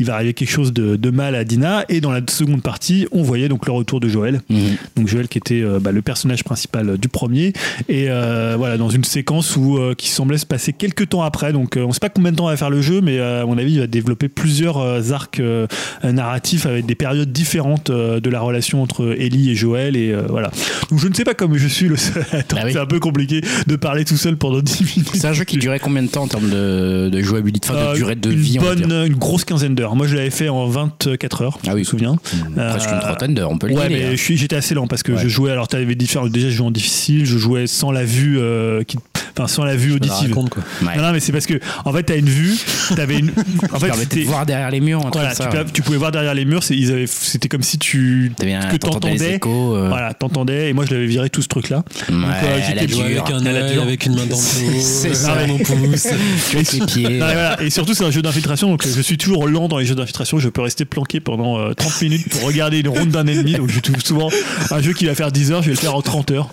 D: il va arriver quelque chose de, de mal à Dina et dans la seconde partie on voyait donc le retour de Joël
B: Mhm.
D: donc Joël qui était euh, bah, le personnage principal euh, du premier et euh, voilà dans une séquence où euh, qui semblait se passer quelques temps après donc euh, on sait pas combien de temps va faire le jeu mais euh, à mon avis il va développer plusieurs euh, arcs euh, narratifs avec des périodes différentes euh, de la relation entre Ellie et Joël et euh, voilà donc je ne sais pas comme je suis le seul à attendre.
B: Ah oui.
D: c'est un peu compliqué de parler tout seul pendant 10 minutes
B: C'est un jeu qui durait combien de temps en termes de, de jouabilité, enfin, de
D: Euh,
B: durée de
D: une
B: vie on va
D: bonne,
B: dire
D: une grosse quinzaine d'heures moi je l'avais fait en 24 heures
B: Ah oui.
D: je me souviens
B: Mmh, Presque une
D: euh,
B: trentaine d'heures, on peut le
D: Ouais,
B: dire. hein.
D: mais je suis- j'étais assez lent parce que
B: Ouais.
D: je jouais. Alors, t'avais différents. Déjà, je jouais en difficile, je jouais sans la vue euh, qui enfin sans la vue
A: Je me la
D: auditive.
A: raconte, quoi.
B: Ouais.
D: Non, non, mais c'est parce que en fait t'as une vue, t'avais
B: [laughs]
D: une, en fait
B: permettait
D: c'était-
B: de voir derrière les murs, un truc
D: voilà,
B: comme
D: tu,
B: ça.
D: peux- tu pouvais voir derrière les murs, c'est- ils avaient- c'était comme si tu
B: T'avais un-
D: que
B: t'entendais les
D: t'entendais,
B: échos, euh.
D: voilà, euh, t'entendais, et moi je l'avais viré tout ce truc là.
B: Ouais, elle a
A: Tu vois,
B: dû-
A: avec un
D: Elle a
A: œil,
D: dû-
A: avec une main [laughs] dans le dos,
B: C'est
A: euh,
B: ça.
A: mon [laughs]
D: [laughs]
A: pouce.
B: [laughs] Tu vois, avec les pieds.
D: Non, mais voilà. Et surtout, c'est un jeu d'infiltration, donc euh, je suis toujours lent dans les jeux d'infiltration. Je peux rester planqué pendant euh, 30 minutes pour regarder une ronde d'un ennemi. Donc, je trouve souvent un jeu qui va faire 10 heures, je vais le faire en 30 heures.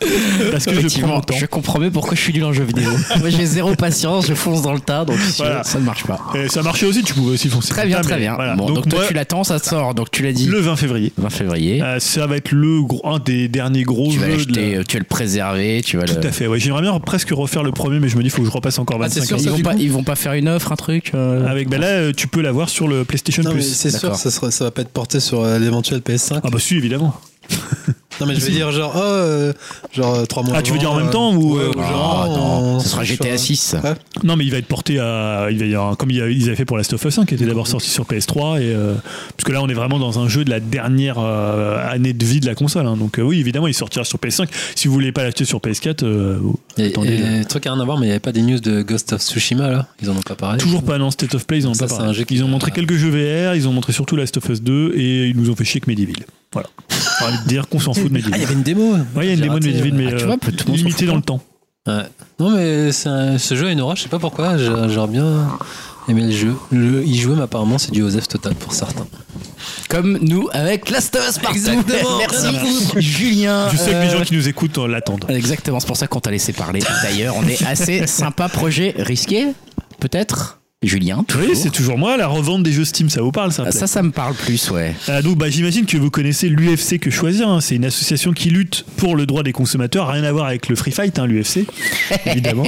D: Parce que je prends mon
B: Effectivement,
D: temps.
B: je comprends mieux pourquoi je suis nul en jeu
D: [laughs]
B: vidéo. Moi, j'ai zéro patience, je fonce dans le tas, donc si tu veux,
D: Voilà.
B: ça ne marche pas.
D: Et ça marchait aussi, tu pouvais aussi foncer.
B: Très bien,
D: Ah, mais
B: très bien.
D: voilà.
B: Bon, donc, toi,
D: moi,
B: tu l'attends, ça sort. Donc, tu l'as dit
D: le 20 février.
B: 20 février.
D: Euh, ça va être le gros, un des derniers gros
B: tu vas
D: jeux de
B: l'acheter,
D: la-
B: euh, tu vas le préserver, tu vas le.
D: Tout à fait, ouais. J'aimerais bien presque refaire le premier, mais je me dis, faut que je repasse encore
A: Ah, c'est
D: 25
A: sûr,
D: heures.
B: Ils
A: Ça,
B: vont
A: du
B: pas,
A: coup-
B: ils vont pas faire une offre, un truc. euh,
D: Avec, ben là, euh, tu peux l'avoir sur le PlayStation
F: Non, mais
D: Plus.
F: c'est sûr,
B: D'accord.
F: ça, sera, ça va pas être porté sur euh, l'éventuel PS5.
D: Ah, bah, si, évidemment.
F: non, mais je veux dire, genre, oh, euh, genre euh, trois mois.
D: Ah, tu
F: avant,
D: veux dire en même
F: euh,
D: temps ou,
F: ouais,
D: euh,
F: ou
B: Ah,
F: genre,
B: non,
F: on-
B: ce sera
F: sur-
B: GTA 6.
F: Ouais.
D: Non, mais il va être porté à. Il va y avoir- comme il y a- ils avaient fait pour Last of Us 1, qui était d'abord sorti sur PS3, et, euh, parce que là, on est vraiment dans un jeu de la dernière euh, année de vie de la console. hein. donc, euh, oui, évidemment, il sortira sur PS5. Si vous voulez pas l'acheter sur PS4, euh,
A: Et,
D: attendez. là.
A: et, truc à rien à voir, mais il n'y avait pas des news de Ghost of Tsushima là Ils en ont pas parlé.
D: Toujours pas, non, State of Play, ils en ont
A: Ça,
D: pas
A: c'est
D: parlé.
A: un jeu qui-
D: Ils ont montré quelques jeux VR, ils ont montré surtout Last of Us 2, et ils nous ont fait chier avec Medieval. Voilà. On va dire qu'on s'en fout de
A: Ah, il y
D: Medieval.
A: avait une démo
D: Ouais, il y a une
A: J'ai
D: démo de
A: raté,
D: Medieval,
A: ouais.
D: mais
B: Ah, tu
D: euh,
B: vois, tout le monde s'en
D: limitée
B: fout.
D: dans le temps.
A: Ouais. Non, mais c'est un- ce jeu a une aura, je sais pas pourquoi, j'a- j'aurais bien aimé le jeu. Le, y jouer, mais apparemment, c'est du Osef total pour certains.
B: Comme nous avec Last of Us Part Two.
A: Exactement.
B: [laughs] Merci Julien.
D: Je sais que
B: euh,
D: les gens qui nous écoutent euh, l'attendent.
B: Exactement, c'est pour ça qu'on t'a laissé parler. D'ailleurs, on est assez sympa projet risqué, peut-être. Julien,
D: Oui,
B: toujours.
D: c'est toujours moi, la revente des jeux Steam, ça vous parle, ça
B: Ah,
D: plaît
B: ça, ça me parle plus, ouais.
D: Ah, donc, bah, j'imagine que vous connaissez l'UFC que choisir. hein. C'est une association qui lutte pour le droit des consommateurs. Rien à voir avec le free fight,
B: [laughs]
D: hein, l'UFC, évidemment.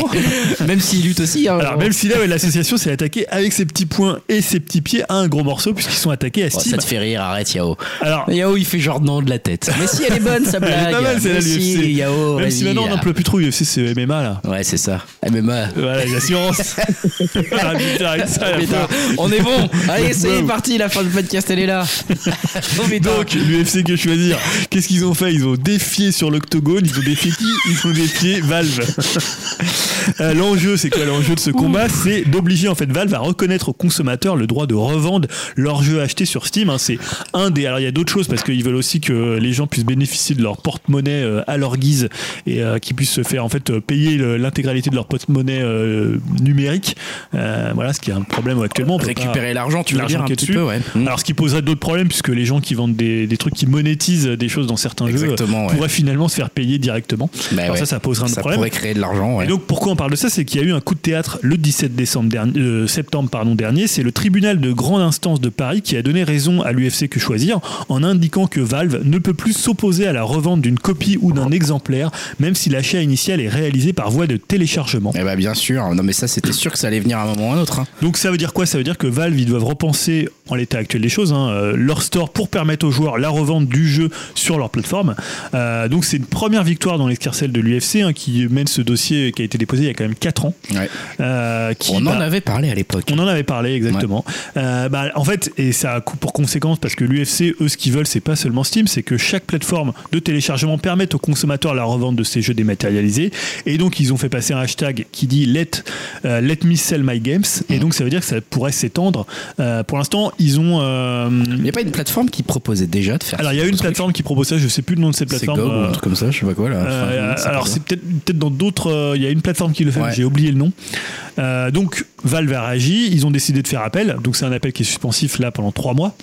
B: Même s'il lutte aussi. hein,
D: Alors,
B: bon.
D: même si là, ouais, l'association s'est attaquée avec ses petits poings et ses petits pieds à un gros morceau, puisqu'ils sont attaqués à
B: Oh,
D: Steam.
B: ça te fait rire, arrête Yao.
D: Alors,
B: Yao, il fait genre non de la tête. Mais si elle est bonne, sa blague.
D: elle est pas mal, c'est
B: Mais
D: là,
B: si,
D: l'UFC.
B: Yao,
D: même si
B: vas-y,
D: maintenant, on
B: là.
D: n'emploie plus trop UFC, c'est MMA, là.
B: Ouais, c'est ça.
D: Ah,
B: MMA.
D: Voilà, les [laughs] assurances. Ah, [laughs] putain, avec ça, la
B: Putain,
D: fois.
B: on est bon. [laughs] Allez, c'est
D: Wow.
B: parti, la fin du podcast, elle est là. Oh, putain.
D: Donc, l'UFC que choisir, qu'est-ce qu'ils ont fait Ils ont défié sur l'octogone, ils ont défié qui Ils ont défié Valve. Euh, L'enjeu, c'est quoi l'enjeu de ce combat C'est d'obliger en fait Valve à reconnaître aux consommateurs le droit de revendre leurs jeux achetés sur Steam. hein. C'est un des. Alors, il y a d'autres choses parce qu'ils veulent aussi que les gens puissent bénéficier de leur porte-monnaie euh, à leur guise et euh, qu'ils puissent se faire en fait euh, payer le- l'intégralité de leur porte-monnaie euh, numérique. Euh, voilà, ce qui est un problème actuellement. On peut pas-
B: Récupérer l'argent, tu veux
D: l'argent
B: dire un
D: qui est
B: petit
D: dessus.
B: peu, ouais.
D: alors, ce qui poserait d'autres problèmes, puisque les gens qui vendent des, des trucs qui monétisent des choses dans certains
B: Exactement,
D: jeux euh,
B: ouais.
D: pourraient finalement se faire payer directement.
B: Bah
D: Alors
B: ouais.
D: ça, ça poserait un autre
B: Ça
D: problème.
B: pourrait créer de l'argent, ouais.
D: Et donc pourquoi on parle de ça, c'est qu'il y a eu un coup de théâtre le 17 décembre dernier, euh, septembre pardon dernier. C'est le tribunal de grande instance de Paris qui a donné raison à l'UFC que choisir en indiquant que Valve ne peut plus s'opposer à la revente d'une copie ou
B: Ah.
D: d'un exemplaire, même si l'achat initial est réalisé par voie de téléchargement.
B: Eh bah bien sûr, non mais ça c'était sûr que ça allait venir à un moment ou à un autre. hein.
D: Donc ça veut dire quoi Ça veut dire que Valve, ils doivent repenser, en l'état actuel des choses, hein, euh, leur store pour permettre aux joueurs la revente du jeu sur leur plateforme. Euh, donc c'est une première victoire dans l'escarcelle de l'UFC hein, qui mène ce dossier qui a été déposé il y a quand même 4 ans.
B: Ouais.
D: euh, qui,
B: On en
D: bah,
B: avait parlé à l'époque.
D: on en avait parlé exactement. Euh, bah, en fait, et ça a coup- pour conséquence parce que l'UFC, eux, ce qu'ils veulent, c'est pas seulement Steam, c'est que chaque plateforme de téléchargement permette aux consommateurs la revente de ces jeux dématérialisés. Et donc, ils ont fait passer un hashtag qui dit Let, euh, let me sell my games. Et donc, ça veut dire que ça pourrait s'étendre. Euh, pour l'instant, ils ont. euh,
B: Il n'y a pas une plateforme qui proposait déjà de faire
D: alors,
B: ce
D: il y a une
B: truc
D: plateforme qui propose ça. Je sais plus le nom de cette
B: C'est
D: plateforme.
B: Go ou
D: euh,
B: un truc comme ça, je sais pas quoi là.
D: euh,
B: Enfin, c'est
D: alors
B: pas
D: c'est peut-être peut-être dans d'autres. euh, Il y a une plateforme qui le fait, mais
B: Ouais.
D: j'ai oublié le nom. Euh, donc Valve a réagi, ils ont décidé de faire appel. Donc c'est un appel qui est suspensif là pendant trois mois,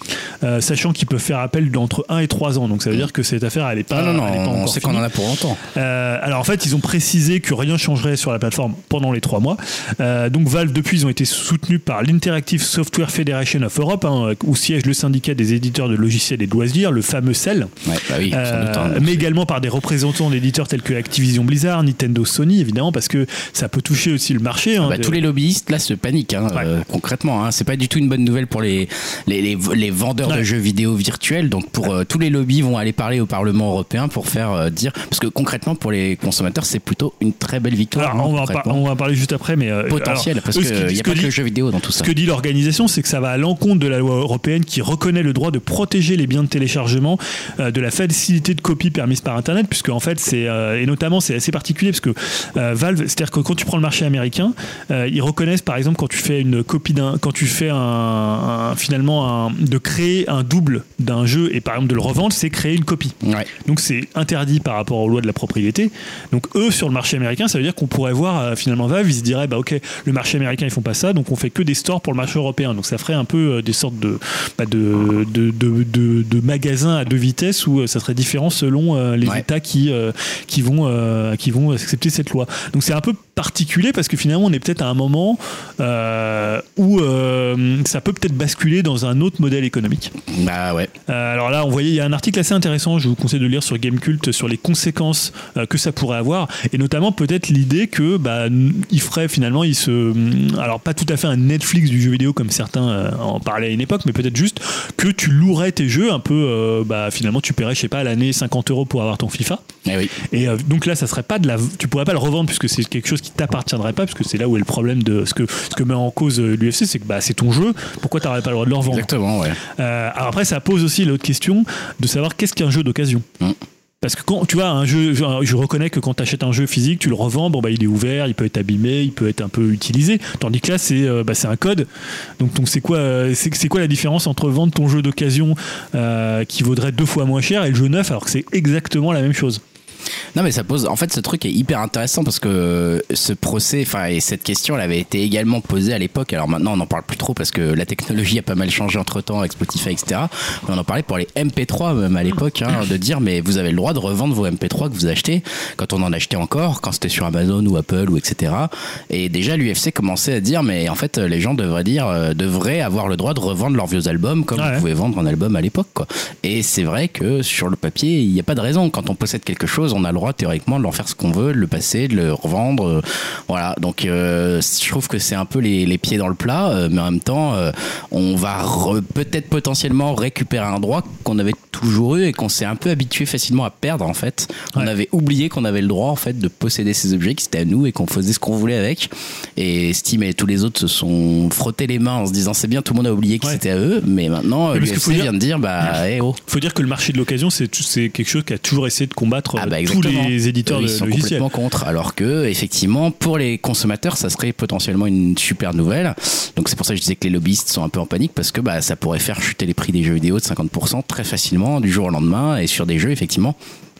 D: euh, sachant qu'ils peuvent faire appel d'entre 1 et 3 ans. Donc ça veut dire que cette affaire elle est
B: ça.
D: pas.
B: Mm. Ah non, non,
D: elle est pas
B: non, on
D: encore
B: sait qu'on
D: finie.
B: en a pour longtemps.
D: Euh, alors en fait, ils ont précisé que rien changerait sur la plateforme pendant les trois mois. Euh, donc Valve, depuis, ils ont été soutenus par l'Interactive Software Federation of Europe, hein, où siège le syndicat des éditeurs de logiciels et de loisirs, le fameux CEL.
B: Ouais, bah oui, sans
D: Euh,
B: doute, hein.
D: mais également par des représentants d'éditeurs tels que Activision Blizzard, Nintendo, Sony, évidemment, parce que ça peut toucher aussi le marché. hein,
B: bah,
D: de-
B: tous les lobbyistes là se paniquent hein,
D: Ouais.
B: euh, concrètement. Hein, c'est pas du tout une bonne nouvelle pour les les, les, les vendeurs de
D: Ouais.
B: jeux vidéo virtuels. Donc pour euh, tous les lobbies vont aller parler au Parlement européen pour faire euh, dire parce que concrètement pour les consommateurs c'est plutôt une très belle victoire.
D: Alors,
B: hein,
D: on, va en par-
B: concrètement.
D: on va en parler juste après, mais euh,
B: potentiel
D: alors,
B: parce
D: eux,
B: qu'il
D: ce qui-
B: n'y
D: ce
B: a pas que
D: dit-
B: le jeu vidéo dans tout ça.
D: Ce que dit l'organisation, c'est que ça va à l'encontre de la loi européenne qui reconnaît le droit de protéger les biens de téléchargement euh, de la facilité de copie permise par Internet, puisque en fait, c'est euh, et notamment c'est assez particulier parce que euh, Valve, c'est-à-dire que quand tu prends le marché américain, euh, ils reconnaissent par exemple quand tu fais une copie d'un, quand tu fais un, un- finalement un- de créer un double d'un jeu et par exemple de le revendre, c'est créer une copie.
B: Ouais.
D: Donc c'est interdit par rapport aux lois de la propriété. Donc eux, sur le marché américain, ça veut dire qu'on pourrait voir euh, finalement Valve, ils se diraient, bah ok, le marché américain, ils font pas ça, donc on fait que des stores pour le marché européen. Donc ça ferait un peu euh, des sortes de, bah, de, de, de, de- de magasins à deux vitesses où euh, ça serait différent selon euh, les
B: Ouais.
D: États qui, euh, qui, vont, euh, qui vont accepter cette loi. Donc c'est un peu particulier parce que finalement on est peut-être à un moment euh, où euh, ça peut peut-être basculer dans un autre modèle économique.
B: Bah ouais.
D: Euh, alors là, on voyait, il y a un article assez intéressant, je vous conseille de le lire sur Gamecult, sur les conséquences euh, que ça pourrait avoir, et notamment peut-être l'idée que bah, n- il ferait finalement, il se, hum, alors pas tout à fait un Netflix du jeu vidéo comme certains euh, en parlaient à une époque, mais peut-être juste que tu louerais tes jeux un peu, euh, bah, finalement tu paierais, je sais pas, à l'année 50 euros pour avoir ton FIFA,
B: Eh oui.
D: et euh, donc là, ça serait pas de la, tu pourrais pas le revendre puisque c'est quelque chose qui t'appartiendrait pas, puisque c'est là où est le problème de ce que ce que met en cause euh, l'UFC, c'est que bah, c'est ton jeu, pourquoi t'aurais pas le droit de le revendre
B: Exactement, ouais.
D: euh, alors après, ça pose aussi l'autre question de savoir qu'est-ce qu'un jeu d'occasion.
B: Mm.
D: Parce que quand tu vois un jeu, je reconnais que quand tu achètes un jeu physique, tu le revends, bon bah il est ouvert, il peut être abîmé, il peut être un peu utilisé. Tandis que là c'est euh, bah, c'est un code. Donc donc c'est quoi euh, c'est c'est quoi la différence entre vendre ton jeu d'occasion euh, qui vaudrait deux fois moins cher et le jeu neuf alors que c'est exactement la même chose.
B: Non mais ça pose. En fait, ce truc est hyper intéressant parce que euh, ce procès, enfin, et cette question, elle avait été également posée à l'époque. Alors maintenant, on n'en parle plus trop parce que la technologie a pas mal changé entre temps avec Spotify, etc. Mais on en parlait pour les MP3 même à l'époque, hein, de dire mais vous avez le droit de revendre vos MP3 que vous achetez quand on en achetait encore, quand c'était sur Amazon ou Apple ou etc. Et déjà, l'UFC commençait à dire mais en fait, les gens devraient dire euh, devraient avoir le droit de revendre leurs vieux albums comme
D: Ouais.
B: vous pouvez vendre un album à l'époque, quoi. Et c'est vrai que sur le papier, il n'y a pas de raison. Quand on possède quelque chose, on a le droit théoriquement de l'en faire ce qu'on veut, de le passer, de le revendre. euh, Voilà. Donc, euh, je trouve que c'est un peu les, les pieds dans le plat, euh, mais en même temps, euh, on va re- peut-être potentiellement récupérer un droit qu'on avait toujours eu et qu'on s'est un peu habitué facilement à perdre en fait. On
D: Ouais.
B: avait oublié qu'on avait le droit en fait de posséder ces objets qui étaient à nous et qu'on faisait ce qu'on voulait avec. Et Steam et tous les autres se sont frottés les mains en se disant c'est bien, tout le monde a oublié que
D: Ouais.
B: c'était à eux, mais maintenant
D: Mais parce
B: l'UFC
D: qu'il faut dire-
B: vient de dire
D: [laughs]
B: bah eh oh.
D: Faut dire que le marché de l'occasion c'est tout- c'est quelque chose qui a toujours essayé de combattre
B: Ah bah
D: euh, tous
B: exactement.
D: les éditeurs
B: Eux, ils
D: de
B: sont
D: logiciels.
B: complètement contre alors que effectivement pour les consommateurs ça serait potentiellement une super nouvelle donc c'est pour ça que je disais que les lobbyistes sont un peu en panique parce que bah, ça pourrait faire chuter les prix des jeux vidéo de 50% très facilement du jour au lendemain et sur des jeux effectivement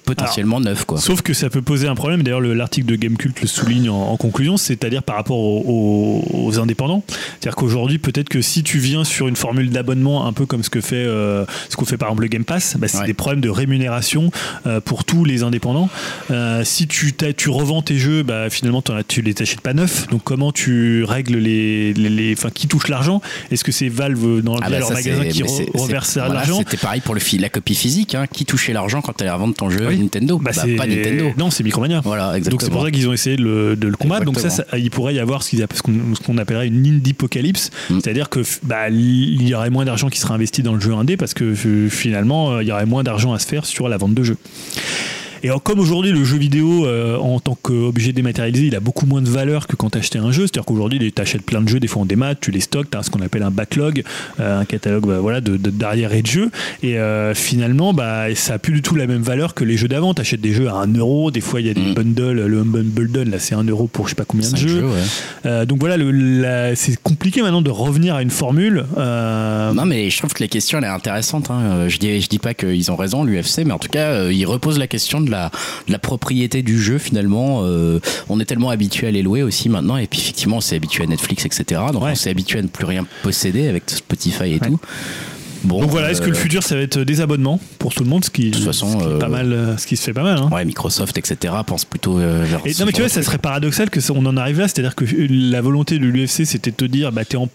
B: potentiellement neufs quoi
D: Sauf que ça peut poser un problème. D'ailleurs, le- l'article de Gamecult le souligne en, en conclusion, c'est-à-dire par rapport aux, aux- aux indépendants. C'est-à-dire qu'aujourd'hui, peut-être que si tu viens sur une formule d'abonnement, un peu comme ce que fait euh, ce qu'on fait par exemple le Game Pass, bah, c'est
B: Ouais.
D: des problèmes de rémunération euh, pour tous les indépendants. Euh, si tu, t'as- tu revends tes jeux, bah, finalement, t'en as- tu les achètes pas neufs. Donc, comment tu règles les, les, les- enfin, qui touche l'argent Est-ce que c'est Valve euh, dans
B: Ah
D: via
B: bah,
D: leur
B: ça,
D: magasin
B: c'est-
D: qui
B: mais
D: re-
B: c'est- c'est-
D: reverse
B: voilà,
D: l'argent
B: c'était pareil pour le fi- la copie physique hein. qui touchait l'argent quand t'allais revendre ton jeu à
D: Oui.
B: Nintendo
D: Bah,
B: Bah,
D: c'est-
B: pas Nintendo
D: Non, c'est Micromania.
B: voilà exactement
D: Donc c'est pour ça qu'ils ont essayé de le, de le combattre. Donc ça,
B: Exactement.
D: ça- il pourrait y avoir ce qu'ils app- ce qu'on ce qu'on appellerait une indie-pocalypse,
B: Mm.
D: c'est-à-dire que f- bah, il y aurait moins d'argent qui serait investi dans le jeu indé parce que euh, finalement euh, il y aurait moins d'argent à se faire sur la vente de jeux. Et alors, comme aujourd'hui le jeu vidéo euh, en tant qu'objet dématérialisé, il a beaucoup moins de valeur que quand t'achetais un jeu. C'est-à-dire qu'aujourd'hui tu achètes plein de jeux, des fois en démat, tu les stocks, t'as ce qu'on appelle un backlog, euh, un catalogue bah, voilà de, de- d'arriérés de jeux. Et euh, finalement, bah, ça n'a plus du tout la même valeur que les jeux d'avant. Tu achètes des jeux à 1 euro, des fois il y a des
B: Mm.
D: bundles, le Humble Bundle, là c'est 1 euro pour je sais pas combien de
B: Cinq
D: jeux.
B: jeux, ouais.
D: Euh, donc voilà, le- la- c'est compliqué maintenant de revenir à une formule. euh,
B: Non, mais je trouve que la question elle est intéressante. hein. Euh, Je dis, je dis pas qu'ils ont raison l'UFC, mais en tout cas, euh, ils reposent la question de la, de la propriété du jeu finalement. Euh, on est tellement habitué à les louer aussi maintenant, et puis effectivement, on s'est habitué à Netflix, etc. Donc
D: Ouais.
B: on s'est habitué à ne plus rien posséder avec Spotify et
D: Ouais.
B: tout. Bon,
D: donc voilà, est-ce que le
B: euh,
D: futur ça va être des abonnements pour tout le monde, ce qui,
B: De toute façon,
D: ce qui est pas
B: euh,
D: mal, euh, ce qui se fait pas mal. hein.
B: Ouais, Microsoft, etc. pense plutôt euh, vers.
D: Et
B: ce
D: non mais tu
B: genre
D: vois,
B: de
D: ça
B: truc.
D: serait paradoxal que ça- on en arrive là, c'est-à-dire que euh, la volonté de l'UFC c'était de te dire bah t'es en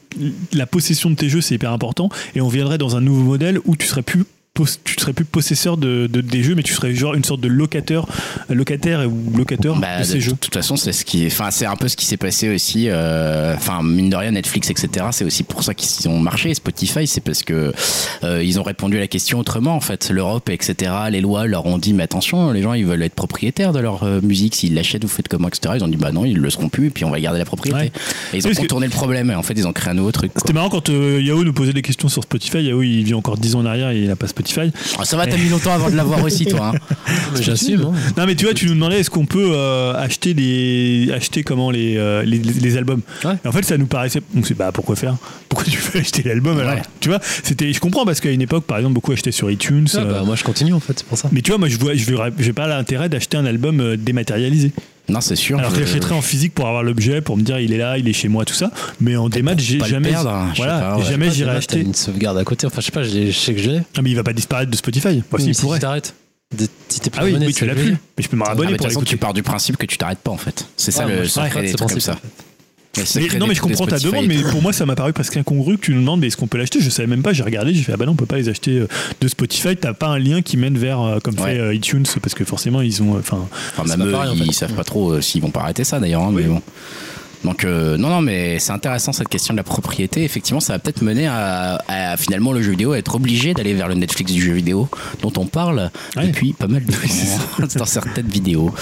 D: la possession de tes jeux c'est hyper important et on viendrait dans un nouveau modèle où tu serais plus pos- tu serais plus possesseur de, de- des jeux, mais tu serais genre une sorte de locateur, locataire ou locateur
B: Bah,
D: de
B: de
D: ces jeux.
B: toute- toute façon, c'est ce qui, enfin, c'est un peu ce qui s'est passé aussi. euh, Enfin, mine de rien, Netflix, etc. C'est aussi pour ça qu'ils ont marché. Spotify, c'est parce que euh, ils ont répondu à la question autrement. En fait, l'Europe, etc. Les lois leur ont dit, mais attention, les gens, ils veulent être propriétaires de leur euh, musique. S'ils l'achètent, vous faites comment, etc. Ils ont dit, bah non, ils le seront plus. Et puis on va garder la propriété.
D: Ouais.
B: Et ils ont
D: Parce que-
B: contourné le problème. Et en fait, ils ont créé un nouveau truc. quoi.
D: C'était marrant quand euh, Yahoo nous posait des questions sur Spotify. Yahoo, il vit encore 10 ans en arrière et il n'a pas Spotify.
B: Ah, ça va, t'as mis longtemps avant de l'avoir aussi, toi.
D: [laughs]
B: hein.
A: J'assume. hein.
D: Non, mais tu vois, tu nous demandais est-ce qu'on peut euh, acheter les, acheter comment les, euh, les, les albums.
A: Ouais.
D: Et en fait, ça nous paraissait. On s'est dit, bah pourquoi faire Pourquoi tu veux [laughs] acheter l'album alors
B: Ouais.
D: Tu vois, c'était. Je comprends parce qu'à une époque, par exemple, beaucoup achetaient sur iTunes.
A: Ah,
D: euh,
A: bah, moi, je continue en fait, c'est pour ça.
D: mais tu vois, moi, je vois, je verrais- j'ai pas l'intérêt d'acheter un album euh, dématérialisé.
B: Non, c'est sûr.
D: Alors que
B: je-
D: j'achèterais en physique pour avoir l'objet, pour me dire il est là, il est chez moi, tout ça. Mais en démat, j'ai
B: pas le
D: jamais,
B: perdre, hein, je sais
D: voilà,
B: pas, ouais.
D: jamais
A: Ah,
D: j'irai
A: dommage, t'as
D: acheter.
A: une sauvegarde à côté. Enfin, je sais pas, je l'ai- je sais que je l'ai.
D: Ah, mais il va pas disparaître de Spotify. Enfin, si,
A: Oui, mais
D: il
A: si
D: pourrait.
A: tu t'arrêtes, de- si t'es plus
D: Ah oui,
A: abonné,
D: oui,
A: c'est
D: tu l'as
A: obligé.
D: plus. Mais je peux me
B: Ah, mais
D: rabonner
B: de
D: pour
B: toute façon,
D: l'écouter.
B: tu pars du principe que tu t'arrêtes pas en fait. C'est ça
D: Ah,
A: Ouais, moi,
B: le
A: je
B: secret
A: préfère
B: des
A: ce
B: trucs comme
A: principe,
B: ça. Le
D: Mais-
B: secret
D: non,
B: des
D: mais je
B: trucs de
D: comprends ta
B: Spotify
D: demande,
B: et
D: mais
B: tout.
D: pour moi, ça m'a paru presque incongru que tu nous demandes, mais est-ce qu'on peut l'acheter Je savais même pas, j'ai regardé, j'ai fait, ah bah non, on peut pas les acheter euh, de Spotify, t'as pas un lien qui mène vers, euh, comme
B: Ouais.
D: fait euh, iTunes, parce que forcément, ils ont. euh, Enfin,
B: Enfin,
A: C'est
B: même
A: pas
B: eux,
A: pareil, en
B: ils
A: fait.
B: savent pas trop euh, s'ils vont pas arrêter ça d'ailleurs, hein, mais bon. Donc euh, non, non, mais c'est intéressant cette question de la propriété. Effectivement, ça va peut-être mener à, à, finalement le jeu vidéo à être obligé d'aller vers le Netflix du jeu vidéo dont on parle
D: Ouais.
B: depuis pas mal de temps dans certaines vidéos.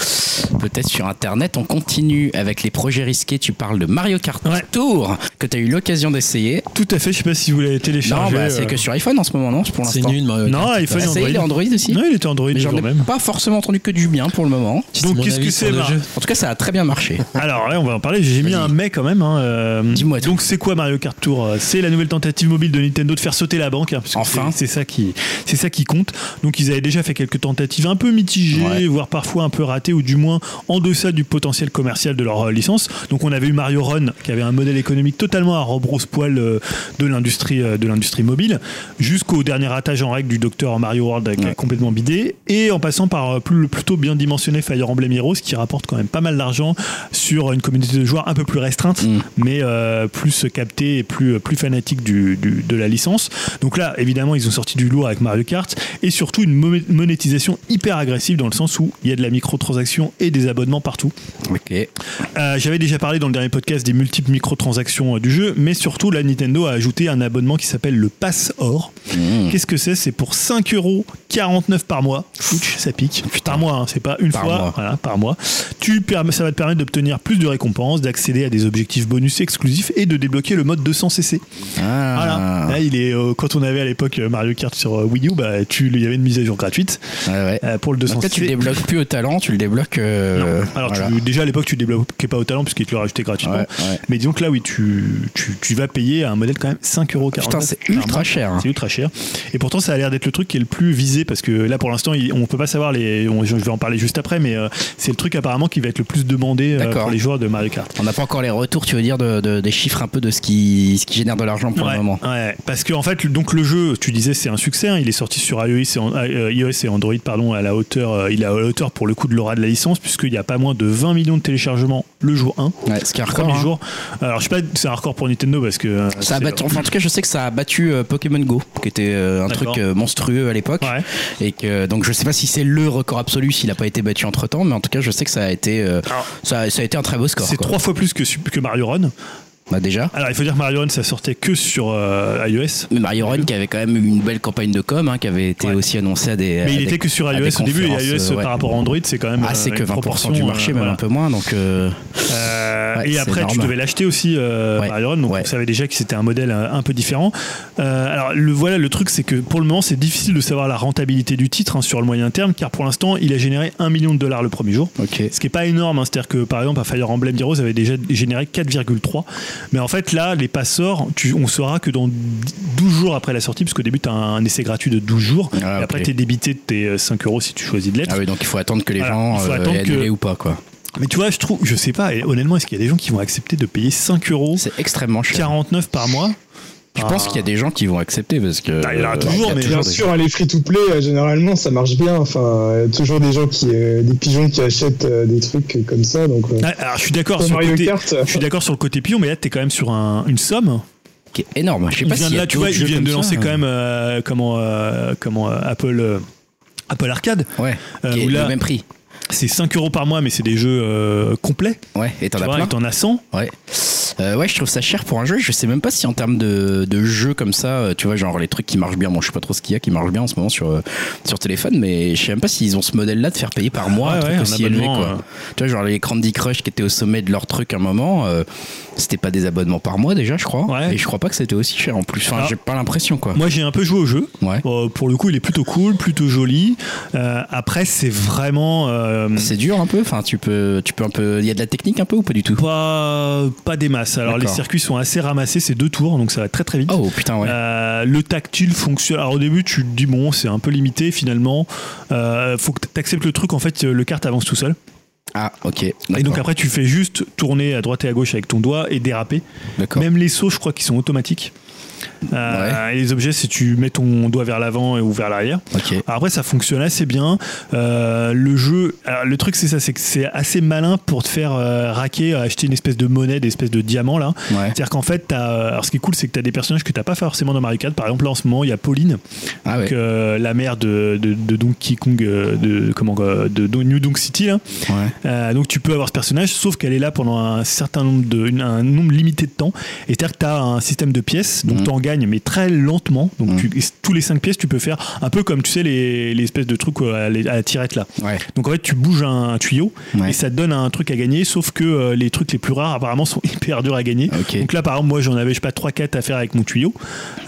B: Peut-être sur Internet. On continue avec les projets risqués. Tu parles de Mario Kart
D: Ouais.
B: Tour que tu as eu l'occasion d'essayer.
D: tout à fait, je sais pas si vous l'avez
B: Non,
D: téléchargé.
B: bah, c'est
D: euh,
B: que sur iPhone en ce moment, non Pour
A: C'est
B: l'instant.
A: nul, Mario.
D: Non,
B: Ah,
D: iPhone et
B: ça y est, il est
D: Android.
B: Android aussi.
D: Non, il était Android
B: Mais
D: le
B: j'en
D: jour
B: ai
D: même.
B: pas forcément entendu que du bien pour le moment.
D: Donc, qu'est-ce que c'est, Marc
B: En tout cas, ça a très bien marché.
D: Alors ouais, on va en parler. J'ai mis
B: Vas-y.
D: un mais quand même. hein, euh,
B: Dis-moi tout.
D: Donc c'est quoi Mario Kart Tour Euh, C'est la nouvelle tentative mobile de Nintendo de faire sauter la banque. hein, parce que
B: Enfin.
D: c'est c'est ça qui, c'est ça qui compte. Donc ils avaient déjà fait quelques tentatives un peu mitigées,
B: Ouais.
D: voire parfois un peu ratées, ou du moins en deçà du potentiel commercial de leur euh, licence. Donc on avait eu Mario Run, qui avait un modèle économique totalement à rebrousse poil euh, de l'industrie, euh, de l'industrie mobile, jusqu'au dernier ratage en règle du docteur Mario World, euh, qui a
B: Ouais.
D: complètement bidé, et en passant par euh, plus- le plutôt bien dimensionné Fire Emblem Heroes, qui rapporte quand même pas mal d'argent sur une communauté de joueurs un peu plus restreinte,
B: Mm.
D: mais euh, plus capté et plus, euh, plus fanatique du, du- de la licence. Donc là, évidemment, ils ont sorti du lourd avec Mario Kart et surtout une mo- monétisation hyper agressive dans le sens où il y a de la microtransaction et des abonnements partout.
B: Ok.
D: Euh, J'avais déjà parlé dans le dernier podcast des multiples microtransactions euh, du jeu, mais surtout là, Nintendo a ajouté un abonnement qui s'appelle le Pass Or.
B: Mmh.
D: Qu'est-ce que c'est C'est pour 5,49€ par mois. Ouch, ça pique. Par mois, hein, c'est pas une
B: Par
D: fois.
B: mois.
D: Voilà, par mois. Tu perm- ça va te permettre d'obtenir plus de récompenses, d'accéder à des objectifs bonus exclusifs et de débloquer le mode 200cc.
B: Ah.
D: Voilà. Là, il est, euh, quand on avait à l'époque euh, Mario Kart sur euh, Wii U, bah, tu, il y avait une mise à jour gratuite
B: Ouais, ouais.
D: euh, pour le
B: Donc là,
D: 200cc.
B: tu le débloques plus au talent, tu le débloques. euh,
D: Alors,
B: voilà.
D: tu- déjà à l'époque, tu ne débloquais pas au talent puisqu'il te le rajoutait gratuitement.
B: Ouais, ouais.
D: Mais disons que là, oui, tu, tu, tu vas payer un modèle quand même 5,49€.
B: Putain, c'est ultra cher. hein.
D: C'est ultra cher. Et pourtant, ça a l'air d'être le truc qui est le plus visé parce que là, pour l'instant, il- on peut pas savoir les. on- je vais en parler juste après, mais euh, c'est le truc apparemment qui va être le plus demandé euh,
B: D'accord.
D: pour les joueurs de Mario Kart.
B: On n'a pas encore les retours, tu veux dire, de, de- des chiffres un peu de ce qui, ce qui génère de l'argent pour
D: Ouais,
B: le moment.
D: ouais. parce que en fait, le- donc le jeu, tu disais, c'est un succès. hein. il est sorti sur iOS et, en- euh, iOS et Android, pardon, à la hauteur. euh, il est à la hauteur pour le coup de l'aura de la licence, puisqu'il n'y a pas moins de 20 millions de téléchargements le jour 1.
B: Ouais, ce qui est un record.
D: premier
B: hein.
D: jour. Alors, je sais pas, c'est un record pour Nintendo parce que. euh,
B: Ça a
D: c'est-
B: battu- enfin, en tout cas, je sais que ça a battu euh, Pokémon Go, qui était euh, un
D: D'accord.
B: truc euh, monstrueux à l'époque.
D: Ouais.
B: Et que donc, je sais pas si c'est le record absolu, s'il n'a pas été battu entre temps, mais en tout cas, je sais que ça a été, euh,
D: Alors,
B: ça, ça a été un très beau score.
D: C'est
B: quoi.
D: trois fois plus que, que Mario Run.
B: Bah, déjà.
D: Alors, il faut dire que Mario Run, ça sortait que sur euh, iOS.
B: Mais Mario Run qui avait quand même eu une belle campagne de com, hein, qui avait été
D: Ouais.
B: aussi annoncée à des. à
D: Mais il
B: des-
D: était que sur
B: à
D: iOS
B: des
D: au début, et
B: conférences,
D: iOS
B: euh, ouais.
D: par rapport à Android, c'est quand même.
B: Ah, c'est
D: euh,
B: que
D: une
B: 20%
D: proportion,
B: du marché,
D: euh,
B: même
D: voilà.
B: un peu moins. Donc, euh,
D: Euh,
B: Ouais,
D: et
B: c'est
D: après, tu
B: énorme.
D: devais l'acheter aussi, euh,
B: Ouais.
D: Mario Run, donc
B: Ouais.
D: on savait déjà que c'était un modèle euh, un peu différent. Euh, alors, le, voilà, le truc, c'est que pour le moment, c'est difficile de savoir la rentabilité du titre hein, sur le moyen terme, car pour l'instant, il a généré 1 million de dollars le premier jour.
B: ok.
D: Ce qui est pas énorme, hein. c'est-à-dire que par exemple, un Fire Emblem Heroes avait déjà généré 4,3. Mais en fait, là, les passeurs, tu, on saura que dans 12 jours après la sortie, parce qu'au début, tu as un essai gratuit de 12 jours.
B: Ah,
D: et après,
B: ok.
D: tu es débité de tes euh, 5 euros si tu choisis de l'être.
B: Ah oui, donc il faut attendre que les
D: Voilà,
B: gens
D: il faut
B: euh,
D: attendre
B: aient annulé
D: que-
B: ou pas, quoi.
D: Mais tu vois, je trouve, je sais pas, et honnêtement, est-ce qu'il y a des gens qui vont accepter de payer 5 euros
B: C'est extrêmement cher.
D: 49 par mois
B: Je pense
D: Ah.
B: qu'il y a des gens qui vont accepter parce que.
D: Ah, il y en aura
B: euh,
D: toujours,
B: il y a
D: mais-
C: Bien
B: des-
C: sûr, les free-to-play, euh, généralement, ça marche bien. Enfin, euh, toujours des gens qui, euh, des pigeons qui achètent euh, des trucs euh, comme ça. Donc, euh,
D: Ah, Alors, je suis d'accord
C: pour
D: sur le
C: Mario
D: côté.
C: Kart, euh,
D: Je suis d'accord sur le côté pion, mais là, t'es quand même sur un- une somme
B: qui est énorme. Je sais
D: Ils
B: pas
D: viennent
B: s'il y a
D: là, tu
B: d'autres
D: vois, ils
B: jeux
D: viennent de
B: comme
D: lancer
B: ça. hein.
D: quand même euh, comment euh, comment euh, Apple euh, Apple Arcade.
B: hein. Ouais,
D: Euh,
B: qui est
D: où là-
B: le même prix.
D: C'est 5 euros par mois, mais c'est des jeux euh, complets.
B: Ouais, et t'en
D: Tu
B: as
D: vois,
B: plein.
D: et t'en as 100.
B: Ouais. Euh, ouais, je trouve ça cher pour un jeu. Je sais même pas si en termes de, de jeux comme ça, euh, tu vois, genre les trucs qui marchent bien. Bon, je sais pas trop ce qu'il y a qui marche bien en ce moment sur, euh, sur téléphone, mais je sais même pas s'ils ont ce modèle-là de faire payer par mois
D: Ouais,
B: un truc
D: ouais, un
B: aussi élevé,
D: abonnement,
B: quoi. Tu vois, genre les Candy Crush qui étaient au sommet de leur truc à un moment, euh, c'était pas des abonnements par mois déjà, je crois.
D: Ouais.
B: Et je crois pas que c'était aussi cher en plus. Enfin,
D: Alors-
B: j'ai pas l'impression, quoi.
D: Moi, j'ai un peu joué au jeu.
B: Ouais.
D: Bon, pour le coup, il est plutôt cool, plutôt joli. Euh, après, c'est vraiment euh,
B: C'est dur un peu. Enfin, tu peux, tu peux un peu. Il y a de la technique un peu ou pas du tout
D: pas pas des masses. Alors, les
B: D'accord.
D: circuits sont assez ramassés. C'est deux tours, donc ça va très très vite.
B: Oh putain, ouais.
D: Euh, le tactile fonctionne. Alors au début, tu te dis bon, c'est un peu limité finalement. Euh, faut que tu acceptes le truc. En fait, euh, le kart avance tout seul.
B: Ah, ok.
D: Et donc
B: D'accord.
D: après, tu fais juste tourner à droite et à gauche avec ton doigt et déraper.
B: D'accord.
D: Même les sauts, je crois qu'ils sont automatiques. Euh, Et les objets, c'est tu mets ton doigt vers l'avant et ou vers l'arrière. [laughs]
B: Ok.
D: Alors Après, ça fonctionne assez bien. Euh, le jeu, alors, le truc, c'est ça, c'est que c'est assez malin pour te faire euh, raquer, acheter une espèce de monnaie, des espèces de diamants là.
B: Ouais.
D: C'est-à-dire qu'en fait, t'as- euh, alors ce qui est cool, c'est que tu as des personnages que tu pas forcément dans Mario Kart. Par exemple, là en ce moment, il y a Pauline,
B: Ah ouais.
D: donc, euh, la mère de, de, de Donkey Kong, euh, de, comment, euh, de, de New Donk City. là.
B: Ouais.
D: Euh, donc tu peux avoir ce personnage, sauf qu'elle est là pendant un certain nombre de, une- un nombre limité de temps. Et c'est-à-dire que tu as un système de pièces, donc
B: Mhm.
D: tu en gagnes, mais très lentement. Donc
B: Mhm.
D: tu- et tous les 5 pièces, tu peux faire un peu comme tu sais, les, les espèces de trucs euh, à, la- à la tirette là.
B: Ouais.
D: Donc en fait, tu bouges un, un tuyau
B: Ouais.
D: et ça te donne un truc à gagner, sauf que euh, les trucs les plus rares apparemment sont [laughs] hyper durs à gagner.
B: Ok.
D: Donc là, par exemple, moi j'en avais, je sais pas, 3-4 à faire avec mon tuyau.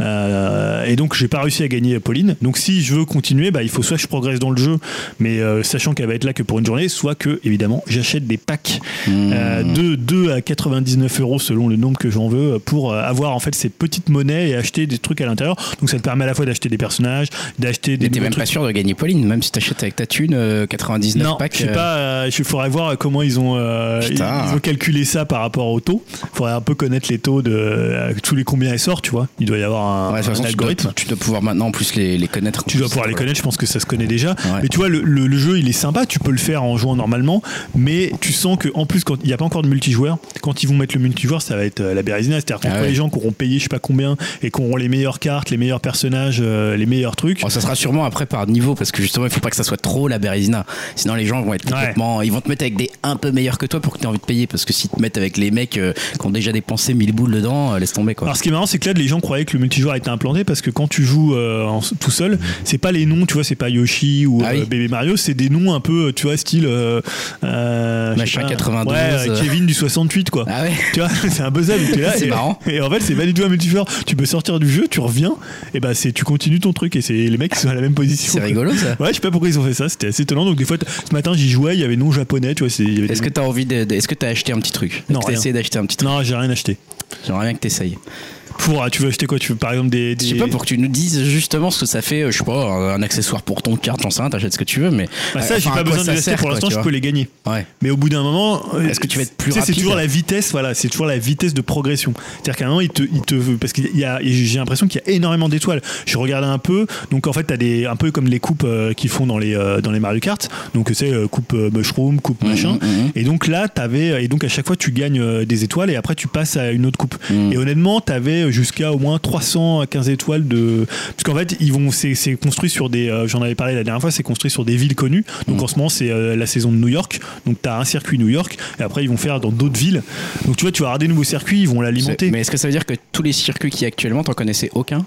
D: Euh, et donc j'ai pas réussi à gagner euh, Pauline. Donc si je veux continuer, bah, il faut soit que je progresse dans le jeu, mais euh, sachant qu'elle va être là que pour une journée, soit que, évidemment, j'achète des packs
B: Hmm.
D: euh, de 2 à 99 euros selon le nombre que j'en veux pour euh, avoir en fait ces petites monnaies et acheter des trucs à l'intérieur. Donc ça te permet à la fois d'acheter des personnages, d'acheter des
B: Mais t'es
D: nouveaux
B: même
D: trucs.
B: pas sûr de gagner Pauline, même si t'achètes avec ta thune euh, 99
D: Non,
B: packs.
D: je sais
B: euh,
D: pas, euh, je faudrait voir comment ils ont, euh, ils,
B: Putain.
D: ils ont calculé ça par rapport au taux. Faudrait un peu connaître les taux de euh, tous les combien elles sortent, tu vois. Il doit y avoir un,
B: ouais, de toute
D: un
B: façon, tu dois,
D: algorithme.
B: tu dois pouvoir maintenant en plus les, les connaître.
D: Tu dois pouvoir les connaître, je pense que ça se connaît déjà.
B: Ouais.
D: Mais tu vois, le, le- le jeu, il est sympa, tu peux le faire en jouant normalement, mais tu sens que en plus, quand il n'y a pas encore de multijoueur, quand ils vont mettre le multijoueur, ça va être euh, la bérésina. C'est-à-dire qu'entre
B: Ah ouais.
D: les gens qui auront payé je sais pas combien et qui auront les meilleures cartes, les meilleurs personnages, euh, les meilleurs trucs.
B: Bon, ça sera sûrement après par niveau parce que justement il faut pas que ça soit trop la Bérésina sinon les gens vont être complètement ils vont te mettre avec des un peu meilleurs que toi pour que tu aies envie de payer parce que si te mettent avec les mecs euh, qui ont déjà dépensé 1000 boules dedans euh, laisse tomber quoi
D: Alors ce qui est marrant, c'est que là, les gens croyaient que le multijoueur était implanté parce que quand tu joues euh, en- tout seul, c'est pas les noms, tu vois, c'est pas Yoshi ou
B: Mm. Ah
D: euh,
B: oui.
D: Bébé Mario, c'est des noms un peu, euh, tu vois, style euh, euh, je sais
B: Machin
D: pas,
B: 92,
D: ouais, euh,
B: euh.
D: Kevin du 68 quoi.
B: ah ouais
D: Tu vois, [laughs] c'est un buzzable. t'es là,
B: [laughs] C'est
D: et,
B: marrant.
D: Et en fait, c'est pas du tout un multijoueur. Tu peux sortir du jeu, tu reviens, et bah c'est, tu continues ton truc. Et c'est les mecs qui sont à la même position. [laughs]
B: c'est rigolo ça
D: Ouais, je sais pas pourquoi ils ont fait ça. C'était assez étonnant. Donc des fois, t- ce matin, j'y jouais, il y avait nom japonais, tu vois. c'est- il y avait des-
B: est-ce que t'as envie de, de- est-ce que t'as acheté un petit truc Est-ce
D: Non,
B: que t'as
D: rien.
B: essayé d'acheter un petit truc
D: non, j'ai rien acheté.
B: j'aimerais bien que t'essayes
D: Pour, ah, tu veux acheter quoi Tu veux par exemple des.
B: Je sais
D: des-
B: pas pour que tu nous dises justement ce que ça fait, euh, je sais pas, un un accessoire pour ton carte, j'en sais rien, t'achètes ce que tu veux, mais.
D: Bah, ça,
B: euh,
D: j'ai
B: enfin, à
D: pas
B: quoi
D: besoin de
B: ça
D: les acheter.
B: sert,
D: Pour
B: quoi,
D: l'instant,
B: tu
D: je
B: vois.
D: peux les gagner.
B: Ouais.
D: Mais au bout d'un moment, euh,
B: Est-ce que tu vas être plus
D: tu sais,
B: rapide hein
D: C'est toujours la vitesse, voilà, c'est toujours la vitesse de progression. C'est-à-dire qu'à un moment, il te, il te parce qu'il y a, et j'ai l'impression qu'il y a énormément d'étoiles. Je regardais un peu, donc en fait, t'as des, un peu comme les coupes euh, qu'ils font dans les euh, dans les Mario Kart. Donc c'est euh, coupe euh, mushroom, coupe
B: Mhm.
D: machin.
B: Mm,
D: Et donc là, t'avais, et donc à chaque fois, tu gagnes euh, des étoiles et après, tu passes à une autre coupe.
B: Mhm.
D: Et honnêtement, t'avais jusqu'à au moins 315 étoiles de, parce qu'en fait, ils vont, c'est, c'est construit sur des, euh, j'en avais parlé la dernière fois, c'est construit sur des villes connues.
B: Mm.
D: Donc en ce moment, c'est euh, la saison de New York. Donc t'as un circuit New York et après, ils vont faire dans d'autres villes. Donc tu vois, tu vas avoir des nouveaux circuits, ils vont l'alimenter.
B: C'est- Mais est-ce que ça veut dire que tous les circuits qui actuellement, t'en connaissais aucun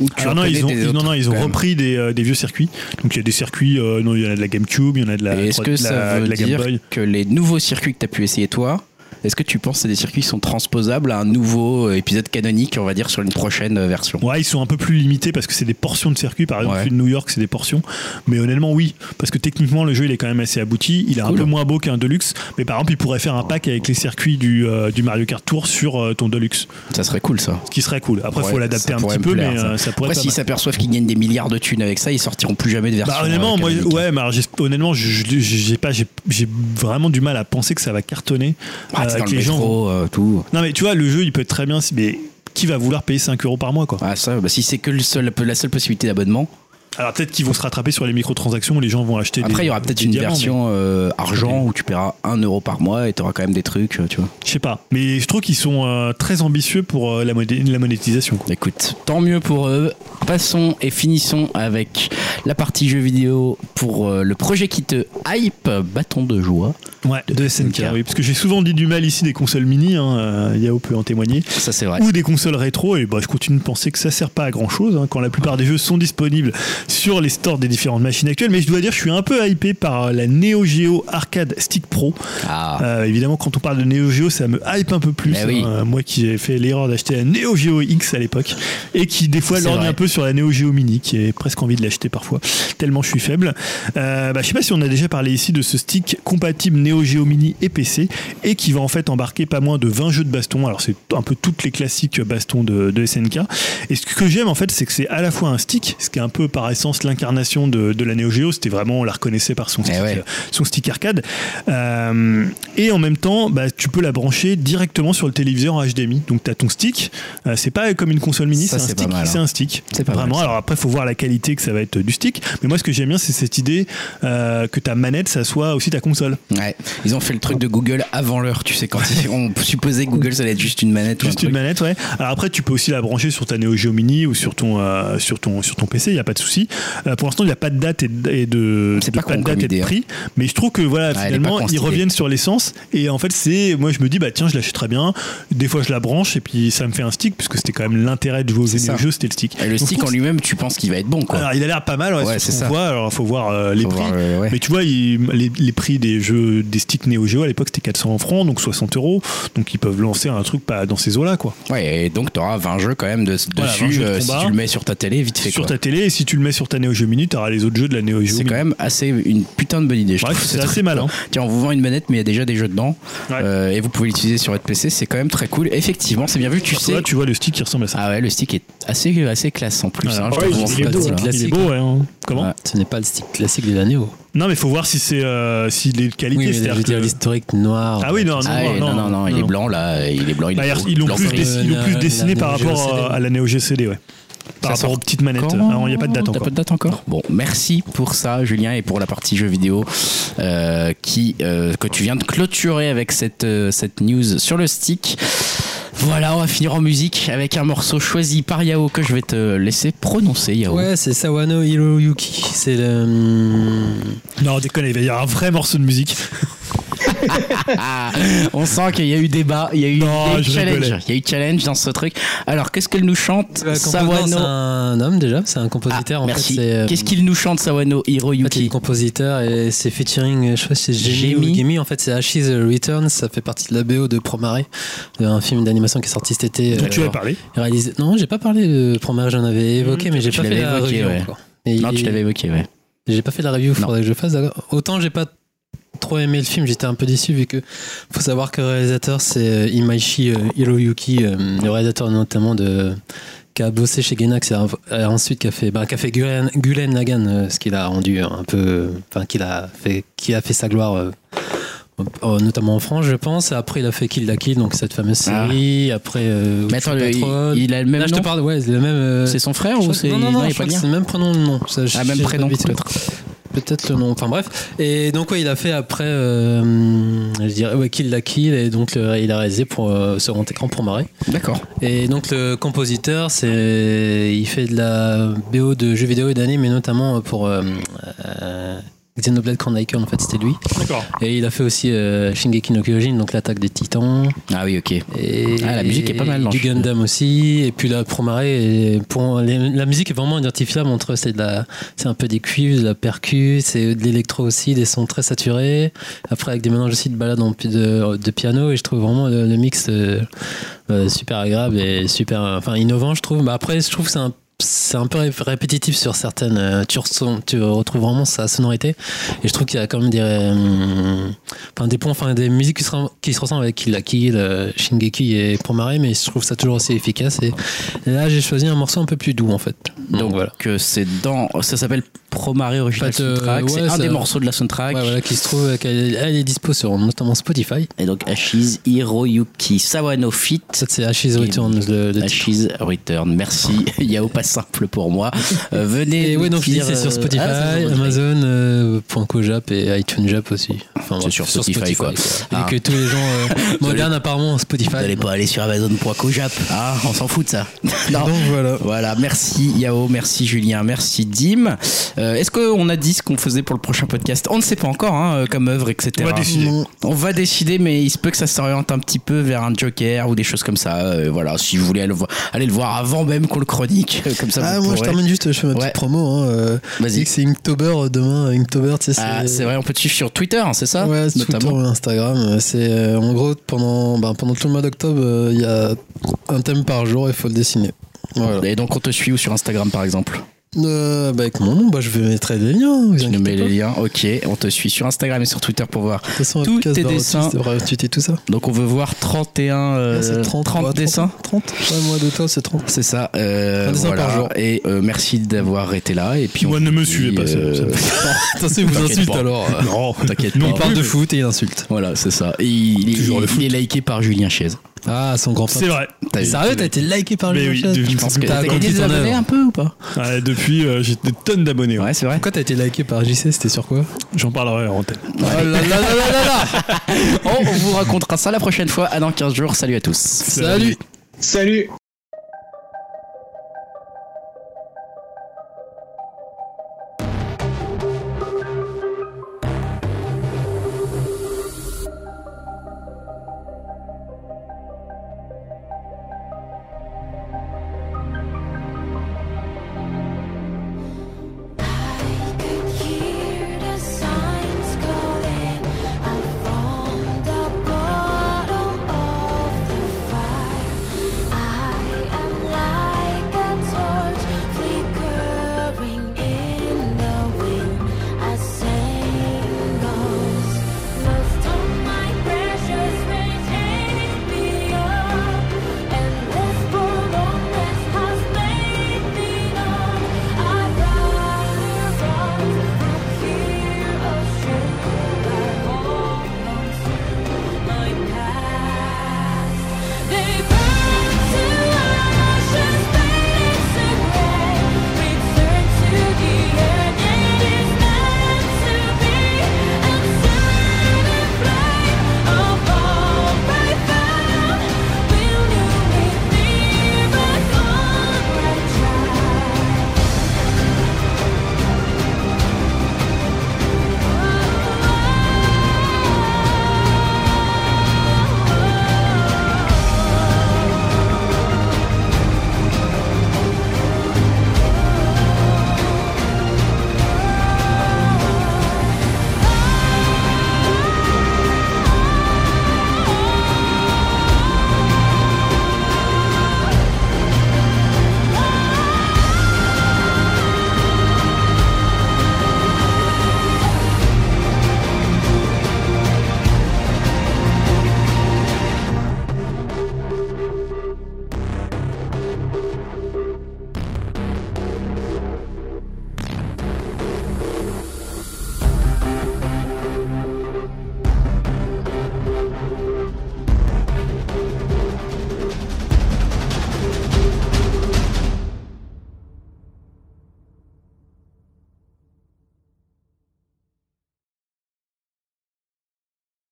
B: Ou tu
D: Alors
B: en
D: non,
B: connais
D: ils ont,
B: des
D: non,
B: autres,
D: non, ils
B: quand
D: ont
B: même
D: repris des, euh, des vieux circuits. Donc il y a des circuits, euh, non, il y en a de la GameCube, il y en a de la,
B: Et est-ce
D: de
B: que
D: la-
B: ça
D: de
B: veut
D: la Game
B: dire
D: Boy.
B: que les nouveaux circuits que t'as pu essayer toi, est-ce que tu penses que c'est des circuits qui sont transposables à un nouveau euh, épisode canonique, on va dire, sur une prochaine euh, version
D: Ouais, ils sont un peu plus limités parce que c'est des portions de circuit. Par exemple,
B: Ouais.
D: celui de New York, c'est des portions. Mais honnêtement, oui. Parce que techniquement, le jeu, il est quand même assez abouti. Il est
B: Cool.
D: un peu moins beau qu'un Deluxe. Mais par exemple, il pourrait faire un pack avec les circuits du, euh, du Mario Kart Tour sur euh, ton Deluxe.
B: Ça serait cool ça.
D: Ce qui serait cool. Après, il faut
B: Ouais,
D: l'adapter
B: ça
D: un
B: pourrait
D: petit
B: me
D: peu,
B: plaire,
D: mais
B: ça.
D: euh, ça
B: Après,
D: pourrait être pas
B: s'ils
D: mal.
B: s'aperçoivent qu'ils gagnent des milliards de thunes avec ça, ils sortiront plus jamais de version.
D: Bah honnêtement,
B: euh,
D: moi,
B: canonique.
D: ouais, mais alors, j'ai- honnêtement, je- je- j'ai pas, j'ai j'ai vraiment du mal à penser que ça va cartonner.
B: Ah,
D: euh,
B: t'es dans
D: que
B: le
D: les gens vont-
B: métro, euh, tout.
D: Non, mais tu vois, le jeu, il peut être très bien, si- mais qui va vouloir payer 5 euros par mois, quoi
B: Ah ça, bah, si c'est que le seul, la seule possibilité d'abonnement,
D: Alors peut-être qu'ils vont se rattraper sur les microtransactions où les gens vont acheter des
B: Après, il y aura peut-être
D: des
B: une
D: diamants, mais
B: version euh, argent où tu paieras 1 euro par mois et tu auras quand même des trucs, euh, tu vois.
D: Je sais pas. Mais je trouve qu'ils sont euh, très ambitieux pour euh, la, modé- la monétisation. quoi.
B: Écoute, tant mieux pour eux. Passons et finissons avec la partie jeux vidéo pour euh, le projet qui te hype, bâton de joie.
D: Ouais, de SNK.
B: SNK.
D: euh, Oui, parce que j'ai souvent dit du mal ici des consoles mini, hein, euh, Yao peut en témoigner,
B: Ça, c'est vrai. [laughs]
D: ou des consoles rétro, et bah, je continue de penser que ça sert pas à grand chose hein, quand la plupart des jeux sont disponibles sur les stores des différentes machines actuelles. Mais je dois dire, je suis un peu hypé par euh, la Neo Geo Arcade Stick Pro.
B: Ah.
D: Euh, évidemment, quand on parle de Neo Geo, ça me hype un peu plus.
B: Bah oui.
D: Euh, moi qui ai fait l'erreur d'acheter la Neo Geo X à l'époque et qui des fois
B: C'est
D: lorgne
B: vrai.
D: un peu sur la Neo Geo Mini, qui est presque envie de l'acheter parfois, tellement je suis faible. Euh, bah, je sais pas si on a déjà parlé ici de ce stick compatible Neo Geo Mini et PC et qui va en fait embarquer pas moins de 20 jeux de baston. Alors c'est un peu toutes les classiques bastons de, de SNK. Et ce que j'aime en fait, c'est que c'est à la fois un stick, ce qui est un peu par essence l'incarnation de, de la Neo Geo. C'était vraiment, on la reconnaissait par son
B: Eh
D: stick,
B: ouais.
D: euh, son stick arcade. Euh, et en même temps, bah, tu peux la brancher directement sur le téléviseur en HDMI. Donc tu as ton stick. Euh, c'est pas comme une console mini, c'est
B: Ça,
D: un,
B: c'est pas
D: stick.
B: mal, hein.
D: C'est un stick.
B: C'est pas mal,
D: Vraiment.
B: ça.
D: Alors après, faut voir la qualité que ça va être du stick. Mais moi, ce que j'aime bien, c'est cette idée euh, que ta manette, ça soit aussi ta console.
B: Ouais, ils ont fait le truc de Google avant l'heure, tu sais, quand ils- on supposait que Google ça allait être juste une manette
D: Juste
B: ou un truc.
D: une manette, ouais. Alors après, tu peux aussi la brancher sur ta Neo Geo Mini ou sur ton, euh, sur ton, sur ton PC, il n'y a pas de souci. Euh, pour l'instant, il n'y a pas de date et de, et de,
B: C'est
D: de-
B: pas con
D: de
B: comme
D: date et
B: idée,
D: de
B: hein.
D: prix. Mais je trouve que voilà,
B: elle est
D: finalement,
B: pas con, cette
D: ils
B: idée.
D: reviennent sur l'essence. Et en fait, c'est, moi, je me dis, bah tiens, je l'achèterais bien. Des fois, je la branche et puis ça me fait un stick, puisque c'était quand même l'intérêt de jouer
B: C'est
D: aux
B: ça.
D: Neo Geo, c'était le stick.
B: Et le
D: Donc, je
B: stick
D: trouve
B: en lui-même, tu penses qu'il va être bon, quoi.
D: alors, il a l'air pas mal, ouais,
B: Ouais,
D: c'est
B: c'est
D: ce
B: ça.
D: qu'on voit. Alors, faut voir euh, les
B: Faut
D: prix.
B: voir, euh, ouais.
D: Mais tu vois, il- les, les prix des jeux, des sticks Neo Geo à l'époque, c'était 400 francs, donc 60 euros. Donc, ils peuvent lancer un truc pas dans ces eaux-là, quoi.
B: Ouais, et donc t'auras 20 jeux quand même de,
D: Voilà, 20
B: dessus
D: jeux de
B: euh, si
D: combat.
B: tu le mets sur ta télé, vite fait.
D: Sur
B: quoi.
D: ta télé, et si tu le mets sur ta Neo Geo Mini, t'auras les autres jeux de la Neo Geo
B: C'est
D: Mini.
B: quand même assez une putain de bonne idée, je
D: Ouais,
B: trouve.
D: c'est
B: ce
D: assez
B: truc,
D: malin.
B: quoi. Tiens, on vous vend une manette, mais il y a déjà des jeux dedans.
D: Ouais.
B: Euh, et vous pouvez l'utiliser sur votre PC, c'est quand même très cool. Effectivement, c'est bien vu, tu
D: Parce que
B: sais.
D: là, tu vois le stick qui ressemble à ça.
B: Ah ouais, le stick est assez, assez classe en plus.
D: Voilà.
B: hein, je
C: Ouais,
B: trouve,
C: il
B: en
C: est
B: fait,
A: beau,
B: voilà.
A: là.
D: Il est
A: classique.
D: beau, ouais. hein. Comment
B: Ouais.
A: Ce n'est pas le stick classique de la Neo.
D: Non, mais faut voir si c'est euh, si les
A: Oui,
D: qualités.
A: mais je
D: c'est-à-dire
A: veux dire
D: que-
A: l'historique noir.
D: euh.
A: euh,
D: Ah oui, non, non,
B: Ah,
D: non,
B: et non, non, non, il est blanc là, il est blanc, il
D: Bah,
B: est
D: ils-
B: beau,
D: ils l'ont
B: blanc,
D: plus,
A: euh,
B: doré.
D: dessiné- ils l'ont
A: la-
D: plus
A: la
D: dessiné par
A: Neo Geo
D: rapport
A: CD.
D: euh, à la Neo GCD, ouais. Par
B: Ça
D: rapport
B: sort
D: aux petites manettes.
B: Quand
D: Alors, Il n'y a pas de date
B: T'as
D: encore.
B: pas de date encore. Bon, merci pour ça, Julien, et pour la partie jeux vidéo euh, qui euh, que tu viens de clôturer avec cette euh, cette news sur le stick. Voilà, on va finir en musique avec un morceau choisi par Yao que je vais te laisser prononcer, Yao.
A: Ouais, c'est Sawano Hiroyuki. C'est le. hum,
D: Non, déconne, il va y avoir un vrai morceau de musique.
B: Ah, on sent qu'il y a eu débat, il y a eu,
D: Non,
B: il y a eu
D: je rigolais.
B: challenge, il y a eu challenge dans ce truc. Alors, qu'est-ce qu'elle nous chante,
A: Le compositeur, C'est
B: Sawano
A: un homme déjà, c'est un
B: Ah,
A: compositeur. en
B: Merci.
A: fait, c'est, euh,
B: Qu'est-ce qu'il nous chante, Sawano
A: En fait, il est
B: Hiroyuki
A: compositeur et c'est featuring, euh, je sais pas si c'est Jamie
B: Jamie.
A: ou Gimme. En fait, c'est Ashes Returns, ça fait partie de la BO de Promare, euh, un film d'animation qui est sorti cet été.
D: Donc,
A: euh,
D: tu vas parler.
A: réalisé- Non, j'ai pas parlé de Promare, j'en avais
D: Mmh.
A: évoqué, mais j'ai
B: tu
A: pas fait
B: l'avais
A: la
B: évoqué,
A: review
B: ouais.
A: encore. Et
B: Non, tu
A: il-
B: l'avais évoqué, ouais.
A: J'ai pas fait la review,
B: Non.
A: faudrait que je fasse. d'accord. Autant j'ai pas trop aimé le film, j'étais un peu déçu vu que faut savoir que le réalisateur c'est euh, Imaishi euh, Hiroyuki, euh, le réalisateur notamment de qui a bossé chez Gainax et av- et ensuite qui a fait, bah, qui a fait Gulen, Gulen Lagan, euh, ce qui l'a rendu un peu, enfin qui l'a fait, qui a fait sa gloire. euh, euh, notamment en France, je pense. Après, il a fait Kill la Kill, donc cette fameuse
B: Ah.
A: série. Après, euh,
B: Mais attends,
A: True
B: le-
A: Patron.
B: il, il a le même
A: Là, je
B: nom.
A: te parle, ouais, c'est le même. euh,
B: C'est son frère
A: je
B: ou
A: crois-
B: c'est
A: non, non, non,
B: il est
A: je crois
B: pas
A: que
B: bien
A: c'est le même prénom, non. Ça, je-
B: Ah, même
A: j'ai pas
B: prénom,
A: l'habitude.
B: peut-être.
A: Peut-être le nom. Enfin bref. Et donc ouais, il a fait après, euh, je dirais, ouais, Kill la Kill, et donc le- il a réalisé pour euh, ce grand écran pour marrer.
B: D'accord.
A: Et donc le compositeur, c'est, il fait de la BO de jeux vidéo et d'anime, mais notamment euh, pour euh, euh, Xenoblade Chronicle. En fait, c'était lui.
D: D'accord.
A: Et il a fait aussi euh, Shingeki no Kyojin, donc l'attaque des Titans.
B: Ah oui, ok.
A: Et
B: Ah, la musique est pas mal dans
A: Du
B: le film.
A: Gundam aussi. Et puis la Promaré, est- pour, les- la musique est vraiment identifiable entre c'est de la, c'est un peu des cuivres, de la percu, c'est de l'électro aussi, des sons très saturés. Après avec des mélanges aussi de balades en pi- de, de piano. Et je trouve vraiment le, le mix euh, euh, super agréable et super, euh, enfin innovant, je trouve. Bah, après, je trouve que c'est un c'est un peu ré- répétitif sur certaines. euh, Tu, ressens- tu retrouves vraiment sa sonorité. Et je trouve qu'il y a quand même des, euh, enfin des ponts, enfin des musiques qui se, ren- qui se ressemblent avec Kill la Kill, euh, Shingeki et Promare, mais je trouve ça toujours assez efficace. Et là, j'ai choisi un morceau un peu plus doux en fait. Donc,
B: Donc
A: voilà.
B: euh, c'est dans. Ça s'appelle Promare Original
A: Pas de-
B: Soundtrack. c'est
A: euh, ouais,
B: un
A: ça-
B: des morceaux de la soundtrack.
A: Ouais, voilà, qui se trouve, euh, qu'elle elle est dispo sur notamment Spotify.
B: Et donc Ashes Hiroyuki Sawano Fit.
A: Ça, c'est Ashes Returns, le, le titre.
B: Ashes Return. Merci [laughs] Yao simple pour moi. Euh, venez.
A: Et
B: nous
A: ouais, donc je dis,
B: dire,
A: c'est
B: euh,
A: sur Spotify,
B: ah, c'est sur Spotify.
A: Amazon, euh, point Kojap et iTunes Jap aussi. Enfin,
B: C'est
A: bref,
B: sur Spotify, quoi. Ah.
A: Et que tous les gens
B: [laughs]
A: euh, modernes, apparemment,
B: Vous
A: Spotify.
B: n'allez pas aller sur Amazon.cojap, hein on s'en fout
F: [laughs]
B: de ça. Non.
F: Donc voilà.
B: Voilà, merci Yao, merci Julien, merci Dim. Euh, Est-ce qu'on a dit ce qu'on faisait pour le prochain podcast On ne sait pas encore, hein, comme œuvre, etc.
D: On va décider.
F: Non.
B: On va décider, mais il se peut que ça s'oriente un petit peu vers un Joker ou des choses comme ça. Euh, voilà, si vous voulez aller, le voir- aller le voir avant même qu'on le chronique, [laughs] euh, comme ça
F: Ah,
B: vous
F: moi je
B: pourrez.
F: termine juste, je fais ma
B: Ouais.
F: petite promo. Hein, euh,
B: Vas-y.
F: c'est que c'est Inktober euh, demain. Inktober, tu sais, c'est.
B: Ah, c'est vrai, on peut te suivre sur Twitter, hein, c'est ça
F: Ouais, c'est
B: Notamment.
F: Twitter ou Instagram. euh, C'est euh, en gros pendant, ben, pendant tout le mois d'octobre, euh, il y a un thème par jour et il faut le dessiner. Voilà.
B: Et donc on te suit ou sur Instagram par exemple
F: Euh, bah, avec mon nom, bah, je vais mettre des liens. vous
B: Tu
F: inquiétez
B: nous mets
F: pas.
B: les liens, ok. On te suit sur Instagram et sur Twitter pour voir.
F: De toute façon,
B: Tous
F: podcast
B: tes
F: barre
B: dessins.
F: autiste, barre autiste et tout ça.
B: Donc on veut voir 31, euh,
F: Ouais, Ah, c'est
B: 30,
F: 30, quoi, 30.
B: dessins
F: 30 Ouais, moi de toi, c'est 30.
B: C'est ça. euh,
F: Un dessin
B: voilà.
F: par jour.
B: Et euh, merci d'avoir été là. Et puis on
D: Moi,
B: vous
D: ne
B: dit,
D: me
B: euh,
D: suivez pas, ça- ça me
A: Attention, vous
B: T'inquiète
A: insulte
B: pas.
A: alors.
D: [laughs] Non,
B: T'inquiète
D: Non,
B: pas.
A: Il parle de
D: mais-
A: foot et il insulte.
B: Voilà, c'est ça. Et il, il-
D: Toujours le
B: il
D: foot.
B: est liké par Julien Chaise.
A: Ah, son grand
D: C'est
A: frère.
D: vrai.
B: T'as vu
A: Sérieux, t'as été liké par
D: Mais
A: le
D: oui,
A: chat
D: je
A: Je
D: pense
A: pense
B: que
A: que t'as
B: t'as
A: accompli ton œuvre.
B: un peu ou pas
D: Ouais, depuis, euh, j'ai des tonnes d'abonnés. ouais.
B: Ouais, c'est vrai.
A: Pourquoi t'as été liké par JC C'était sur quoi
D: J'en parlerai en antenne.
A: Oh là là là là là
B: [laughs]
A: là
B: on vous racontera ça la prochaine fois. À dans 15 jours. Salut à tous.
A: Salut
C: Salut